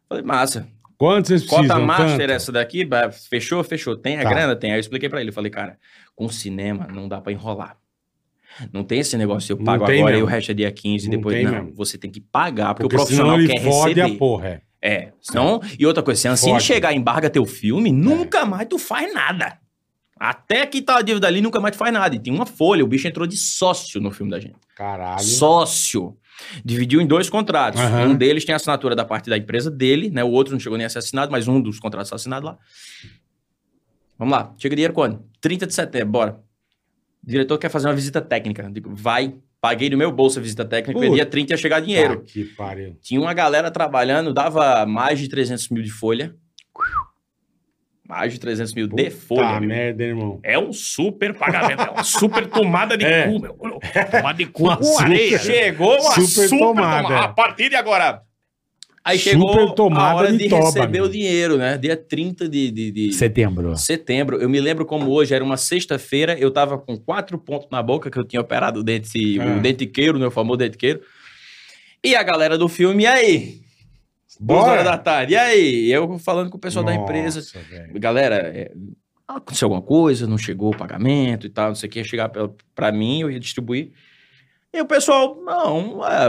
Speaker 1: Falei, massa.
Speaker 3: Quantos vocês precisam?
Speaker 1: Cota Master é
Speaker 3: Tanto?
Speaker 1: essa daqui, ba- fechou, fechou. Tem a
Speaker 3: Tá.
Speaker 1: grana? Tem. Aí eu expliquei pra ele, falei, cara, com cinema não dá pra enrolar. Não tem esse negócio, eu
Speaker 3: Não
Speaker 1: pago
Speaker 3: tem
Speaker 1: agora e
Speaker 3: mesmo.
Speaker 1: o resto é dia 15,
Speaker 3: Não
Speaker 1: depois
Speaker 3: tem
Speaker 1: não.
Speaker 3: mesmo.
Speaker 1: Você tem que pagar, porque,
Speaker 3: Porque
Speaker 1: o
Speaker 3: senão
Speaker 1: profissional
Speaker 3: ele
Speaker 1: quer
Speaker 3: fode
Speaker 1: receber.
Speaker 3: a porra. é.
Speaker 1: É, senão, e outra coisa, se a Ancine
Speaker 3: Pode.
Speaker 1: chegar e embarga teu
Speaker 3: É.
Speaker 1: filme, nunca mais tu faz nada. Até que tá a dívida ali, nunca mais tu faz nada. E tem uma folha, o bicho entrou de sócio no filme da gente.
Speaker 3: Caralho.
Speaker 1: Sócio. Dividiu em dois contratos.
Speaker 3: Aham.
Speaker 1: Um deles tem a assinatura da parte da empresa dele, né? O outro não chegou nem a ser assinado, mas um dos contratos tá assinado lá. Vamos lá, chega dinheiro quando? 30 de setembro, bora. O diretor quer fazer uma visita técnica. Digo, vai, paguei do meu bolso a visita técnica, porque
Speaker 3: Puta.
Speaker 1: dia 30 ia chegar dinheiro.
Speaker 3: Tá que pariu.
Speaker 1: Tinha uma galera trabalhando, dava mais de 300 mil de folha. Mais de 300 mil de folha.
Speaker 3: Tá
Speaker 1: amigo.
Speaker 3: merda, hein, irmão.
Speaker 5: É um super pagamento, é uma super tomada de
Speaker 3: É.
Speaker 5: cu, meu. Tomada de cu
Speaker 3: Uma
Speaker 5: com
Speaker 3: super-
Speaker 5: areia.
Speaker 1: Chegou uma...
Speaker 3: Super tomada.
Speaker 5: A partir de agora.
Speaker 1: Aí
Speaker 3: super
Speaker 1: chegou a
Speaker 3: tomada
Speaker 1: hora
Speaker 3: de
Speaker 1: de,
Speaker 3: toba,
Speaker 1: receber
Speaker 3: amigo.
Speaker 1: o dinheiro, né? Dia 30 de, de, de
Speaker 4: Setembro.
Speaker 1: setembro. Eu me lembro como hoje, era uma sexta-feira, eu tava com quatro pontos na boca, que eu tinha operado o dente,
Speaker 3: Ah.
Speaker 1: o dentiqueiro, meu famoso dentiqueiro. E a galera do filme, e aí? Duas horas da tarde, e aí? Eu falando com o pessoal da empresa,
Speaker 3: Nossa, velho.
Speaker 1: galera, é, aconteceu alguma coisa, não chegou o pagamento e tal, não sei o que, ia chegar pra, pra mim, eu ia distribuir. E o pessoal, não, é,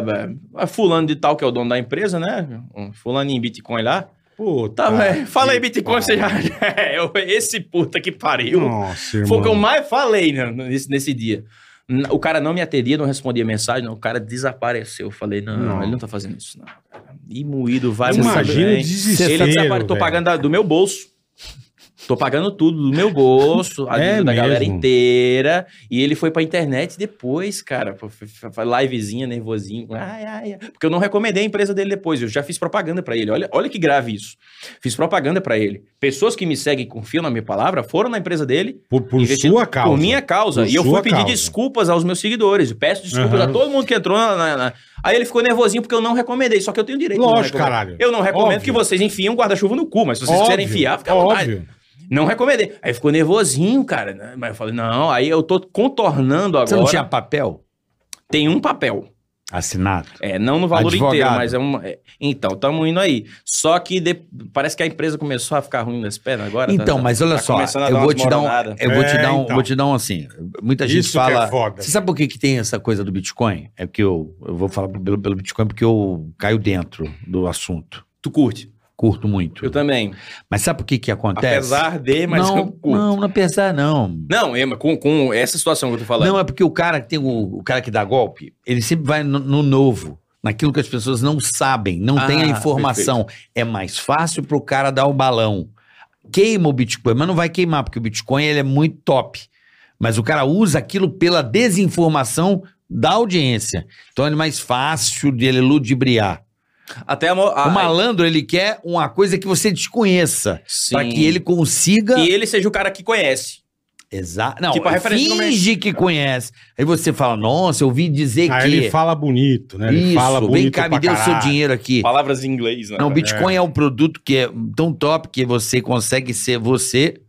Speaker 1: é, é fulano de tal, que é o dono da empresa, né? Um Fulano em Bitcoin lá.
Speaker 3: Puta.
Speaker 1: Tá, velho, fala aí,
Speaker 3: Ah, que
Speaker 1: Bitcoin, você já... é,
Speaker 3: pariu.
Speaker 1: Eu- esse puta que pariu.
Speaker 3: Nossa, irmão.
Speaker 1: Foi o que eu mais falei né, nesse, nesse dia. N- O cara não me atendia, não respondia mensagem, não, o cara desapareceu. Eu falei, não,
Speaker 3: Não.
Speaker 1: ele não tá fazendo isso, não. cara. E moído, vai,
Speaker 3: Imagina
Speaker 1: moído,
Speaker 3: o
Speaker 1: bem.
Speaker 3: desespero,
Speaker 1: Ele desapareceu, é tô
Speaker 3: velho.
Speaker 1: pagando da- do meu bolso. Tô pagando tudo do meu bolso, a
Speaker 3: É
Speaker 1: dívida da galera
Speaker 3: mesmo.
Speaker 1: inteira. E ele foi pra internet depois, cara. pô, f- f- Livezinha, nervosinho. Ai, ai, ai. Porque eu não recomendei a empresa dele depois. Eu já fiz propaganda pra ele. Olha, olha que grave isso. Fiz propaganda pra ele. Pessoas que me seguem e confiam na minha palavra foram na empresa dele.
Speaker 3: Por, por
Speaker 1: investindo-
Speaker 3: sua causa.
Speaker 1: Por minha causa.
Speaker 3: Por
Speaker 1: e eu fui
Speaker 3: sua
Speaker 1: pedir
Speaker 3: causa.
Speaker 1: desculpas aos meus seguidores. Eu peço desculpas
Speaker 3: Aham.
Speaker 1: a todo mundo que entrou na, na- na- Aí ele ficou nervosinho porque eu não recomendei. Só que eu tenho direito. de não
Speaker 3: Lógico,
Speaker 1: recomendar.
Speaker 3: caralho.
Speaker 1: né, Eu não recomendo
Speaker 3: Óbvio.
Speaker 1: que vocês enfiem um guarda-chuva no cu, mas se vocês quiserem
Speaker 3: Óbvio,
Speaker 1: enfiar, fica à vontade.
Speaker 3: Óbvio.
Speaker 1: Não recomendei. Aí ficou nervosinho, cara. né? Mas eu falei, não, aí eu tô contornando agora.
Speaker 4: Você não tinha papel
Speaker 1: Tem um papel.
Speaker 4: assinado?
Speaker 1: É, não no valor
Speaker 4: Advogado.
Speaker 1: inteiro, mas é um. é. Então, estamos indo aí. Só que de- parece que a empresa começou a ficar ruim nas pernas agora. tá-
Speaker 4: Então,
Speaker 1: tá-
Speaker 4: mas olha
Speaker 1: tá
Speaker 4: só,
Speaker 1: começando a
Speaker 4: eu
Speaker 1: dar
Speaker 4: vou
Speaker 1: umas
Speaker 4: te dar um,
Speaker 1: moronadas.
Speaker 4: eu vou te
Speaker 3: É,
Speaker 4: dar um,
Speaker 3: então.
Speaker 4: vou te dar um assim. Muita gente
Speaker 3: Isso que
Speaker 4: fala,
Speaker 3: é foda.
Speaker 4: Você sabe por que, que tem essa coisa do Bitcoin? É porque eu, eu vou falar pelo, pelo Bitcoin porque eu caio dentro do assunto.
Speaker 1: Tu curte.
Speaker 4: Curto muito.
Speaker 1: Eu também.
Speaker 4: Mas sabe por que que acontece?
Speaker 1: Apesar de, mas
Speaker 4: não,
Speaker 1: eu curto.
Speaker 4: não, não apesar não.
Speaker 1: Não, é, mas com, com essa situação que eu tô falando.
Speaker 4: Não, é porque o cara que tem o, o cara que dá golpe, ele sempre vai no, no novo, naquilo que as pessoas não sabem, não tem a
Speaker 1: Ah,
Speaker 4: informação. É mais fácil pro cara dar o balão. Queima o Bitcoin, mas não vai queimar, porque o Bitcoin ele é muito top. Mas o cara usa aquilo pela desinformação da audiência. Então é mais fácil dele ludibriar.
Speaker 1: Até a, mo- a-
Speaker 4: o malandro, ele quer uma coisa que você desconheça,
Speaker 1: Sim.
Speaker 4: para que ele consiga
Speaker 1: E ele seja o cara que conhece.
Speaker 4: Exato. Não,
Speaker 1: Tipo, a referência do
Speaker 4: finge que conhece. Aí você fala, nossa, eu ouvi dizer
Speaker 3: Aí
Speaker 4: que...
Speaker 3: ele fala bonito, né? Ele
Speaker 4: Isso,
Speaker 3: fala bonito
Speaker 4: vem cá, me
Speaker 3: pra
Speaker 4: dê o seu
Speaker 3: caralho.
Speaker 4: dinheiro aqui.
Speaker 1: Palavras em inglês, né?
Speaker 4: Não, o Bitcoin é um produto que é tão top que você consegue ser você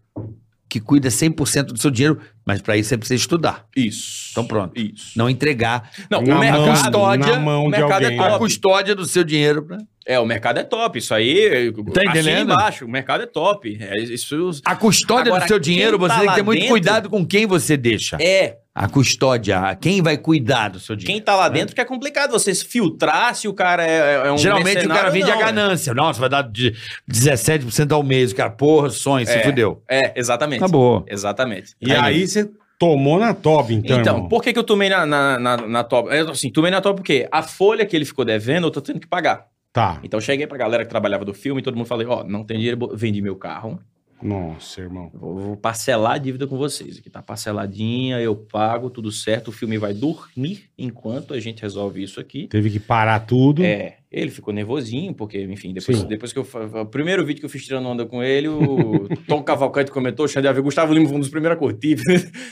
Speaker 4: que cuida 100% do seu dinheiro, mas para isso você precisa estudar,
Speaker 1: Isso.
Speaker 4: Então pronto.
Speaker 1: Isso.
Speaker 4: não entregar
Speaker 1: Não,
Speaker 3: Na
Speaker 1: o mercado.
Speaker 3: mão,
Speaker 4: custódia, né?
Speaker 3: na mão de
Speaker 1: o mercado é
Speaker 3: alguém. né?
Speaker 1: top.
Speaker 4: a custódia do seu dinheiro. pra-
Speaker 1: É, o mercado é top. Isso aí.
Speaker 4: Tá
Speaker 1: assina
Speaker 4: entendendo?
Speaker 1: embaixo. O mercado é top. É, isso
Speaker 4: A custódia
Speaker 1: Agora,
Speaker 4: do seu
Speaker 1: quem
Speaker 4: dinheiro,
Speaker 1: tá
Speaker 4: você tem que
Speaker 1: lá
Speaker 4: ter muito
Speaker 1: dentro-
Speaker 4: cuidado com quem você deixa.
Speaker 1: é.
Speaker 4: A custódia, quem vai cuidar do seu dinheiro.
Speaker 1: Quem tá lá dentro que é complicado. Você se filtrar se o cara é, é um.
Speaker 4: Geralmente o cara
Speaker 1: mercenário,
Speaker 4: vende a
Speaker 1: não, né?
Speaker 4: ganância. Nossa, vai dar de 17% ao mês. O cara, porra, sonho, se
Speaker 1: É.
Speaker 4: fudeu.
Speaker 1: É, exatamente.
Speaker 4: Acabou.
Speaker 1: Exatamente.
Speaker 3: E aí você tomou na toba, então.
Speaker 1: Então,
Speaker 3: irmão.
Speaker 1: por que, que eu tomei na, na, na, na top? É, Assim, tomei na top porque a folha que ele ficou devendo, eu tô tendo que pagar.
Speaker 3: Tá.
Speaker 1: Então, eu cheguei pra galera que trabalhava do filme e todo mundo falei: Ó, não tem dinheiro, bo- vendi meu carro.
Speaker 3: Nossa, irmão.
Speaker 1: Vou, vou parcelar a dívida com vocês. Aqui tá parceladinha, eu pago, tudo certo. O filme vai dormir enquanto a gente resolve isso aqui.
Speaker 3: Teve que parar tudo.
Speaker 1: É, ele ficou nervosinho, porque, enfim, depois,
Speaker 3: Hum. Sim.
Speaker 1: depois que eu. fa- O primeiro vídeo que eu fiz tirando onda com ele, o Tom Cavalcante comentou, o Xandé Avil, Gustavo Lima foi um dos primeiros a curtir.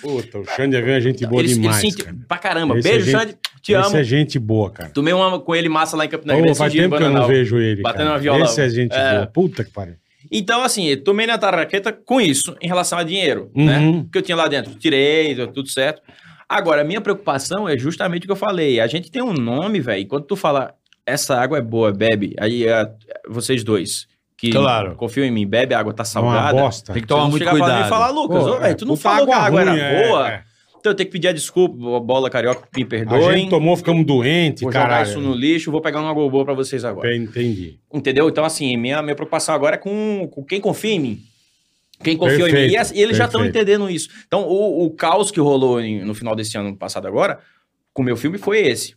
Speaker 3: Puta, o Xande é uma gente boa
Speaker 1: ele,
Speaker 3: demais,
Speaker 1: ele sente
Speaker 3: cara.
Speaker 1: pra caramba.
Speaker 3: Esse é
Speaker 1: Beijo,
Speaker 3: gente-
Speaker 1: Xande, te
Speaker 3: Esse
Speaker 1: amo.
Speaker 3: é gente boa, cara.
Speaker 1: Tomei uma com ele massa lá em Campina
Speaker 3: Ô,
Speaker 1: Grande
Speaker 3: faz
Speaker 1: esse dia em
Speaker 3: tempo que eu não
Speaker 1: Bananal.
Speaker 3: vejo ele,
Speaker 1: Batendo
Speaker 3: cara.
Speaker 1: na viola.
Speaker 3: Esse é gente
Speaker 1: É.
Speaker 3: boa. Puta que pariu.
Speaker 1: Então, assim, eu tomei na tarraqueta com isso, em relação a dinheiro, né?
Speaker 3: Uhum.
Speaker 1: O que eu tinha lá dentro, tirei, deu tudo certo. Agora, a minha preocupação é justamente o que eu falei. A gente tem um nome, velho. e Quando tu fala, essa água é boa, bebe. Aí, é, vocês dois, que
Speaker 4: Claro.
Speaker 1: confiam em mim, bebe, a água tá
Speaker 3: É uma
Speaker 1: salgada.
Speaker 3: bosta.
Speaker 4: Tem que tomar
Speaker 1: Vocês vão
Speaker 4: muito
Speaker 1: chegar pra mim
Speaker 4: cuidado.
Speaker 1: E falar, Lucas,
Speaker 3: Pô,
Speaker 1: ô, véi,
Speaker 3: é,
Speaker 1: tu não
Speaker 3: puta
Speaker 1: falou que a
Speaker 3: água
Speaker 1: água
Speaker 3: ruim,
Speaker 1: era
Speaker 3: é,
Speaker 1: boa.
Speaker 3: é.
Speaker 1: Então eu tenho que pedir a desculpa, bo- bola carioca, me
Speaker 3: A
Speaker 1: perdoem.
Speaker 3: gente tomou, ficamos doentes,
Speaker 1: Vou jogar
Speaker 3: caralho.
Speaker 1: isso no lixo, vou pegar uma água boa pra vocês agora.
Speaker 3: Entendi.
Speaker 1: Entendeu? Então, assim, minha, minha preocupação agora é com, com quem confia em mim. Quem confiou em mim. E,
Speaker 3: Perfeito,
Speaker 1: as- e eles já estão
Speaker 3: perfeito.
Speaker 1: entendendo isso. Então, o, o caos que rolou em- no final desse ano passado agora, com o meu filme, foi esse.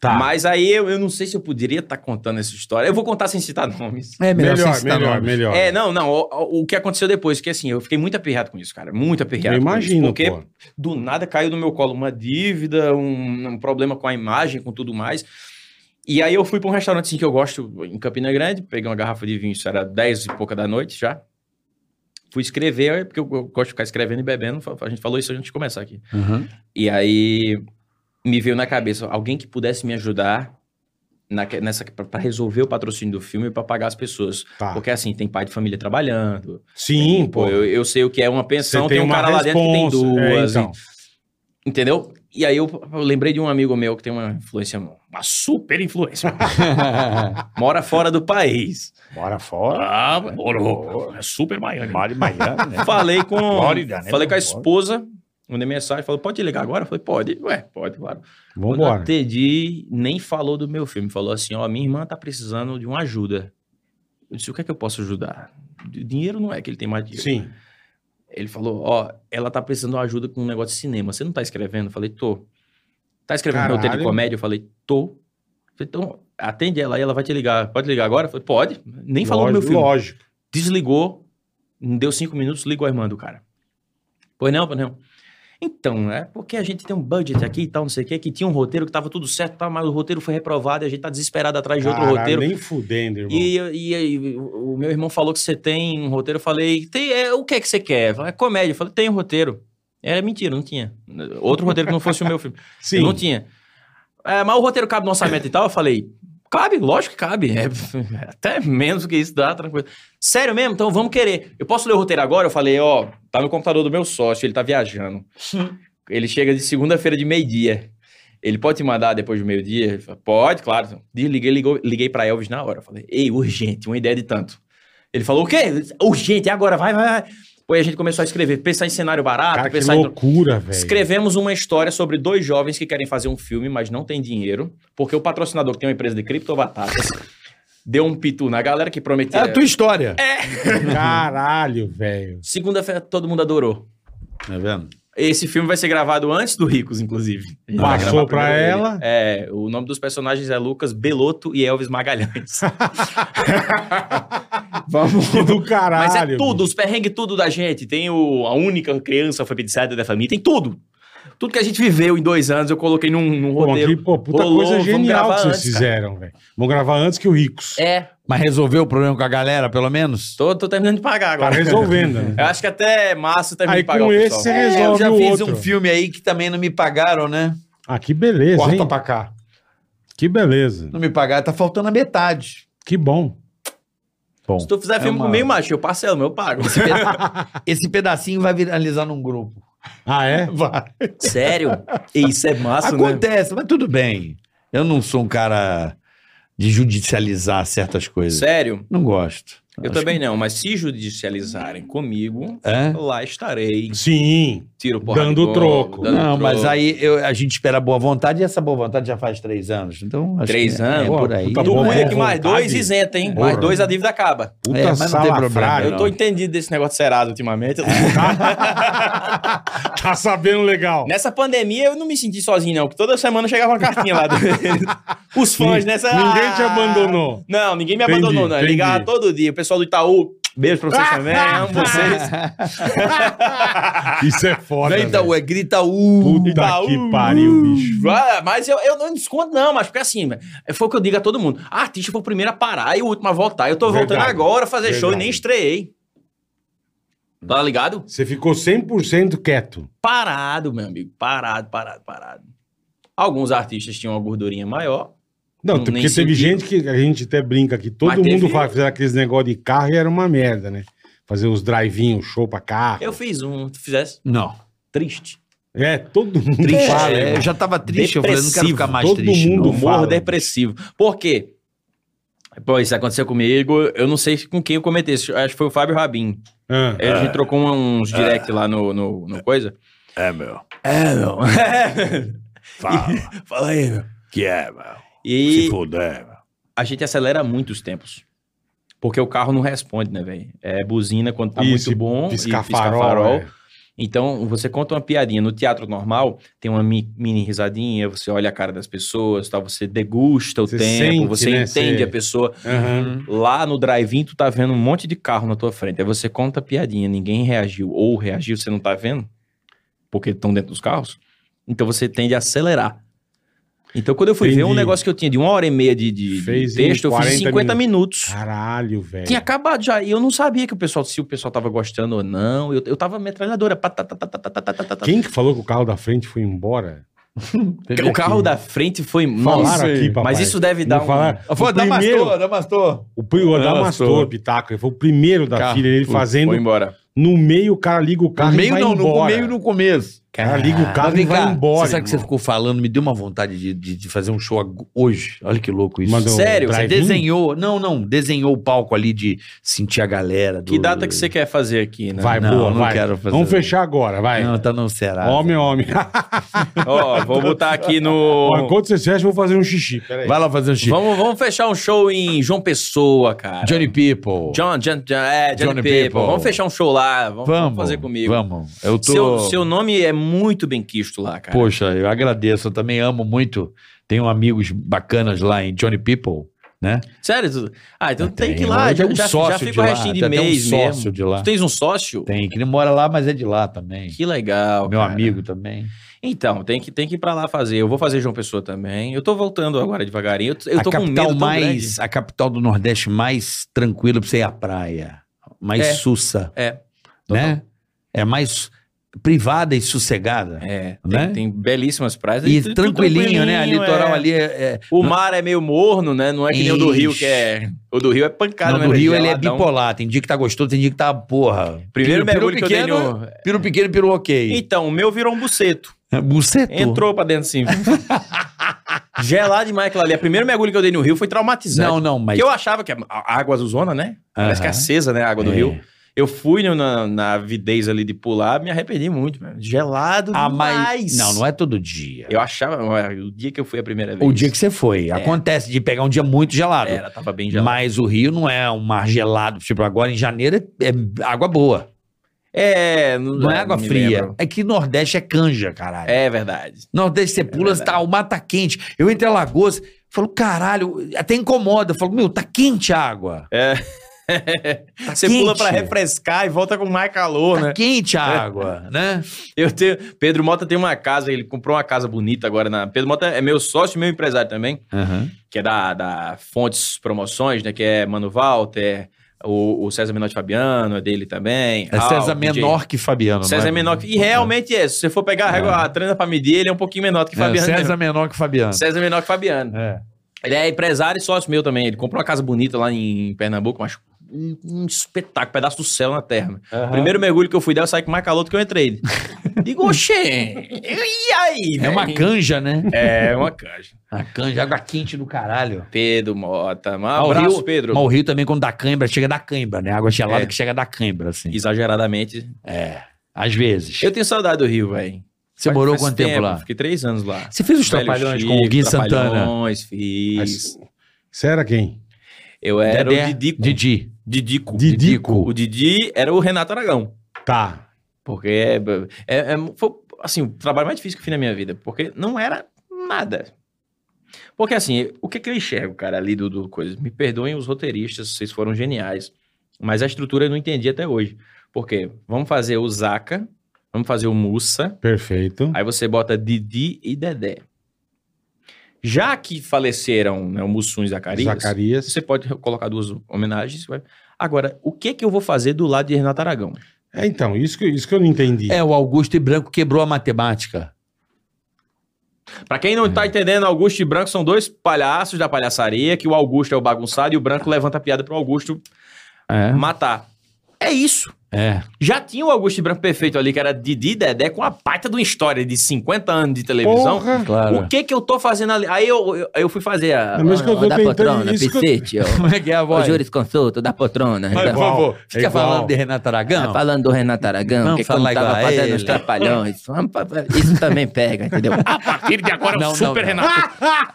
Speaker 3: Tá.
Speaker 1: Mas aí eu, eu não sei se eu poderia estar contando essa história. Eu vou contar sem citar nomes.
Speaker 4: É
Speaker 3: Melhor,
Speaker 4: sem
Speaker 3: melhor,
Speaker 4: citar
Speaker 3: melhor.
Speaker 4: nomes.
Speaker 1: É, não, não. O, o que aconteceu depois, que assim, eu fiquei muito aperreado com isso, cara. Muito
Speaker 3: Eu
Speaker 1: aperreado. com isso,
Speaker 3: imagino,
Speaker 1: Porque
Speaker 3: pô.
Speaker 1: do nada caiu no meu colo uma dívida, um, um problema com a imagem, com tudo mais. E aí eu fui para um restaurante assim, que eu gosto em Campina Grande, peguei uma garrafa de vinho, isso era 10 e pouca da noite já. Fui escrever, é porque eu, eu gosto de ficar escrevendo e bebendo. fa- A gente falou isso antes de começar aqui.
Speaker 4: Uhum.
Speaker 1: E aí me veio na cabeça alguém que pudesse me ajudar na, nessa para resolver o patrocínio do filme e para pagar as pessoas.
Speaker 3: Tá.
Speaker 1: Porque assim, tem pai de família trabalhando,
Speaker 3: Sim, pô.
Speaker 1: Pô, eu, eu sei o que é uma
Speaker 3: Você
Speaker 1: pensão, tem, um cara lá dentro que tem
Speaker 3: responsa. É,
Speaker 1: duas.
Speaker 3: então.
Speaker 1: e- Entendeu? E aí eu, eu lembrei de um amigo meu que tem uma influência, uma super influência. mora fora do país.
Speaker 5: Bora fora.
Speaker 1: Ah,
Speaker 5: Bora. É super Miami. Mari Miami, né?
Speaker 1: falei com.
Speaker 5: Flórida, né?
Speaker 1: Falei com
Speaker 5: Flórida.
Speaker 1: a esposa. Mandei mensagem, falou, pode ligar agora? Eu falei, pode. Ué, pode, claro. Quando eu
Speaker 3: Vambora.
Speaker 1: atendi, nem falou do meu filme. Falou assim, ó, minha irmã tá precisando de uma ajuda. Eu disse, o que é que eu posso ajudar? Dinheiro não é que ele tem mais dinheiro.
Speaker 3: Sim.
Speaker 1: Ele falou, ó, ela tá precisando de uma ajuda com um negócio de cinema. Você não tá escrevendo? Eu falei, tô. Tá escrevendo
Speaker 3: Caralho.
Speaker 1: meu roteiro de comédia? Eu falei, tô. Eu falei, então, atende ela aí, ela vai te ligar. Pode ligar agora? Eu falei, pode. Nem falou do meu
Speaker 3: Lógico,
Speaker 1: filme.
Speaker 3: Lógico.
Speaker 1: Desligou. Não deu cinco minutos, ligou a irmã do cara. Pois não, pois não. Então, é porque a gente tem um budget aqui e tal, não sei o quê, que tinha um roteiro que tava tudo certo, tá, mas o roteiro foi reprovado e a gente tá desesperado atrás de outro
Speaker 3: Caralho,
Speaker 1: roteiro.
Speaker 3: Nem fudendo, irmão.
Speaker 1: E, e, e o meu irmão falou que você tem um roteiro. Eu falei, tem, é, o que é que você quer? Falei, é comédia. Eu falei, tem um roteiro. Era mentira, não tinha. Outro roteiro que não fosse o meu filme.
Speaker 3: Sim.
Speaker 1: Eu não tinha. É, mas o roteiro cabe no orçamento e tal? Eu falei, cabe, lógico que cabe. É, até menos do que isso dá, tranquilo. Sério mesmo? Então vamos querer. Eu posso ler o roteiro agora? Eu falei, ó, tá no computador do meu sócio, ele tá viajando. ele chega de segunda-feira de meio-dia. Ele pode te mandar depois do meio-dia? Ele fala, Pode, claro. Desliguei, ligou, liguei pra Elvis na hora. Eu Falei, ei, urgente, uma ideia de tanto. Ele falou, o quê? Urgente, é agora, vai, vai, vai. Pô, aí a gente começou a escrever, pensar em cenário barato,
Speaker 3: Cara, que
Speaker 1: pensar em...
Speaker 3: loucura, velho.
Speaker 1: Escrevemos uma história sobre dois jovens que querem fazer um filme, mas não tem dinheiro, porque o patrocinador que tem uma empresa de criptobatatas deu um pitu na galera que prometia.
Speaker 4: É a tua história.
Speaker 1: É.
Speaker 3: Caralho, velho.
Speaker 1: Segunda-feira todo mundo adorou.
Speaker 4: Tá vendo?
Speaker 1: Esse filme vai ser gravado antes do Ricos, inclusive. A gente vai
Speaker 3: Passou
Speaker 1: gravar
Speaker 3: pra
Speaker 1: primeiro
Speaker 3: ela?
Speaker 1: ele. É, o nome dos personagens é Lucas Belotto e Elvis Magalhães.
Speaker 3: Vamos. Que do caralho.
Speaker 1: Mas é tudo,
Speaker 3: bicho.
Speaker 1: os perrengues tudo da gente. Tem o, a única criança alfabetizada da família, tem tudo. Tudo que a gente viveu em dois anos, eu coloquei num, num
Speaker 3: Pô,
Speaker 1: roteiro.
Speaker 3: aqui, pô, puta
Speaker 1: Rolou,
Speaker 3: coisa
Speaker 1: vamos
Speaker 3: genial
Speaker 1: gravar
Speaker 3: que vocês
Speaker 1: antes, cara.
Speaker 3: fizeram, velho. Vamos gravar antes que o Ricos.
Speaker 1: É,
Speaker 4: Mas resolveu o problema com a galera, pelo menos?
Speaker 1: tô, tô terminando de pagar
Speaker 3: Tá
Speaker 1: agora.
Speaker 3: resolvendo, né?
Speaker 1: Eu acho que até março termina
Speaker 3: Aí
Speaker 1: de pagar
Speaker 3: com
Speaker 1: É, o
Speaker 3: esse é
Speaker 1: pessoal. É,
Speaker 3: você resolve
Speaker 4: eu já
Speaker 3: o
Speaker 4: fiz
Speaker 3: outro.
Speaker 4: um filme aí que também não me pagaram, né?
Speaker 3: Ah, que beleza,
Speaker 4: Corta
Speaker 3: hein?
Speaker 4: pra cá.
Speaker 3: Que beleza.
Speaker 4: Não me pagaram, tá faltando a metade.
Speaker 3: Que bom. Bom.
Speaker 1: Se tu fizer
Speaker 4: É
Speaker 1: filme
Speaker 4: uma-
Speaker 1: comigo, macho, eu parcelo, mas eu pago.
Speaker 4: Esse pedacinho vai viralizar num grupo.
Speaker 3: Ah, é?
Speaker 4: Vai.
Speaker 1: Sério? E isso é massa, né?
Speaker 4: Acontece, mas tudo bem. Eu não sou um cara de judicializar certas coisas.
Speaker 1: Sério?
Speaker 4: Não gosto.
Speaker 1: é Eu também não, mas se judicializarem comigo,
Speaker 4: É?
Speaker 1: lá estarei.
Speaker 3: Sim.
Speaker 1: Tiro porra
Speaker 3: Dando
Speaker 1: de
Speaker 3: troco.
Speaker 1: dando
Speaker 4: não,
Speaker 1: troco.
Speaker 4: mas aí eu- a gente espera boa vontade e essa boa vontade já faz três anos. Então, acho
Speaker 1: Três
Speaker 4: que é-
Speaker 1: anos?
Speaker 4: É por aí.
Speaker 3: Puta
Speaker 1: Do
Speaker 3: Boa
Speaker 1: ruim é que mais
Speaker 3: vontade.
Speaker 1: dois isenta, hein?
Speaker 3: Porra.
Speaker 1: Mais dois a dívida acaba.
Speaker 3: Puta
Speaker 4: É, mas não tem
Speaker 3: salafrário.
Speaker 4: problema,
Speaker 1: Ah, eu tô entendido desse negócio de Serasa ultimamente.
Speaker 3: Tá sabendo legal.
Speaker 1: Nessa pandemia eu não me senti sozinho, não, porque toda semana chegava uma cartinha lá. do- Os fãs, né? Essa-
Speaker 3: Ninguém te abandonou.
Speaker 1: Não, ninguém me
Speaker 3: Entendi,
Speaker 1: abandonou, não. Eu
Speaker 3: entendi.
Speaker 1: Ligava todo dia. O pessoal do Itaú, beijo pra vocês também, amo vocês.
Speaker 3: Isso é foda,
Speaker 4: Grita
Speaker 3: velho.
Speaker 4: ué, grita u.
Speaker 3: Puta
Speaker 1: Itaú.
Speaker 3: que pariu, bicho.
Speaker 1: Ah, Mas eu, eu não desconto, não, mas porque assim, foi o que eu digo a todo mundo. "Ah, A artista foi o primeiro a parar e o último a voltar. Eu tô voltando
Speaker 3: Verdade,
Speaker 1: agora a fazer show e
Speaker 3: verdade.
Speaker 1: nem estreiei. Tá ligado?
Speaker 3: Você ficou 100% quieto.
Speaker 1: Parado, meu amigo. Parado, parado, parado. Alguns artistas tinham uma gordurinha maior.
Speaker 3: Não,
Speaker 1: Não,
Speaker 3: porque
Speaker 1: nem
Speaker 3: teve
Speaker 1: senti.
Speaker 3: gente que a gente até brinca que todo
Speaker 1: Mas
Speaker 3: mundo
Speaker 4: um-
Speaker 1: teve-
Speaker 3: faz, fizeram aqueles negócios de carro e era uma merda, né? Fazer os drive-in, show pra carro.
Speaker 1: Eu fiz um, tu fizesse.
Speaker 4: Não.
Speaker 1: Triste.
Speaker 3: É, todo mundo
Speaker 4: Triste.
Speaker 3: fala.
Speaker 4: é,
Speaker 3: irmão.
Speaker 4: eu já tava triste, eu falei, não quero
Speaker 1: Depressivo.
Speaker 4: ficar mais
Speaker 3: Todo
Speaker 4: triste.
Speaker 3: mundo
Speaker 4: não.
Speaker 1: Humor
Speaker 3: fala. né?
Speaker 1: depressivo. Por quê? Pô, isso aconteceu comigo. Eu não sei com quem eu comentei. isso. Acho que foi o Fábio Rabin.
Speaker 3: Ah,
Speaker 1: Aí a gente trocou um-
Speaker 3: É.
Speaker 1: uns direct lá no, no, no coisa.
Speaker 6: É, meu.
Speaker 1: É, não.
Speaker 6: Fala.
Speaker 1: Fala aí, meu.
Speaker 6: Que é, meu.
Speaker 1: E
Speaker 6: puder, meu.
Speaker 1: a gente acelera muito os tempos. Porque o carro não responde, né, velho? É buzina quando tá
Speaker 3: Isso,
Speaker 1: muito bom.
Speaker 3: piscar
Speaker 1: e piscar
Speaker 3: farol,
Speaker 1: farol.
Speaker 3: é.
Speaker 1: Então, você conta uma piadinha no teatro normal, tem uma mi- mini risadinha, você olha a cara das pessoas, tá? você degusta o
Speaker 3: Você
Speaker 1: tempo,
Speaker 3: sente,
Speaker 1: você
Speaker 3: né,
Speaker 1: entende
Speaker 3: você-
Speaker 1: a pessoa.
Speaker 3: Aham.
Speaker 4: Uhum.
Speaker 1: Lá no drive-in, tu tá vendo um monte de carro na tua frente. Aí você conta a piadinha, ninguém reagiu ou reagiu, você não tá vendo? Porque estão dentro dos carros. Então você tende a acelerar. Então quando eu fui ver um
Speaker 3: Entendi.
Speaker 1: negócio que eu tinha de uma hora e meia de, de- de
Speaker 3: Fez um em
Speaker 1: texto, eu
Speaker 3: 40
Speaker 1: fiz 50 minutos.
Speaker 3: Caralho,
Speaker 4: É.
Speaker 3: velho.
Speaker 1: Tinha acabado já. E eu não sabia que o pessoal, se o pessoal tava gostando ou não. Eu, eu tava metralhadora. pá, tá, tá, tá, tá, tá, tá, tá, tá.
Speaker 3: Quem que falou que o carro da frente foi embora?
Speaker 1: O carro da frente foi. Nossa,
Speaker 3: Falaram aqui, papai.
Speaker 1: mas isso deve dar
Speaker 3: Não
Speaker 1: um.
Speaker 3: falaram?
Speaker 4: Pô,
Speaker 3: O
Speaker 4: Damastor,
Speaker 3: primeiro,
Speaker 4: Damastor.
Speaker 3: o, pri- o Adamastor, Pitaco, ele foi o primeiro da
Speaker 4: Carro.
Speaker 3: filha, ele fazendo...
Speaker 1: Foi embora.
Speaker 3: No meio o cara liga o carro
Speaker 4: No
Speaker 3: e
Speaker 4: meio
Speaker 3: vai
Speaker 4: não, no
Speaker 3: embora.
Speaker 4: meio no começo.
Speaker 3: O cara liga o carro
Speaker 4: Mas
Speaker 3: e
Speaker 4: vem
Speaker 3: vai
Speaker 4: cá,
Speaker 3: embora.
Speaker 4: Você sabe que você
Speaker 3: irmão.
Speaker 4: ficou falando? Me deu uma vontade de, de, de fazer um show ag- hoje. Olha que louco isso.
Speaker 3: Mas o
Speaker 1: Sério?
Speaker 4: Você
Speaker 3: drive-in?
Speaker 4: desenhou, não, não, desenhou o palco ali de sentir a galera. do-
Speaker 1: Que data que você quer fazer aqui, né?
Speaker 3: Vai,
Speaker 4: Não,
Speaker 3: boa,
Speaker 4: não
Speaker 3: vai.
Speaker 4: quero fazer.
Speaker 3: Vamos fechar agora, vai.
Speaker 4: Não, tá não será.
Speaker 3: homem, é homem.
Speaker 1: Ó, vou botar aqui
Speaker 3: Ó,
Speaker 1: no.
Speaker 3: Enquanto você fecha, eu vou fazer um xixi. Peraí.
Speaker 4: Vai lá fazer um show.
Speaker 1: Vamos, vamos fechar um show em João Pessoa, cara.
Speaker 4: Johnny People.
Speaker 1: John, John, John, é, Johnny,
Speaker 4: Johnny
Speaker 1: People.
Speaker 4: People.
Speaker 1: Vamos fechar um show lá. Vamos,
Speaker 4: Vamos
Speaker 1: fazer comigo.
Speaker 4: Vamos. Eu tô.
Speaker 1: Seu, seu nome é muito bem quisto lá, cara.
Speaker 4: Poxa, eu agradeço. Eu também amo muito. Tenho amigos bacanas lá em Johnny People. né?
Speaker 1: Sério? Tu- Ah, então tem, que ir lá.
Speaker 4: hoje
Speaker 1: Já,
Speaker 4: é um
Speaker 1: já, já
Speaker 4: sócio de
Speaker 1: fica o
Speaker 4: lá,
Speaker 1: restinho de
Speaker 4: tem até um
Speaker 1: mês
Speaker 4: sócio
Speaker 1: mesmo.
Speaker 4: de lá.
Speaker 1: Tu tens um sócio?
Speaker 4: Tem, que ele mora lá, mas é de lá também.
Speaker 1: Que legal.
Speaker 4: Meu
Speaker 1: cara.
Speaker 4: amigo também.
Speaker 1: Então, tem que, tem que ir pra lá fazer. Eu vou fazer João Pessoa também. Eu tô voltando agora devagarinho. Eu, t- eu
Speaker 4: a
Speaker 1: tô com um medo
Speaker 4: capital
Speaker 1: tão grande.
Speaker 4: mais, a capital do Nordeste mais tranquila pra você ir à praia, mais
Speaker 1: É.
Speaker 4: sussa,
Speaker 1: É.
Speaker 4: né? É mais privada e sossegada.
Speaker 1: É,
Speaker 4: Né?
Speaker 1: tem, tem belíssimas praias.
Speaker 4: E
Speaker 1: tudo
Speaker 4: tranquilinho, né? A litoral
Speaker 1: é.
Speaker 4: ali é, é-
Speaker 1: O mar é meio morno, né? Não é que nem o do Rio, que é. O do Rio é pancada,
Speaker 4: não,
Speaker 1: né?
Speaker 4: no
Speaker 1: velho?
Speaker 4: Rio ele é
Speaker 1: Geladão.
Speaker 4: bipolar. Tem dia que tá gostoso, tem dia que tá porra.
Speaker 1: Primeiro
Speaker 4: Piro-
Speaker 1: mergulho
Speaker 4: piro
Speaker 1: que eu dei
Speaker 4: pequeno,
Speaker 1: no-
Speaker 4: Piro pequeno, piro ok. É,
Speaker 1: Então, o meu virou um buceto.
Speaker 4: Buceto.
Speaker 1: Entrou pra dentro assim. Gelado demais aquilo ali. O primeiro mergulho que eu dei no Rio foi traumatizante.
Speaker 4: Não, não, mas
Speaker 1: Porque eu achava que a a água azulzona, né? Parece que é
Speaker 4: Aham.
Speaker 1: acesa, né? A água do
Speaker 4: É.
Speaker 1: Rio. Eu fui no- na, na avidez ali de pular, me arrependi muito, mano. Gelado
Speaker 4: ah,
Speaker 1: demais.
Speaker 4: mas não, não é todo dia.
Speaker 1: Eu É. achava, o dia que eu fui a primeira vez.
Speaker 4: O dia que você foi. Acontece de pegar um dia muito gelado.
Speaker 1: era, tava bem gelado.
Speaker 4: Mas o Rio não é um mar gelado. Tipo, agora em janeiro é, é água boa.
Speaker 1: É, não,
Speaker 4: Não é água
Speaker 1: me
Speaker 4: fria.
Speaker 1: lembro.
Speaker 4: É que Nordeste é canja, caralho.
Speaker 1: É verdade.
Speaker 4: Nordeste você pula,
Speaker 1: verdade.
Speaker 4: tá, o mar tá quente. Eu entro em Alagoas, falo, caralho, até incomoda. Eu falo, meu, tá quente a água.
Speaker 1: Você
Speaker 4: quente.
Speaker 1: pula pra refrescar e volta com mais calor,
Speaker 4: Tá
Speaker 1: né?
Speaker 4: quente a água, né?
Speaker 1: Eu tenho, Pedro Mota tem uma casa, ele comprou uma casa bonita agora na. Pedro Mota é meu sócio e meu empresário também. que é da, da Fontes Promoções, né? Que é Mano Walter, o, o César Menor de Fabiano, é dele também.
Speaker 4: É
Speaker 1: Al,
Speaker 4: César
Speaker 1: DJ.
Speaker 4: menor que Fabiano.
Speaker 1: César
Speaker 4: não
Speaker 1: é
Speaker 4: é?
Speaker 1: menor que. E realmente é, se você for pegar a, régua, a trena pra medir, ele é um pouquinho menor do que
Speaker 4: É,
Speaker 1: Fabiano.
Speaker 4: César
Speaker 1: mesmo.
Speaker 4: menor que Fabiano.
Speaker 1: César menor que Fabiano.
Speaker 4: É.
Speaker 1: Ele é empresário e sócio meu também. Ele comprou uma casa bonita lá em Pernambuco, mas um um espetáculo, pedaço do céu na terra. Primeiro mergulho que eu fui dar, eu saí com mais calor do que eu entrei. Digo, oxê, e aí?
Speaker 4: É uma
Speaker 1: velho?"
Speaker 4: canja, né?
Speaker 1: É uma canja.
Speaker 4: Uma canja, água quente do caralho.
Speaker 1: Pedro Mota. Um
Speaker 4: Mas o
Speaker 1: abraço,
Speaker 4: Rio-
Speaker 1: Pedro.
Speaker 4: Mas o Rio também, quando dá cãibra, chega da cãibra, né? Água gelada
Speaker 1: É.
Speaker 4: que chega da cãibra, assim. É.
Speaker 1: Exageradamente,
Speaker 4: Às vezes.
Speaker 1: Eu tenho saudade do Rio, velho.
Speaker 4: Você
Speaker 1: Faz-
Speaker 4: morou
Speaker 1: faz
Speaker 4: quanto tempo, lá?
Speaker 1: Fiquei três anos lá.
Speaker 4: Você fez os
Speaker 1: Velho
Speaker 4: trapalhões
Speaker 1: Chico,
Speaker 4: com o Gui Santana?
Speaker 1: Trapalhões, fiz.
Speaker 3: Você era quem?
Speaker 1: Eu era o
Speaker 4: Dedé,
Speaker 1: Didico.
Speaker 4: Didi.
Speaker 1: Didico.
Speaker 3: Didico.
Speaker 1: O Didi era o Renato Aragão.
Speaker 3: Tá.
Speaker 1: Porque é, é- é- foi, assim, o trabalho mais difícil que eu fiz na minha vida. Porque não era nada. Porque assim, o que, que eu enxergo, cara, ali do, do coisa? Me perdoem os roteiristas, vocês foram geniais. Mas a estrutura eu não entendi até hoje. Porque vamos fazer o Zaca, vamos fazer o Mussa,
Speaker 3: Perfeito.
Speaker 1: Aí você bota Didi e Dedé. Já que faleceram né, o Mussum e Zacarias,
Speaker 3: Zacarias.
Speaker 1: você pode colocar duas homenagens. vai. Agora, o que que eu vou fazer do lado de Renato Aragão?
Speaker 3: É, então, isso que, isso que eu não entendi.
Speaker 4: É, o Augusto e Branco quebrou a matemática.
Speaker 1: Pra quem não
Speaker 4: É.
Speaker 1: tá entendendo, Augusto e Branco são dois palhaços da palhaçaria, que o Augusto é o bagunçado e o Branco levanta a piada pro Augusto
Speaker 4: É.
Speaker 1: matar. É isso.
Speaker 4: É.
Speaker 1: Já tinha o Augusto e Branco perfeito ali, que era Didi e Dedé, com a baita de uma história de 50 anos de televisão.
Speaker 3: Porra!
Speaker 4: Claro.
Speaker 1: O que que eu tô fazendo ali? Aí eu, eu, eu fui fazer a...
Speaker 3: É mesmo que eu tô
Speaker 9: da
Speaker 3: tentando-
Speaker 9: poltrona,
Speaker 1: né,
Speaker 3: isso que eu-
Speaker 9: piscite, ó.
Speaker 4: Como é que é a
Speaker 9: Ô,
Speaker 4: voz?
Speaker 9: jurisconsulto da poltrona.
Speaker 3: É
Speaker 9: da-
Speaker 3: igual,
Speaker 6: favor,
Speaker 3: é
Speaker 4: Fica
Speaker 3: igual.
Speaker 4: falando de Renato
Speaker 9: Tá
Speaker 4: Aragão?
Speaker 9: falando do Renato Aragão,
Speaker 4: Não,
Speaker 9: que
Speaker 4: fala
Speaker 9: quando tava
Speaker 4: igual a
Speaker 9: fazendo os
Speaker 4: ele. Tá
Speaker 9: trapalhões, vamos pra- isso também pega, entendeu?
Speaker 5: A partir de agora,
Speaker 4: Não,
Speaker 5: é
Speaker 4: não,
Speaker 5: o super
Speaker 4: não.
Speaker 5: Renato.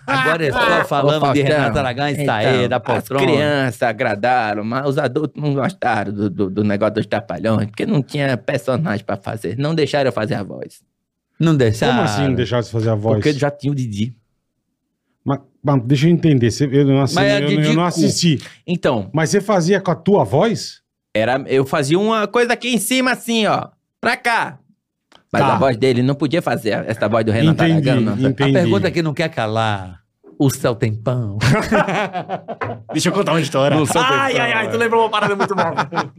Speaker 4: Agora é
Speaker 1: Ah,
Speaker 4: só
Speaker 9: Ô,
Speaker 4: falando de
Speaker 9: Faustão,
Speaker 4: Renato Aragão está aí,
Speaker 9: então,
Speaker 4: da poltrona.
Speaker 9: As crianças agradaram, mas os adultos não gostaram do, do, do negócio dos trapalhões, porque não tinha personagem pra fazer. Não deixaram eu fazer a voz.
Speaker 4: Não Ah, deixaram.
Speaker 3: Como assim deixar de fazer a voz?
Speaker 1: Tá. Porque já tinha um, o Didi.
Speaker 3: Mas, mas deixa eu entender. você- Eu não, assi-
Speaker 4: Mas é
Speaker 3: eu, não- eu
Speaker 4: Didico.
Speaker 3: não assisti.
Speaker 1: Então,
Speaker 3: Mas você fazia com a tua voz?
Speaker 1: Era, eu fazia uma coisa aqui em cima, assim, ó. Pra cá.
Speaker 9: Mas
Speaker 3: Tá.
Speaker 9: a voz dele não podia fazer essa voz do Renato
Speaker 3: entendi,
Speaker 9: Aragão, não.
Speaker 4: A
Speaker 3: entendi.
Speaker 1: é
Speaker 4: pergunta é que não quer calar. O céu tem pão.
Speaker 5: Deixa eu contar uma história. ai, ai, ai, tu lembrou uma parada muito boa.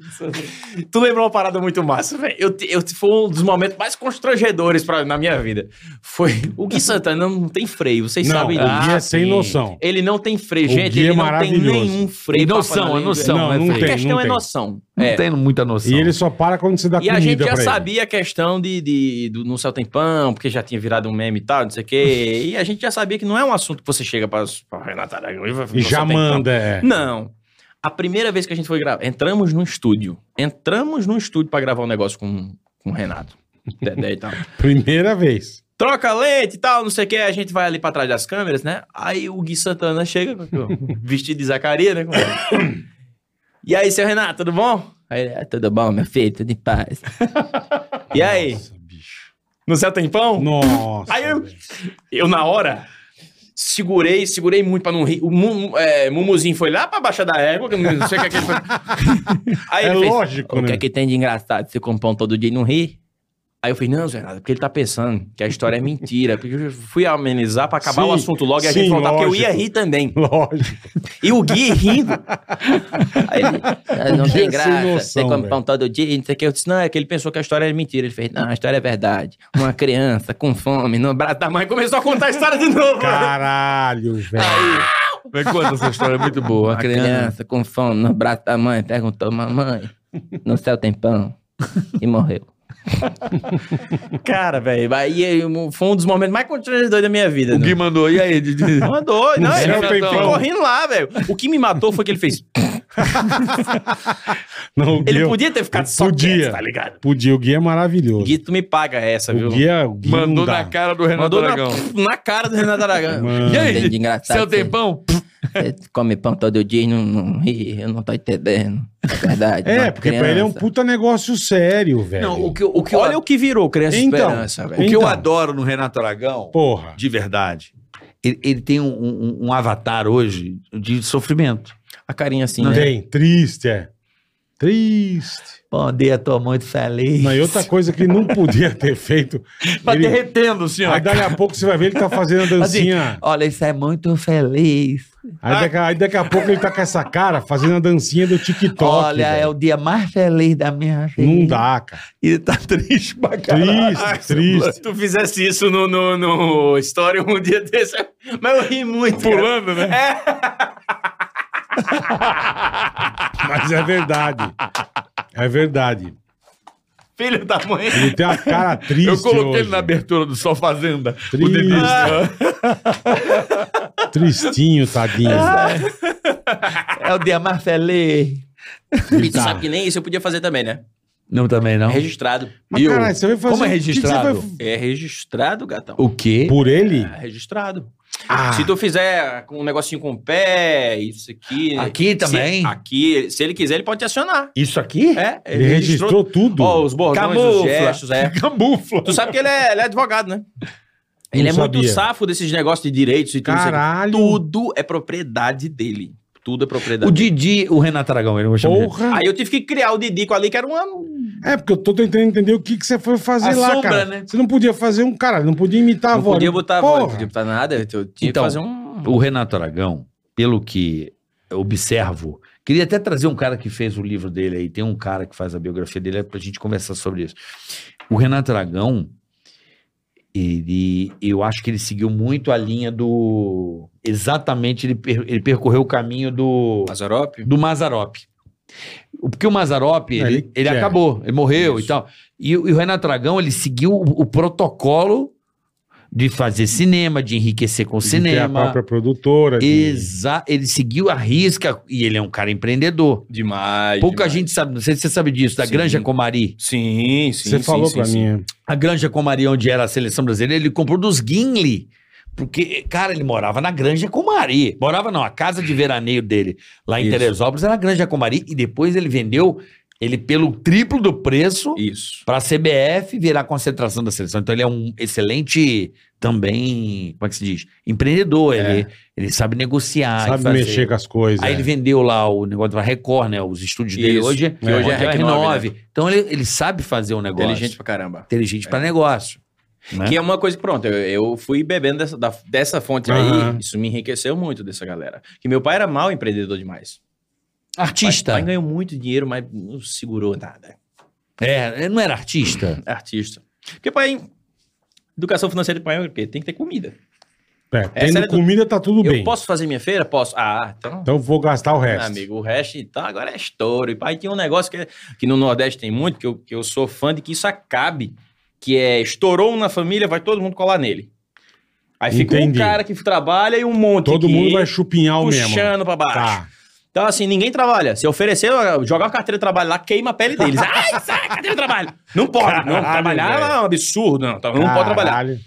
Speaker 1: Tu lembrou uma parada muito massa, velho. Eu, te- eu, te- foi um dos momentos mais constrangedores pra, na minha vida. Foi. O Gui Santana não tem freio, vocês
Speaker 3: não,
Speaker 1: sabem
Speaker 3: o Gui é
Speaker 1: disso.
Speaker 5: Ah,
Speaker 3: sem noção.
Speaker 1: Ele não tem freio,
Speaker 3: O
Speaker 1: gente.
Speaker 3: Gui é
Speaker 1: ele não tem
Speaker 3: maravilhoso.
Speaker 1: nenhum freio.
Speaker 4: E noção,
Speaker 3: é
Speaker 1: papo na
Speaker 4: a
Speaker 1: língua.
Speaker 4: noção,
Speaker 3: Não,
Speaker 4: né,
Speaker 3: não
Speaker 4: Fê?
Speaker 1: A
Speaker 3: tem.
Speaker 1: questão é
Speaker 3: tem.
Speaker 1: noção. É.
Speaker 4: Não tem muita noção.
Speaker 3: E ele só para quando você dá
Speaker 1: E
Speaker 3: comida
Speaker 1: a gente já
Speaker 3: pra ele.
Speaker 1: sabia a questão de, de- do No Céu Tem Pão, porque já tinha virado um meme e tal, não sei o quê. e a gente já sabia que não é um assunto que você chega pra, pra Renata Aragão vai-
Speaker 3: E
Speaker 1: No
Speaker 3: já
Speaker 1: Céu Tem Pão.
Speaker 3: manda, é.
Speaker 1: Não. A primeira vez que a gente foi gravar, entramos num estúdio. Entramos num estúdio pra gravar um negócio com, com o Renato. Dedé e tal.
Speaker 3: Primeira vez.
Speaker 1: Troca lente e tal, não sei o que. A gente vai ali pra trás das câmeras, né? Aí o Gui Santana chega, com- vestido de Zacaria, né? com- E aí, seu Renato, tudo bom?
Speaker 9: Aí ele, "Ah, tudo bom, meu filho, tudo em paz.
Speaker 1: E aí?
Speaker 3: Nossa, bicho.
Speaker 1: No céu tem pão?
Speaker 3: Nossa.
Speaker 1: Aí eu-
Speaker 3: velho.
Speaker 1: Eu, na hora, Segurei, segurei muito pra não rir. O Mu- é, Mumuzinho foi lá pra baixa da égua, que eu não sei o que é que ele foi. Aí
Speaker 3: É
Speaker 1: ele fez,
Speaker 3: lógico,
Speaker 1: o que
Speaker 3: né?
Speaker 1: é que tem de engraçado? Você compõe todo dia e não ri? Aí eu falei, não, Zé Nada, porque ele tá pensando que a história é mentira. Porque eu fui amenizar pra acabar
Speaker 3: Sim,
Speaker 1: o assunto logo e a
Speaker 3: sim,
Speaker 1: gente voltar, porque eu
Speaker 3: lógico.
Speaker 1: ia rir também.
Speaker 3: Lógico.
Speaker 1: E o Gui rindo. Aí ele, "Ah, não
Speaker 3: O Gui
Speaker 1: tem
Speaker 3: é sem
Speaker 1: graça,
Speaker 3: noção,
Speaker 1: tem como
Speaker 3: velho.
Speaker 1: pão todo dia, não sei o que. Eu disse, não, é que ele pensou que a história era mentira. Ele fez, não, a história é verdade. Uma criança com fome no braço da mãe começou a contar a história de novo.
Speaker 3: Caralho, velho.
Speaker 6: Mas conta essa história, é muito boa.
Speaker 1: A criança com fome no braço da mãe perguntou, mamãe, no céu tem pão? E morreu. Cara, velho, aí eu- foi um dos momentos mais constrangedores da minha vida.
Speaker 6: O
Speaker 1: né?
Speaker 6: Gui mandou, e aí? Didi?
Speaker 1: Mandou, não,
Speaker 3: céu
Speaker 1: ele
Speaker 3: tem
Speaker 1: ficou
Speaker 3: pão.
Speaker 1: correndo lá, velho. O que me matou foi que ele fez.
Speaker 3: Não, o
Speaker 1: Ele
Speaker 3: Gui- é-
Speaker 1: podia ter ficado só
Speaker 3: Podia.
Speaker 1: quieto, tá ligado?
Speaker 3: Podia, o Gui é maravilhoso.
Speaker 1: Gui, tu me paga essa, viu?
Speaker 3: o Gui é. O Gui não
Speaker 6: Mandou
Speaker 3: dá.
Speaker 6: na cara do é Renato
Speaker 1: Mandou na,
Speaker 6: Aragão.
Speaker 1: na cara do Renato Aragão.
Speaker 3: Mano.
Speaker 6: E aí,
Speaker 1: Entendi,
Speaker 6: Didi?
Speaker 1: engraçado
Speaker 6: Seu
Speaker 1: que-
Speaker 4: é.
Speaker 6: tempão?
Speaker 3: Então.
Speaker 1: Você come pão todo dia e não, não ri, eu não tô entendendo. É verdade.
Speaker 3: É,
Speaker 1: uma
Speaker 3: porque pra ele é um
Speaker 1: criança.
Speaker 3: puta negócio sério, velho.
Speaker 4: Não, o que, eu- o que eu-
Speaker 1: Olha o que virou Criança
Speaker 3: Então,
Speaker 1: Esperança,
Speaker 4: o
Speaker 1: velho.
Speaker 4: que eu
Speaker 3: Então.
Speaker 4: adoro no Renato Aragão,
Speaker 3: Porra.
Speaker 4: de verdade, ele, ele tem um, um- um avatar hoje de sofrimento.
Speaker 1: A carinha assim,
Speaker 3: Não
Speaker 1: né?
Speaker 3: tem. Triste, é. Triste.
Speaker 4: Bom dia, tô muito feliz.
Speaker 3: Não, e outra coisa que ele não podia ter feito.
Speaker 4: Tá
Speaker 3: tá- ele-
Speaker 4: derretendo,
Speaker 3: Aí
Speaker 4: senhor.
Speaker 3: dali a pouco você vai ver ele tá fazendo a
Speaker 4: Assim,
Speaker 3: dancinha.
Speaker 4: Olha, isso é muito feliz.
Speaker 3: Aí daqui, a- aí daqui a pouco ele tá com essa cara fazendo a dancinha do TikTok.
Speaker 4: Olha, é
Speaker 3: velho.
Speaker 4: o dia mais feliz da minha vida.
Speaker 3: Não dá, cara.
Speaker 4: E tá triste pra caralho.
Speaker 3: Triste, triste.
Speaker 1: Se tu fizesse isso no, no, no story um dia desse, mas eu ri muito. cara. É,
Speaker 6: Pulando, né?
Speaker 3: Mas é verdade. É verdade.
Speaker 1: Filho da mãe.
Speaker 3: Ele tem uma cara triste.
Speaker 6: Eu coloquei
Speaker 3: hoje.
Speaker 6: ele na abertura do Só Fazenda. O
Speaker 3: Triste.
Speaker 6: Didi.
Speaker 3: Tristinho, tadinho.
Speaker 1: Ah,
Speaker 4: É o dia mais feliz.
Speaker 1: E
Speaker 3: tá.
Speaker 1: tu sabe que nem isso eu podia fazer também, né?
Speaker 4: Não, também não.
Speaker 1: Registrado.
Speaker 3: Então? Mas,
Speaker 4: E o-
Speaker 3: caralho, você vai fazer.
Speaker 4: Como
Speaker 3: o
Speaker 4: é
Speaker 3: que que você
Speaker 4: registrado?
Speaker 3: vai-
Speaker 1: É registrado, gatão.
Speaker 4: O quê?
Speaker 3: Por ele?
Speaker 1: É registrado.
Speaker 3: Ah.
Speaker 1: Se tu fizer com um negocinho com o pé, isso aqui.
Speaker 4: Aqui também?
Speaker 1: Se, aqui, se ele quiser, ele pode te acionar.
Speaker 4: Isso aqui?
Speaker 1: É,
Speaker 3: Ele registrou tudo.
Speaker 1: Ó, os bordões, os
Speaker 4: Camufla.
Speaker 1: gestos, é.
Speaker 3: Camufla.
Speaker 1: Tu sabe que ele é, ele é advogado, né? Ele é muito
Speaker 3: sabia.
Speaker 1: safo desses negócios de direitos e tudo isso aqui.
Speaker 3: Caralho.
Speaker 1: Tudo é propriedade dele. Tudo é propriedade
Speaker 4: O
Speaker 1: dele.
Speaker 4: Didi, o Renato Aragão, ele não chama Didi.
Speaker 3: Porra.
Speaker 1: Aí eu tive que criar o Didico ali, que era um.
Speaker 3: É, porque eu tô tentando entender o que, que você foi fazer
Speaker 4: A
Speaker 3: lá,
Speaker 4: sombra,
Speaker 3: cara.
Speaker 4: né?
Speaker 3: Você não podia fazer um cara, não podia imitar a
Speaker 1: Não
Speaker 3: voz.
Speaker 1: podia botar a
Speaker 3: Porra.
Speaker 1: voz, não podia botar nada. Eu tinha
Speaker 4: Então,
Speaker 1: que fazer um.
Speaker 4: O Renato Aragão, pelo que eu observo, queria até trazer um cara que fez o livro dele aí, tem um cara que faz a biografia dele, é pra gente conversar sobre isso. O Renato Aragão, ele, eu acho que ele seguiu muito a linha do... Exatamente, ele, per- ele percorreu o caminho do...
Speaker 1: Mazarope?
Speaker 4: do Mazarop. Porque o Mazarop, ele,
Speaker 3: Ele-
Speaker 4: ele,
Speaker 3: é.
Speaker 4: acabou, ele morreu
Speaker 3: Isso.
Speaker 4: e tal. E, o- e o Renato Aragão, ele seguiu o, o protocolo de fazer cinema, de enriquecer com o
Speaker 3: De ter A
Speaker 4: cinema.
Speaker 3: própria produtora. de-
Speaker 4: Exa ele seguiu a risca e ele é um cara empreendedor.
Speaker 1: Demais.
Speaker 4: Pouca
Speaker 1: É demais.
Speaker 4: gente sabe, não sei se você sabe disso, da
Speaker 1: Sim.
Speaker 4: Granja Comari.
Speaker 1: Sim, sim.
Speaker 3: Você
Speaker 1: sim,
Speaker 3: falou
Speaker 1: sim,
Speaker 3: pra
Speaker 1: sim.
Speaker 3: mim.
Speaker 4: A Granja Comari, onde era a seleção brasileira, ele comprou dos Guinle. Porque, cara, ele morava na Granja Comari. Morava não, a casa de veraneio dele lá em
Speaker 1: Isso.
Speaker 4: Teresópolis era a Granja Comari. E depois ele vendeu ele pelo triplo do preço
Speaker 1: Isso.
Speaker 4: para a CBF virar concentração da seleção. Então ele é um excelente também, como é que se diz? Empreendedor.
Speaker 1: É.
Speaker 4: Ele, ele sabe negociar.
Speaker 3: sabe
Speaker 4: e fazer.
Speaker 3: mexer com as coisas.
Speaker 4: Aí ele vendeu lá o negócio da Record, né? Os estúdios dele
Speaker 1: Isso.
Speaker 4: hoje.
Speaker 1: Que hoje é
Speaker 4: Ontem
Speaker 1: Rec nove,
Speaker 4: Então ele, ele sabe fazer um negócio.
Speaker 1: Inteligente pra caramba.
Speaker 4: Inteligente pra negócio. né?
Speaker 1: Que é uma coisa que, pronto, eu, eu fui bebendo dessa, da- dessa fonte
Speaker 3: Aham.
Speaker 1: aí. Isso me enriqueceu muito dessa galera. Que meu pai era mal empreendedor demais.
Speaker 4: Artista.
Speaker 1: Pai, pai ganhou muito dinheiro, mas não segurou nada.
Speaker 4: É, ele não era artista.
Speaker 1: Artista. Porque pai. Educação financeira do pai é o quê? Tem que ter comida.
Speaker 3: É,
Speaker 1: Essa
Speaker 3: tendo
Speaker 1: era do-
Speaker 3: comida, tá tudo
Speaker 1: eu
Speaker 3: bem.
Speaker 1: posso fazer minha feira? Posso. Ah, então.
Speaker 3: Então vou gastar o resto.
Speaker 1: Amigo, o resto, então, agora é estouro. E pai tinha um negócio que, que no Nordeste tem muito, que eu, que eu sou fã de que isso acabe. Que é estourou um na família, vai todo mundo colar nele. Aí fica
Speaker 3: Entendi.
Speaker 1: um cara que trabalha e um monte.
Speaker 3: Todo
Speaker 1: que
Speaker 3: mundo vai chupinhar o mesmo.
Speaker 1: puxando pra baixo.
Speaker 3: Tá.
Speaker 1: Então, assim, ninguém trabalha. Se oferecer, eu- jogar uma carteira de trabalho lá, queima a pele deles. Ai, sai, carteira de trabalho. Não pode. não,
Speaker 3: Caralho,
Speaker 1: trabalhar
Speaker 3: velho.
Speaker 1: é um absurdo. Não, tá- não pode trabalhar.
Speaker 3: Caralho.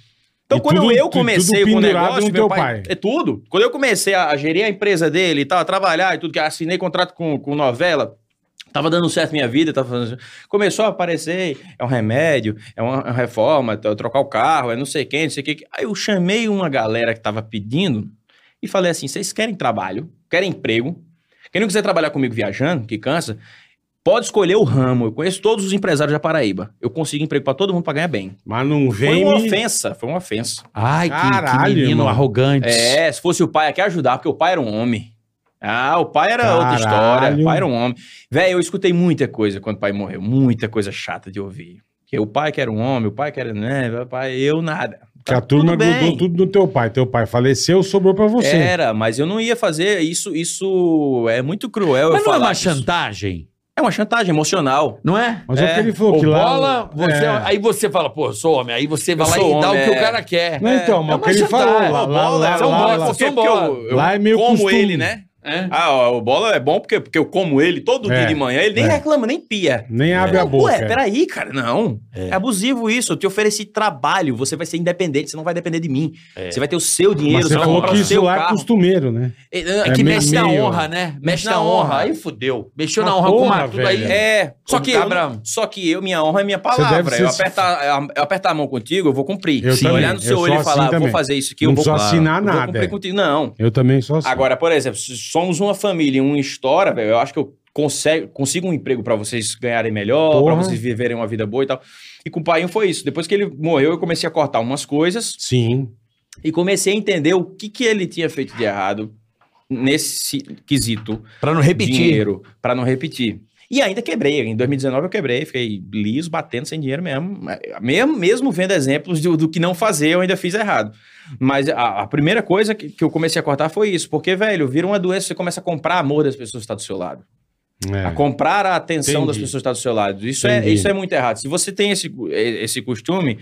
Speaker 1: Então,
Speaker 3: E
Speaker 1: quando
Speaker 3: tudo-
Speaker 1: eu
Speaker 3: tu- tudo
Speaker 1: comecei com o
Speaker 3: pendurado
Speaker 1: negócio,
Speaker 3: no
Speaker 1: meu
Speaker 3: teu
Speaker 1: pai,
Speaker 3: pai.
Speaker 1: É tudo. Quando eu comecei a, a gerir a empresa dele e tal, a trabalhar e tudo, que assinei contrato com, com novela, Tava dando certo minha vida, tava fazendo... começou a aparecer, é um remédio, é uma, é uma reforma, é trocar o carro, é não sei quem, não sei o que. Aí eu chamei uma galera que tava pedindo e falei assim, vocês querem trabalho, querem emprego, quem não quiser trabalhar comigo viajando, que cansa, pode escolher o ramo. Eu conheço todos os empresários da Paraíba. Eu consigo emprego pra todo mundo pra ganhar bem.
Speaker 3: Mas não
Speaker 1: Foi
Speaker 3: vem.
Speaker 1: uma
Speaker 3: me-
Speaker 1: ofensa, foi uma ofensa.
Speaker 4: Ai, que- que,
Speaker 3: Caralho,
Speaker 4: menino
Speaker 3: irmão.
Speaker 4: arrogante.
Speaker 1: É, se fosse o pai aqui ajudar, porque o pai era um homem. Ah, o pai era outra
Speaker 3: Caralho.
Speaker 1: história, o pai era um homem. Velho, eu escutei muita coisa quando o pai morreu, muita coisa chata de ouvir. Porque o pai que era um homem, o pai que era, né, o pai, eu nada.
Speaker 3: Que a
Speaker 1: Tá
Speaker 3: turma
Speaker 1: tudo bem.
Speaker 3: grudou tudo no teu pai. Teu pai faleceu, sobrou pra você.
Speaker 1: Era, mas eu não ia fazer isso, isso é muito cruel
Speaker 4: Mas
Speaker 1: eu
Speaker 4: não é
Speaker 1: falar
Speaker 4: uma
Speaker 1: isso.
Speaker 4: chantagem?
Speaker 1: É uma chantagem emocional.
Speaker 4: Não é?
Speaker 3: Mas é, o que ele falou,
Speaker 4: Ô,
Speaker 3: que lá...
Speaker 4: bola, você-
Speaker 3: É.
Speaker 4: aí você fala, pô, eu sou homem. Aí você vai
Speaker 1: Eu
Speaker 4: lá
Speaker 1: sou
Speaker 4: e dá o
Speaker 1: homem,
Speaker 4: que
Speaker 1: é.
Speaker 4: o cara quer.
Speaker 3: Não, então, mas
Speaker 4: É
Speaker 3: o
Speaker 4: uma
Speaker 3: que ele falou
Speaker 4: chantagem.
Speaker 3: lá, lá, lá,
Speaker 4: são
Speaker 3: lá,
Speaker 4: bolas,
Speaker 3: lá.
Speaker 4: são
Speaker 1: porque, porque
Speaker 4: bolas.
Speaker 1: eu, eu
Speaker 3: Lá é meio
Speaker 1: como
Speaker 3: costume.
Speaker 1: ele, né?
Speaker 4: É.
Speaker 1: Ah, ó, o bola é bom porque, porque eu como ele todo
Speaker 3: É,
Speaker 1: dia de manhã, ele nem
Speaker 3: é.
Speaker 1: reclama, nem pia.
Speaker 3: Nem abre a
Speaker 1: Não,
Speaker 3: boca.
Speaker 1: É.
Speaker 3: é.
Speaker 1: Ué, peraí, cara, não. É. abusivo isso. Eu te ofereci trabalho, você vai ser independente, você não vai depender de mim. Você vai ter o seu dinheiro,
Speaker 3: É. Mas você
Speaker 1: vai
Speaker 3: falou
Speaker 1: comprar
Speaker 3: que
Speaker 1: o
Speaker 3: isso
Speaker 1: seu
Speaker 3: lá é
Speaker 1: carro.
Speaker 3: costumeiro, né?
Speaker 1: É,
Speaker 4: É
Speaker 1: é,
Speaker 4: que
Speaker 3: meio-
Speaker 4: mexe na
Speaker 3: meio-
Speaker 4: honra, né? Mexe
Speaker 1: na
Speaker 4: na honra.
Speaker 1: honra.
Speaker 4: Aí fudeu. Mexeu na
Speaker 3: Uma
Speaker 4: honra com o
Speaker 3: porra,
Speaker 4: Matuto aí.
Speaker 3: velho.
Speaker 1: é, só
Speaker 4: Como
Speaker 1: que, eu,
Speaker 4: cabra.
Speaker 1: não- só que eu, minha honra é minha
Speaker 3: deve
Speaker 1: palavra.
Speaker 3: ser- assim.
Speaker 1: Eu apertar, eu apertar a mão contigo, eu vou cumprir.
Speaker 3: Eu
Speaker 1: Se
Speaker 3: também,
Speaker 1: olhar no seu
Speaker 3: eu
Speaker 1: olho
Speaker 3: sou
Speaker 1: e falar,
Speaker 3: assim
Speaker 1: vou
Speaker 3: também.
Speaker 1: fazer isso aqui,
Speaker 3: Não
Speaker 1: eu vou
Speaker 3: precisa assinar
Speaker 1: eu vou
Speaker 3: nada,
Speaker 1: cumprir
Speaker 3: é.
Speaker 1: contigo. Não.
Speaker 3: Eu também sou assim.
Speaker 1: Agora, por exemplo, se somos uma família, e uma história, velho. Eu acho que eu consigo, consigo um emprego pra vocês ganharem melhor, pra
Speaker 3: Porra.
Speaker 1: vocês viverem uma vida boa e tal. E com o pai foi isso. Depois que ele morreu, eu comecei a cortar umas coisas
Speaker 3: Sim.
Speaker 1: e comecei a entender o que, que ele tinha feito de errado nesse quesito
Speaker 4: Pra não repetir.
Speaker 1: dinheiro, pra não repetir. E ainda quebrei. Em 2019 eu quebrei, fiquei liso, batendo sem dinheiro mesmo. Mesmo, mesmo vendo exemplos do, do que não fazer, eu ainda fiz errado. Mas a, a primeira coisa que, que eu comecei a cortar foi isso. Porque, velho, vira uma doença, você começa a comprar amor das pessoas que estão do seu lado.
Speaker 3: É.
Speaker 1: A comprar a atenção
Speaker 3: Entendi.
Speaker 1: das pessoas que estão do seu lado. Isso é,
Speaker 3: Entendi.
Speaker 1: isso é muito errado. Se você tem esse, esse costume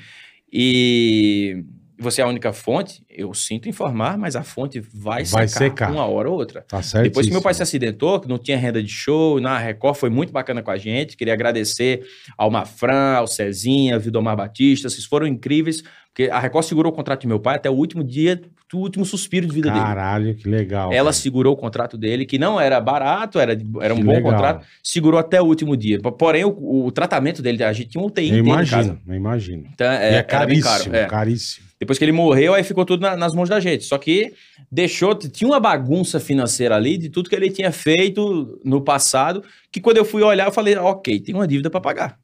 Speaker 1: e você é a única fonte, eu sinto informar, mas a fonte vai,
Speaker 3: Vai secar.
Speaker 1: secar uma hora ou outra.
Speaker 3: Tá certo.
Speaker 1: Depois que meu pai se acidentou, que não tinha renda de show, na Record foi muito bacana com a gente. Queria agradecer ao Mafran, ao Cezinha, ao Vildomar Batista. Vocês foram incríveis, porque a Record segurou o contrato de meu pai até o último dia, o último suspiro de vida dele.
Speaker 3: Caralho, que legal.
Speaker 1: Ela
Speaker 3: cara.
Speaker 1: segurou o contrato dele, que não era barato, era, era um
Speaker 3: Que
Speaker 1: bom
Speaker 3: legal.
Speaker 1: contrato, segurou até o último dia. P- Porém, o, o tratamento dele, a gente tinha um UTI
Speaker 3: Eu
Speaker 1: inteiro em casa.
Speaker 3: imagino, eu imagino.
Speaker 1: Então,
Speaker 3: É,
Speaker 1: é,
Speaker 3: e é
Speaker 1: era bem
Speaker 3: caríssimo,
Speaker 1: caro. é.
Speaker 3: caríssimo.
Speaker 1: Depois que ele morreu, aí ficou tudo na- nas mãos da gente. Só que deixou, tinha uma bagunça financeira ali de tudo que ele tinha feito no passado, que quando eu fui olhar, eu falei, ok, tem uma dívida para pagar.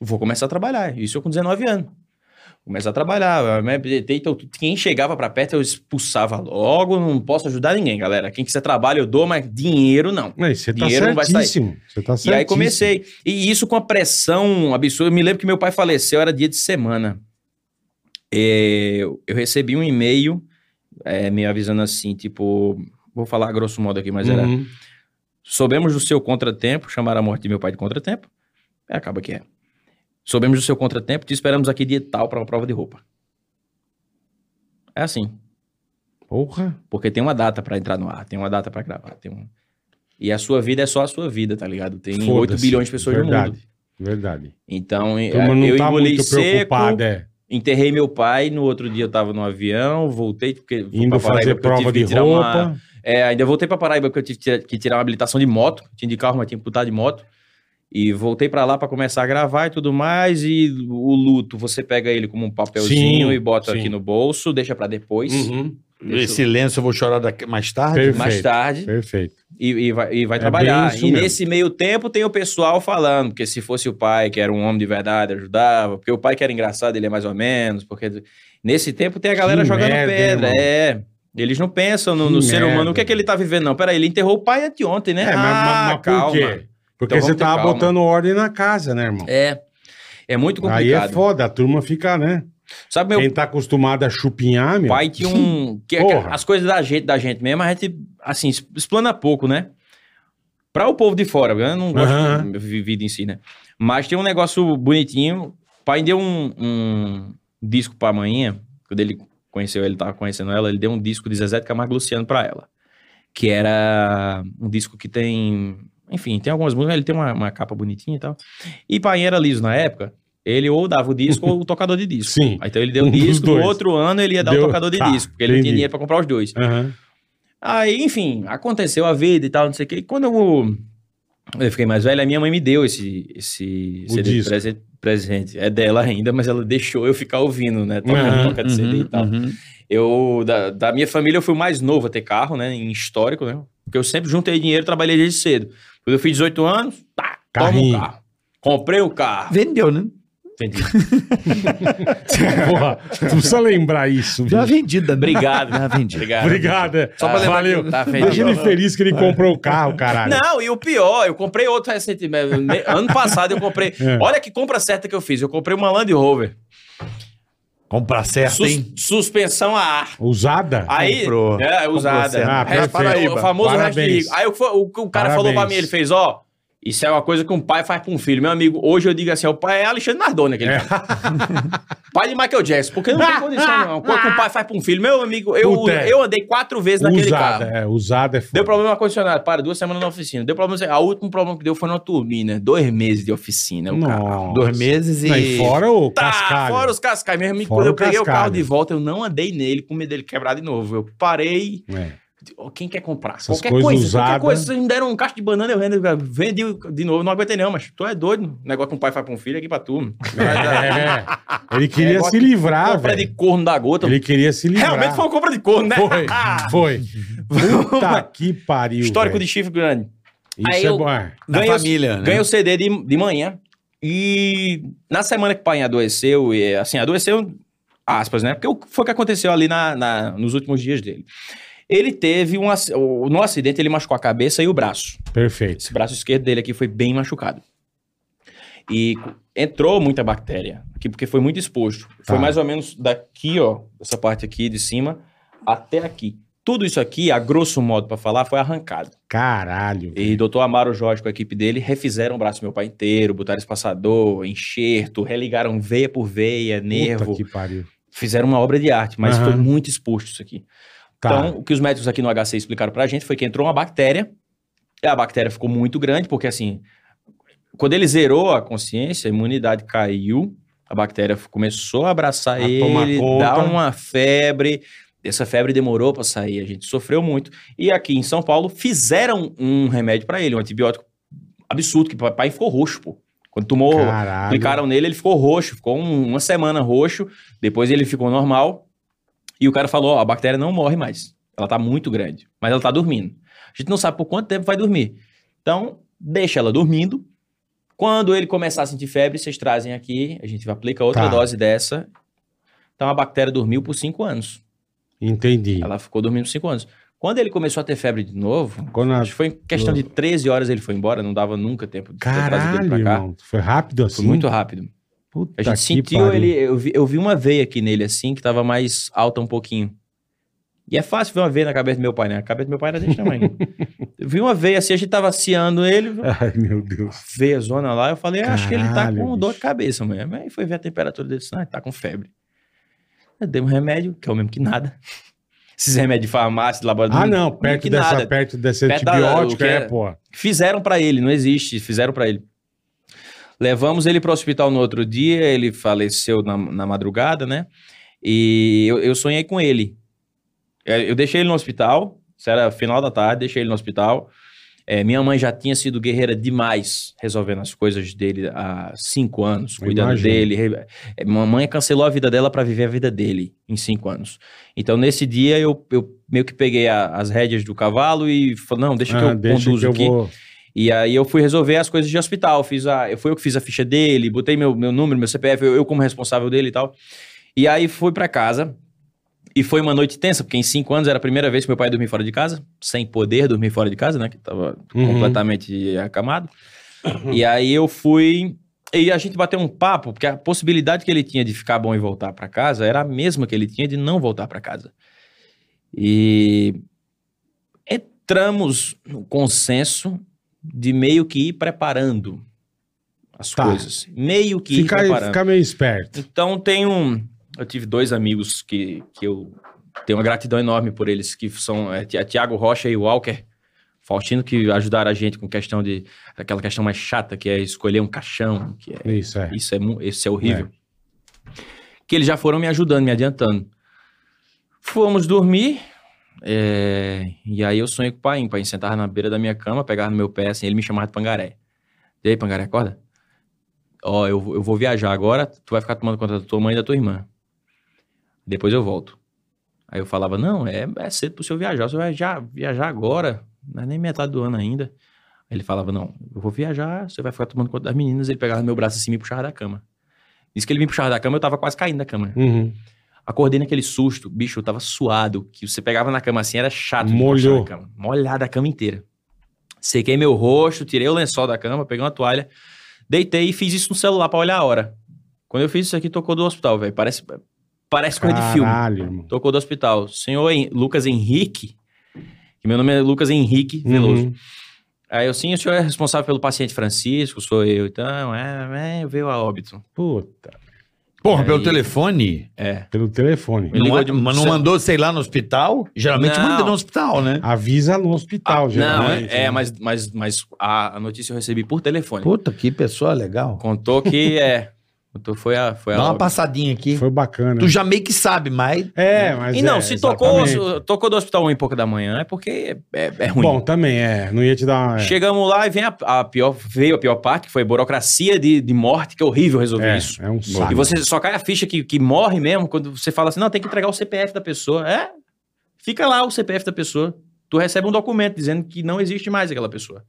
Speaker 1: Vou começar a trabalhar. Isso eu com 19 anos. Começar a trabalhar. né? Então, quem chegava para perto, eu expulsava logo. Não posso ajudar ninguém, galera. Quem quiser trabalho, eu dou, mas dinheiro não.
Speaker 3: Não, e você tá
Speaker 1: Dinheiro não vai sair.
Speaker 3: certíssimo. Você tá
Speaker 1: E
Speaker 3: certíssimo.
Speaker 1: aí comecei. E isso com a pressão absurda. Eu me lembro que meu pai faleceu, era dia de semana. É, Eu, eu recebi um e-mail é, me avisando assim, tipo... Vou falar grosso modo aqui, mas era...
Speaker 3: Uhum.
Speaker 1: Soubemos do seu contratempo, chamaram a morte de meu pai de contratempo. É, acaba que é. Soubemos do seu contratempo, te esperamos aqui dia tal para uma prova de roupa. É assim,
Speaker 3: Porra.
Speaker 1: porque tem uma data para entrar no ar, tem uma data para gravar, tem um... E a sua vida é só a sua vida, tá ligado? Tem 8
Speaker 3: Foda-se.
Speaker 1: bilhões de pessoas no mundo.
Speaker 3: Verdade, Verdade.
Speaker 1: Então,
Speaker 3: A turma não
Speaker 1: eu
Speaker 3: tá
Speaker 1: engoli
Speaker 3: muito
Speaker 1: seco,
Speaker 3: preocupada, é.
Speaker 1: enterrei meu pai, no outro dia eu tava no avião, voltei porque fui
Speaker 3: Indo
Speaker 1: pra Paraíba
Speaker 3: fazer
Speaker 1: porque eu tive
Speaker 3: prova
Speaker 1: que
Speaker 3: de
Speaker 1: tirar uma-
Speaker 3: roupa.
Speaker 1: É, ainda voltei pra Paraíba porque eu tive que tira- que tirar uma habilitação de moto, tinha de carro, mas tinha que putar de moto. E voltei pra lá pra começar a gravar e tudo mais, e o luto, você pega ele como um papelzinho
Speaker 3: Sim,
Speaker 1: e bota
Speaker 3: sim.
Speaker 1: aqui no bolso, deixa pra depois,
Speaker 3: Uhum.
Speaker 1: Deixa-
Speaker 4: Esse lenço eu Uhum, vou chorar daqui- mais tarde.
Speaker 3: Perfeito.
Speaker 1: mais tarde,
Speaker 3: Perfeito.
Speaker 1: e, e vai, e vai
Speaker 3: É
Speaker 1: trabalhar.
Speaker 3: bem isso
Speaker 1: E
Speaker 3: mesmo.
Speaker 1: nesse meio tempo tem o pessoal falando, porque se fosse o pai, que era um homem de verdade, ajudava, porque o pai que era engraçado, ele é mais ou menos, porque nesse tempo tem a galera
Speaker 3: Que
Speaker 1: jogando
Speaker 3: merda,
Speaker 1: pedra,
Speaker 3: hein, irmão?
Speaker 1: é. Eles não pensam no,
Speaker 3: Que
Speaker 1: no ser humano,
Speaker 3: merda.
Speaker 1: o que é que ele tá vivendo, não. Peraí, ele enterrou o pai anteontem, né?
Speaker 3: É, mas,
Speaker 1: ah,
Speaker 3: mas- mas por
Speaker 1: calma.
Speaker 3: quê? Porque
Speaker 1: Então
Speaker 3: você
Speaker 1: vamos ter
Speaker 3: tava
Speaker 1: calma.
Speaker 3: botando ordem na casa, né, irmão?
Speaker 1: É. É muito
Speaker 3: Aí é
Speaker 1: complicado.
Speaker 3: foda, a turma fica, né?
Speaker 1: Sabe, meu
Speaker 3: Quem tá acostumado a chupinhar, meu.
Speaker 1: pai tinha um. que- que-
Speaker 3: Porra.
Speaker 1: as coisas da gente, da gente mesmo, a gente, assim, es- explana pouco, né? Pra o povo de fora, eu não gosto
Speaker 3: Aham.
Speaker 1: de vi- vida em si, né? Mas tem um negócio bonitinho. O pai deu um, um disco pra manhã, quando ele conheceu, ele tava conhecendo ela, ele deu um disco de Zezé de Camargo e Luciano pra ela. Que era um disco que tem. Enfim, tem algumas músicas, ele tem uma, uma capa bonitinha e tal. E pai era liso na época, ele ou dava o disco ou o tocador de disco.
Speaker 3: Sim.
Speaker 1: Aí, Então ele deu
Speaker 3: Um
Speaker 1: o
Speaker 3: dos
Speaker 1: disco,
Speaker 3: dois.
Speaker 1: no outro ano ele ia dar
Speaker 3: Deu-
Speaker 1: o tocador de
Speaker 3: tá,
Speaker 1: disco, porque ele não
Speaker 3: entendi.
Speaker 1: tinha dinheiro pra comprar os dois.
Speaker 3: Aham.
Speaker 1: Aí, enfim, aconteceu a vida e tal, não sei o quê. E quando eu Eu fiquei mais velho, a minha mãe me deu esse, esse
Speaker 3: O
Speaker 1: CD de
Speaker 3: disco.
Speaker 1: prese- presente. É dela ainda, mas ela deixou eu ficar ouvindo, né? Tá na
Speaker 3: Uhum,
Speaker 1: troca de CD e tal.
Speaker 4: uhum.
Speaker 1: Eu, da, da minha família, eu fui o mais novo a ter carro, né? Em histórico, né? Porque eu sempre juntei dinheiro e trabalhei desde cedo. Quando eu fiz 18 anos, tá, toma um
Speaker 3: Carrinho.
Speaker 1: carro. Comprei o carro.
Speaker 4: Vendeu, né?
Speaker 1: Vendi.
Speaker 3: Porra, tu precisa lembrar isso.
Speaker 4: Já
Speaker 3: bicho.
Speaker 4: vendida.
Speaker 1: Obrigado.
Speaker 4: Já vendida.
Speaker 1: Obrigado.
Speaker 3: Obrigado. é.
Speaker 9: Só pra lembrar
Speaker 3: Valeu.
Speaker 9: que tá feito.
Speaker 3: Deixa ele feliz que ele comprou o carro, caralho.
Speaker 1: É. Não, e o pior, eu comprei outro recentemente. Me- Ano passado eu comprei.
Speaker 3: É.
Speaker 1: Olha que compra certa que eu fiz. Eu comprei uma Land Rover.
Speaker 4: Comprar certo,
Speaker 1: Sus-
Speaker 4: hein?
Speaker 1: suspensão a ar.
Speaker 3: Usada?
Speaker 1: Aí,
Speaker 4: Comprou.
Speaker 1: é,
Speaker 4: certo.
Speaker 1: usada.
Speaker 3: Ah,
Speaker 1: Resto-
Speaker 3: perfeito.
Speaker 1: o famoso resto de
Speaker 3: Parabéns.
Speaker 1: rico. Aí o, fa- o- o cara falou pra
Speaker 3: Parabéns.
Speaker 1: mim, ele fez, ó, isso é uma coisa que um pai faz pra um filho. Meu amigo, hoje eu digo assim, ó, o pai é Alexandre Nardone, aquele cara. pai de Michael Jackson, porque não tem condição, não. Coisa que um pai faz pra um filho. Meu amigo, eu,
Speaker 3: Puta, é.
Speaker 1: eu andei quatro vezes naquele
Speaker 3: Usada,
Speaker 1: carro.
Speaker 3: é, usada é foda.
Speaker 1: Deu problema no ar-condicionado, para duas semanas na oficina. Deu problema, a último problema que deu foi numa turbina. Dois meses de oficina, o carro.
Speaker 3: Nossa.
Speaker 4: Dois meses e...
Speaker 3: Não, e fora o
Speaker 1: Tá,
Speaker 3: cascalho.
Speaker 1: fora os cascais. Mesmo
Speaker 3: Fora
Speaker 1: quando
Speaker 3: o
Speaker 1: eu peguei o carro
Speaker 3: cascalho.
Speaker 1: de volta, eu não andei nele com medo dele quebrar de novo. Eu parei,
Speaker 3: É.
Speaker 1: Ó, Quem quer comprar?
Speaker 3: Essas
Speaker 1: qualquer
Speaker 3: coisas
Speaker 1: coisa, qualquer
Speaker 3: usadas. né?
Speaker 1: coisa. Vocês me deram um caixa de banana, eu rendo, cara, vendi de novo. Não aguentei não, mas tu é doido. Negócio que um pai faz pra um filho aqui pra tu.
Speaker 3: É, Ele queria
Speaker 1: Negócio
Speaker 3: se livrar,
Speaker 1: compra
Speaker 3: Ah, velho.
Speaker 1: de corno da gota.
Speaker 3: Ele queria se livrar.
Speaker 1: Realmente foi uma compra de corno, né?
Speaker 3: Foi, foi. Puta que pariu,
Speaker 1: Histórico
Speaker 3: velho.
Speaker 1: de chifre grande.
Speaker 3: Isso
Speaker 1: Aí
Speaker 3: é
Speaker 1: eu-
Speaker 3: bom. é.
Speaker 4: Na
Speaker 1: Ganha os-
Speaker 4: família, né?
Speaker 1: Ganhei o CD de, de manhã. E na semana que o pai adoeceu, e, assim, adoeceu, aspas, né? Porque o- foi o que aconteceu ali na, na- nos últimos dias dele. Ele teve um. ac- o- No acidente, ele machucou a cabeça e o braço.
Speaker 3: Perfeito.
Speaker 1: Esse braço esquerdo dele aqui foi bem machucado. E co- entrou muita bactéria aqui, porque foi muito exposto. Foi mais ou menos daqui, ó, essa parte aqui de cima, até aqui. Tudo isso aqui, a grosso modo pra falar, foi arrancado.
Speaker 3: Caralho.
Speaker 1: E doutor Amaro Jorge com a equipe dele refizeram o braço do meu pai inteiro, botaram espaçador, enxerto, religaram veia por veia, nervo.
Speaker 3: Puta que pariu.
Speaker 1: Fizeram uma obra de arte, mas
Speaker 3: Aham.
Speaker 1: foi muito exposto isso aqui.
Speaker 3: Tá.
Speaker 1: Então, o que os médicos aqui no HC explicaram pra gente foi que entrou uma bactéria, e a bactéria ficou muito grande, porque assim, quando ele zerou a consciência, a imunidade caiu, a bactéria f- começou a abraçar
Speaker 3: A tomar
Speaker 1: ele,
Speaker 3: conta.
Speaker 1: dar uma febre. Essa febre demorou pra sair, a gente sofreu muito. E aqui em São Paulo fizeram um remédio pra ele, um antibiótico absurdo, que o papai ficou roxo, pô. Quando tomou,
Speaker 3: Caralho.
Speaker 1: aplicaram nele, ele ficou roxo, ficou um- uma semana roxo, depois ele ficou normal. E o cara falou: ó, a bactéria não morre mais. Ela tá muito grande, mas ela tá dormindo. A gente não sabe por quanto tempo vai dormir. Então, deixa ela dormindo. Quando ele começar a sentir febre, vocês trazem aqui, a gente aplica outra
Speaker 3: Tá.
Speaker 1: dose dessa. Então a bactéria dormiu por cinco anos.
Speaker 3: Entendi.
Speaker 1: Ela ficou dormindo por cinco anos. Quando ele começou a ter febre de novo,
Speaker 3: Quando a-
Speaker 1: acho que foi em questão de 13 horas ele foi embora, não dava nunca tempo de ter trazido ele
Speaker 3: Caralho,
Speaker 1: pra cá.
Speaker 3: irmão. Foi rápido assim?
Speaker 1: Foi muito rápido.
Speaker 3: Puta
Speaker 1: A gente
Speaker 3: que
Speaker 1: sentiu
Speaker 3: pariu.
Speaker 1: ele. Eu vi, eu vi uma veia aqui nele, assim, que tava mais alta um pouquinho. E é fácil ver uma veia na cabeça do meu pai, né? A cabeça do meu pai era desse tamanho. eu vi uma veia assim, a gente tava ciando ele,
Speaker 3: Ai, meu Deus.
Speaker 1: veia zona lá. Eu falei, acho que ele tá
Speaker 3: É. Caralho,
Speaker 1: com dor de
Speaker 3: bicho.
Speaker 1: cabeça mesmo. Aí foi ver a temperatura dele, disse, ah, ele tá com febre. Eu dei um remédio, que é o mesmo que nada. Esses remédios de farmácia, de laboratório.
Speaker 3: Ah, não.
Speaker 1: mesmo
Speaker 3: Perto
Speaker 1: é que
Speaker 3: dessa,
Speaker 1: nada.
Speaker 3: perto desse
Speaker 1: Perto da- o
Speaker 3: antibiótico,
Speaker 1: que
Speaker 3: é,
Speaker 1: é-
Speaker 3: pô.
Speaker 1: Fizeram pra ele, não existe, fizeram pra ele. Levamos ele pro hospital no outro dia, ele faleceu na, na madrugada, né? E eu, eu sonhei com ele. É, Eu deixei ele no hospital, isso era final da tarde, deixei ele no hospital. É, minha mãe já tinha sido guerreira demais, resolvendo as coisas dele há cinco anos,
Speaker 3: Eu
Speaker 1: cuidando
Speaker 3: imagino.
Speaker 1: dele. re- é, Mamãe cancelou a vida dela pra viver a vida dele em cinco anos. Então, nesse dia, eu, eu meio que peguei a- as rédeas do cavalo e falei, não, deixa que
Speaker 3: Ah,
Speaker 1: eu conduzo aqui.
Speaker 3: vou-
Speaker 1: E aí eu fui resolver as coisas de hospital. Fiz a, eu fui eu que fiz a ficha dele, botei meu, meu número, meu CPF, eu, eu como responsável dele e tal. E aí fui pra casa. E foi uma noite tensa, porque em cinco anos era a primeira vez que meu pai dormia fora de casa, sem poder dormir fora de casa, né? Que tava
Speaker 3: Uhum.
Speaker 1: completamente acamado. E aí eu fui. E a gente bateu um papo, porque a possibilidade que ele tinha de ficar bom e voltar pra casa era a mesma que ele tinha de não voltar pra casa. E entramos no consenso de meio que ir preparando as
Speaker 3: Tá.
Speaker 1: coisas. Meio que ir
Speaker 3: Fica,
Speaker 1: preparando.
Speaker 3: fica meio esperto.
Speaker 1: Então tem um. Eu tive dois amigos que, que eu tenho uma gratidão enorme por eles, que são é, Ti- Tiago Rocha e Walker Faustino, que ajudaram a gente com questão de. aquela questão mais chata, que é escolher um caixão, que é
Speaker 3: Isso, é.
Speaker 1: isso é, mu- isso é horrível. Que eles já foram me ajudando, me adiantando. Fomos dormir. É, E aí eu sonhei com o Paim. O Paim sentava na beira da minha cama, pegava no meu pé, assim, ele me chamava de Pangaré. E aí, Pangaré, acorda? Ó, eu, vou- eu vou viajar agora, tu vai ficar tomando conta da tua mãe e da tua irmã. Depois eu volto. Aí eu falava, não, é, é cedo pro senhor viajar, o senhor vai viajar, viajar agora, não é nem metade do ano ainda. Aí ele falava, não, eu vou viajar, você vai ficar tomando conta das meninas. Ele pegava meu braço assim e me puxava da cama. Diz que ele me puxava da cama, eu tava quase caindo da cama.
Speaker 3: Uhum.
Speaker 1: Acordei naquele susto, bicho, eu tava suado, que você pegava na cama assim, era chato. de
Speaker 3: Molhou.
Speaker 1: encostar na cama. Molhada a cama inteira. Sequei meu rosto, tirei o lençol da cama, peguei uma toalha, deitei e fiz isso no celular pra olhar a hora. Quando eu fiz isso aqui, tocou do hospital, velho. Parece, parece coisa de filme.
Speaker 3: Caralho, irmão.
Speaker 1: Tocou do hospital. Senhor Hen- Lucas Henrique, que meu nome é Lucas Henrique Veloso.
Speaker 3: Uhum.
Speaker 1: Aí eu, sim, o senhor é responsável pelo paciente Francisco, sou eu, então, é, é veio a óbito.
Speaker 3: Puta.
Speaker 4: Porra,
Speaker 1: Aí-
Speaker 4: pelo telefone?
Speaker 1: É.
Speaker 3: Pelo telefone.
Speaker 1: Ele
Speaker 4: Não,
Speaker 1: ligou
Speaker 4: é-
Speaker 1: de-
Speaker 4: mas não mandou, sei lá, no hospital? Geralmente
Speaker 1: Não.
Speaker 4: manda no hospital, né?
Speaker 3: Avisa no hospital,
Speaker 1: Não, é,
Speaker 3: geralmente. né?
Speaker 1: é, mas, mas, mas a, a notícia eu recebi por telefone.
Speaker 4: Puta, que pessoa legal.
Speaker 1: Contou que é. Contou, foi a. Foi a
Speaker 4: Dá uma
Speaker 1: óbito.
Speaker 4: passadinha aqui.
Speaker 3: Foi bacana.
Speaker 4: Tu já meio que sabe, mas
Speaker 3: É, mas.
Speaker 1: E não,
Speaker 3: é,
Speaker 1: se tocou,
Speaker 3: exatamente.
Speaker 1: se- tocou do hospital uma e pouca da manhã, é porque é, é- é ruim.
Speaker 3: Bom, também é. Não ia te dar uma.
Speaker 1: Chegamos lá e vem a, a pior, veio a pior parte, que foi burocracia de, de morte, que é horrível resolver
Speaker 3: É,
Speaker 1: isso.
Speaker 3: é um saco.
Speaker 1: E você só cai a ficha que, que morre mesmo quando você fala assim: não, tem que entregar o CPF da pessoa. É? Fica lá o CPF da pessoa. Tu recebe um documento dizendo que não existe mais aquela pessoa.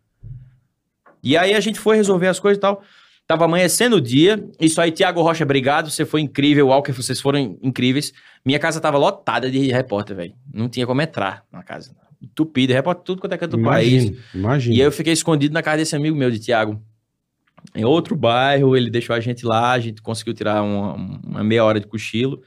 Speaker 1: E aí a gente foi resolver as coisas e tal. Tava amanhecendo o dia. Isso aí, Tiago Rocha, obrigado. Você foi incrível, Walker, vocês foram in- incríveis. Minha casa tava lotada de repórter, velho. Não tinha como entrar na casa. Tupida, repórter, tudo quanto é canto do país.
Speaker 3: Imagina, imagina.
Speaker 1: E aí eu fiquei escondido na casa desse amigo meu, de Tiago. Em outro bairro, ele deixou a gente lá, a gente conseguiu tirar uma, uma meia hora de cochilo.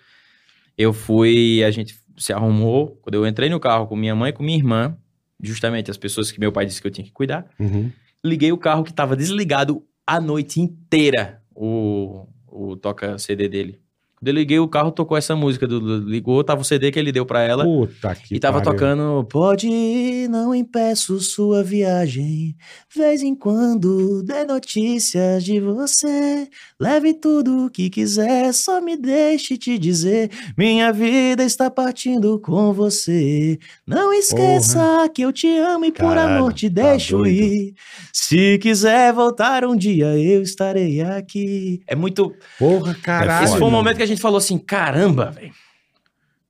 Speaker 1: Eu fui, a gente se arrumou. Quando eu entrei no carro com minha mãe e com minha irmã, justamente as pessoas que meu pai disse que eu tinha que cuidar,
Speaker 3: Uhum.
Speaker 1: liguei o carro que estava desligado a noite inteira, o, o toca CD dele. Quando eu liguei o carro, tocou essa música, do, do- ligou, tava o CD que ele deu pra ela.
Speaker 3: Puta que
Speaker 1: E tava
Speaker 3: pariu.
Speaker 1: tocando Pode ir, não impeço sua viagem Vez em quando dê notícias de você Leve tudo o que quiser Só me deixe te dizer Minha vida está partindo com você Não esqueça que eu te amo E por
Speaker 4: Caralho,
Speaker 1: amor te
Speaker 4: tá
Speaker 1: deixo
Speaker 4: doido.
Speaker 1: ir Se quiser voltar um dia Eu estarei aqui É muito...
Speaker 3: Porra,
Speaker 4: É
Speaker 3: caralho.
Speaker 1: Esse foi um
Speaker 3: mano.
Speaker 1: momento que a gente falou assim Caramba, velho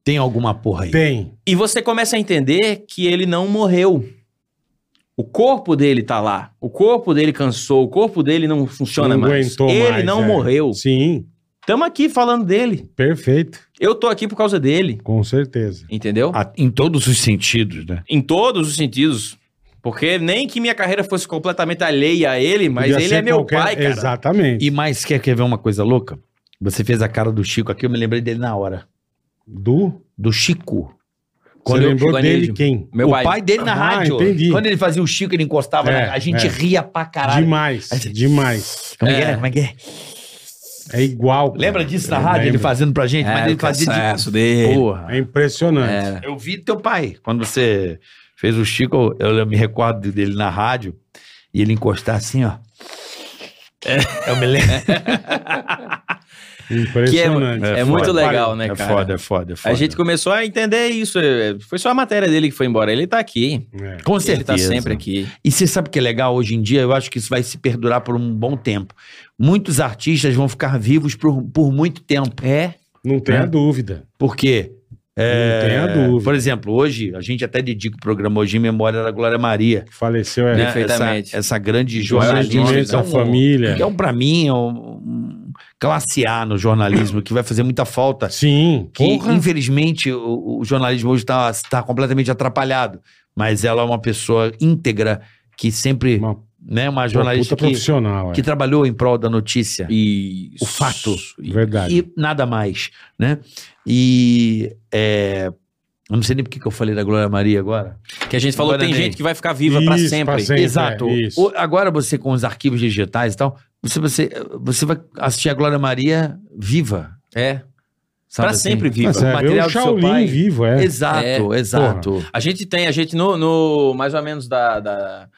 Speaker 4: tem alguma porra aí.
Speaker 3: Tem.
Speaker 1: E você começa a entender que ele não morreu. O corpo dele tá lá. O corpo dele cansou. O corpo dele não funciona
Speaker 3: Não
Speaker 1: mais.
Speaker 3: aguentou
Speaker 1: Ele
Speaker 3: mais,
Speaker 1: não
Speaker 3: é.
Speaker 1: morreu.
Speaker 3: Sim,
Speaker 1: Tamo aqui falando dele.
Speaker 3: perfeito.
Speaker 1: Eu tô aqui por causa dele.
Speaker 3: Com certeza.
Speaker 1: Entendeu?
Speaker 4: A- Em todos os sentidos, né?
Speaker 1: Em todos os sentidos. Porque nem que minha carreira fosse completamente alheia a ele, mas
Speaker 3: Podia
Speaker 1: ele
Speaker 3: ser
Speaker 1: é meu
Speaker 3: qualquer-
Speaker 1: pai, cara.
Speaker 3: Exatamente.
Speaker 4: E mais, quer, quer ver uma coisa louca? Você fez a cara do Chico aqui, eu me lembrei dele na hora.
Speaker 3: Do.
Speaker 4: Do Chico.
Speaker 3: Você
Speaker 4: Quando eu-
Speaker 3: lembrou
Speaker 1: Chico
Speaker 3: dele
Speaker 1: Anísio.
Speaker 3: quem?
Speaker 1: Meu
Speaker 4: o
Speaker 1: pai.
Speaker 4: pai, dele na
Speaker 3: Ah,
Speaker 4: rádio.
Speaker 3: entendi.
Speaker 4: Quando ele fazia o Chico, ele encostava.
Speaker 3: É,
Speaker 4: na- A gente
Speaker 3: é.
Speaker 4: ria pra caralho.
Speaker 3: Demais, demais.
Speaker 4: Como é. que
Speaker 1: É.
Speaker 4: é? Como é que é?
Speaker 3: É igual. cara.
Speaker 4: Lembra disso na
Speaker 3: Eu
Speaker 4: rádio? Ele
Speaker 3: lembro.
Speaker 4: fazendo pra gente,
Speaker 1: É,
Speaker 4: mas ele fazia de...
Speaker 9: dele.
Speaker 4: Porra.
Speaker 3: É impressionante.
Speaker 9: É.
Speaker 4: Eu vi teu pai. Quando você fez o Chico, eu, eu me recordo dele na rádio e ele encostar assim, ó. Eu me lembro.
Speaker 1: Que é,
Speaker 3: Impressionante.
Speaker 1: é muito
Speaker 4: foda.
Speaker 1: legal, né,
Speaker 4: é
Speaker 1: cara?
Speaker 4: foda, é foda, é
Speaker 1: A
Speaker 4: foda.
Speaker 1: gente começou a entender isso. é, Foi só a matéria dele que foi embora. Ele tá aqui.
Speaker 3: É.
Speaker 4: Com
Speaker 1: Ele
Speaker 4: certeza.
Speaker 1: tá sempre aqui.
Speaker 4: E você sabe o que é legal hoje em dia? Eu acho que isso vai se perdurar por um bom tempo. Muitos artistas vão ficar vivos por, por muito tempo. É.
Speaker 3: Não tenha
Speaker 4: É.
Speaker 3: dúvida.
Speaker 4: Porque,
Speaker 3: Não tenha dúvida.
Speaker 4: É, por exemplo, hoje, a gente até dedica o programa hoje em memória da Glória Maria.
Speaker 3: Faleceu é.
Speaker 4: né?
Speaker 1: Perfeitamente.
Speaker 4: Essa, essa grande
Speaker 3: Jornalista,
Speaker 4: jornalista.
Speaker 3: da família.
Speaker 4: Então, pra mim, é um, um classe A no jornalismo, que vai fazer muita falta.
Speaker 3: Sim.
Speaker 4: Que,
Speaker 3: Porra.
Speaker 4: infelizmente, o, o jornalismo hoje está completamente atrapalhado. Mas ela é uma pessoa íntegra, que sempre...
Speaker 3: Uma
Speaker 4: né,
Speaker 3: uma
Speaker 4: uma
Speaker 3: puta
Speaker 4: jornalista que,
Speaker 3: profissional. é.
Speaker 4: que trabalhou em prol da notícia
Speaker 1: E
Speaker 4: O fato.
Speaker 3: Verdade.
Speaker 4: e nada mais, né? E é, eu não sei nem porque que eu falei da Glória Maria agora.
Speaker 1: Que a gente falou,
Speaker 4: Agora
Speaker 1: tem
Speaker 4: nem.
Speaker 1: gente que vai ficar viva pra
Speaker 3: Isso,
Speaker 1: sempre.
Speaker 3: pra sempre.
Speaker 4: Exato.
Speaker 3: é, isso.
Speaker 4: O- agora você com os arquivos digitais e tal, você você você vai assistir a Glória Maria viva,
Speaker 1: É,
Speaker 4: sabe
Speaker 1: pra
Speaker 4: assim?
Speaker 1: sempre viva.
Speaker 3: Mas é, ver
Speaker 4: material
Speaker 3: o
Speaker 4: do seu
Speaker 3: Shaolin
Speaker 4: pai.
Speaker 3: vivo, é.
Speaker 4: Exato,
Speaker 1: É.
Speaker 4: exato.
Speaker 1: A gente tem, a gente no, no mais ou menos da, da,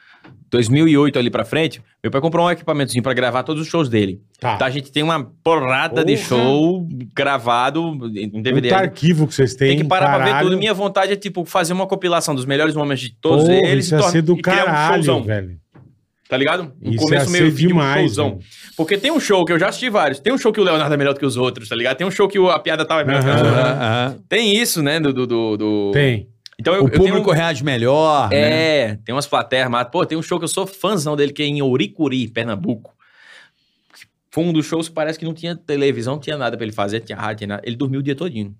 Speaker 1: 2008 ali pra frente, meu pai comprou um equipamentozinho pra gravar todos os shows dele.
Speaker 3: Tá.
Speaker 1: Então a gente tem uma porrada de
Speaker 3: Porra.
Speaker 1: show gravado em um DVD.
Speaker 3: Muito arquivo que vocês têm.
Speaker 1: Tem que parar pra ver
Speaker 3: caralho.
Speaker 1: tudo. Minha vontade é, tipo, fazer uma compilação dos melhores momentos de todos
Speaker 3: Porra,
Speaker 1: eles
Speaker 3: Isso
Speaker 1: e
Speaker 3: ia
Speaker 1: torna-
Speaker 3: ser do
Speaker 1: e criar um
Speaker 3: caralho,
Speaker 1: showzão,
Speaker 3: velho.
Speaker 1: Tá ligado? Um
Speaker 3: Isso ia
Speaker 1: começo, meio
Speaker 3: ser
Speaker 1: e fim, um
Speaker 3: demais.
Speaker 1: showzão.
Speaker 3: velho.
Speaker 1: Porque tem um show que eu já assisti vários. Tem um show que o Leonardo é melhor do que os outros, tá ligado? Tem um show que o- a piada tava melhor que os outros. Tem isso, né? Do, do, do- do-
Speaker 3: Tem.
Speaker 1: Então eu,
Speaker 4: O
Speaker 1: eu tenho-
Speaker 4: público reage melhor. né?
Speaker 1: É, tem umas plateias, mas, pô, tem um show que eu sou fãzão dele, que é em Ouricuri, Pernambuco. Foi um dos shows que parece que não tinha televisão, não tinha nada pra ele fazer, tinha rádio, tinha nada. Ele dormiu o dia todinho.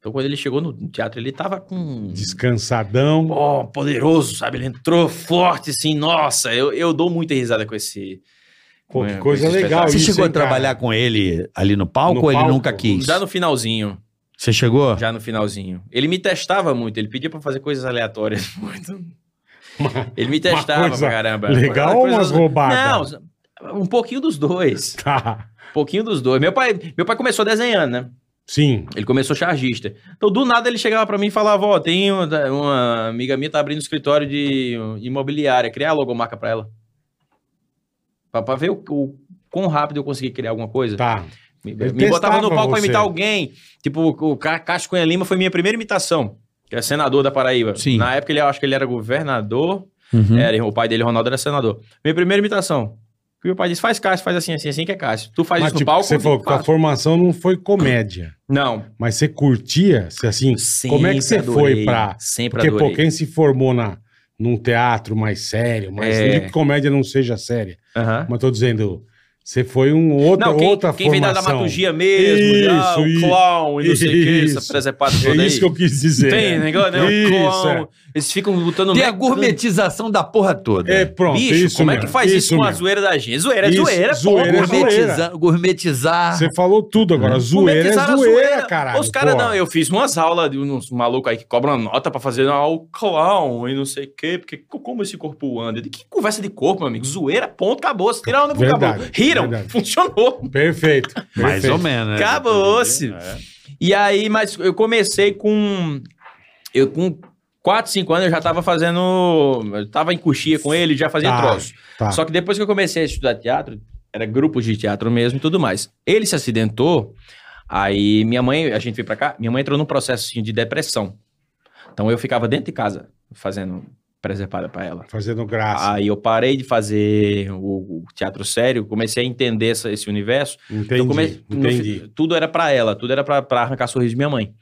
Speaker 1: Então quando ele chegou no teatro, ele tava com...
Speaker 3: Descansadão.
Speaker 1: Ó, poderoso, sabe? Ele entrou forte, assim, nossa, eu, eu dou muita risada com esse...
Speaker 3: Pô,
Speaker 1: com-
Speaker 3: que
Speaker 1: com
Speaker 3: coisa
Speaker 1: esse
Speaker 3: legal.
Speaker 4: Você
Speaker 3: Ah, isso,
Speaker 4: chegou
Speaker 3: hein,
Speaker 4: a trabalhar
Speaker 3: cara?
Speaker 4: com ele ali no palco
Speaker 3: No
Speaker 4: ou ele
Speaker 3: palco?
Speaker 4: nunca quis?
Speaker 1: Já no finalzinho,
Speaker 4: Você chegou?
Speaker 1: já no finalzinho. Ele me testava muito, ele pedia pra fazer coisas aleatórias muito. Ele me testava
Speaker 3: coisa
Speaker 1: pra caramba.
Speaker 3: legal ou umas roubadas?
Speaker 1: Não, um pouquinho dos dois.
Speaker 3: Tá.
Speaker 1: Um pouquinho dos dois. Meu pai, meu pai começou desenhando, né?
Speaker 3: Sim.
Speaker 1: Ele começou chargista. Então, do nada, ele chegava pra mim e falava, ó, tem uma, uma amiga minha tá abrindo um escritório de imobiliária, criar a logomarca pra ela. Pra, pra ver o, o quão rápido eu consegui criar alguma coisa.
Speaker 3: Tá.
Speaker 1: Me,
Speaker 3: Ele
Speaker 1: me botava no
Speaker 3: testava
Speaker 1: palco pra
Speaker 3: você.
Speaker 1: imitar alguém. Tipo, o o Ca- Cássio Cunha Lima foi minha primeira imitação. Que era senador da Paraíba.
Speaker 4: Sim.
Speaker 1: Na época, ele, eu acho que ele era governador.
Speaker 4: Uhum.
Speaker 1: Era, o pai dele, Ronaldo, era senador. Minha primeira imitação. E meu pai disse, faz Cássio, faz assim, assim, assim que é Cássio. Tu faz
Speaker 3: Mas,
Speaker 1: isso no
Speaker 3: tipo,
Speaker 1: palco?
Speaker 3: você
Speaker 1: eu
Speaker 3: falou que tua
Speaker 1: faço.
Speaker 3: formação não foi comédia.
Speaker 1: Não.
Speaker 3: Mas você curtia? Você, assim, como é que você foi pra...
Speaker 1: Sempre
Speaker 3: Porque, pô,
Speaker 1: adorei.
Speaker 3: quem se formou na, num teatro mais sério, mas
Speaker 1: É.
Speaker 3: não digo que comédia não seja séria.
Speaker 1: Aham.
Speaker 3: Mas tô dizendo, você foi um outra,
Speaker 1: não, quem,
Speaker 3: outra
Speaker 1: quem vem da
Speaker 3: formação.
Speaker 1: dramaturgia mesmo,
Speaker 3: Isso,
Speaker 1: ah, o
Speaker 3: isso.
Speaker 1: clown e não sei o que, essa
Speaker 3: Isso.
Speaker 1: presepada toda
Speaker 3: É
Speaker 1: aí.
Speaker 3: isso que eu quis dizer.
Speaker 1: Tem, né? igual, né? O
Speaker 3: Isso, é.
Speaker 1: clown. Eles ficam botando...
Speaker 4: Tem a
Speaker 1: mec-
Speaker 4: gourmetização da porra toda.
Speaker 3: É, pronto,
Speaker 1: Bicho,
Speaker 3: isso
Speaker 1: como é
Speaker 3: mesmo,
Speaker 1: que faz isso, com a
Speaker 3: mesmo.
Speaker 1: zoeira da gente? Zoeira é
Speaker 3: Isso,
Speaker 1: zoeira,
Speaker 3: zoeira é
Speaker 1: porra.
Speaker 3: zoeira.
Speaker 4: Gourmetiza- gourmetizar.
Speaker 3: Você falou tudo
Speaker 1: Hum.
Speaker 3: agora. Zoeira é
Speaker 1: Gourmetizaram a
Speaker 3: zoeira, caralho.
Speaker 1: Os caras,
Speaker 3: pô.
Speaker 1: não, eu fiz umas aulas de uns malucos aí que cobram nota pra fazer ah, o clown e não sei o quê, porque co- como esse corpo anda? De que conversa de corpo, meu amigo? Zoeira, ponto, acabou. Se tirar onda, acabou.
Speaker 3: Verdade,
Speaker 1: Riram,
Speaker 3: verdade.
Speaker 1: funcionou.
Speaker 3: Perfeito.
Speaker 4: Mais
Speaker 3: perfeito.
Speaker 4: ou menos, né?
Speaker 1: Acabou-se.
Speaker 3: é.
Speaker 1: E aí, mas eu comecei com. Eu com 4, 5 anos eu já tava fazendo. Eu tava em coxia com ele, já fazia
Speaker 3: Tá,
Speaker 1: troço.
Speaker 3: tá.
Speaker 1: Só que depois que eu comecei a estudar teatro, era grupo de teatro mesmo e tudo mais. Ele se acidentou, aí minha mãe, a gente veio pra cá, minha mãe entrou num processo assim, de depressão. Então eu ficava dentro de casa fazendo preservada pra ela.
Speaker 3: Fazendo graça.
Speaker 1: Aí eu parei de fazer o, o teatro sério, comecei a entender essa- esse universo.
Speaker 3: entendi,
Speaker 1: Eu come- no
Speaker 3: entendi.
Speaker 1: fi- Tudo era pra ela, tudo era pra, pra arrancar sorriso de minha mãe.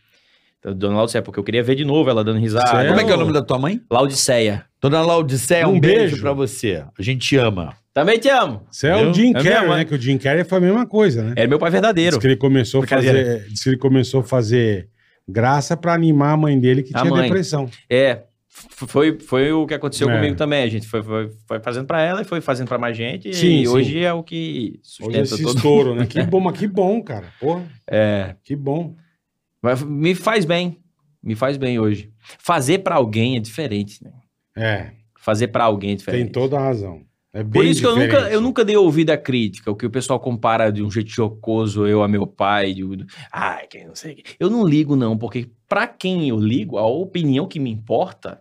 Speaker 1: Então, dona Laodiceia, porque eu queria ver de novo ela dando risada.
Speaker 3: Sério?
Speaker 4: Como é que é o nome da tua mãe?
Speaker 1: Laodiceia.
Speaker 4: Dona Laodiceia, um,
Speaker 3: Um
Speaker 4: beijo.
Speaker 3: beijo.
Speaker 4: pra você. A gente te ama.
Speaker 1: Também te amo.
Speaker 3: Você é
Speaker 1: Entendeu?
Speaker 3: o Jim
Speaker 1: É minha
Speaker 3: Carrey,
Speaker 1: mãe.
Speaker 3: né? Que o Jim Carrey foi a mesma coisa, né?
Speaker 1: Era meu pai verdadeiro.
Speaker 3: Diz que ele começou a
Speaker 1: Brincadeira.
Speaker 3: fazer, diz que ele começou a fazer graça pra animar a mãe dele que
Speaker 1: A
Speaker 3: tinha
Speaker 1: mãe.
Speaker 3: depressão.
Speaker 1: É. f- Foi, foi o que aconteceu
Speaker 3: É.
Speaker 1: comigo também. A gente foi, foi, foi fazendo pra ela e foi fazendo pra mais gente.
Speaker 3: Sim,
Speaker 1: e
Speaker 3: sim.
Speaker 1: hoje é o
Speaker 3: Hoje
Speaker 1: que
Speaker 3: é
Speaker 1: sustenta
Speaker 3: esse
Speaker 1: todo
Speaker 3: estouro, né? Que bom, mas que bom, cara. Porra,
Speaker 1: É.
Speaker 3: que bom.
Speaker 1: Mas me faz bem. Me faz bem hoje. Fazer pra alguém é diferente, né?
Speaker 3: É,
Speaker 1: Fazer pra alguém é diferente.
Speaker 3: tem toda a razão. É bem
Speaker 1: Por isso que eu nunca,
Speaker 3: diferente.
Speaker 1: eu nunca dei ouvido à crítica, o que o pessoal compara de um jeito jocoso eu a meu pai, de, um, ai, que não sei. o quê. Eu não ligo não, porque pra quem eu ligo, a opinião que me importa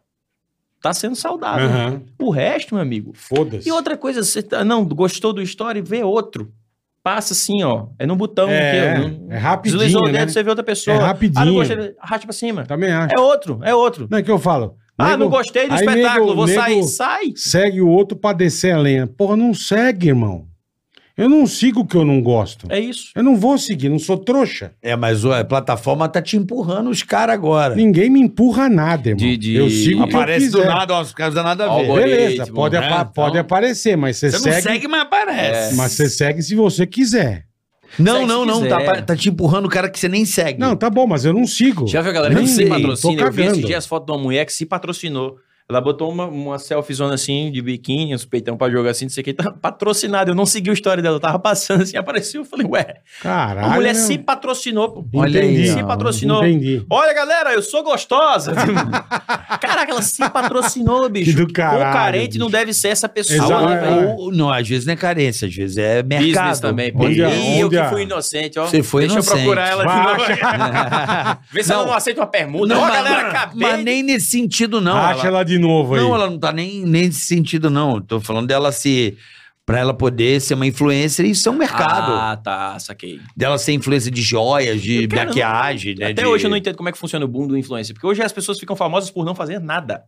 Speaker 1: tá sendo saudável.
Speaker 3: Aham,
Speaker 1: O resto, meu amigo.
Speaker 3: Foda-se.
Speaker 1: E outra coisa, você tá- não gostou do story, vê outro. Passa assim, ó, é no botão
Speaker 3: É,
Speaker 1: aqui, ó,
Speaker 3: é,
Speaker 1: no-
Speaker 3: é rapidinho,
Speaker 1: Deslizou o dedo,
Speaker 3: né?
Speaker 1: você vê outra pessoa.
Speaker 3: É
Speaker 1: Ah, não
Speaker 3: rapidinho.
Speaker 1: gostei, racha pra cima.
Speaker 3: Também acho.
Speaker 1: É outro, é outro.
Speaker 3: Não é que eu falo.
Speaker 1: ah, não
Speaker 3: nego
Speaker 1: gostei do
Speaker 3: aí,
Speaker 1: espetáculo,
Speaker 3: nego-
Speaker 1: vou
Speaker 3: nego-
Speaker 1: sair, sai.
Speaker 3: Segue o outro pra descer a lenha. Porra, não segue, irmão. Eu não sigo o que eu não gosto.
Speaker 1: É isso.
Speaker 3: Eu não vou seguir, não sou trouxa.
Speaker 4: É, mas ó, a plataforma tá te empurrando os caras agora.
Speaker 3: Ninguém me empurra nada, irmão.
Speaker 1: De- de-
Speaker 3: Eu sigo o que eu
Speaker 4: Aparece do
Speaker 3: quiser.
Speaker 4: nada, ó, os caras não dão nada a ver.
Speaker 1: Algoritmo,
Speaker 3: Beleza, pode,
Speaker 1: né?
Speaker 3: apa-
Speaker 1: Então-
Speaker 3: pode aparecer, mas você,
Speaker 4: Você
Speaker 3: segue,
Speaker 4: não segue, mas
Speaker 1: é.
Speaker 4: aparece.
Speaker 3: Mas você segue se você quiser.
Speaker 4: Não,
Speaker 1: Segue
Speaker 4: não,
Speaker 1: se
Speaker 4: não.
Speaker 1: quiser.
Speaker 4: Tá, pa- tá te empurrando o cara que você nem segue.
Speaker 3: Não, tá bom, mas eu não sigo.
Speaker 1: Já viu a galera
Speaker 3: Nem
Speaker 1: que se
Speaker 3: sei,
Speaker 1: patrocina?
Speaker 3: Hum, tô
Speaker 1: Eu vi esses
Speaker 3: cagando.
Speaker 1: dias as fotos de uma mulher que se patrocinou. Ela botou uma, uma selfiezona assim, de biquíni, os peitão pra jogar assim, não sei o que. Tá patrocinada. Eu não segui o história dela. Eu tava passando assim, apareceu. Eu falei, ué,
Speaker 3: Caralho.
Speaker 1: a mulher
Speaker 3: meu.
Speaker 1: se patrocinou. pô.
Speaker 4: Olha aí,
Speaker 3: Entendi.
Speaker 1: se patrocinou.
Speaker 3: Entendi.
Speaker 1: Olha, galera, eu sou gostosa. Caraca, ela se patrocinou, bicho.
Speaker 3: Que do caralho,
Speaker 1: o carente não
Speaker 3: bicho.
Speaker 1: deve ser essa pessoa.
Speaker 3: Exato,
Speaker 1: né,
Speaker 3: é.
Speaker 1: velho?
Speaker 4: Ou- ou- não, às vezes não é carência, às vezes é mercado.
Speaker 1: Business também. pô.
Speaker 3: Onde
Speaker 1: Ih,
Speaker 3: a-
Speaker 1: eu
Speaker 3: onde
Speaker 1: que
Speaker 3: a-
Speaker 1: fui inocente, ó.
Speaker 4: Você foi
Speaker 1: Deixa
Speaker 4: inocente.
Speaker 1: eu procurar ela de
Speaker 3: Vai
Speaker 1: novo. Vê se ela não aceita uma permuta.
Speaker 4: Não,
Speaker 1: Ó,
Speaker 4: mas-
Speaker 1: galera, acabei
Speaker 4: Mas
Speaker 1: de-
Speaker 4: nem nesse sentido, não.
Speaker 3: Acha ela de novo aí.
Speaker 4: Não, ela não tá nem nem nesse sentido, não. Eu Tô falando dela se. Pra ela poder ser uma influencer, isso é um mercado.
Speaker 1: Ah, tá, saquei.
Speaker 4: Dela ser influencer de joias, de
Speaker 1: Cara,
Speaker 4: maquiagem, né?
Speaker 1: Até
Speaker 4: de-
Speaker 1: hoje eu não entendo como é que funciona o boom do influencer. Porque hoje as pessoas ficam famosas por não fazer nada.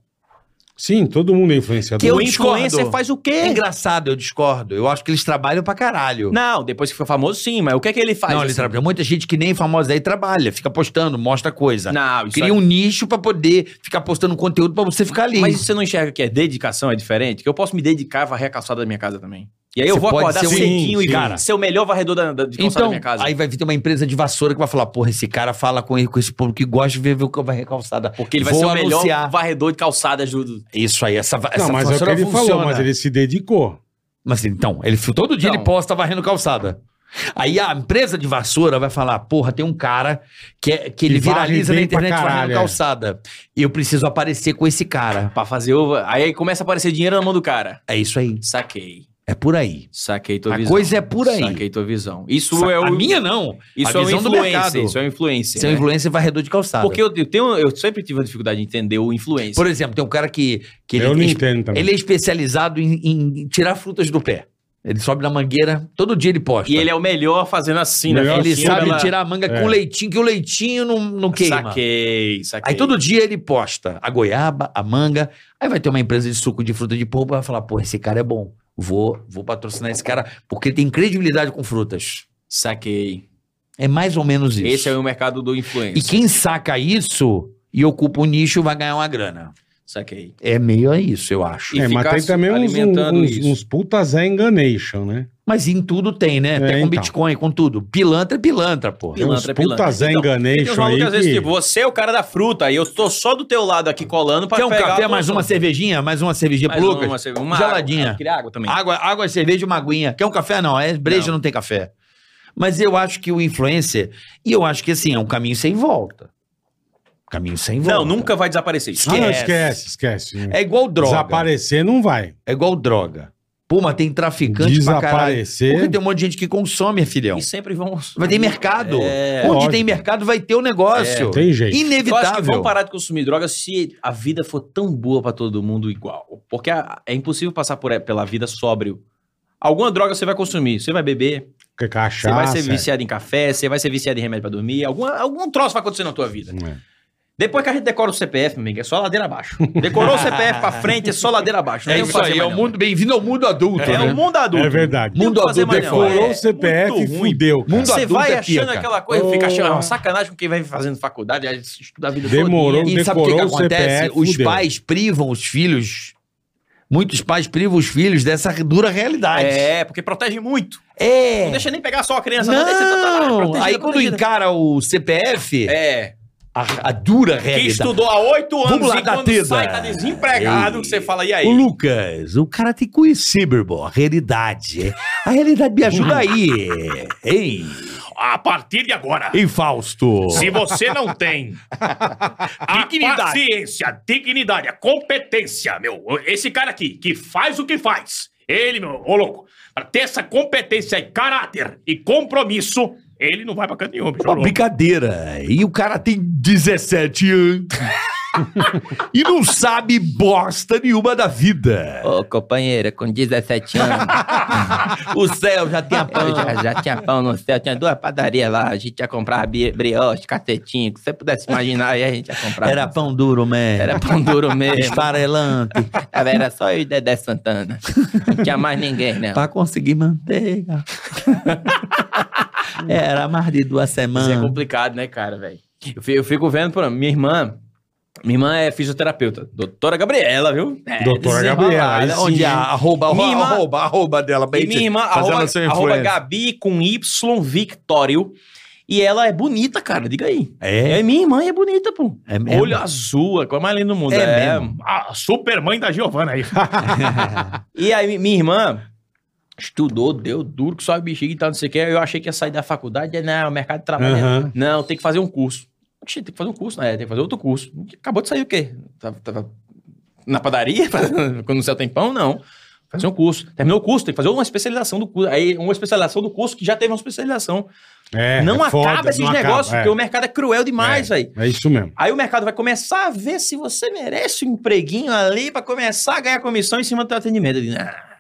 Speaker 3: Sim, todo mundo é influenciador.
Speaker 4: Que eu
Speaker 1: o
Speaker 4: discordo.
Speaker 1: influencer faz o
Speaker 4: É
Speaker 1: quê?
Speaker 4: engraçado, eu discordo. Eu acho que eles trabalham pra caralho.
Speaker 1: Não, depois que foi famoso, sim, mas o que é que ele faz?
Speaker 4: Não, ele
Speaker 1: assim?
Speaker 4: trabalha. Muita gente que nem famosa aí trabalha, fica postando, mostra coisa.
Speaker 1: Não, isso
Speaker 4: Cria um nicho pra poder ficar postando conteúdo pra você ficar ali.
Speaker 1: Mas você não enxerga que é dedicação, é diferente? Que eu posso me dedicar a varrer a calçada da minha casa também. E aí eu
Speaker 4: Você
Speaker 1: vou
Speaker 4: pode
Speaker 1: acordar
Speaker 4: ser um-
Speaker 1: cedinho
Speaker 3: Sim,
Speaker 1: e
Speaker 3: sim.
Speaker 1: cara, ser o melhor varredor da, da- de calçada da
Speaker 4: então,
Speaker 1: minha casa.
Speaker 4: aí vai vir ter uma empresa de vassoura que vai falar: porra, esse cara fala com, ele- com esse povo que gosta de ver, ver o que vai recalçada.
Speaker 1: Porque ele vai
Speaker 4: Vou
Speaker 1: ser o melhor
Speaker 4: anunciar.
Speaker 1: varredor de calçadas do... do-
Speaker 4: Isso aí, essa, va- essa
Speaker 3: Não, mas é o que
Speaker 4: vassoura
Speaker 3: ele
Speaker 4: funciona.
Speaker 3: falou, mas ele se dedicou.
Speaker 4: Mas então, ele todo dia
Speaker 9: Então.
Speaker 4: ele posta varrendo calçada. Aí a empresa de vassoura vai falar: porra, tem um cara que, é- que ele
Speaker 3: Que varre
Speaker 4: viraliza na
Speaker 3: bem pra
Speaker 4: internet
Speaker 3: caralho,
Speaker 4: varrendo
Speaker 3: é.
Speaker 4: calçada. E eu preciso aparecer com esse cara.
Speaker 1: Pra fazer uva. Aí começa a aparecer dinheiro na mão do cara.
Speaker 4: É isso aí.
Speaker 1: Saquei.
Speaker 4: É por aí.
Speaker 1: Saquei tua
Speaker 4: a
Speaker 1: visão.
Speaker 4: coisa é por aí.
Speaker 1: Saquei tua visão. Isso
Speaker 4: Sa-
Speaker 1: é o...
Speaker 4: A minha não.
Speaker 1: Isso
Speaker 4: a
Speaker 1: é um
Speaker 4: visão do mercado.
Speaker 1: influencer. Isso é um influencer.
Speaker 4: Seu
Speaker 1: né?
Speaker 4: influencer varredor de calçada.
Speaker 1: Porque eu, eu tenho, eu sempre tive uma dificuldade de entender o influencer.
Speaker 4: por exemplo, tem um cara que, que ele,
Speaker 3: eu não
Speaker 4: es-
Speaker 3: entendo também.
Speaker 4: ele é especializado em, em tirar frutas do pé. Ele sobe na mangueira, todo dia ele posta.
Speaker 1: E ele é o melhor fazendo assim, né?
Speaker 3: Melhor
Speaker 4: Ele
Speaker 3: assim,
Speaker 4: sabe
Speaker 1: ela-
Speaker 4: tirar a manga
Speaker 3: É.
Speaker 4: com leitinho, que o leitinho não, não queima.
Speaker 1: Saquei, saquei.
Speaker 4: Aí todo dia ele posta a goiaba, a manga. Aí vai ter uma empresa de suco de fruta de polpa e vai falar: pô, esse cara é bom. Vou, vou patrocinar esse cara porque ele tem credibilidade com frutas.
Speaker 1: Saquei.
Speaker 4: É mais ou menos isso.
Speaker 1: Esse é o mercado do
Speaker 4: E
Speaker 1: influencer.
Speaker 4: quem saca isso e ocupa o nicho vai ganhar uma grana.
Speaker 1: Saquei.
Speaker 4: É meio a isso, eu acho.
Speaker 1: E
Speaker 3: é, mas
Speaker 1: ficar
Speaker 3: tem também uns,
Speaker 1: alimentando
Speaker 3: uns,
Speaker 1: isso.
Speaker 3: uns puta Zé Enganation, né?
Speaker 4: Mas em tudo tem, né?
Speaker 3: É,
Speaker 4: Até com
Speaker 3: então.
Speaker 4: Bitcoin, com tudo. Pilantra é pilantra, pô.
Speaker 1: Pilantra
Speaker 3: uns
Speaker 1: é
Speaker 3: puta
Speaker 1: pilantra.
Speaker 3: Zé
Speaker 1: Então, Tem uns
Speaker 3: Enganation
Speaker 1: malucos que
Speaker 3: aí
Speaker 1: às vezes,
Speaker 3: que...
Speaker 1: tipo, você é o cara da fruta e eu tô só do teu lado aqui colando pra
Speaker 4: Quer um
Speaker 1: pegar a
Speaker 4: café,
Speaker 1: tua-
Speaker 4: mais uma cervejinha? Mais uma cervejinha
Speaker 1: mais
Speaker 4: pro Lucas?
Speaker 1: uma, cerve- um uma
Speaker 4: Geladinha.
Speaker 1: Água, Ah, queria água também.
Speaker 4: Água, água, cerveja e uma aguinha. Quer um café? Não, é breja, não. tem café. Mas eu acho que o influencer, e eu acho que assim, é um caminho sem volta. Caminho sem volta.
Speaker 1: Não, nunca vai desaparecer isso.
Speaker 3: Ah, não, esquece,
Speaker 4: esquece.
Speaker 3: esquece. né?
Speaker 4: É igual droga.
Speaker 3: Desaparecer não vai.
Speaker 4: É igual droga. Pô, mas tem traficante pra caralho. Porque
Speaker 3: Desaparecer...
Speaker 4: tem um monte de gente que consome, filhão.
Speaker 1: E sempre vão...
Speaker 4: Vai ter mercado.
Speaker 1: É.
Speaker 4: Onde
Speaker 3: Lógico.
Speaker 4: tem mercado vai ter o negócio.
Speaker 3: Não tem jeito.
Speaker 1: Eu acho que é
Speaker 4: Inevitável.
Speaker 1: vão parar de consumir drogas se a vida for tão boa pra todo mundo igual. Porque a- é impossível passar por, pela vida sóbrio. Alguma droga você vai consumir. Você vai beber,
Speaker 3: Que
Speaker 1: você
Speaker 3: é cachaça.
Speaker 1: vai ser viciado em café, você vai ser viciado em remédio pra dormir. Alguma, algum troço vai acontecer na tua vida.
Speaker 3: É.
Speaker 1: Depois que a gente decora o CPF, meu amigo, é só ladeira abaixo. Decorou o CPF pra frente, é só ladeira abaixo. Não
Speaker 4: É
Speaker 1: tem o que
Speaker 4: isso
Speaker 1: fazer
Speaker 4: aí, é
Speaker 1: mais
Speaker 4: o
Speaker 1: não.
Speaker 4: mundo bem-vindo ao mundo adulto,
Speaker 1: É
Speaker 4: né?
Speaker 1: o mundo adulto.
Speaker 3: É verdade.
Speaker 1: Não tem o que
Speaker 4: Mundo
Speaker 1: fazer
Speaker 4: adulto
Speaker 1: mais não.
Speaker 3: Decorou
Speaker 1: É
Speaker 3: o CPF e
Speaker 1: muito ruim.
Speaker 3: fudeu, cara.
Speaker 4: Mundo
Speaker 1: Você
Speaker 4: adulto
Speaker 1: vai
Speaker 4: é
Speaker 1: achando
Speaker 4: pica.
Speaker 1: aquela coisa, fica achando
Speaker 3: Oh.
Speaker 1: uma sacanagem com quem vai fazendo faculdade, aí estuda a vida
Speaker 3: Demorou.
Speaker 1: toda.
Speaker 4: E sabe o que, que
Speaker 3: decorou o
Speaker 4: acontece?
Speaker 3: CPF,
Speaker 4: Os
Speaker 3: fudeu.
Speaker 4: pais privam os filhos. Muitos pais privam os filhos dessa dura realidade.
Speaker 1: É, porque protege muito.
Speaker 4: É.
Speaker 1: Não deixa nem pegar só a criança.
Speaker 4: Não,
Speaker 1: deixa tanta- protegida,
Speaker 4: aí quando
Speaker 1: protegida.
Speaker 4: encara o CPF,
Speaker 1: É,
Speaker 4: a, a dura
Speaker 1: que
Speaker 4: realidade.
Speaker 1: estudou há oito
Speaker 4: Vamos
Speaker 1: anos
Speaker 4: lá,
Speaker 1: e quando
Speaker 4: Datena.
Speaker 1: sai tá desempregado,
Speaker 4: Ei.
Speaker 1: que você fala, e
Speaker 4: O
Speaker 1: aí?
Speaker 4: Lucas, o cara tem que conhecer, meu irmão, a realidade. A realidade me ajuda aí. Hein?
Speaker 5: A partir de agora,
Speaker 4: Hein, Fausto?
Speaker 5: se você não tem a
Speaker 4: Dignidade.
Speaker 5: paciência, a dignidade, a competência, meu, esse cara aqui, que faz o que faz, ele, meu, ô louco, pra ter essa competência e caráter e compromisso, ele não vai pra canto nenhum, bicho, ô
Speaker 4: Uma
Speaker 5: louco.
Speaker 4: brincadeira. E o cara tem 17 anos. e não sabe bosta nenhuma da vida.
Speaker 9: Ô, companheira, com 17 anos,
Speaker 4: O céu já tem a
Speaker 9: eu já, já tinha pão no céu, tinha duas padarias lá, a gente ia comprar bri- brioche, cacetinho, o que você pudesse imaginar, aí a gente ia comprar.
Speaker 4: Era pão duro, man.
Speaker 9: Era pão duro mesmo.
Speaker 4: esfarelante.
Speaker 9: Era só eu e Dedé Santana. Não tinha mais ninguém, né?
Speaker 4: pra conseguir manteiga. Era mais de duas
Speaker 1: Isso é
Speaker 4: semanas.
Speaker 1: complicado, né, cara, velho? Eu fi- eu fico vendo, por exemplo, minha irmã. Minha irmã é fisioterapeuta. Doutora Gabriela, viu? É,
Speaker 3: Doutora Gabriela, aí sim,
Speaker 4: Onde a arroba,
Speaker 1: Minha irmã-
Speaker 4: arroba, arroba dela. pra
Speaker 1: E
Speaker 4: gente
Speaker 1: minha irmã,
Speaker 4: fazer
Speaker 1: arroba,
Speaker 4: ela ser
Speaker 1: arroba
Speaker 4: influencer.
Speaker 1: Gabi com Y Victório. E ela é bonita, cara, diga aí.
Speaker 4: É,
Speaker 1: É, minha irmã e é bonita, pô.
Speaker 4: é mesmo.
Speaker 1: Olho azul, é a coisa mais linda do mundo.
Speaker 4: É
Speaker 5: A super mãe da Giovana aí.
Speaker 1: E aí, mi- minha irmã estudou, deu duro, que só bexiga e tal, não sei o que. Eu achei que ia sair da faculdade, né? O mercado de trabalho. né?
Speaker 3: Aham.
Speaker 1: Não, tem que fazer um curso. Oxi, tem que fazer um curso, né? Tem que fazer outro curso. Acabou de sair o quê? Tava, tava na padaria? Quando o céu tem pão? Não. Fazer um curso. Terminou o curso, tem que fazer uma especialização do curso. Aí, uma especialização do curso que já teve uma especialização.
Speaker 3: É,
Speaker 1: não
Speaker 3: é foda,
Speaker 1: acaba esses
Speaker 3: não acaba,
Speaker 1: negócios,
Speaker 3: é.
Speaker 1: porque o mercado é cruel demais, velho.
Speaker 3: É isso mesmo.
Speaker 1: Aí o mercado vai começar a ver se você merece um empreguinho ali pra começar a ganhar comissão em cima do teu atendimento. Eu digo, "Ah,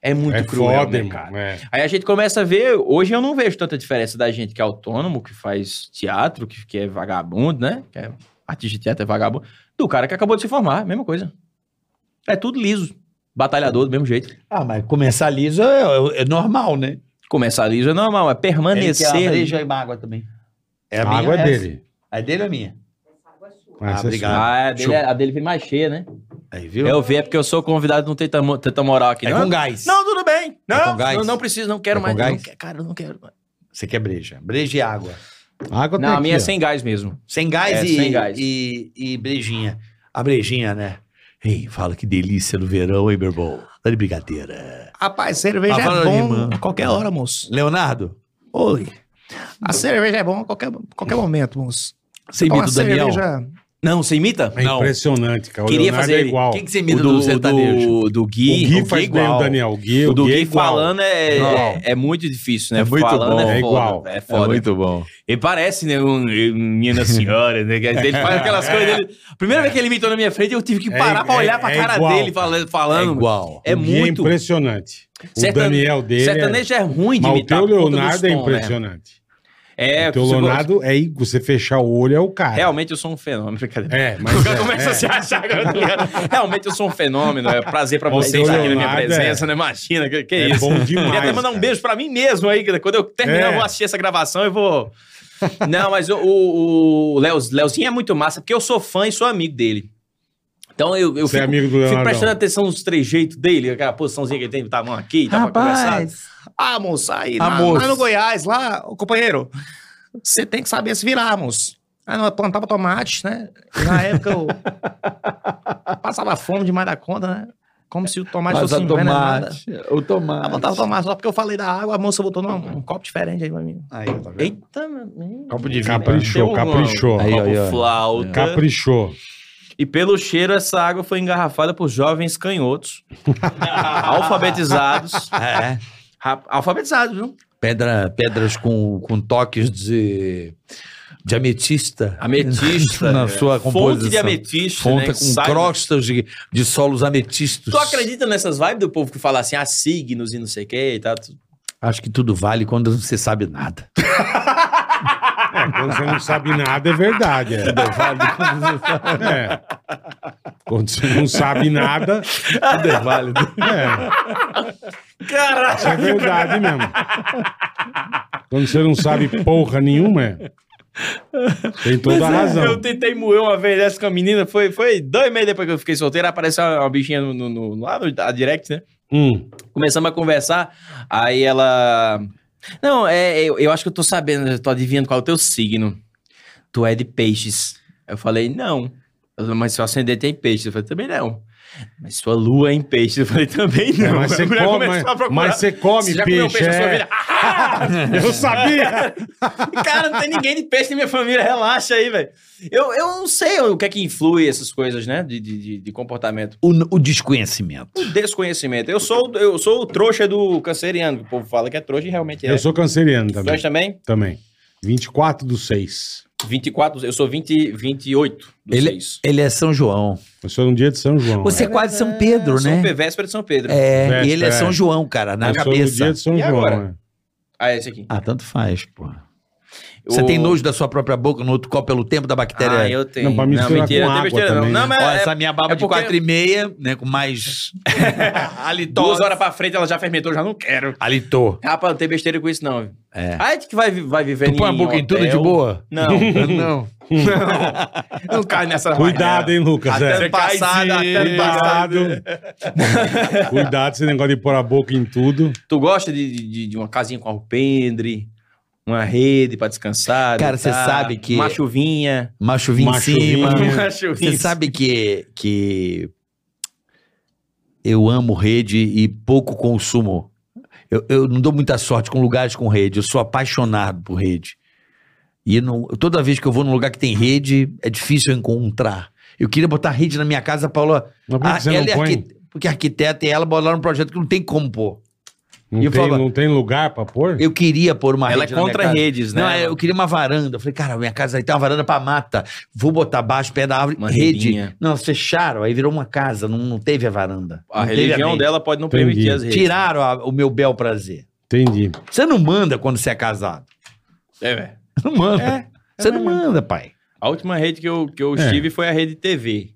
Speaker 1: é muito
Speaker 3: é
Speaker 1: cruel,
Speaker 3: foda,
Speaker 1: né, cara?
Speaker 3: irmão. É.
Speaker 1: Aí a gente começa a ver, hoje eu não vejo tanta diferença da gente que é autônomo, que faz teatro, que, que é vagabundo, né? Que é artista de teatro é vagabundo, do cara que acabou de se formar, mesma coisa. É tudo liso, batalhador do mesmo jeito.
Speaker 4: Ah, mas começar liso é, é- é normal, né?
Speaker 1: Começar liso é normal, é permanecer.
Speaker 4: e mágoa também. É
Speaker 3: A água é dele.
Speaker 4: É dele ou minha?
Speaker 3: Essa é sua.
Speaker 4: obrigado.
Speaker 1: Ah, a dele, a dele vem mais cheia, né?
Speaker 4: Aí, viu?
Speaker 1: Eu vi, é porque eu sou convidado, não tem tamo- tanta moral aqui,
Speaker 4: é
Speaker 1: não.
Speaker 4: com gás.
Speaker 1: Não, tudo bem. Não,
Speaker 4: É com gás?
Speaker 1: não, não preciso, não quero
Speaker 4: É com
Speaker 1: mais.
Speaker 4: gás?
Speaker 1: Não, quero, cara, eu não quero. mais.
Speaker 4: Você quer breja. Breja e água.
Speaker 3: A água
Speaker 1: Não,
Speaker 3: tá
Speaker 1: a minha
Speaker 3: aqui,
Speaker 1: é
Speaker 3: ó.
Speaker 1: sem gás mesmo.
Speaker 4: Sem gás,
Speaker 1: É,
Speaker 4: e,
Speaker 1: sem gás.
Speaker 4: E, e brejinha. A brejinha, né? Ei, fala que delícia no verão, hein, meu irmão? Tá de brincadeira.
Speaker 7: Rapaz, cerveja
Speaker 4: Ah, fala,
Speaker 7: é bom
Speaker 4: irmã.
Speaker 7: a qualquer hora, moço.
Speaker 4: Leonardo,
Speaker 7: Oi. A cerveja é bom a qualquer, qualquer momento, moço.
Speaker 4: você imita o Daniel?
Speaker 1: Não, você imita?
Speaker 3: É
Speaker 4: Não.
Speaker 3: impressionante, cara. O
Speaker 1: Queria
Speaker 3: Leonardo
Speaker 1: fazer
Speaker 3: é igual.
Speaker 4: Quem que você
Speaker 1: O
Speaker 4: imita do, sertanejo?
Speaker 1: do, do Gui. é
Speaker 3: O Gui faz bem o
Speaker 1: igual.
Speaker 3: Daniel. O Gui,
Speaker 1: O
Speaker 3: é
Speaker 1: do Gui
Speaker 3: igual.
Speaker 1: falando é,
Speaker 3: Não.
Speaker 1: é, é muito difícil, né?
Speaker 6: É muito
Speaker 1: falando
Speaker 6: bom.
Speaker 1: é
Speaker 3: É
Speaker 1: foda.
Speaker 3: igual.
Speaker 1: É foda.
Speaker 6: bom.
Speaker 1: Ele parece, né? Um, um- minha senhora, né? que Ele faz aquelas coisas dele. Primeira vez que ele imitou na minha frente, eu tive que
Speaker 3: É
Speaker 1: parar pra
Speaker 3: i-
Speaker 1: olhar
Speaker 3: é-
Speaker 1: pra
Speaker 3: é
Speaker 1: cara
Speaker 3: igual,
Speaker 1: dele falando. falando.
Speaker 4: É igual.
Speaker 1: É
Speaker 3: O Gui É
Speaker 1: muito.
Speaker 3: impressionante. O
Speaker 1: Sertan-
Speaker 3: Daniel dele.
Speaker 1: Sertanejo é
Speaker 3: é...
Speaker 1: ruim de
Speaker 3: Mas o
Speaker 1: imitar.
Speaker 3: teu
Speaker 1: por conta dos
Speaker 3: Leonardo é
Speaker 1: tons, né?
Speaker 3: impressionante.
Speaker 1: É,
Speaker 3: o teu
Speaker 1: você-
Speaker 3: Leonardo é igual. Você fechar o olho é o cara.
Speaker 1: Realmente eu sou um fenômeno, brincadeira.
Speaker 3: É, mas.
Speaker 1: o
Speaker 3: é,
Speaker 1: cara começa
Speaker 3: é.
Speaker 1: a se achar. agora, tá ligado? Realmente eu sou um fenômeno. É prazer pra
Speaker 3: Ô,
Speaker 1: você
Speaker 3: seu
Speaker 1: estar aqui na minha
Speaker 3: Leonardo,
Speaker 1: presença,
Speaker 3: é.
Speaker 1: né? Imagina, que, que
Speaker 3: É
Speaker 1: isso.
Speaker 3: bom demais.
Speaker 1: Queria até mandar um
Speaker 3: cara.
Speaker 1: beijo pra mim mesmo aí, que quando eu terminar,
Speaker 3: É.
Speaker 1: eu vou assistir essa gravação e vou. Não, mas o, o, o Léo- Léozinho é muito massa, porque eu sou fã e sou amigo dele. Então eu, eu
Speaker 3: Você é
Speaker 1: fico,
Speaker 3: amigo do
Speaker 1: fico
Speaker 3: Leonardão.
Speaker 1: prestando atenção nos trejeitos dele, aquela posiçãozinha que ele tem, tá a mão aqui, tá conversado.
Speaker 7: Ah, moço, aí lá,
Speaker 4: Amor.
Speaker 7: lá no Goiás, lá, ô, companheiro, você tem que saber se virar, moço. Ah, não, eu plantava tomate, né? Na época eu passava fome demais da conta, né? Como se o tomate
Speaker 4: Mas né?
Speaker 7: fosse
Speaker 4: o
Speaker 7: envenenado.
Speaker 4: tomate. O
Speaker 7: Ah, botava
Speaker 4: tomate.
Speaker 7: tomate só porque eu falei da água, a moça botou num, um copo diferente aí pra mim.
Speaker 4: Aí, tá vendo?
Speaker 1: Eita, meu.
Speaker 4: Copo de
Speaker 3: Caprichou,
Speaker 1: Tem um-
Speaker 3: caprichou.
Speaker 4: É. Aí, ó, aí, ó.
Speaker 1: Flauta.
Speaker 3: Caprichou.
Speaker 1: E pelo cheiro, essa água foi engarrafada por jovens canhotos, alfabetizados.
Speaker 4: É,
Speaker 1: Rap- Alfabetizados, viu?
Speaker 4: pedra, pedras com, com toques de, de ametista.
Speaker 1: Ametista.
Speaker 4: Na
Speaker 1: é.
Speaker 4: sua
Speaker 1: Fonte
Speaker 4: composição.
Speaker 1: de ametista.
Speaker 4: Fonte
Speaker 1: né, que
Speaker 4: com
Speaker 1: sai-
Speaker 4: crostas de, de solos ametistos.
Speaker 1: Tu acredita nessas vibes do povo que fala assim, ah, signos e não sei o que e tal? Tu-
Speaker 4: Acho que tudo vale quando você sabe nada.
Speaker 3: É, quando você não sabe nada, é verdade. É. É. Quando você não sabe nada,
Speaker 4: Tudo é válido.
Speaker 3: é,
Speaker 1: Caralho!
Speaker 3: isso é verdade mesmo. Quando você não sabe porra nenhuma, é. Tem toda a razão.
Speaker 1: né, é, Eu tentei moer uma vez dessa com a menina, foi, foi dois meses depois que eu fiquei solteiro, apareceu uma, uma bichinha no, no- no- lá no a direct, né?
Speaker 3: Hum,
Speaker 1: Começamos a conversar, aí ela... Não, é, eu, eu acho que eu tô sabendo, eu tô adivinhando qual é o teu signo. Tu é de peixes. Eu falei, não. Ela falou, Mas seu ascendente é em peixes. Eu falei, também não. Mas sua lua é em peixes. Eu falei, também não.
Speaker 3: É, mas,
Speaker 1: A
Speaker 3: você
Speaker 1: mulher
Speaker 3: come,
Speaker 1: começou a
Speaker 3: mas,
Speaker 1: procurar.
Speaker 3: você come
Speaker 1: Você já comeu um
Speaker 3: peixe.
Speaker 1: peixe na sua
Speaker 3: é.
Speaker 1: vida?
Speaker 3: Eu sabia!
Speaker 1: Cara, não tem ninguém de peixe na minha família, relaxa aí, velho. Eu, eu não sei o que é que influi essas coisas, né? De, de, de- de comportamento.
Speaker 4: O, o desconhecimento.
Speaker 1: O desconhecimento. Eu sou, o- eu sou o trouxa do canceriano, que o povo fala que é trouxa e realmente é.
Speaker 3: Eu sou canceriano
Speaker 1: Tu
Speaker 3: também.
Speaker 1: és também?
Speaker 3: também. 24 do 6.
Speaker 1: 24, eu sou 20, 28 do
Speaker 4: Ele-
Speaker 1: seis.
Speaker 4: Ele é São João.
Speaker 3: Eu sou no dia de São João.
Speaker 4: Você é quase São Pedro,
Speaker 1: São
Speaker 4: né?
Speaker 1: Pe- véspera de São Pedro.
Speaker 4: É,
Speaker 3: Véspera,
Speaker 4: e ele é
Speaker 3: é.
Speaker 4: São João, cara, na
Speaker 3: eu sou no dia
Speaker 4: cabeça.
Speaker 3: de São
Speaker 1: E
Speaker 3: João.
Speaker 1: agora?
Speaker 3: é.
Speaker 1: Ah, esse aqui.
Speaker 4: Ah, tanto faz, pô. Você
Speaker 1: O-
Speaker 4: tem nojo da sua própria boca no outro copo pelo tempo da bactéria?
Speaker 1: Ah, eu tenho.
Speaker 3: Não, pra misturar com
Speaker 1: não tem
Speaker 3: água
Speaker 1: besteira, não.
Speaker 3: também,
Speaker 1: Não, mas
Speaker 4: Ó,
Speaker 1: é-
Speaker 4: essa minha baba
Speaker 1: é
Speaker 4: de
Speaker 1: porque-
Speaker 4: quatro e meia, né, com mais halitose.
Speaker 1: é duas horas pra frente ela já fermentou, já não quero.
Speaker 4: Halitou.
Speaker 1: Rapaz, não tem besteira com isso, não.
Speaker 4: É.
Speaker 1: Aí que vai, vi- vai viver
Speaker 4: Tu põe a boca em tudo de boa?
Speaker 1: Não.
Speaker 4: Não.
Speaker 1: Eu não caio nessa
Speaker 3: é. Cuidado, hein, Lucas?
Speaker 4: Até
Speaker 3: é.
Speaker 1: Você cai
Speaker 4: passada,
Speaker 1: sim.
Speaker 4: até passada.
Speaker 3: Cuidado. Cuidado esse negócio de pôr a boca em tudo.
Speaker 1: Tu gosta de, de, de uma casinha com alpendre, uma rede pra descansar.
Speaker 4: Cara, você
Speaker 1: deitar,
Speaker 4: sabe que-
Speaker 1: Uma chuvinha.
Speaker 4: Uma chuvinha em
Speaker 3: Uma
Speaker 4: cima.
Speaker 3: chuvinha.
Speaker 4: Você
Speaker 1: Uma chuvinha.
Speaker 4: sabe que, que eu amo rede e pouco consumo. Eu, eu não dou muita sorte com lugares com rede. Eu sou apaixonado por rede. E eu não- toda vez que eu vou num lugar que tem rede, é difícil eu encontrar. Eu queria botar rede na minha casa, Paula.
Speaker 3: Mas por que
Speaker 4: Ah,
Speaker 3: você não
Speaker 4: é
Speaker 3: põe?
Speaker 4: arquite- porque arquiteta e ela botaram um projeto que não tem como pôr.
Speaker 3: Não,
Speaker 4: E eu
Speaker 3: tem,
Speaker 4: falava-
Speaker 3: não tem lugar pra pôr?
Speaker 4: Eu queria pôr uma
Speaker 1: Ela é
Speaker 4: rede na minha
Speaker 1: contra
Speaker 4: casa.
Speaker 1: redes, né?
Speaker 4: Não, é, eu queria uma varanda. Eu falei, cara, minha casa aí tem uma varanda pra mata. Vou botar baixo, pé da árvore,
Speaker 1: Uma
Speaker 4: rede.
Speaker 1: redinha.
Speaker 4: Não, fecharam, aí virou uma casa, não, não teve a varanda.
Speaker 1: A
Speaker 4: não teve
Speaker 1: religião é
Speaker 4: rede.
Speaker 1: dela pode não
Speaker 3: Entendi.
Speaker 1: permitir as redes.
Speaker 4: Tiraram a- o meu bel prazer.
Speaker 3: Entendi.
Speaker 4: Você não manda quando você é casado.
Speaker 1: É, velho.
Speaker 4: Não manda. você
Speaker 1: É.
Speaker 4: não manda, pai.
Speaker 1: A última rede que eu, que eu
Speaker 3: É.
Speaker 1: estive foi a rede TV.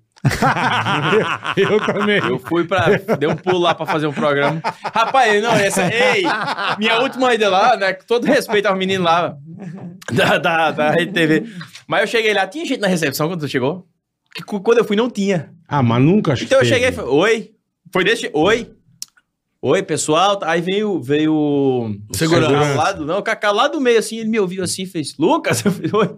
Speaker 3: Eu também.
Speaker 1: Eu fui pra. Dei um pulo lá pra fazer um programa. Rapaz, não, essa. Ei! Minha última ida lá, né? Com todo respeito aos meninos lá. Da, da, da Rede TV. Mas eu cheguei lá, tinha gente na recepção quando tu chegou? Que cu- quando eu fui, não tinha.
Speaker 3: Ah, mas nunca acho
Speaker 1: Então eu
Speaker 3: que
Speaker 1: cheguei e
Speaker 3: teve.
Speaker 1: falei, oi. Foi desse. Oi. Oi, pessoal. Tá, Aí veio. veio o
Speaker 3: segurança.
Speaker 1: Cacá lá do- não, o Cacá lá do meio, assim, ele me ouviu assim, fez. Lucas, eu falei, oi.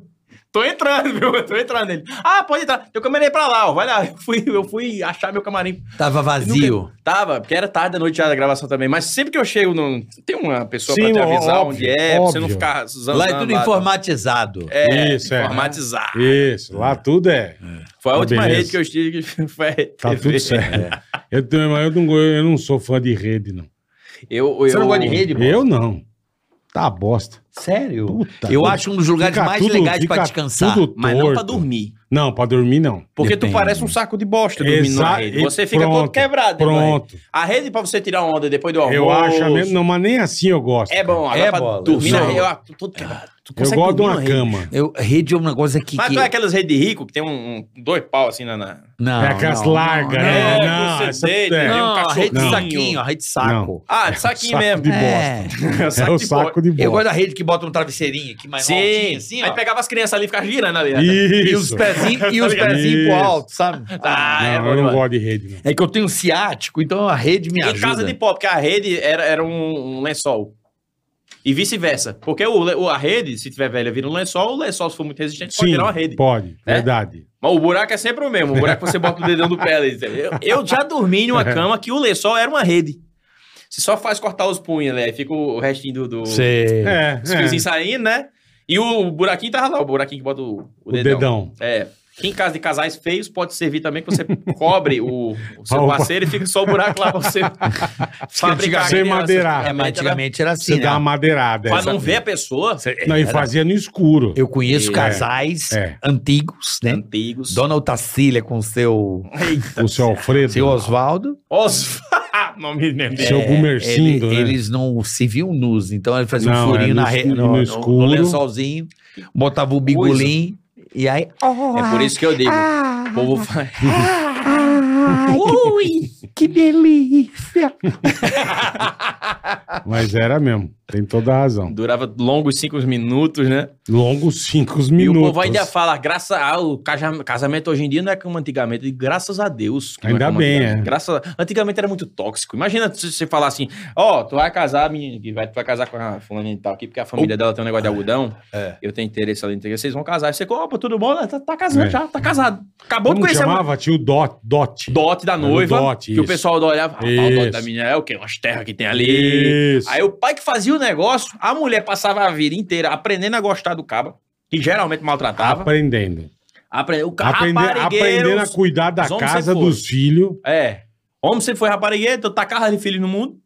Speaker 1: Tô entrando, viu? Eu tô entrando nele. Ah, pode entrar. Eu caminhei pra lá, ó. Vai lá. Eu fui, eu fui achar meu camarim.
Speaker 4: Tava vazio.
Speaker 1: Tava, porque era tarde da noite já da gravação também, mas sempre que eu chego, no... tem uma pessoa pra
Speaker 3: Sim,
Speaker 1: te avisar
Speaker 3: óbvio,
Speaker 1: onde é, pra você não
Speaker 3: óbvio.
Speaker 1: ficar zanzando
Speaker 4: Lá é tudo informatizado.
Speaker 1: É,
Speaker 3: Isso, é.
Speaker 1: informatizar.
Speaker 3: Isso, lá tudo é.
Speaker 1: Foi a
Speaker 3: Tá
Speaker 1: última
Speaker 3: beleza.
Speaker 1: rede que eu estive que foi a
Speaker 3: Tá
Speaker 1: TV.
Speaker 3: tudo certo. Eu, também, mas eu, não, go- eu não sou fã de rede, não.
Speaker 1: Eu,
Speaker 4: Você não gosta de rede, pô?
Speaker 3: Eu não. Tá bosta.
Speaker 4: Sério?
Speaker 3: Puta,
Speaker 4: eu
Speaker 3: tudo-
Speaker 4: acho um dos lugares
Speaker 3: fica
Speaker 4: mais
Speaker 3: tudo-
Speaker 4: legais pra
Speaker 3: fica
Speaker 4: descansar.
Speaker 3: tudo
Speaker 1: Mas não pra
Speaker 3: torto.
Speaker 1: dormir.
Speaker 3: Não, pra dormir não.
Speaker 1: Porque
Speaker 4: Depende.
Speaker 1: tu parece um saco de bosta dormindo na
Speaker 3: Exa-
Speaker 1: rede.
Speaker 3: e
Speaker 1: Você fica todo
Speaker 3: pronto,
Speaker 1: quebrado. dentro da rede.
Speaker 3: Pronto.
Speaker 1: A rede pra você tirar onda depois do almoço.
Speaker 3: Eu acho mesmo. Não, mas nem assim eu gosto.
Speaker 1: É bom, agora
Speaker 4: É
Speaker 1: pra
Speaker 4: bola.
Speaker 1: dormir na
Speaker 4: Não.
Speaker 1: rede, eu ah, tô todo quebrado. Tu
Speaker 3: Eu
Speaker 1: consegue
Speaker 3: gosto de
Speaker 1: dormir
Speaker 3: uma
Speaker 1: numa
Speaker 3: cama.
Speaker 1: rede.
Speaker 4: Eu, rede é um negócio aqui
Speaker 1: Mas
Speaker 4: que...
Speaker 1: tu é aquelas redes de rico que tem um, um- dois pau assim na- na...
Speaker 4: Não,
Speaker 3: é aquelas
Speaker 4: não,
Speaker 3: largas,
Speaker 4: não,
Speaker 3: né?
Speaker 1: não,
Speaker 3: Não,
Speaker 1: você
Speaker 3: essa-
Speaker 1: deita,
Speaker 3: é.
Speaker 1: né?
Speaker 4: Não, a rede de
Speaker 1: Não.
Speaker 4: saquinho, a rede de saco.
Speaker 1: Ah, de saquinho
Speaker 3: saco
Speaker 1: mesmo.
Speaker 3: de
Speaker 4: É.
Speaker 3: É o saco de
Speaker 4: Eu gosto
Speaker 3: bola.
Speaker 4: da rede que bota um travesseirinho aqui mais
Speaker 1: Sim,
Speaker 4: altinho, assim,
Speaker 1: Aí
Speaker 4: ó.
Speaker 1: pegava as crianças ali e ficava girando ali. né?
Speaker 4: E
Speaker 3: Isso.
Speaker 4: os pezinhos, e os pezinhos pro
Speaker 3: Isso.
Speaker 4: alto, sabe?
Speaker 1: Ah, é
Speaker 3: Não,
Speaker 1: bom
Speaker 3: eu não
Speaker 1: demais.
Speaker 3: gosto de rede, não.
Speaker 4: É que eu tenho ciático, então a rede me
Speaker 1: Em
Speaker 4: ajuda.
Speaker 1: casa de pó, porque a rede era, era um, um lençol. E vice-versa. Porque o, le- o- a rede, se tiver velha, vira um lençol, o lençol, se for muito resistente, pode
Speaker 3: Sim,
Speaker 1: virar uma rede.
Speaker 3: pode.
Speaker 1: É?
Speaker 3: Verdade.
Speaker 1: Mas o buraco é sempre o mesmo. O buraco que você bota o dedão do pé. ali. Eu, eu já dormi em uma cama que o lençol era uma rede. Você só faz cortar os punhos, né? Aí Fica o restinho do... do
Speaker 4: Sei.
Speaker 3: É,
Speaker 1: Os
Speaker 3: é.
Speaker 1: fiozinhos saindo, né? E o buraquinho tava lá, o buraquinho que bota o, o
Speaker 3: O
Speaker 1: dedão.
Speaker 3: dedão.
Speaker 1: É. Que em caso de casais feios, pode servir também que você cobre o, o seu
Speaker 3: Opa.
Speaker 1: parceiro e fica só o buraco lá pra você fabricar.
Speaker 3: Sem
Speaker 1: a criança.
Speaker 3: madeirar.
Speaker 4: É, mas antigamente era
Speaker 3: Você
Speaker 4: assim, né?
Speaker 3: dá uma madeirada.
Speaker 1: Pra
Speaker 3: essa-
Speaker 1: não ver a pessoa,
Speaker 3: Não, e fazia no escuro.
Speaker 4: Eu conheço
Speaker 1: É.
Speaker 4: casais
Speaker 3: É.
Speaker 4: antigos, né?
Speaker 1: antigos.
Speaker 4: Dona Otacília com seu,
Speaker 3: O seu Alfredo.
Speaker 4: seu Oswaldo. É,
Speaker 1: Os... Ah, Nome mesmo.
Speaker 3: Seu Gumercindo,
Speaker 4: ele-
Speaker 3: né?
Speaker 4: Eles não se viam nus, então ele fazia
Speaker 3: Não,
Speaker 4: um furinho
Speaker 3: é, no
Speaker 4: na re...
Speaker 3: escuro-
Speaker 4: no,
Speaker 3: no
Speaker 4: no- no
Speaker 3: escuro.
Speaker 4: lençolzinho, botava o bigolim e aí...
Speaker 1: É por isso que eu digo. O povo faz. Ui!
Speaker 4: Que delícia!
Speaker 3: Mas era mesmo. Tem toda a razão.
Speaker 1: Durava longos cinco minutos, né?
Speaker 3: Longos cinco
Speaker 1: E
Speaker 3: minutos.
Speaker 1: o povo ainda fala, graças ao caja- casamento hoje em dia não é como antigamente. E graças a Deus. que não
Speaker 3: Ainda
Speaker 1: como
Speaker 3: bem,
Speaker 1: antigamente.
Speaker 3: é.
Speaker 1: Graças a- Antigamente era muito tóxico. Imagina se você falar assim, ó, tu vai casar, menino, que vai, tu vai casar com a fulana e tal aqui, porque a família dela tem um negócio de algodão.
Speaker 4: É.
Speaker 1: Eu tenho interesse ali, entendeu? vocês vão casar. Você, opa, tudo bom? Tá, tá casando
Speaker 3: É.
Speaker 1: já, tá casado. Acabou de
Speaker 3: Como
Speaker 1: conhecer a mulher.
Speaker 3: chamava? Tio Dot. Dot.
Speaker 1: dote da
Speaker 3: Era o
Speaker 1: noiva.
Speaker 3: dote,
Speaker 1: que
Speaker 3: isso.
Speaker 1: o pessoal olhava, ah, o dote
Speaker 3: Isso.
Speaker 1: da menina é o quê? Umas terras que tem ali.
Speaker 3: Isso.
Speaker 1: Aí o pai que fazia o negócio, a mulher passava a vida inteira aprendendo a gostar do cabo, que geralmente maltratava.
Speaker 3: Aprendendo.
Speaker 1: Apre... O ca-
Speaker 3: Aprende-
Speaker 1: raparigueiros-
Speaker 3: aprendendo a cuidar da
Speaker 1: os homens
Speaker 3: casa
Speaker 1: sempre
Speaker 3: dos filhos.
Speaker 1: É. Homem sempre foi raparigueiro, então tacava de filho no mundo.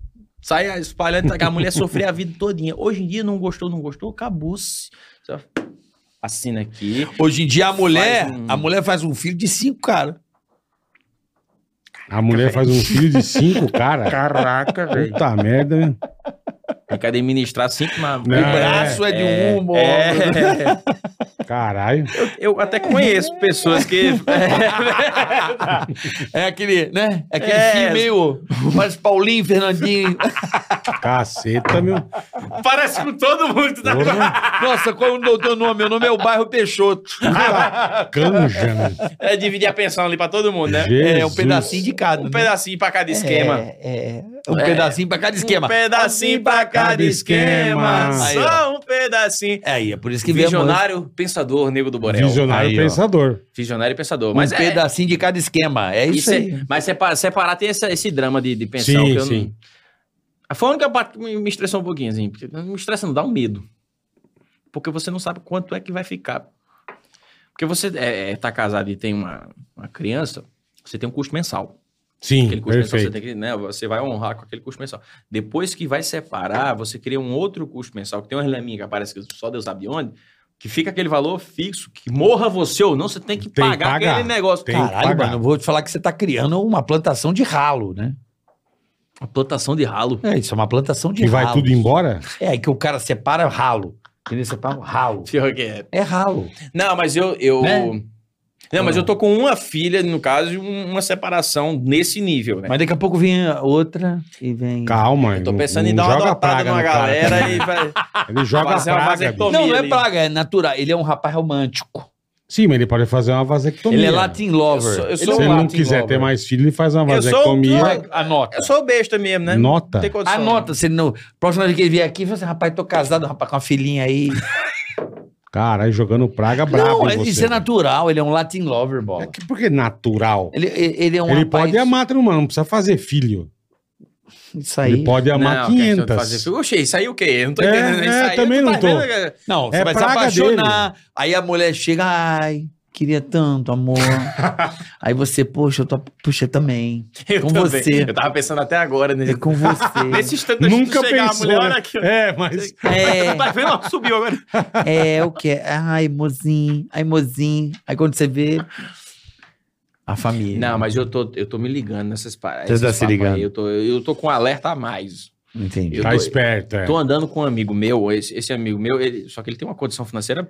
Speaker 1: Saia espalhando, que a mulher sofria a vida todinha. Hoje em dia não gostou, não gostou, acabou-se. Só Assina aqui.
Speaker 4: Hoje em dia a mulher,
Speaker 1: Faz um-
Speaker 4: a mulher faz um filho de cinco, cara.
Speaker 3: A mulher faz um filho de cinco, cara.
Speaker 7: Caraca, velho.
Speaker 3: Puta merda. né?
Speaker 1: Tem que administrar cinco na.
Speaker 3: Não,
Speaker 4: o braço é, de um, o outro-
Speaker 1: É,
Speaker 3: Caralho.
Speaker 1: eu até conheço pessoas que.
Speaker 4: é aquele, né? É aquele
Speaker 1: É.
Speaker 4: filho meio, parece Paulinho, Fernandinho.
Speaker 3: Caceta, meu.
Speaker 1: Parece com todo mundo que tá
Speaker 3: Porra.
Speaker 4: Nossa, qual é o teu nome? Meu nome é o bairro Peixoto.
Speaker 3: Canja, né? meu.
Speaker 1: É dividir a pensão ali pra todo mundo, né?
Speaker 4: É, um
Speaker 3: Jesus.
Speaker 4: pedacinho de cada.
Speaker 1: Um
Speaker 4: né?
Speaker 1: pedacinho pra cada esquema.
Speaker 4: É, é. um pedacinho pra cada esquema.
Speaker 1: Um pedacinho pra cada
Speaker 3: Cada
Speaker 1: esquema.
Speaker 3: esquema.
Speaker 1: Só um pedacinho.
Speaker 4: É aí, é por isso que vemos
Speaker 1: Visionário, pensador, nego do Borel.
Speaker 3: Visionário
Speaker 4: Aí, ó.
Speaker 3: pensador.
Speaker 1: Visionário e pensador.
Speaker 4: um
Speaker 1: Mas é,
Speaker 4: pedacinho de cada esquema. É isso,
Speaker 1: isso é-
Speaker 4: aí.
Speaker 1: mas separar, separar tem essa- esse drama de, de pensão.
Speaker 3: Sim,
Speaker 1: que eu
Speaker 3: sim.
Speaker 1: Não... Foi a única parte que me, me estressou um pouquinho, assim. Porque não me estressa, não dá um medo. Porque você não sabe quanto é que vai ficar. Porque você é, é, tá casado e tem uma, uma criança, você tem um custo mensal.
Speaker 3: Sim,
Speaker 1: Aquele custo mensal, você,
Speaker 3: perfeito.
Speaker 1: tem que, né, você vai honrar com aquele custo mensal. Depois que vai separar, você cria um outro custo mensal, que tem uma laminha que aparece que só Deus sabe de onde, que fica aquele valor fixo, que morra você ou não, você tem que
Speaker 3: Tem que
Speaker 1: pagar,
Speaker 3: pagar.
Speaker 1: aquele negócio.
Speaker 3: Tem.
Speaker 1: Cara,
Speaker 4: Caralho,
Speaker 3: pagar.
Speaker 4: mano, eu vou te falar que você tá criando uma plantação de ralo, né?
Speaker 1: a plantação de ralo.
Speaker 4: É, isso é uma plantação de
Speaker 3: Que
Speaker 4: ralo.
Speaker 3: vai tudo embora?
Speaker 4: É, aí que o cara separa ralo. Ele separa um ralo.
Speaker 1: Pior que é.
Speaker 4: É ralo.
Speaker 1: Não, mas eu. eu...
Speaker 4: Né?
Speaker 1: Não, mas
Speaker 4: Não.
Speaker 1: eu tô com uma filha, no caso, e um- uma separação nesse nível, né?
Speaker 4: Mas daqui a pouco vem a outra e vem.
Speaker 3: Calma,
Speaker 1: Eu tô
Speaker 3: não-
Speaker 1: pensando em
Speaker 3: não
Speaker 1: dar uma
Speaker 3: joga
Speaker 1: adotada
Speaker 3: praga
Speaker 1: numa
Speaker 3: no cara
Speaker 1: galera
Speaker 3: também.
Speaker 1: e vai.
Speaker 3: Ele joga a
Speaker 1: fazer uma
Speaker 3: praga. bicho.
Speaker 1: vasectomia.
Speaker 4: Não, não é
Speaker 1: ali.
Speaker 4: praga, é natural. Ele é um rapaz romântico.
Speaker 3: Sim, mas ele pode fazer uma vasectomia.
Speaker 4: Ele é Latin lover.
Speaker 1: Eu sou- eu
Speaker 4: Ele é
Speaker 1: sou
Speaker 3: Se
Speaker 1: um
Speaker 3: ele não
Speaker 4: Latin
Speaker 3: quiser
Speaker 4: lover.
Speaker 3: ter mais filho, ele faz uma
Speaker 1: Eu sou um
Speaker 3: vasectomia.
Speaker 1: troll.
Speaker 4: Anota.
Speaker 1: Eu sou besta mesmo, né?
Speaker 3: Nota.
Speaker 1: Não tem condição.
Speaker 4: Anota. Se ele não... Próxima vez que ele vier aqui, você rapaz, tô casado, rapaz, com uma filhinha aí.
Speaker 3: Caralho, jogando praga brabo.
Speaker 4: não,
Speaker 3: em
Speaker 4: isso
Speaker 3: você.
Speaker 4: é natural. Ele é um Latin lover, bola.
Speaker 3: É que- Por que natural?
Speaker 4: Ele, ele ele é um
Speaker 3: ele
Speaker 4: rapaz-
Speaker 3: pode amar outro humano, não precisa fazer filho.
Speaker 4: Isso aí.
Speaker 3: Ele pode amar
Speaker 1: Não, questão de
Speaker 3: 500.
Speaker 1: fazer filho. Oxe, isso aí o quê? Eu não tô
Speaker 3: É,
Speaker 1: entendendo. Isso
Speaker 3: é,
Speaker 1: aí
Speaker 3: também
Speaker 1: tu
Speaker 3: não
Speaker 1: tá
Speaker 3: tô.
Speaker 1: vendo, cara?
Speaker 4: Não, você
Speaker 3: É
Speaker 4: vai se
Speaker 3: praga
Speaker 4: apaixonar. Aí a mulher chega, ai, queria tanto, amor. aí você, poxa, eu tô, puxa, eu também.
Speaker 1: Eu
Speaker 4: com
Speaker 1: também.
Speaker 4: você.
Speaker 1: Eu tava pensando até agora
Speaker 4: É
Speaker 1: nesse.
Speaker 4: com você.
Speaker 1: Nesse instante antes de
Speaker 3: Nunca
Speaker 1: chegar a
Speaker 3: pensou.
Speaker 1: mulher,
Speaker 3: né?
Speaker 1: olha aqui. ó.
Speaker 3: É, mas
Speaker 4: é,
Speaker 1: Tá vendo? Ó, Subiu agora.
Speaker 4: é, o que? Ai, mozinho, ai, mozinho. Aí quando você vê, a família.
Speaker 1: Não, mas eu tô, eu tô me ligando nessas paradas.
Speaker 4: Você tá
Speaker 1: esses
Speaker 4: se
Speaker 1: papos
Speaker 4: ligando.
Speaker 1: aí. Eu tô, eu tô com um alerta a mais.
Speaker 4: Entendi.
Speaker 1: Eu
Speaker 3: tá
Speaker 1: tô-
Speaker 3: esperto. É.
Speaker 1: Tô andando com um amigo meu, esse, esse amigo meu, ele- só que ele tem uma condição financeira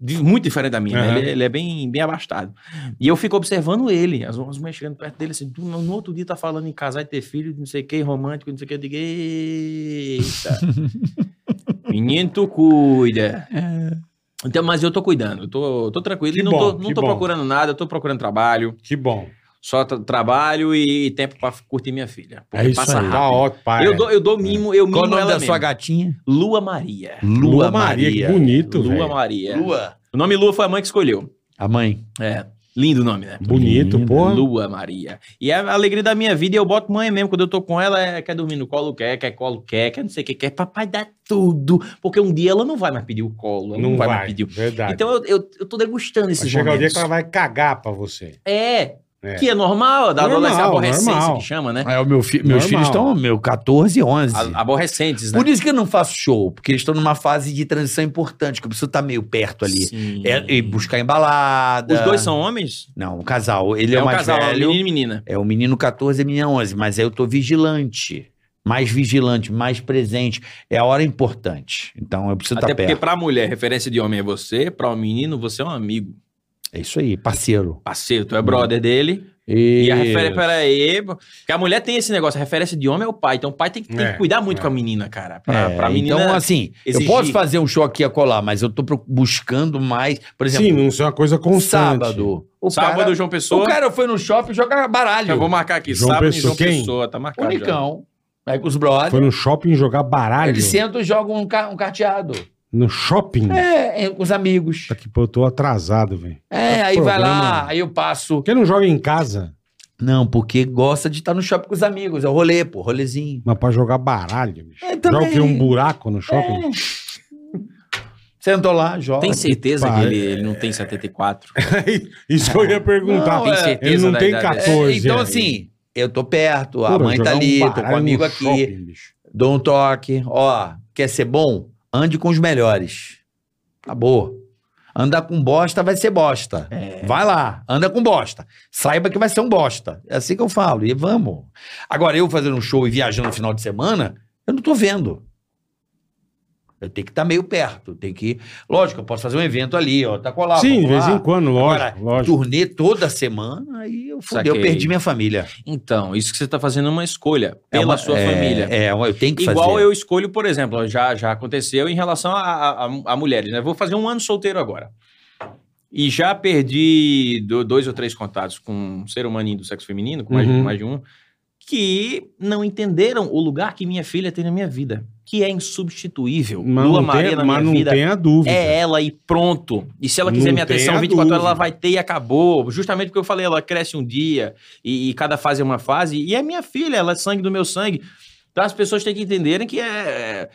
Speaker 1: di- muito diferente da minha, né?
Speaker 3: Aham.
Speaker 1: ele, ele é bem, bem abastado. E eu fico observando ele, as, as mulheres chegando perto dele, assim, do- no, outro dia tá falando em casar e ter filho, não sei o que, romântico, não sei o que, eu digo, eita. Menino, tu cuida.
Speaker 4: É.
Speaker 1: Então, mas eu tô cuidando, eu tô, tô tranquilo,
Speaker 3: Que
Speaker 1: e não
Speaker 3: bom,
Speaker 1: tô,
Speaker 3: que
Speaker 1: não tô
Speaker 3: bom.
Speaker 1: procurando nada, eu tô procurando trabalho,
Speaker 3: Que bom.
Speaker 1: só tra- trabalho e tempo pra curtir minha filha.
Speaker 4: É isso aí.
Speaker 3: Tá ótimo, pai.
Speaker 1: Eu dou, eu dou mimo, eu mimo
Speaker 4: Qual o nome
Speaker 1: ela
Speaker 4: da sua
Speaker 1: mesmo.
Speaker 4: gatinha?
Speaker 1: Lua Maria.
Speaker 3: Lua Maria, que bonito,
Speaker 1: Lua
Speaker 3: velho.
Speaker 1: Maria.
Speaker 4: Lua.
Speaker 1: O nome Lua foi a mãe que escolheu.
Speaker 4: A mãe.
Speaker 1: É. Lindo o nome, né?
Speaker 3: Bonito,
Speaker 4: Linda.
Speaker 3: porra.
Speaker 1: Lua Maria. E é a alegria da minha vida, e eu boto mãe mesmo. Quando eu tô com ela, é, quer dormir no colo, quer, quer colo, quer, quer não sei o que, quer. Papai dá tudo. Porque um dia ela não vai mais pedir o colo, ela não, vai, mais pedir o.
Speaker 3: Verdade.
Speaker 1: Então eu, eu, eu tô degustando esses
Speaker 3: Chega o dia
Speaker 1: momentos.
Speaker 3: que ela vai cagar pra você.
Speaker 1: É,
Speaker 3: É.
Speaker 1: que é normal, da
Speaker 3: Normal,
Speaker 1: adolescência, aborrecência
Speaker 3: normal.
Speaker 1: que chama, né?
Speaker 4: É, o meu fi- meus
Speaker 3: Normal.
Speaker 4: filhos estão, meu, 14 e 11.
Speaker 1: A- Aborrecentes, né?
Speaker 4: Por isso que eu não faço show, porque eles estão numa fase de transição importante, que eu preciso estar meio perto ali.
Speaker 1: Sim.
Speaker 4: É, e buscar embalada.
Speaker 1: Os dois são homens?
Speaker 4: Não, o casal. Ele é,
Speaker 1: é
Speaker 4: o
Speaker 1: um
Speaker 4: mais
Speaker 1: casal,
Speaker 4: velho.
Speaker 1: menino e menina.
Speaker 4: É o menino 14 e a menina 11. Mas aí eu tô vigilante. Mais vigilante, mais presente. É a hora importante. Então eu preciso estar
Speaker 1: Até
Speaker 4: tá
Speaker 1: porque
Speaker 4: perto.
Speaker 1: pra mulher, referência de homem é você, pra um menino, você é um amigo.
Speaker 4: É isso aí, parceiro.
Speaker 1: Parceiro, tu é
Speaker 4: Hum.
Speaker 1: brother dele. E a referência. Peraí. Porque a mulher tem esse negócio, a referência de homem é o pai. Então o pai tem que, tem que
Speaker 3: É,
Speaker 1: cuidar muito
Speaker 3: é.
Speaker 1: com a menina, cara. Pra,
Speaker 4: É,
Speaker 1: pra menina.
Speaker 4: então, assim,
Speaker 1: exigir.
Speaker 4: eu posso fazer um show aqui a colar, mas eu tô pro- buscando mais. Por
Speaker 3: Sim,
Speaker 4: exemplo,
Speaker 3: não ser uma coisa
Speaker 4: um
Speaker 3: constante.
Speaker 4: sábado. O
Speaker 1: sábado,
Speaker 4: cara,
Speaker 1: João Pessoa.
Speaker 4: o cara foi no shopping jogar
Speaker 1: Eu vou
Speaker 4: baralho.
Speaker 1: marcar aqui.
Speaker 3: João
Speaker 1: sábado, em
Speaker 3: Pessoa,
Speaker 1: João
Speaker 3: quem?
Speaker 1: Pessoa. Tá marcado. já.
Speaker 4: Unicão. Vai com os brothers.
Speaker 3: Foi no shopping jogar baralho.
Speaker 4: Ele senta e joga um, ca- um carteado.
Speaker 3: No shopping?
Speaker 4: É, é, com os amigos.
Speaker 3: Tá que pô, eu tô atrasado, velho.
Speaker 4: É, aí vai
Speaker 3: programa.
Speaker 4: lá, aí eu passo.
Speaker 3: Por que não joga em casa?
Speaker 4: Não, porque gosta de estar no shopping com os amigos. É o rolê, pô, rolezinho.
Speaker 3: Mas pra jogar baralho, bicho.
Speaker 4: É,
Speaker 3: Joga
Speaker 4: também. É.
Speaker 3: o quê? Um buraco no shopping?
Speaker 4: Sentou lá, joga.
Speaker 1: Tem certeza
Speaker 3: Pai.
Speaker 1: que ele, ele não tem 74?
Speaker 4: É.
Speaker 3: Isso eu ia perguntar.
Speaker 4: Não,
Speaker 1: tem
Speaker 4: é,
Speaker 3: Ele
Speaker 1: certeza
Speaker 3: não
Speaker 1: da
Speaker 3: tem
Speaker 1: idade dele?
Speaker 4: É,
Speaker 3: 14.
Speaker 4: então,
Speaker 3: é.
Speaker 4: assim, eu tô perto, a
Speaker 3: Pô,
Speaker 4: mãe
Speaker 3: jogar
Speaker 4: tá
Speaker 3: um
Speaker 4: ali, tô com
Speaker 3: baralho
Speaker 4: um amigo
Speaker 3: no
Speaker 4: aqui,
Speaker 3: shopping, bicho.
Speaker 4: dou um toque. Ó, quer ser bom? Ande com os melhores. Acabou. Andar com bosta vai ser bosta.
Speaker 3: É.
Speaker 4: Vai lá, anda com bosta. Saiba que vai ser um bosta. É assim que eu falo, e vamos. Agora, eu fazendo um show e viajando no final de semana, eu não tô vendo. Eu tenho que estar meio perto. eu Tenho que. Lógico, eu posso fazer um evento ali, ó. Tá colado.
Speaker 3: Sim, de
Speaker 4: vamos
Speaker 3: vez
Speaker 4: lá.
Speaker 3: em quando, lógico.
Speaker 4: Agora,
Speaker 3: lógico.
Speaker 4: turnê toda semana, aí eu fudei, eu
Speaker 1: Saquei.
Speaker 4: perdi minha família.
Speaker 1: Então, isso que você tá fazendo é uma escolha pela
Speaker 4: é uma-
Speaker 1: sua
Speaker 4: é,
Speaker 1: família.
Speaker 4: É, eu tenho que
Speaker 1: Igual
Speaker 4: fazer.
Speaker 1: eu escolho, por exemplo, ó, já, já aconteceu em relação a, a, a- a mulheres, né? Vou fazer um ano solteiro agora. E já perdi do- dois ou três contatos com um ser humaninho do sexo feminino, com mais, de-
Speaker 3: Uhum.
Speaker 1: mais de um, que não entenderam o lugar que minha filha tem na minha vida, que é insubstituível.
Speaker 3: Mas
Speaker 1: Lua
Speaker 3: não,
Speaker 1: Maria
Speaker 3: tem,
Speaker 1: na
Speaker 3: mas
Speaker 1: minha
Speaker 3: não
Speaker 1: vida
Speaker 3: tem a dúvida.
Speaker 1: é ela e pronto. E se ela quiser
Speaker 3: Não
Speaker 1: minha
Speaker 3: tem a
Speaker 1: atenção 24 horas,
Speaker 3: dúvida.
Speaker 1: ela vai ter e acabou. Justamente porque eu falei, ela cresce um dia e, e cada fase é uma fase. E é minha filha, ela é sangue do meu sangue. Então as pessoas têm que entenderem que é.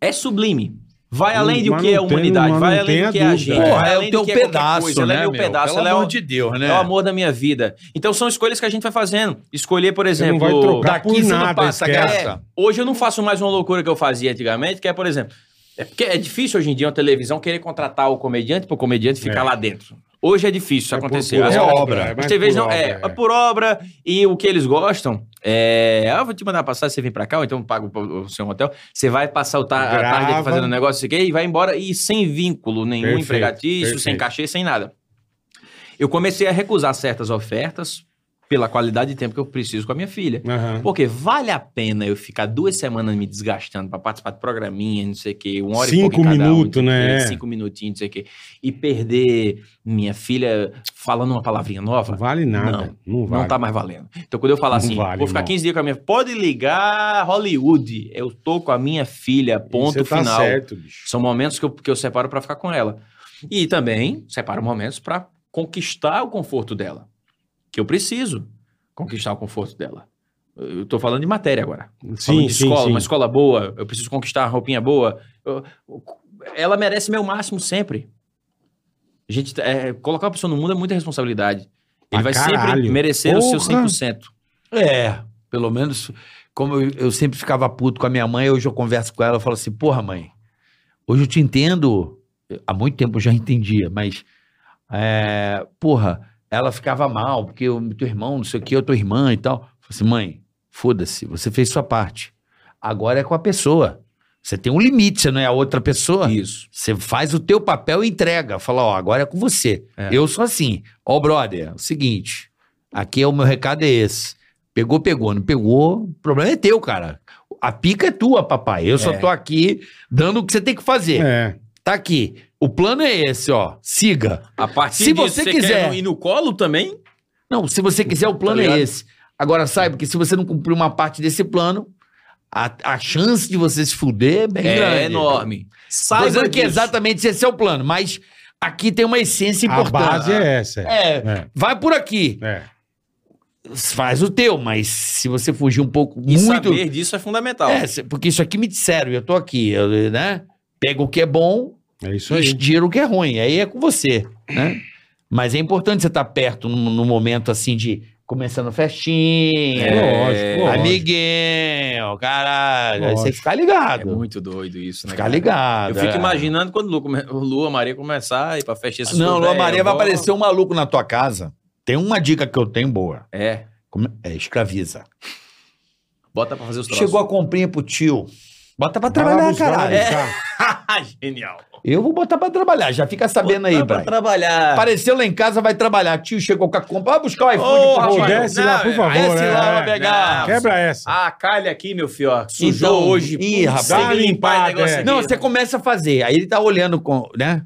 Speaker 1: É sublime. Vai além do
Speaker 3: Mas
Speaker 1: que é a
Speaker 3: não tem-
Speaker 1: humanidade,
Speaker 3: mas
Speaker 1: vai
Speaker 3: não
Speaker 1: além
Speaker 3: tem
Speaker 1: do
Speaker 3: a
Speaker 1: que é a
Speaker 3: dúvida,
Speaker 1: gente.
Speaker 3: é.
Speaker 1: vai
Speaker 4: Porra, é
Speaker 1: além
Speaker 4: o
Speaker 1: do
Speaker 4: teu
Speaker 1: que qualquer
Speaker 4: pedaço,
Speaker 1: coisa, ela
Speaker 4: né,
Speaker 1: é meu
Speaker 4: meu?
Speaker 1: pedaço,
Speaker 4: Pelo
Speaker 1: ela é
Speaker 4: amor
Speaker 1: o-
Speaker 4: de Deus, né?
Speaker 1: É o amor da minha vida. Então são escolhas que a gente vai fazendo. Escolher, por
Speaker 3: Você não
Speaker 1: exemplo,
Speaker 3: vai trocar
Speaker 4: né, daqui
Speaker 3: por
Speaker 4: você não
Speaker 3: nada,
Speaker 4: passa,
Speaker 3: esquece.
Speaker 4: cara.
Speaker 1: É, Hoje eu não faço mais uma loucura que eu fazia antigamente, que é, por exemplo, é porque é difícil hoje em dia uma televisão querer contratar o comediante para o comediante ficar
Speaker 3: É.
Speaker 1: lá dentro. Hoje é difícil isso
Speaker 3: É por-
Speaker 1: acontecer.
Speaker 3: por
Speaker 1: As-
Speaker 4: obra,
Speaker 3: é mais
Speaker 1: as TVs
Speaker 3: por
Speaker 1: não, é,
Speaker 3: obra, é.
Speaker 1: por obra e o que eles gostam é, ah, eu vou te mandar passar, você vem pra cá, ou então eu pago o seu hotel, você vai passar o ta- a
Speaker 3: Grava.
Speaker 1: tarde aqui fazendo um negócio isso aqui, e vai embora e sem vínculo nenhum
Speaker 3: Perfeito,
Speaker 1: empregatício, sem
Speaker 3: perfeito.
Speaker 1: cachê, sem nada. Eu comecei a recusar certas ofertas pela qualidade de tempo que eu preciso com a minha filha.
Speaker 3: é. Aham.
Speaker 1: Porque vale a pena eu ficar duas semanas me desgastando pra participar de programinha, não sei o quê, uma hora e
Speaker 3: Cinco
Speaker 1: pouco em cada um,
Speaker 3: minutos,
Speaker 1: não sei o
Speaker 3: né?
Speaker 1: quê, Cinco minutinhos, não sei o quê. E perder minha filha falando uma palavrinha nova.
Speaker 3: Não vale nada. Não, vale.
Speaker 1: Não tá mais valendo. Então, quando eu falar
Speaker 3: Não
Speaker 1: assim,
Speaker 3: vale,
Speaker 1: vou ficar
Speaker 3: irmão.
Speaker 1: 15 dias com a minha. Pode ligar Hollywood. Eu tô com a minha filha, ponto
Speaker 3: Você tá
Speaker 1: final.
Speaker 3: certo, bicho.
Speaker 1: São momentos que eu, que eu separo pra ficar com ela. E também separo momentos pra conquistar o conforto dela. Que eu preciso conquistar o conforto dela. Eu tô falando de matéria agora. Falando
Speaker 3: Sim,
Speaker 1: de
Speaker 3: sim,
Speaker 1: escola,
Speaker 3: sim.
Speaker 1: uma escola boa, eu preciso conquistar uma roupinha boa. Eu- eu- ela merece meu máximo sempre. A gente, é, colocar uma pessoa no mundo é muita responsabilidade. Ele
Speaker 3: Ah,
Speaker 1: vai sempre
Speaker 3: caralho.
Speaker 1: merecer o seu
Speaker 3: Porra.
Speaker 1: 100%.
Speaker 4: É, pelo menos, como eu, eu sempre ficava puto com a minha mãe, hoje eu converso com ela, eu falo assim, porra mãe, hoje eu te entendo, há muito tempo eu já entendia, mas, é, porra, ela ficava mal, porque o teu irmão, não sei o que, eu tua irmã e tal. Eu falo assim, mãe, foda-se, você fez sua parte, agora é com a pessoa. Você tem um limite, você não é a outra pessoa.
Speaker 1: Isso.
Speaker 4: Você faz o teu papel e entrega. Fala, ó, agora é com você.
Speaker 1: É.
Speaker 4: Eu sou assim. Ó, brother, é o seguinte. Aqui é o meu recado é esse. Pegou, pegou. Não pegou, o problema é teu, cara. A pica é tua, papai. Eu
Speaker 1: É.
Speaker 4: só tô aqui dando o que você tem que fazer.
Speaker 3: É.
Speaker 4: Tá aqui. O plano é esse, ó. Siga.
Speaker 1: A partir
Speaker 4: Se
Speaker 1: disso,
Speaker 4: você
Speaker 1: quer
Speaker 4: quiser.
Speaker 1: ir no colo também,
Speaker 4: Não, se você quiser, o
Speaker 1: Tá
Speaker 4: plano é esse. Agora, saiba que se você não cumprir uma parte desse plano, a, a chance de você se fuder é bem
Speaker 1: é
Speaker 4: grande.
Speaker 1: enorme.
Speaker 4: Tô
Speaker 1: Saiba
Speaker 4: dizendo que
Speaker 1: disso.
Speaker 4: exatamente esse é o plano, mas aqui tem uma essência
Speaker 3: A
Speaker 4: importante.
Speaker 3: base é essa. É.
Speaker 4: É,
Speaker 3: É.
Speaker 4: vai por aqui.
Speaker 3: é.
Speaker 4: Faz o teu, mas se você fugir um pouco
Speaker 1: E
Speaker 4: muito.
Speaker 1: saber disso é fundamental.
Speaker 4: É, se- porque isso aqui me disseram, eu tô aqui, eu, né? Pega o que é bom
Speaker 3: É isso
Speaker 4: e
Speaker 3: aí.
Speaker 4: estira o que é ruim. Aí é com você, né? Mas é importante você estar perto num, num momento assim de começando festinha,
Speaker 3: É, lógico,
Speaker 4: amiguinho, caralho. Aí você
Speaker 3: Lógico.
Speaker 4: ficar
Speaker 1: É
Speaker 4: ligado.
Speaker 1: muito doido isso, né?
Speaker 4: ficar
Speaker 1: cara?
Speaker 4: ligado.
Speaker 1: Eu fico
Speaker 4: é.
Speaker 1: imaginando quando Lu, come- Lua Maria começar a ir pra festa essas
Speaker 4: Não,
Speaker 1: coisas,
Speaker 4: Lua
Speaker 1: é,
Speaker 4: Maria
Speaker 1: eu
Speaker 4: vai
Speaker 1: vou-
Speaker 4: aparecer um maluco na tua casa. Tem uma dica que eu tenho boa.
Speaker 1: É,
Speaker 4: Como- É, escraviza.
Speaker 1: bota pra fazer os troços.
Speaker 4: Chegou a comprinha pro tio. Bota pra
Speaker 3: Vai lá tá?
Speaker 4: trabalhar,
Speaker 3: buscar,
Speaker 4: caralho.
Speaker 1: É.
Speaker 3: vai buscar.
Speaker 1: Ah, Genial.
Speaker 4: Eu vou botar pra trabalhar, já fica sabendo Tá aí,
Speaker 1: Dá pra
Speaker 4: Brian.
Speaker 1: trabalhar.
Speaker 4: Apareceu lá em casa, vai trabalhar. Tio chegou com a compra. Vai buscar o iPhone.
Speaker 1: Ô,
Speaker 4: pro tio.
Speaker 3: Pô,
Speaker 1: rapaz,
Speaker 3: desce lá, por
Speaker 1: não,
Speaker 3: favor.
Speaker 4: Desce
Speaker 3: é,
Speaker 4: lá, vai
Speaker 3: é.
Speaker 4: pegar.
Speaker 3: Quebra essa.
Speaker 1: Ah, calha aqui, meu filho, ó. Sujou
Speaker 4: Então,
Speaker 1: hoje.
Speaker 4: ih, rapaz.
Speaker 1: tem que
Speaker 3: Dá
Speaker 1: limpar esse negócio
Speaker 3: limpada, é.
Speaker 1: aqui.
Speaker 4: né?
Speaker 1: né?
Speaker 4: Não, você começa a fazer. Aí ele tá olhando, com, né?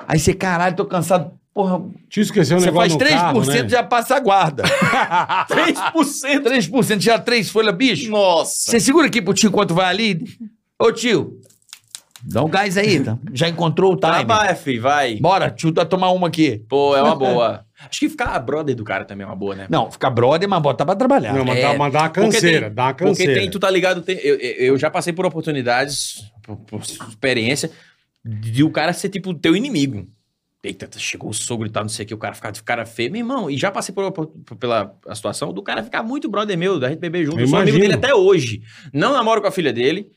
Speaker 4: Aí você, caralho, tô cansado. Porra,
Speaker 3: Te esqueceu um
Speaker 4: você faz
Speaker 3: negócio
Speaker 4: 3%
Speaker 3: no carro, né?
Speaker 4: já passa a guarda.
Speaker 1: 3%.
Speaker 4: 3% já três folhas, bicho.
Speaker 1: Nossa.
Speaker 4: Você segura aqui pro tio enquanto vai ali. Ô, tio, dá um gás aí. Tá? Já encontrou o time?
Speaker 1: Trabalha, filho, vai.
Speaker 4: Bora, tio, dá tomar uma aqui.
Speaker 1: Pô, é uma boa. Acho que ficar a brother do cara também é uma boa, né?
Speaker 4: Não, fica brother, mas bota pra trabalhar.
Speaker 3: Não, mas, dá, mas dá uma canseira, dá uma
Speaker 1: Porque
Speaker 3: canseira.
Speaker 1: tem, tu tá ligado, tem- eu, eu- eu já passei por oportunidades, por, por experiência, de o cara ser tipo teu inimigo. Eita, chegou o sogro e tal, não sei o que, o cara ficar de cara feio. Meu irmão, e já passei por, por- pela a situação do cara ficar muito brother meu, da gente beber junto.
Speaker 3: Eu
Speaker 1: Eu sou amigo
Speaker 3: imagino.
Speaker 1: dele até hoje. Não namoro com a filha dele.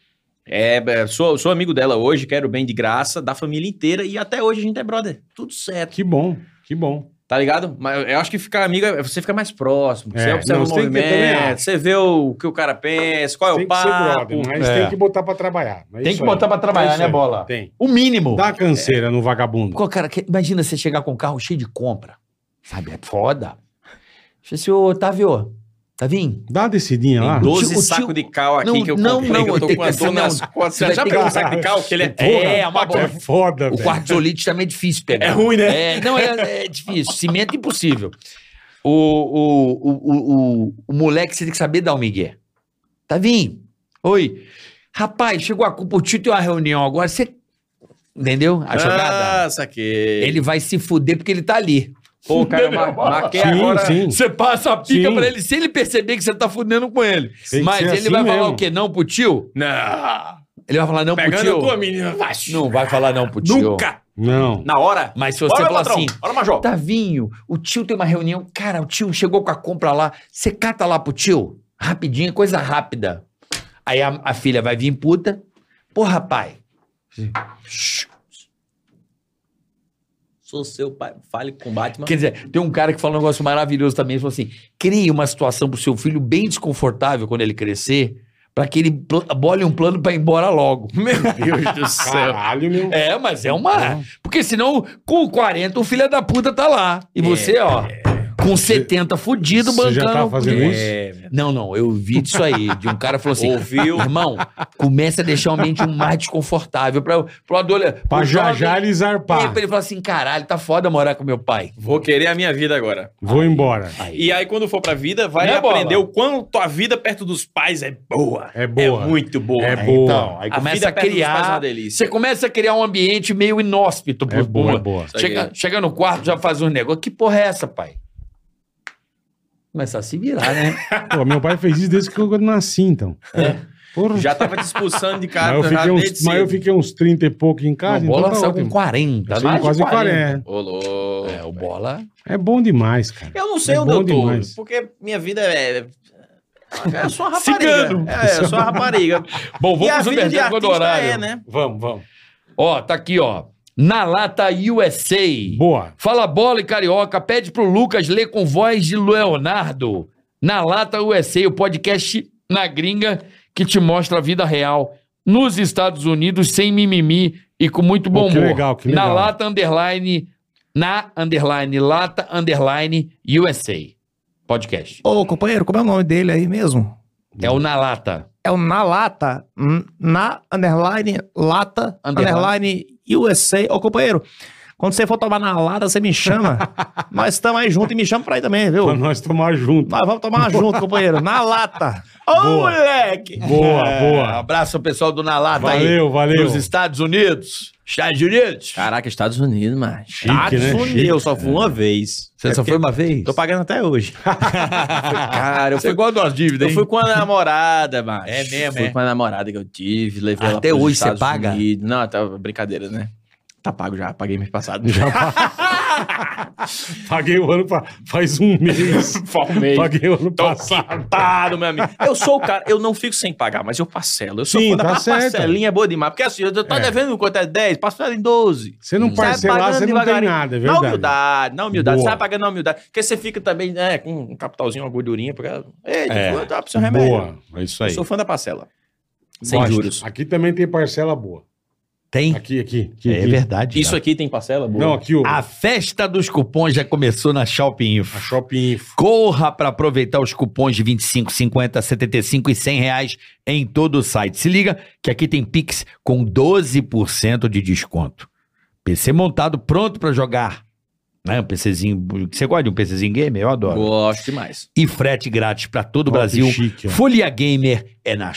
Speaker 1: É, é, sou, sou amigo dela hoje, quero o bem de graça, da família inteira, e até hoje a gente é brother. Tudo certo.
Speaker 3: Que bom, que bom.
Speaker 1: Tá ligado? Mas eu acho que ficar amigo, é- você fica mais próximo. Você
Speaker 3: É,
Speaker 1: observa
Speaker 3: não,
Speaker 1: o
Speaker 3: você tem que ter também
Speaker 1: movimento,
Speaker 3: arte.
Speaker 1: você vê o que o cara pensa, qual é
Speaker 3: tem
Speaker 1: o
Speaker 3: que ser
Speaker 1: papo.
Speaker 3: brother, né? mas
Speaker 4: É.
Speaker 3: tem que botar pra trabalhar. É
Speaker 4: Tem
Speaker 3: isso
Speaker 4: que
Speaker 3: aí.
Speaker 4: botar pra
Speaker 3: É
Speaker 4: trabalhar,
Speaker 3: isso
Speaker 4: né,
Speaker 3: aí.
Speaker 4: Bola?
Speaker 3: Tem.
Speaker 4: O mínimo.
Speaker 3: Dá uma canseira no vagabundo.
Speaker 4: Pô, cara, que- imagina você chegar com um carro cheio de compra. Sabe, é foda. Deixa eu ver se ô Otávio, Tavinho,
Speaker 3: Dá uma descidinha lá.
Speaker 1: Tem
Speaker 4: O tio-
Speaker 1: 12
Speaker 4: o
Speaker 1: sacos
Speaker 4: tio-
Speaker 1: de cal aqui
Speaker 4: Não,
Speaker 1: que eu
Speaker 4: não,
Speaker 1: comprei,
Speaker 4: não,
Speaker 1: que eu tô
Speaker 4: tem
Speaker 1: com
Speaker 4: que
Speaker 1: a
Speaker 4: ser-
Speaker 1: dor
Speaker 4: não.
Speaker 1: nas costas.
Speaker 4: Você
Speaker 1: Você
Speaker 4: vai
Speaker 1: já
Speaker 4: ter
Speaker 1: pegou
Speaker 4: que-
Speaker 1: um saco de cal? Que ele é...
Speaker 4: É,
Speaker 1: Porra,
Speaker 4: uma
Speaker 1: papo-
Speaker 3: É
Speaker 4: boa.
Speaker 3: foda,
Speaker 4: o
Speaker 3: velho.
Speaker 4: quartzolite também é difícil pegar.
Speaker 1: Tá É ruim, né?
Speaker 4: É, não, é, é difícil. Cimento é impossível. O, o, o, o, o, o moleque, você tem que saber dar o migué. Tavinho, oi. Rapaz, chegou a culpa, o tio tem uma reunião agora, você... Entendeu? A jogada.
Speaker 1: Ah, saquei.
Speaker 4: Ele vai se fuder porque ele tá ali.
Speaker 1: Pô, cara, eu ma- marquei
Speaker 3: Sim,
Speaker 1: É, agora...
Speaker 3: sim.
Speaker 4: Você passa a pica
Speaker 3: Sim.
Speaker 4: pra ele, se ele perceber que você tá fudendo com ele.
Speaker 3: Tem que
Speaker 4: Mas
Speaker 3: ser
Speaker 4: ele
Speaker 3: assim
Speaker 4: vai falar
Speaker 3: mesmo.
Speaker 4: o quê? Não pro tio?
Speaker 1: Não.
Speaker 4: Ele vai falar não pro
Speaker 6: Pegando a
Speaker 4: tio.
Speaker 6: tua menina. vai.
Speaker 4: Não vai falar não pro tio.
Speaker 6: Nunca.
Speaker 3: Não.
Speaker 6: Na hora.
Speaker 4: Mas se você
Speaker 6: Bora,
Speaker 4: falar
Speaker 6: patrão.
Speaker 4: assim,
Speaker 6: Bora, major.
Speaker 4: Tavinho, o tio tem uma reunião. Cara, o tio chegou com a compra lá. Você cata lá pro tio? Rapidinho, coisa rápida. Aí a, a filha vai vir puta. Porra, pai.
Speaker 1: Sou seu pai. Fale com o Batman.
Speaker 4: Quer dizer, tem um cara que fala um negócio maravilhoso também. Ele falou assim: crie uma situação pro seu filho bem desconfortável quando ele crescer, pra que ele pl- bole um plano pra ir embora logo.
Speaker 5: Meu Deus do céu.
Speaker 3: Caralho, meu.
Speaker 4: É, mas é uma. Porque senão, com 40, o filho da puta tá lá. E você, ó, com 70 fudido,
Speaker 3: É. Você
Speaker 4: bancando.
Speaker 3: já tava fazendo isso?
Speaker 4: Não, não, eu vi disso aí. De um cara que falou assim:
Speaker 1: Ouviu?
Speaker 4: Irmão, começa a deixar o ambiente mais desconfortável pra, pro adolescente.
Speaker 3: Pra já já ele zarpar.
Speaker 4: Ele falou assim: caralho, tá foda morar com meu pai.
Speaker 1: Vou querer a minha vida agora.
Speaker 3: Vou embora.
Speaker 1: E aí, quando for pra vida, vai
Speaker 4: Né, Bola?
Speaker 1: aprender o quanto a vida perto dos pais é boa.
Speaker 3: É boa.
Speaker 1: É muito boa.
Speaker 3: É
Speaker 1: Aí,
Speaker 3: boa.
Speaker 4: Então, aí
Speaker 1: A
Speaker 4: começa
Speaker 1: vida
Speaker 4: a
Speaker 1: perto dos pais é uma
Speaker 4: criar.
Speaker 1: delícia.
Speaker 4: Você começa a criar um ambiente meio inóspito pro
Speaker 3: É boa, é
Speaker 4: boa.
Speaker 3: boa.
Speaker 1: aí
Speaker 4: Chega,
Speaker 1: é.
Speaker 4: chega no quarto, já faz um negócio. Que porra é essa, pai? Começar a se virar, né?
Speaker 3: Pô, meu pai fez isso desde que eu nasci, então. Porra.
Speaker 1: Já tava te expulsando de
Speaker 3: mas,
Speaker 1: casa.
Speaker 3: eu
Speaker 1: já
Speaker 3: fiquei uns,
Speaker 1: desde
Speaker 3: mas eu
Speaker 1: cedo.
Speaker 3: fiquei uns 30 e pouco em
Speaker 4: o
Speaker 3: casa, então
Speaker 4: bola
Speaker 3: tá
Speaker 4: saiu com
Speaker 3: ótimo.
Speaker 4: 40.
Speaker 3: Eu
Speaker 4: mais
Speaker 3: saí
Speaker 4: de
Speaker 3: quase 40.
Speaker 1: Ô, louco.
Speaker 4: É, o bola.
Speaker 3: É bom demais, cara.
Speaker 1: Eu não sei,
Speaker 3: É
Speaker 1: o
Speaker 3: bom
Speaker 1: doutor,
Speaker 3: demais.
Speaker 1: porque minha vida é. É só rapariga. É, é só rapariga.
Speaker 4: Bom,
Speaker 1: e a
Speaker 4: vamos
Speaker 1: vida de
Speaker 4: inverter quando o
Speaker 1: artista
Speaker 4: horário.
Speaker 1: é, né?
Speaker 3: Vamos, vamos.
Speaker 4: Ó, tá aqui, ó. Na Lata USA.
Speaker 3: Boa.
Speaker 4: Fala bola e carioca, pede pro Lucas ler com voz de Leonardo. Na Lata USA, o podcast na gringa que te mostra a vida real nos Estados Unidos sem mimimi e com muito bom
Speaker 3: Pô, que
Speaker 4: humor.
Speaker 3: legal, que
Speaker 4: Na
Speaker 3: legal.
Speaker 4: Lata underline, na underline, Lata underline USA. Podcast.
Speaker 7: Ô, companheiro, como é o nome dele aí mesmo?
Speaker 4: É o Na Lata.
Speaker 7: É o Na Lata, hum, na underline lata,
Speaker 4: Underline.
Speaker 7: underline, USA. Ô, companheiro, quando você for tomar na lata, você me chama. Nós estamos aí junto e me chama pra aí também, viu?
Speaker 3: Pra nós tomar junto.
Speaker 7: Nós vamos tomar uma junto, companheiro. Na lata. Ô,
Speaker 3: Boa.
Speaker 7: moleque!
Speaker 3: Boa,
Speaker 1: É,
Speaker 3: boa.
Speaker 4: É, Abraço ao pessoal do Na
Speaker 1: tá
Speaker 4: Lata aí.
Speaker 3: Valeu, valeu.
Speaker 4: Nos Estados Unidos. Estados Unidos.
Speaker 1: Caraca, Estados Unidos, mano.
Speaker 3: Chique, né? Chique.
Speaker 1: Eu só fui uma vez.
Speaker 4: Você só foi uma vez?
Speaker 1: Tô pagando até hoje. Cara, eu
Speaker 4: Você
Speaker 1: fui,
Speaker 4: guarda umas dívidas,
Speaker 1: eu
Speaker 4: hein?
Speaker 1: fui com a namorada, mano.
Speaker 4: É mesmo,
Speaker 1: Fui
Speaker 4: é?
Speaker 1: com a namorada que eu tive, levei ela
Speaker 4: Até
Speaker 1: pros
Speaker 4: hoje você
Speaker 1: Estados
Speaker 4: paga?
Speaker 1: Unidos. Não, tá brincadeira, né? Tá pago já, paguei mês passado.
Speaker 3: Paguei o ano pra... faz um mês.
Speaker 1: Formei.
Speaker 3: Paguei o ano
Speaker 1: Tô
Speaker 3: passado.
Speaker 1: Tado, meu amigo. Eu sou o cara, eu não fico sem pagar, mas eu parcelo. Eu sou
Speaker 3: Sim,
Speaker 1: fã da
Speaker 3: tá certo.
Speaker 1: parcelinha é boa demais. Porque assim, eu tô
Speaker 3: É.
Speaker 1: devendo quanto é 10, passo ela em 12.
Speaker 3: Você não
Speaker 1: Sai
Speaker 3: parcelar,
Speaker 1: pagando
Speaker 3: você não tem
Speaker 1: devagarinho.
Speaker 3: nada, é
Speaker 1: Na
Speaker 3: verdade.
Speaker 1: humildade, na humildade.
Speaker 3: Boa.
Speaker 1: Sai pagando na humildade. Porque você fica também, né, com um capitalzinho, uma gordurinha. Porque,
Speaker 3: Tá.
Speaker 1: ei,
Speaker 6: É.
Speaker 1: eu pro seu remédio.
Speaker 3: Boa.
Speaker 6: É isso
Speaker 1: Eu
Speaker 6: aí.
Speaker 1: sou fã da parcela. Sem
Speaker 3: Gosto.
Speaker 1: juros.
Speaker 3: Aqui também tem parcela boa.
Speaker 4: Tem.
Speaker 3: Aqui, aqui. aqui,
Speaker 4: É
Speaker 3: aqui.
Speaker 4: verdade.
Speaker 1: Isso aqui tem parcela boa?
Speaker 3: Não, aqui o
Speaker 4: A festa dos cupons já começou na Shopping
Speaker 3: a
Speaker 4: Info.
Speaker 3: Shopping Info.
Speaker 4: Corra para aproveitar os cupons de 25, 50, 75 e 100 reais em todo o site. Se liga que aqui tem Pix com 12% de desconto. PC montado, pronto para jogar. Né? Um PCzinho. Você gosta de um PCzinho gamer? Eu adoro.
Speaker 1: Gosto demais.
Speaker 4: E frete grátis para todo o
Speaker 3: Ó, que
Speaker 4: Brasil.
Speaker 3: chique, ó.
Speaker 4: Folia Gamer é na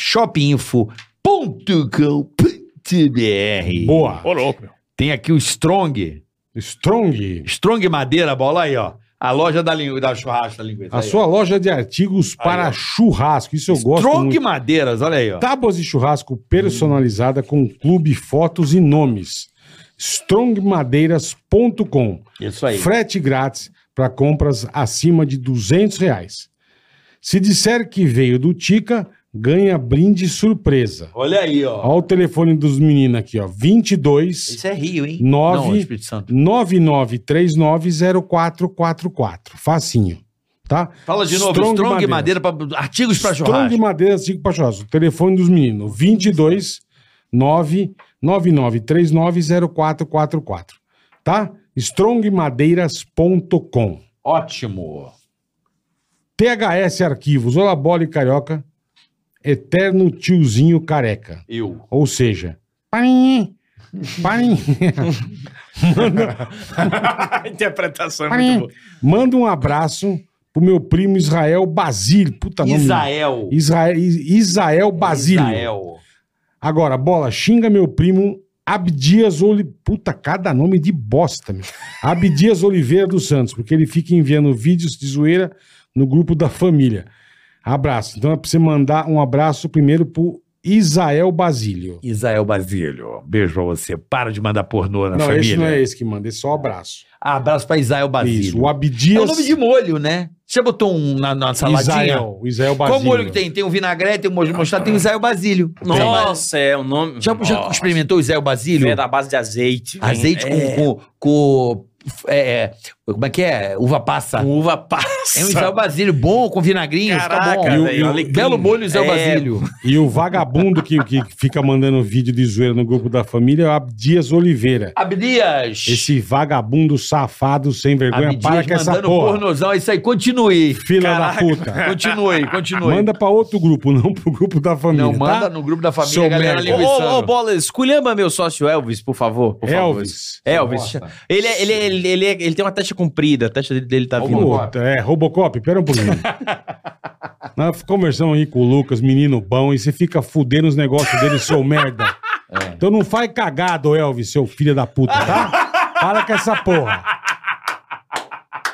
Speaker 4: shopinfo.com.br.
Speaker 3: Boa.
Speaker 5: Ô, louco, meu.
Speaker 4: Tem aqui o Strong.
Speaker 3: Strong.
Speaker 4: Strong Madeira, bola aí, ó. A loja da, lingu... da churrasco da linguiça.
Speaker 3: A
Speaker 4: aí,
Speaker 3: sua loja de artigos para
Speaker 4: ó.
Speaker 3: churrasco. Isso eu
Speaker 4: ó.
Speaker 3: gosto
Speaker 4: Strong
Speaker 3: muito. Tá
Speaker 4: Madeiras, olha aí, ó.
Speaker 3: Tábuas de churrasco personalizada com clube, fotos e nomes. strongmadeiras.com
Speaker 4: Isso aí.
Speaker 3: Frete grátis para compras acima de 200 reais. Se disser que veio do Tica, ganha brinde surpresa.
Speaker 4: Olha aí, ó.
Speaker 3: Olha o telefone dos meninos aqui, ó. 22
Speaker 4: Isso é Rio, hein?
Speaker 3: Nove-
Speaker 4: Não, Espírito Santo.
Speaker 3: 99390444. Facinho, tá?
Speaker 4: Fala de novo,
Speaker 3: Strong
Speaker 4: Strong, Madeira,
Speaker 3: Madeira
Speaker 4: pra... artigos pra
Speaker 3: Strong
Speaker 4: churrasco.
Speaker 3: Madeira 5 para churrasco. Telefone dos meninos, 22 999390444, tá? strongmadeiras.com.
Speaker 4: Ótimo.
Speaker 3: THS Arquivos, Olá Bola e Carioca, Eterno Tiozinho Careca.
Speaker 4: Eu.
Speaker 3: Ou seja, parinha,
Speaker 4: É
Speaker 3: parinha.
Speaker 5: A interpretação é
Speaker 3: Parinha.
Speaker 5: muito boa.
Speaker 3: Manda um abraço pro meu primo Israel Basílio. Puta nome.
Speaker 4: Israel.
Speaker 3: Israel, Israel Basílio.
Speaker 4: Tipo, Israel.
Speaker 3: Agora, bola, xinga meu primo Abdias Oliveira. Puta, cada nome de bosta, meu. Abdias Oliveira dos Santos, porque ele fica enviando vídeos de zoeira no grupo da família. Abraço. Então é pra você mandar um abraço primeiro pro Isael Basílio.
Speaker 4: Isael Basílio, beijo pra você. Para de mandar pornô na
Speaker 3: não,
Speaker 4: família.
Speaker 3: esse não é esse que manda, esse é só abraço.
Speaker 4: Abraço pra Isael Basílio.
Speaker 3: Isso, o
Speaker 4: É
Speaker 3: Abdias
Speaker 4: o nome de molho, né? Você já botou um na, na saladinha?
Speaker 3: Isael, Isael Basílio.
Speaker 4: Qual molho que tem? Tem o vinagrete, tem o molho de mostarda, tem o Isael Basílio.
Speaker 1: Nossa, é o nome.
Speaker 4: Já, já
Speaker 1: Nossa.
Speaker 4: experimentou o Isael Basílio?
Speaker 1: É da base de azeite. vem-
Speaker 4: Azeite
Speaker 1: é,
Speaker 4: com, com, com é, é, como é que é? Uva passa.
Speaker 1: com uva passa.
Speaker 4: É um Israel Basílio bom, com vinagrinho, fica
Speaker 1: Caraca,
Speaker 4: Tá bom.
Speaker 1: velho,
Speaker 4: E o- e o
Speaker 1: alecrim.
Speaker 4: belo molho Israel
Speaker 1: É.
Speaker 4: Basílio.
Speaker 3: E o vagabundo que, que fica mandando vídeo de zoeira no grupo da família é o Abdias Oliveira.
Speaker 4: Abdias.
Speaker 3: Esse vagabundo safado sem vergonha,
Speaker 4: Abdias
Speaker 3: para com essa
Speaker 4: mandando
Speaker 3: porra.
Speaker 4: pornozão. É Isso aí, continue.
Speaker 3: Fila da puta.
Speaker 4: Continue, continue.
Speaker 3: Manda pra outro grupo, não pro grupo da família.
Speaker 4: Não, manda
Speaker 3: tá?
Speaker 4: no grupo da família,
Speaker 3: Seu
Speaker 4: galera
Speaker 3: merda.
Speaker 1: Ô,
Speaker 4: linguiçando.
Speaker 1: ô, ô, Bolas, culhamba meu sócio Elvis, por favor. por favor.
Speaker 3: Elvis.
Speaker 1: Elvis. Ele, é- ele, é- ele, é- ele, é- ele tem uma testa comprida, a testa dele, dele tá vindo.
Speaker 3: Puta, é, Robocop, pera um pouquinho. Nós conversamos aí com o Lucas, menino bom, e você fica fudendo os negócios dele, seu merda.
Speaker 4: É.
Speaker 3: Então não faz cagado, Elvis, seu filho da puta, tá? Para com essa porra.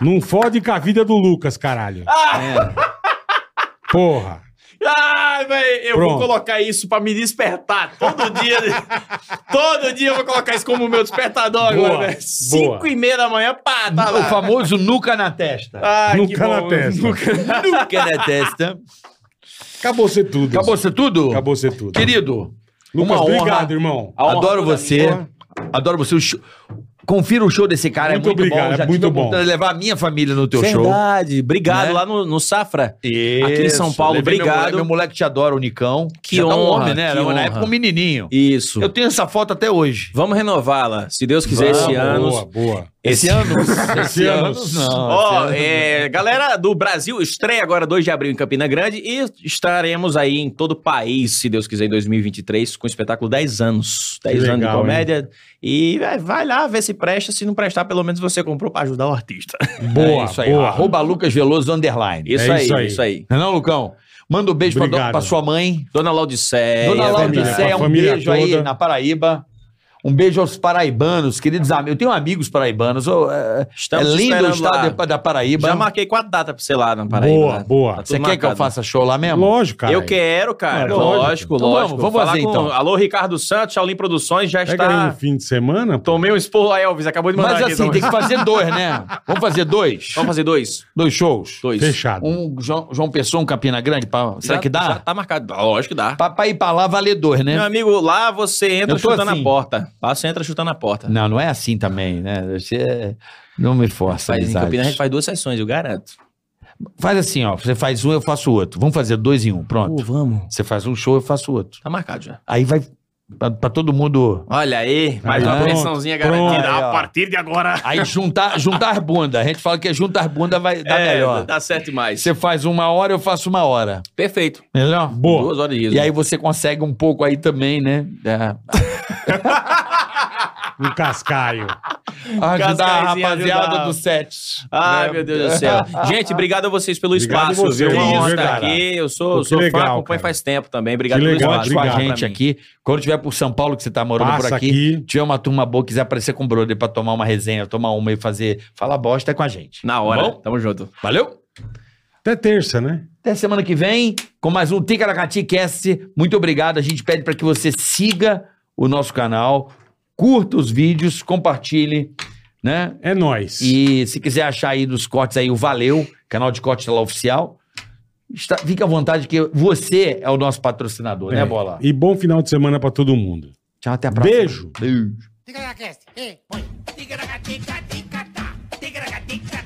Speaker 3: Não fode com a vida do Lucas, caralho.
Speaker 4: Ah!
Speaker 3: Porra.
Speaker 1: Ai, velho, eu
Speaker 3: Pronto.
Speaker 1: vou colocar isso pra me despertar todo dia. todo dia eu vou colocar isso como meu despertador agora,
Speaker 3: Boa,
Speaker 1: velho.
Speaker 3: boa.
Speaker 1: Cinco e meia da manhã, pá, tá
Speaker 4: O
Speaker 1: lá.
Speaker 4: famoso nuca na testa.
Speaker 1: Ai, que
Speaker 3: Nunca na
Speaker 1: bom.
Speaker 3: testa.
Speaker 4: nuca
Speaker 1: é
Speaker 4: na testa.
Speaker 3: Acabou ser tudo.
Speaker 4: Acabou ser tudo?
Speaker 3: Acabou ser tudo.
Speaker 4: Querido,
Speaker 3: Lucas,
Speaker 4: uma honra.
Speaker 3: obrigado, irmão.
Speaker 1: A honra
Speaker 4: Adoro
Speaker 1: toda é
Speaker 4: você.
Speaker 1: minha.
Speaker 4: Adoro você. O show- Confira o show desse cara,
Speaker 3: Muito
Speaker 4: é muito
Speaker 3: obrigado,
Speaker 4: bom.
Speaker 3: é muito
Speaker 4: a
Speaker 3: bom.
Speaker 4: oportunidade de levar a minha família no teu show.
Speaker 1: Verdade, obrigado
Speaker 4: Né?
Speaker 1: lá no, no Safra.
Speaker 4: Isso.
Speaker 1: Aqui em São Paulo,
Speaker 4: Levei Meu
Speaker 1: obrigado.
Speaker 4: moleque, meu moleque te adora, o Nicão.
Speaker 1: Que
Speaker 4: tá um
Speaker 1: honra,
Speaker 4: homem, né?
Speaker 1: que
Speaker 4: Era na
Speaker 1: honra.
Speaker 4: época um menininho.
Speaker 1: Isso.
Speaker 4: Eu tenho essa foto até hoje.
Speaker 1: Vamos renová-la, se Deus quiser, esse
Speaker 4: Vamos,
Speaker 1: ano.
Speaker 3: Boa, boa.
Speaker 4: Esse ano?
Speaker 3: Esse ano.
Speaker 4: não.
Speaker 1: Ó,
Speaker 4: esse ano-
Speaker 1: é, galera do Brasil, estreia agora 2 de abril em Campina Grande e estaremos aí em todo o país, se Deus quiser, em 2023, com o espetáculo 10 anos. 10
Speaker 3: Que
Speaker 1: anos de
Speaker 3: legal,
Speaker 1: comédia. E é, vai lá ver se presta. Se não prestar, pelo menos você comprou pra ajudar o artista.
Speaker 3: Boa,
Speaker 4: é isso aí.
Speaker 3: boa.
Speaker 4: Arroba Lucas Veloso Underline.
Speaker 1: Isso,
Speaker 3: É
Speaker 1: aí,
Speaker 3: isso
Speaker 1: isso
Speaker 3: aí.
Speaker 1: aí,
Speaker 4: Não é não, Lucão? Manda um beijo pra,
Speaker 3: Obrigado.
Speaker 4: pra sua mãe.
Speaker 1: Dona Laudicéia.
Speaker 4: Dona
Speaker 3: família,
Speaker 4: Laudicéia,
Speaker 3: pra
Speaker 4: um
Speaker 3: família
Speaker 4: beijo aí
Speaker 3: toda.
Speaker 4: na Paraíba. Um beijo aos paraibanos, queridos amigos. Eu tenho amigos paraibanos. eu, é, é
Speaker 1: Estamos
Speaker 4: lindo o
Speaker 1: esperando
Speaker 4: estado
Speaker 1: lá.
Speaker 4: de- da Paraíba.
Speaker 1: Já marquei quatro datas pra você lá na Paraíba.
Speaker 3: Boa,
Speaker 1: né?
Speaker 3: boa.
Speaker 1: Tá tudo
Speaker 4: Você quer que eu
Speaker 1: marcado.
Speaker 4: faça show lá mesmo?
Speaker 3: Lógico, cara.
Speaker 1: Eu quero, cara.
Speaker 3: É, lógico.
Speaker 1: lógico,
Speaker 4: Então
Speaker 1: lógico.
Speaker 4: vamos, vamos
Speaker 1: Falar
Speaker 4: fazer,
Speaker 1: com-
Speaker 4: então.
Speaker 1: Alô, Ricardo Santos, Shaolin Produções, já
Speaker 3: Pega aí um
Speaker 1: está.
Speaker 3: fim de semana. pô.
Speaker 1: Tomei um esporro lá, Elvis. Acabou de mandar
Speaker 4: Mas
Speaker 1: aqui,
Speaker 4: assim,
Speaker 1: então.
Speaker 4: tem que fazer dois, né? Vamos fazer dois?
Speaker 1: Vamos fazer dois?
Speaker 4: Dois shows?
Speaker 1: Dois.
Speaker 3: Fechado.
Speaker 4: Um João, João Pessoa, um Campina Grande. pra- será
Speaker 1: Já-
Speaker 4: que
Speaker 1: Já
Speaker 4: dá?
Speaker 1: tá marcado. Ah, Lógico que dá.
Speaker 4: Pra, pra ir pra lá, valer dois, né?
Speaker 1: Meu amigo, lá você entra
Speaker 4: Eu tô
Speaker 1: chutando
Speaker 4: assim.
Speaker 1: a porta. Lá você entra chutando a porta.
Speaker 4: Não, não é assim também, né? Você não me força,
Speaker 1: Faz, em
Speaker 4: amizade.
Speaker 1: Campinas a gente faz duas sessões, eu garanto.
Speaker 4: Faz assim, ó. Você faz um, eu faço outro. Vamos fazer dois em um, pronto.
Speaker 1: vamos.
Speaker 4: Você faz um show, eu faço outro.
Speaker 1: Tá marcado já.
Speaker 4: Aí vai pra, pra todo mundo.
Speaker 1: Olha aí, mais
Speaker 3: Aí,
Speaker 1: uma
Speaker 3: pronto,
Speaker 1: pressãozinha
Speaker 3: pronto.
Speaker 1: garantida.
Speaker 4: Aí, ó.
Speaker 5: A partir de agora.
Speaker 4: Aí juntar, juntar as bundas. A gente fala que é juntar as bundas vai dar
Speaker 1: é,
Speaker 4: melhor.
Speaker 1: dá certo demais.
Speaker 4: Você faz uma hora, eu faço uma hora.
Speaker 1: Perfeito.
Speaker 4: Melhor?
Speaker 3: Boa.
Speaker 1: Duas horas de
Speaker 4: E aí você consegue um pouco aí também, né? É,
Speaker 3: Um cascaio.
Speaker 4: Ah, ajudar a
Speaker 1: Cascaizinho,
Speaker 4: rapaziada
Speaker 1: ajudar.
Speaker 4: do set.
Speaker 1: Ai, meu Deus do céu. Gente, obrigado a vocês pelo
Speaker 3: Né? Obrigado
Speaker 1: espaço,
Speaker 3: a você,
Speaker 1: viu? Uma
Speaker 3: isso,
Speaker 1: honra estar
Speaker 3: cara.
Speaker 1: aqui. Eu sou,
Speaker 3: Pô, que
Speaker 1: sou fã,
Speaker 3: legal,
Speaker 1: acompanho
Speaker 3: cara.
Speaker 1: faz tempo também. Obrigado
Speaker 3: Que legal,
Speaker 1: pelo espaço.
Speaker 4: com a
Speaker 3: Obrigado.
Speaker 4: gente aqui. Quando tiver por São Paulo, que você tá morando
Speaker 3: Passa
Speaker 4: por aqui,
Speaker 3: aqui.
Speaker 4: tiver uma turma boa, quiser aparecer com o brother pra tomar uma resenha, tomar uma e fazer, fala bosta, é com a gente.
Speaker 1: Na hora.
Speaker 4: Bom?
Speaker 1: Tamo junto.
Speaker 4: Valeu?
Speaker 3: Até terça, né?
Speaker 4: Até semana que vem com mais um Ticaracati Cast. Muito obrigado. A gente pede para que você siga o nosso canal, curta os vídeos, compartilhe, né?
Speaker 3: É nóis.
Speaker 4: E se quiser achar aí dos cortes aí o Valeu, canal de cortes lá oficial, está, fique à vontade que você é o nosso patrocinador, né,
Speaker 3: É.
Speaker 4: Bola?
Speaker 3: E bom final de semana pra todo mundo.
Speaker 4: Tchau, até a próxima.
Speaker 3: Beijo.
Speaker 4: Beijo.
Speaker 2: Tica na cast, e põe. Tica na tica, tica, tá. Tica na tica,